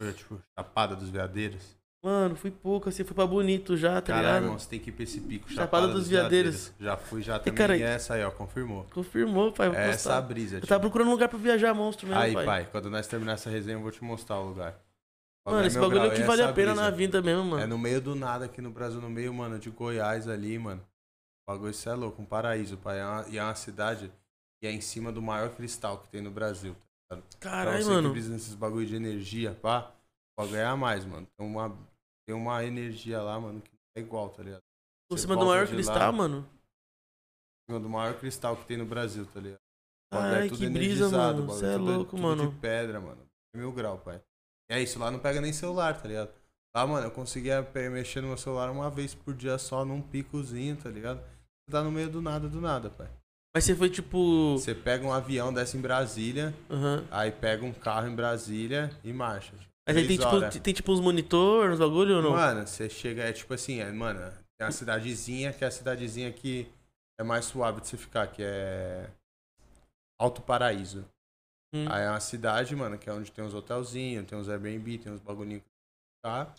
C: Foi, tipo, chapada dos veadeiros.
A: Mano, fui pouco, assim, fui pra bonito já, tá
C: Caralho, irmão,
A: ligado?
C: você tem que ir pra esse pico.
A: Chapada
C: Chapada,
A: dos
C: dos,
A: Veadeiros.
C: veadeiros. Já fui, já também.
A: cara,
C: e essa aí, ó, confirmou.
A: Confirmou, pai. Vou
C: É essa a
A: postar.
C: brisa,
A: Eu
C: tipo.
A: tava procurando um lugar pra viajar monstro mesmo,
C: Aí,
A: pai.
C: pai. quando nós terminar essa resenha, eu vou te mostrar o lugar. O
A: Mano,
C: é
A: esse
C: meu
A: bagulho é o
C: grau,
A: que
C: é
A: vale
C: essa
A: a pena
C: brisa.
A: na vida mesmo,
C: É
A: mano.
C: no meio do nada aqui no Brasil, no meio, mano, de Goiás ali, mano. O bagulho isso é louco, um paraíso, pai. É uma- e é uma cidade que é em cima do maior cristal que tem no Brasil. pra
A: Caralho,
C: você
A: mano.
C: que brisa nesses bagulho de energia, pá, pode ganhar mais, mano. Tem uma, tem uma energia lá, mano, que é igual, tá ligado?
A: Por
C: você
A: cima do
C: volta
A: maior
C: de lá.
A: cristal, mano.
C: Mano, Do maior cristal que tem no Brasil, tá ligado? O bagulho
A: Ai, que brisa,
C: energizado, o
A: mano.
C: bagulho
A: Você é
C: tudo-
A: louco,
C: tudo
A: mano.
C: de pedra, mano. É mil grau, pai. E é isso, lá não pega nem celular, tá ligado? Lá, mano, eu conseguia pe- mexer no meu celular uma vez por dia só num picozinho, tá ligado? Você tá no meio do nada, do nada, pai.
A: Mas você foi tipo.
C: Você pega um avião, desce em Brasília,
A: Aham.
C: aí pega um carro em Brasília e marcha. tipo,
A: Mas aí tem
C: três horas.
A: tipo, tem tipo uns monitor, uns bagulho ou não?
C: Mano, você chega, é tipo assim, é, mano, tem uma cidadezinha que é a cidadezinha que é mais suave de você ficar, que é Alto Paraíso.
A: Hum.
C: Aí é uma cidade, mano, que é onde tem uns hotelzinhos, tem uns Airbnb, tem uns bagulhinhos tá?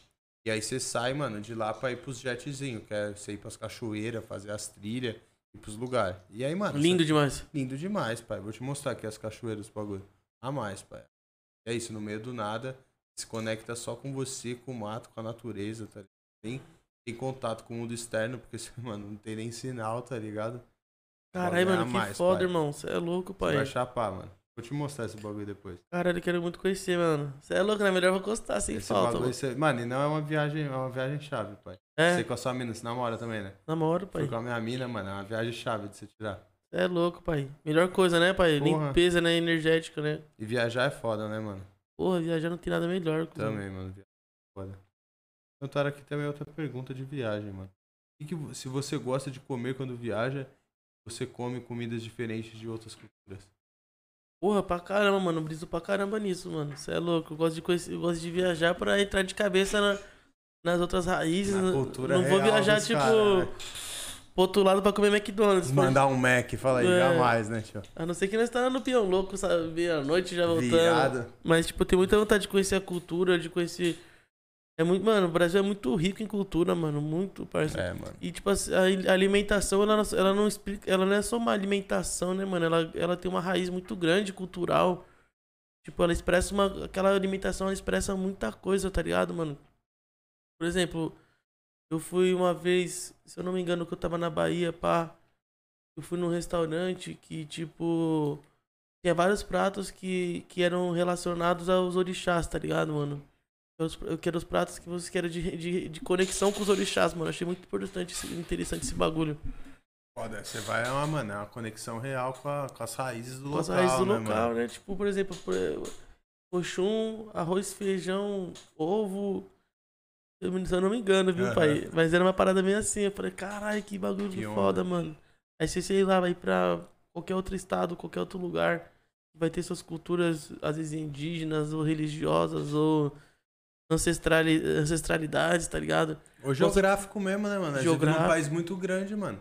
C: E aí você sai, mano, de lá pra ir pros jetzinhos, que é você ir pras cachoeiras, fazer as trilhas, ir pros lugares. E aí, mano,
A: Lindo demais.
C: Lindo demais, pai. Vou te mostrar aqui as cachoeiras, os bagulho. A mais, pai. É isso, no meio do nada, se conecta só com você, com o mato, com a natureza, tá ligado? Tem, tem contato com o mundo externo, porque, você, mano, não tem nem sinal, tá ligado?
A: Caralho,
C: Bagulho é
A: mano,
C: a
A: que
C: mais,
A: foda,
C: pai.
A: irmão. Você é louco,
C: Você
A: pai.
C: vai chapar, mano. Vou te mostrar esse bagulho depois.
A: Caralho, eu quero muito conhecer, mano. Você é louco, na melhor eu vou gostar, sem
C: Esse
A: falta.
C: bagulho,
A: Mano.
C: você- Mano, e não é uma viagem, é uma viagem chave, pai. Você
A: É,
C: com a sua mina, você namora também, né?
A: namoro, pai.
C: Fui com a minha mina, mano, é uma viagem chave de você tirar.
A: Cê É louco, pai. Melhor coisa, né, pai?
C: Porra.
A: Limpeza, né? Energética, né?
C: E viajar é foda, né, mano?
A: Porra, viajar não tem nada melhor. cuzão.
C: Também, mano. viagem é Foda. Notaram Então, aqui também é outra pergunta de viagem, mano. E que, vo- se você gosta de comer quando viaja, você come comidas diferentes de outras culturas.
A: Porra, pra caramba, mano. Briso pra caramba nisso, mano. Você é louco. Eu gosto de, conhecer, eu gosto de viajar pra entrar de cabeça na- nas outras raízes.
C: Na
A: Não-
C: cultura
A: não vou
C: real
A: viajar,
C: dos
A: tipo,
C: cara, né?
A: pro outro lado pra comer McDonald's. pode-
C: um Mac, fala
A: aí, É. jamais,
C: né, tio?
A: A não ser que nós tá no peão louco, sabe? Meia-noite já voltando. Mas, tipo, eu tenho muita vontade de conhecer a cultura, de conhecer. É muito, mano, o Brasil é muito rico em cultura, mano. Muito, parceiro.
C: É, mano.
A: E, tipo, assim, a alimentação, ela, não- ela não explica. Ela não é só uma alimentação, né, mano? Ela, ela tem uma raiz muito grande cultural. Tipo, ela expressa uma. Aquela alimentação, ela expressa muita coisa, tá ligado, mano? Por exemplo, eu fui uma vez, se eu não me engano, que eu tava na Bahia, pá. Eu fui num restaurante que, tipo. Tinha vários pratos que, que eram relacionados aos orixás, tá ligado, mano? Eu, eu quero os pratos que você quer de, de, de conexão com os orixás, mano. Achei muito importante, esse- interessante esse bagulho.
C: Foda, você vai, é uma, mano, é uma conexão real com, a- com as raízes do
A: Com as
C: local,
A: raízes do
C: né,
A: local,
C: mano?
A: né? Tipo, por exemplo, por- Oxum, arroz, feijão, ovo. Eu, me- se eu não me engano, viu,
C: Aham.
A: pai? Mas era uma parada meio assim. Eu falei, caralho, que bagulho
C: Que
A: foda, mano. Aí você, sei lá, vai pra qualquer outro estado, qualquer outro lugar. Vai ter suas culturas, às vezes indígenas, ou religiosas, ou ancestrali- ancestralidades, tá ligado?
C: O geográfico mesmo, né, mano? A gente vive num
A: Geográfico.
C: país muito grande, mano.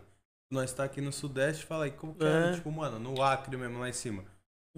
C: Nós tá aqui no Sudeste, fala aí, como que é?
A: É.
C: Tipo, mano, no Acre mesmo, lá em cima.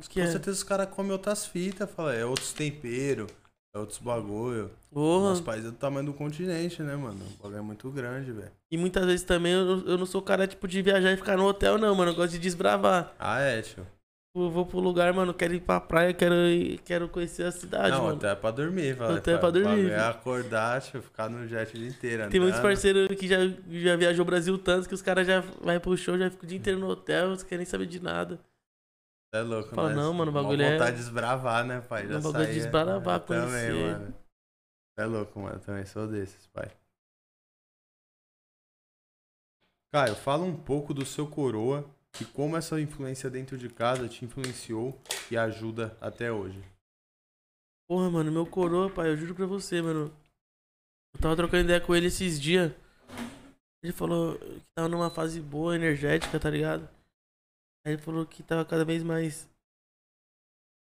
A: Que
C: Com
A: é.
C: certeza os caras comem outras fitas, fala, é outros temperos, é outros bagulho.
A: Porra.
C: Nosso país é do tamanho do continente, né, mano? O bagulho é muito grande, velho.
A: E muitas vezes também eu, não- eu não sou o cara, tipo, de viajar e ficar no hotel, não, mano. Eu gosto de desbravar.
C: Ah, é, tio.
A: Tipo, eu vou pro lugar, mano, quero ir pra praia, quero, ir- quero conhecer a cidade,
C: não, tá
A: mano.
C: até é pra dormir, velho.
A: Ah, Até pra dormir,
C: É
A: viu?
C: acordar, tio, ficar no jet o dia inteiro.
A: Tem muitos
C: andando.
A: parceiros que já, já viajou o Brasil tanto que os caras já vai pro show, já fica o dia inteiro no hotel, não querem saber de nada.
C: É louco,
A: Fala,
C: né?
A: não, mano, o
C: Mó
A: bagulho é-
C: vontade de desbravar, né, pai? Já
A: O bagulho é
C: saía.
A: desbravar,
C: Eu Também,
A: conhecer.
C: mano. É louco, mano. eu Também sou desses, pai. Caio, fala um pouco do seu coroa e como essa influência dentro de casa te influenciou e ajuda até hoje.
A: Porra, mano, meu coroa, pai, eu juro pra você, mano. Eu tava trocando ideia com ele esses dias. Ele falou que tava numa fase boa, energética, tá ligado? Aí ele falou que tava cada vez mais.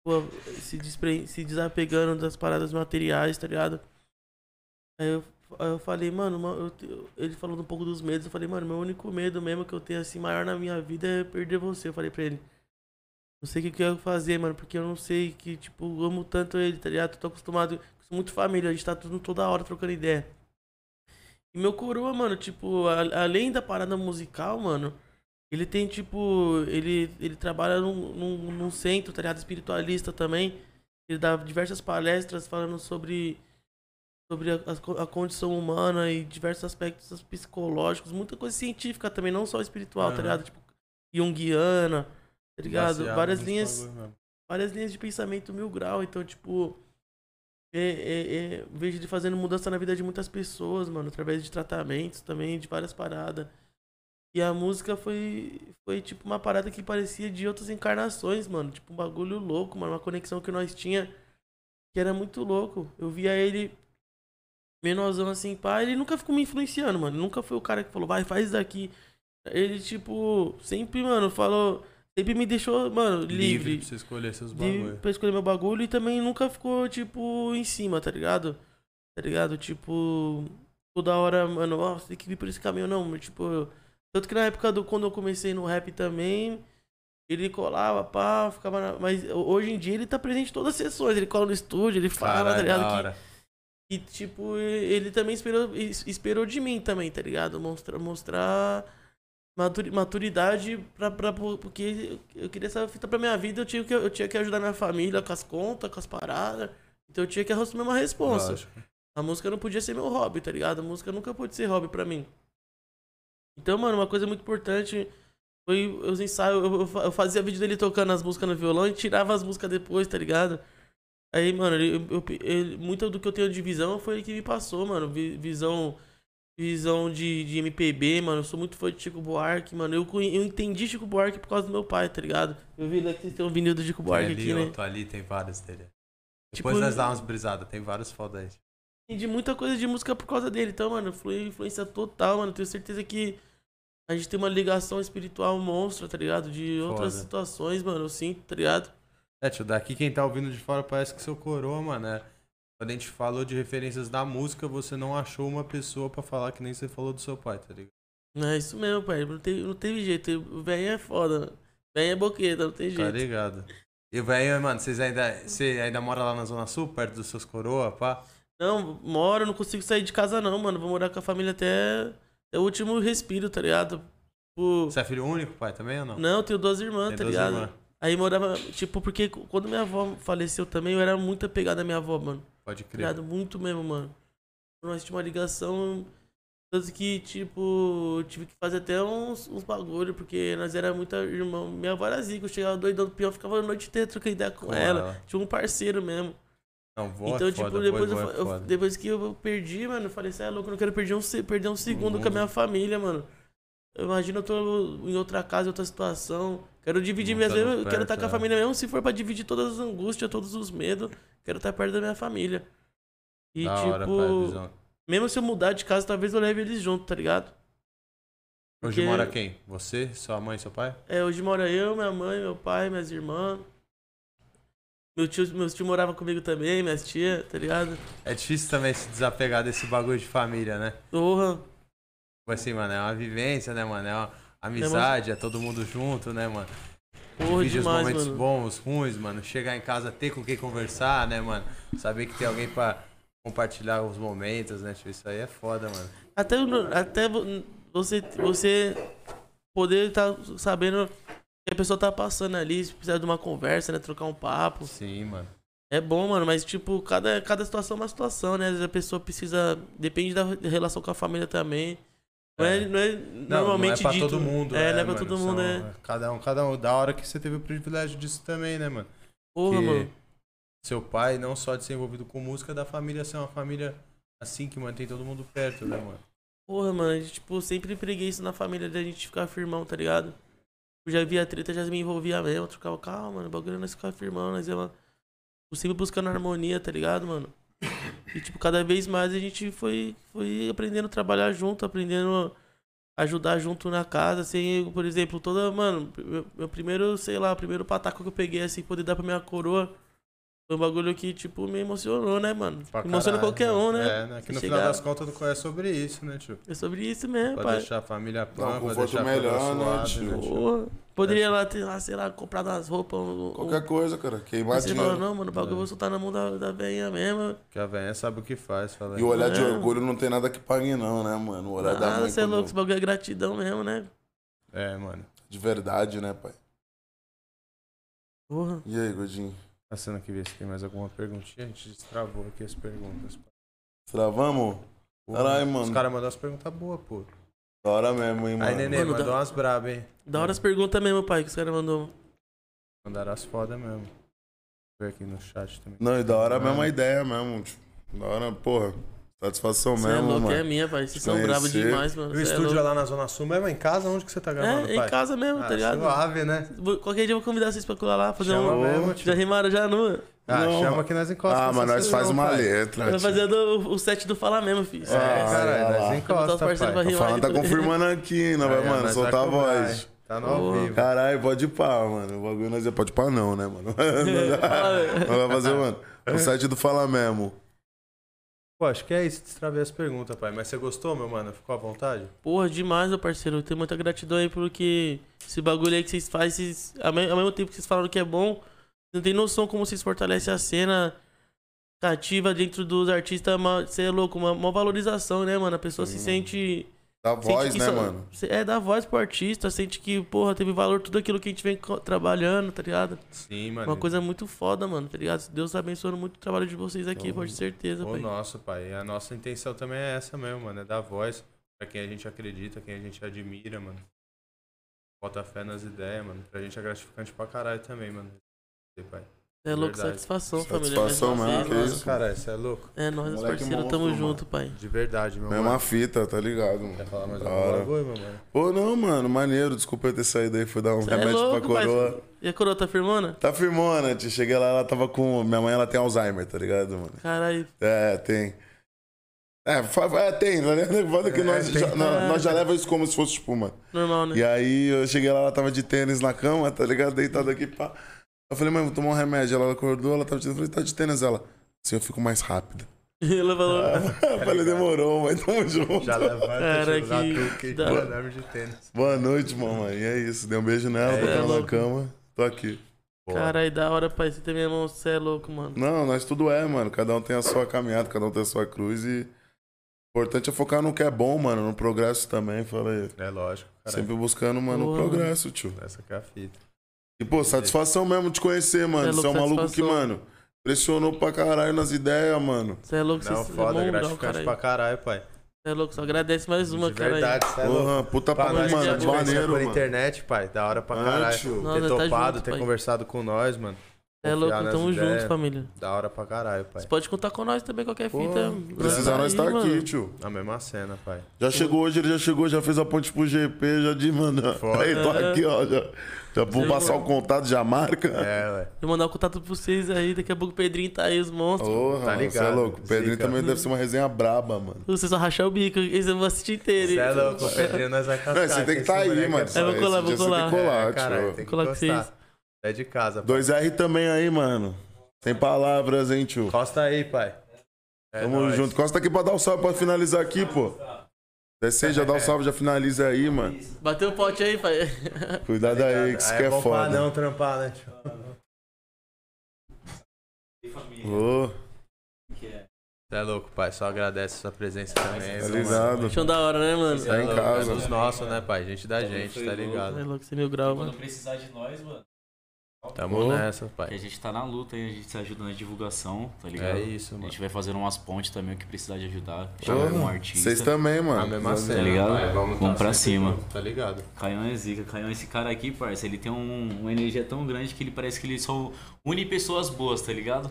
A: Pô, se, despre... se desapegando das paradas materiais, tá ligado? Aí eu Aí eu falei, mano, ma- eu te- eu- ele falou um pouco dos medos. Eu falei, mano, meu único medo mesmo que eu tenho assim maior na minha vida é perder você. Eu falei pra ele. Não sei o que que eu ia fazer, mano, porque eu não sei que, tipo, eu amo tanto ele, tá ligado? Tô acostumado, sou muito família, a gente tá tudo toda hora trocando ideia. E meu coroa, mano, tipo, a- além da parada musical, mano, ele tem, tipo, ele, ele trabalha num, num, num centro, tá ligado? Espiritualista também. Ele dá diversas palestras falando sobre, sobre a, as co- a condição humana e diversos aspectos psicológicos, muita coisa científica também, não só espiritual, tá
C: Aham.
A: ligado? Tipo, Jungiana, tá ligado?
C: Baseado
A: várias
C: nos
A: linhas
C: bagulho mesmo.
A: várias linhas de pensamento mil grau, então, tipo. É, é- é- vejo ele fazendo mudança na vida de muitas pessoas, mano, através de tratamentos também, de várias paradas. E a música foi, foi tipo uma parada que parecia de outras encarnações, mano. Tipo, um bagulho louco, mano. Uma conexão que nós tinha que era muito louco. Eu via ele menorzão assim, pá. Ele nunca ficou me influenciando, mano. Nunca foi o cara que falou, vai, faz isso daqui. Ele, tipo, sempre, mano, falou. Sempre me deixou, mano,
C: Livre
A: livre
C: pra você escolher seus
A: de,
C: bagulhos.
A: pra escolher meu bagulho e também nunca ficou, tipo, em cima, tá ligado? Tá ligado? Tipo, toda hora, mano, ó, você tem que vir por esse caminho, não, mas, tipo, eu- tanto que na época do quando eu comecei no rap também, ele colava, pá, ficava na, mas hoje em dia ele tá presente em todas as sessões, ele cola no estúdio, ele fala, tá
C: Caralho,
A: ligado?
C: da
A: Que-
C: hora.
A: e, tipo, ele também esperou, es- esperou de mim também, tá ligado? Mostrar, mostrar maturi- maturidade pra, pra, porque eu queria essa fita pra minha vida, eu tinha, que, eu tinha que ajudar minha família com as contas, com as paradas. Então eu tinha que assumir uma responsa.
C: Lógico.
A: A música não podia ser meu hobby, tá ligado? A música nunca pôde ser hobby pra mim. Então, mano, uma coisa muito importante foi os ensaios. Eu, eu fa- eu fazia vídeo dele tocando as músicas no violão e tirava as músicas depois, tá ligado? Aí, mano, ele, eu, eu- ele- muito do que eu tenho de visão foi ele que me passou, mano. Vi- visão visão de, de MPB, mano. Eu sou muito fã de Chico Buarque, mano. Eu, conhe- eu entendi Chico Buarque por causa do meu pai, tá ligado? Eu vi lá que vocês têm um vinil do Chico
C: Tem
A: Buarque
C: ali,
A: aqui, né?
C: outro ali, tem várias dele.
A: Tipo,
C: Depois nós dá umas brisadas, tem vários foda aí.
A: entendi muita coisa de música por causa dele. Então, mano, foi influência total, mano. Tenho certeza que a gente tem uma ligação espiritual monstra, tá ligado? De outras
C: Foda.
A: situações, mano, eu sinto, tá ligado?
C: É, tio, daqui quem tá ouvindo de fora parece que seu coroa, mano. É. Quando a gente falou de referências da música, você não achou uma pessoa pra falar que nem você falou do seu pai, tá ligado?
A: É isso mesmo, pai. Não teve, não teve jeito. O velho é foda, mano. O velho é boqueta, não tem
C: Tá
A: jeito.
C: ligado? E o velho, mano, vocês ainda, você ainda mora lá na Zona Sul, perto dos seus coroa, pá?
A: Não, moro, não consigo sair de casa não, mano. Vou morar com a família até, até o último respiro, tá ligado? Tipo,
C: Você é filho único, pai, também ou não?
A: não, eu tenho duas irmãs,
C: Tem
A: tá
C: duas
A: ligado?
C: irmãs.
A: Aí morava, tipo, porque quando minha avó faleceu também, eu era muito apegado à minha avó, mano.
C: Pode crer.
A: Obrigado, muito mesmo, mano. Nós tínhamos uma ligação. Tanto que, tipo, eu tive que fazer até uns, uns bagulho, porque nós era muito irmão. Minha avó era zica, eu chegava doidão do peão, ficava a noite inteira trocando ideia com,
C: Com
A: ela.
C: ela.
A: Tinha um parceiro mesmo.
C: Não, vó
A: então,
C: é foda,
A: tipo,
C: vó
A: depois,
C: é
A: eu,
C: vó é
A: fa- eu-
C: foda.
A: depois que eu perdi, mano, eu falei, você é louco, eu não quero perder um, se- perder um segundo com a minha família, mano. Eu imagino eu tô em outra casa, em outra situação. Quero dividir
C: Não
A: minhas
C: tá no
A: mesmo, eu quero
C: perto,
A: estar com a
C: é.
A: família mesmo, se for pra dividir todas as angústias, todos os medos, quero estar perto da minha família. E
C: da
A: tipo,
C: hora, pai, visão.
A: mesmo se eu mudar de casa, talvez eu leve eles junto, tá ligado?
C: Hoje
A: porque-
C: mora quem? Você, sua mãe e seu pai?
A: É, hoje mora eu, minha mãe, meu pai, minhas irmãs. Meu tio, meus tios moravam comigo também, minhas tias, tá ligado?
C: É difícil também se desapegar desse bagulho de família, né?
A: Porra,
C: Tipo assim, mano, é uma vivência, né, mano? É uma amizade, é todo mundo junto, né, mano?
A: porra
C: Dividir os
A: demais,
C: momentos
A: mano.
C: bons, ruins, mano. Chegar em casa, ter com quem conversar, né, mano? Saber que tem alguém pra compartilhar os momentos, né? Tipo, isso aí é foda, mano.
A: Até, no- até vo- você, você poder estar sabendo que a pessoa tá passando ali, se precisar de uma conversa, né? Trocar um papo.
C: Sim, mano.
A: É bom, mano, mas tipo, cada, cada situação é uma situação, né? Às vezes a pessoa precisa. Depende da relação com a família também. Não é,
C: É.
A: não é
C: Não,
A: normalmente
C: não é pra
A: dito.
C: todo mundo,
A: é,
C: né?
A: não é pra
C: mano?
A: todo mundo,
C: São-
A: é.
C: Cada um, cada um. Da hora que você teve o privilégio disso também, né, mano?
A: Porra,
C: que
A: mano.
C: Seu pai não só de ser envolvido com música, da família ser uma família assim que mantém todo mundo perto, né, mano?
A: Porra, mano. a gente, Tipo, sempre preguei isso na família da gente ficar firmão, tá ligado? Eu já via treta, já me envolvia mesmo. Eu trocava, calma, mano. O bagulho é nós ficar firmão, nós é uma. eu Sempre buscando harmonia, tá ligado, mano? E, tipo, cada vez mais a gente foi, foi aprendendo a trabalhar junto, aprendendo a ajudar junto na casa, assim, por exemplo, toda, mano, meu, meu primeiro, sei lá, primeiro pataco que eu peguei, assim, poder dar pra minha coroa, Foi um bagulho que, tipo, me emocionou, né, mano?
C: Pra
A: Emociona
C: caralho,
A: qualquer um, né?
C: É, né? Que no
A: Você
C: final
A: chegar-
C: das contas não é sobre isso, né, tio?
A: É sobre isso mesmo,
C: Pra
A: pai.
C: deixar a família
B: Não,
C: pã,
B: com
C: pra
B: voto
C: deixar a
B: melhor,
C: família
B: né,
C: suada,
B: tio?
A: Porra. Poderia lá ter, lá, sei lá, comprado umas roupas. Um, um-
B: Qualquer coisa, né? É. cara. Queimar
A: Mas você falou,
B: dinheiro.
A: não, mano, o bagulho eu vou soltar na mão da, da veinha mesmo.
C: Que a velha sabe o que faz, fala
B: E o olhar de
A: Não.
B: orgulho não tem nada que pague, não, né, mano? O olhar da
A: é né? Ah,
B: mãe
A: você é
B: quando-
A: louco, esse bagulho é gratidão mesmo, né?
C: É, mano.
B: de verdade, né, pai?
A: Porra.
B: E aí, Godinho?
C: Passando aqui ver se tem mais alguma perguntinha. A gente destravou aqui as perguntas.
B: Travamos?
C: Pô,
B: Caralho, mano.
C: Os caras mandaram as perguntas boas, pô.
B: Da hora mesmo, hein, mano?
C: Aí, neném,
A: Mano,
C: mandou
A: dá-
C: umas brabas, hein?
A: Da
B: É.
A: hora as perguntas mesmo, pai, que os caras mandou.
C: Mandaram as foda mesmo. Deixa eu ver aqui no chat também.
B: Não, e da hora
A: é
B: mesmo
C: Mano.
B: a ideia mesmo. Tipo, da hora, porra. Satisfação
A: Você é
B: mesmo,
A: louco,
B: mano.
A: é minha, pai. Vocês são
B: Conhecer.
A: bravos demais, mano.
C: E o
A: Cê é
C: estúdio é
A: louco.
C: lá na Zona Sul mesmo? Em casa? Onde que você tá gravando,
A: É,
C: pai?
A: em casa mesmo,
C: ah,
A: tá ligado?
C: Suave, né?
A: Vou- Qualquer dia eu vou convidar vocês pra colar lá, fazer
C: Chama
A: um.
C: mesmo, tio.
A: Já rimaram já nua.
C: Ah,
B: Não.
C: chama que nós encostamos.
B: Ah, mas nós faz uma letra.
A: Vai
B: tio.
A: fazer do- o set do Falar mesmo, filho.
C: É,
B: Ah,
C: caralho,
B: olha lá.
C: nós
A: Botar os parceiros
C: encosta,
A: pra
C: pai.
B: Tá falando, tá confirmando aqui, né,
A: é,
B: vai,
C: Aí,
B: mano?
C: nós
B: Soltar a
C: vai cobrar,
B: voz.
C: hein? Tá no ao
A: Boa.
C: vivo.
B: Caralho, pode pá, mano. O bagulho nós é pode pá, não, né, mano?
A: Fala,
B: Nós vai fazer, mano. É O site do Fala Memo.
C: Pô, acho que é isso, destravei as perguntas, pai. Mas você gostou, meu mano? Ficou à vontade?
A: Porra, demais, meu parceiro. Eu tenho muita gratidão aí pelo que. Esse bagulho aí que vocês fazem. Vocês, ao, me- ao mesmo tempo que vocês falaram que é bom, vocês não tem noção como vocês fortalecem a cena cativa dentro dos artistas. Você é louco, uma, uma valorização, né, mano? A pessoa se sente.
B: Da
A: sente
B: voz,
A: que
B: né,
A: isso-
B: mano?
A: cê- É, dá voz pro artista. Sente que, porra, teve valor tudo aquilo que a gente vem co- trabalhando, tá ligado?
C: Sim, mano.
A: Uma coisa muito foda, mano, tá ligado? Deus tá abençoando muito o trabalho de vocês aqui,
C: Então,
A: pode ter certeza,
C: O
A: pai.
C: nosso, pai. E A nossa intenção também é essa mesmo, mano. É dar voz pra quem a gente acredita, quem a gente admira, mano. Bota fé nas ideias, mano. Pra gente é gratificante pra caralho também, mano. E, pai.
A: É louco,
C: verdade.
A: satisfação, família.
B: Satisfação
A: mais
B: mesmo,
A: uma
B: que
A: vez,
B: isso.
C: Caralho, você é louco.
A: mano. É, nós,
B: Moleque
A: parceiro,
B: monstro,
A: tamo
B: mano.
A: junto, pai.
C: De verdade, meu
B: Mesma
C: mano.
B: fita, tá ligado, mano?
C: Quer falar mais
B: Da
C: algum
B: hora.
C: bagulho, meu mano?
B: Pô, não, mano, maneiro. Desculpa eu ter saído aí, fui dar um
A: Cê é
B: remédio pra coroa.
A: Mas... E a coroa tá firmando?
B: Tá firmona, tio. Cheguei lá, ela tava com. Minha mãe, ela tem Alzheimer, tá ligado, mano?
A: Caralho.
B: É, tem. É, fa- é tem, tá ligado? Foda
A: É,
B: que nós,
C: tem.
B: já, não, nós já leva isso como se fosse tipo, espuma.
A: Normal, né?
B: E aí eu cheguei lá, ela tava de tênis na cama, tá ligado? Deitada aqui, pá. Eu falei, mãe, vou tomar um remédio. Ela acordou, ela tava de tênis. Eu falei, tá de tênis? Ela, assim eu fico mais rápido.
A: Ela falou. "Ah,
B: eu falei, demorou, mãe, tamo junto.
C: Já levanta,
A: Cara,
C: tio, dá
A: que
C: truque,
A: da-
C: tira nome de tênis.
B: Boa noite, mamãe. E é isso, dei um beijo nela,
C: É,
B: botei ela na
A: louco.
B: cama. Tô aqui.
A: Caralho, da hora, pai. Você tem minha mão, você é louco, mano.
B: Não, nós tudo é, mano. Cada um tem a sua caminhada, cada um tem a sua cruz e. O importante é focar no que é bom, mano, no progresso também, falei.
C: É lógico, caralho.
B: Sempre buscando, mano, o
A: Boa,
B: progresso, tio.
C: Essa que é a fita.
B: E, pô, satisfação mesmo de conhecer, mano.
A: É, louco,
B: Você é um maluco que,
A: satisfação.
B: mano, pressionou pra caralho nas ideias, mano.
A: Você é louco, você
C: Não,
A: é
C: foda,
A: mundão,
C: gratificante
A: caralho.
C: pra um caralho, pai.
A: Você é louco, só agradece mais uma,
C: de
A: cara.
C: verdade, você é louco.
B: Porra, puta
C: Pá,
B: palavra,
C: nós
A: já
B: mano.
C: te
A: te
C: conhecemos
B: Maneiro,
C: por
B: mano.
C: internet, pai. Da hora pra
B: Ah,
C: caralho.
B: tio.
A: Nós
C: ter
A: tá
C: topado,
A: junto,
C: ter
A: pai.
C: conversado com nós, mano.
A: Você é louco,
C: Confiar nas
A: tamo
C: ideias.
A: junto, família.
C: Da hora pra caralho, pai.
A: Você pode contar com nós também, qualquer fita.
B: Pô, Precisar
A: tá
B: nós
A: aí,
B: tá
A: mano.
B: aqui, tio.
C: A mesma cena, pai.
B: Já chegou hoje, ele já chegou, já fez a ponte pro GP, já de, mano.
C: Foda.
B: Aí, tô aqui, ó. Já, já vou
A: Chegou.
B: passar o contato, já marca.
C: É, ué.
A: Vou mandar o contato pra vocês aí, daqui a pouco o Pedrinho tá aí, os monstros.
B: Porra,
C: Tá
B: mano, cê é
C: ligado,
B: louco. O Pedrinho
C: zica.
B: também deve ser uma resenha braba, mano.
A: Você só rachar o bico, eles vão assistir inteiro.
C: Você é
A: hein?
C: louco, o Pedrinho, nós vai casar.
B: Não, você tem que tá aí, mano.
A: Eu vou colar,
B: Esse dia
A: vou colar.
B: Você tem que colar,
C: É, caralho,
B: tio.
C: tem que
A: Colar com
C: gostar. É de casa, pai.
B: 2R também aí, mano. Sem palavras, hein, tio.
C: Costa aí, pai. É
B: Tamo
C: nóis.
B: junto. Costa aqui pra dar o salve pra finalizar aqui, pô. Desce, já dá o salve, já finaliza aí, mano.
A: Bateu o pote aí, pai.
B: Cuidado aí, que isso que
C: é
B: é
C: bom pra
B: foda.
C: não trampar, né, tio?
B: Ô,
C: Você é louco, pai. Só agradece a sua presença também.
B: tá
C: viu, mano?
B: ligado.
A: Chão da hora, né, mano?
B: Tá em
C: louco,
B: casa.
C: É dos nossos, né, pai? Gente da gente, tá
A: Você é
C: ligado?
A: louco, você é mil grau, mano.
F: Quando precisar de nós, mano.
C: Tamo
B: Ô.
C: nessa,
F: Que a
C: pai.
F: gente tá na luta aí, a gente se ajuda na divulgação, tá ligado?
C: É isso,
F: A
C: mano.
F: gente vai fazendo umas pontes também, o que precisar de ajudar. Chamar um
B: Porra,
F: artista.
B: Vocês também,
C: A
B: mano.
C: mesma cena.
F: ligado?
C: assim, pai.
F: Vamos
C: tá
F: pra
C: sempre
F: cima.
C: junto, Tá ligado?
F: Caião é zica. Caião, esse cara aqui, parça, ele tem um- uma energia tão grande que ele parece que ele só une pessoas boas, tá ligado?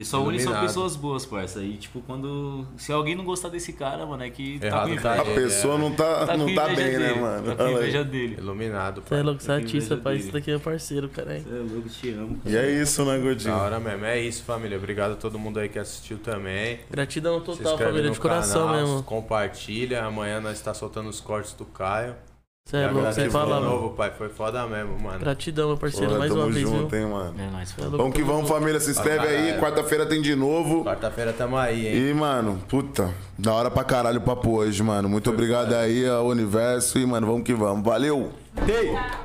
F: Ele só une só
C: Iluminado.
F: pessoas boas, parça. E, tipo, quando. Se alguém não gostar desse cara, mano, é que tá
C: Errado
F: com
C: tá
F: inveja.
B: A pessoa não tá,
F: Tá com
B: não tá
F: inveja
B: bem, né,
F: dele,
B: mano?
F: Tá com
B: Olha aí.
F: inveja dele.
C: Iluminado,
A: Você é
C: pai.
A: louco, você é artista,
F: inveja
A: pai.
F: dele.
A: Isso daqui é parceiro, caralho.
F: Você é louco, te amo.
B: E é isso, né,
C: Da
B: Godinho?
C: hora mesmo. É isso, família. Obrigado a todo mundo aí que assistiu também.
A: Gratidão
C: Se
A: total,
C: inscreve
A: família,
C: no
A: de coração
C: canal,
A: mesmo.
C: tá Compartilha. Amanhã nós está soltando os cortes do Caio.
A: Você é
C: Eu
A: louco, sem
C: agradeço de
A: palavra.
C: novo, pai. Foi foda mesmo, mano.
A: Gratidão, meu parceiro,
B: Porra,
A: mais
B: tamo
A: uma vez, viu?
B: junto, hein, mano.
F: É nóis,
A: Cê é
F: falou.
A: louco,
B: Vamos que
A: tamo
B: vamos,
A: junto.
B: família. Se inscreve aí.
C: caralho.
B: Quarta-feira tem de novo.
C: Quarta-feira tamo aí, hein?
B: E, mano, puta, da hora pra caralho o papo hoje, mano. Muito obrigado aí ao universo e, mano, vamos que vamos. Valeu!
C: Ei!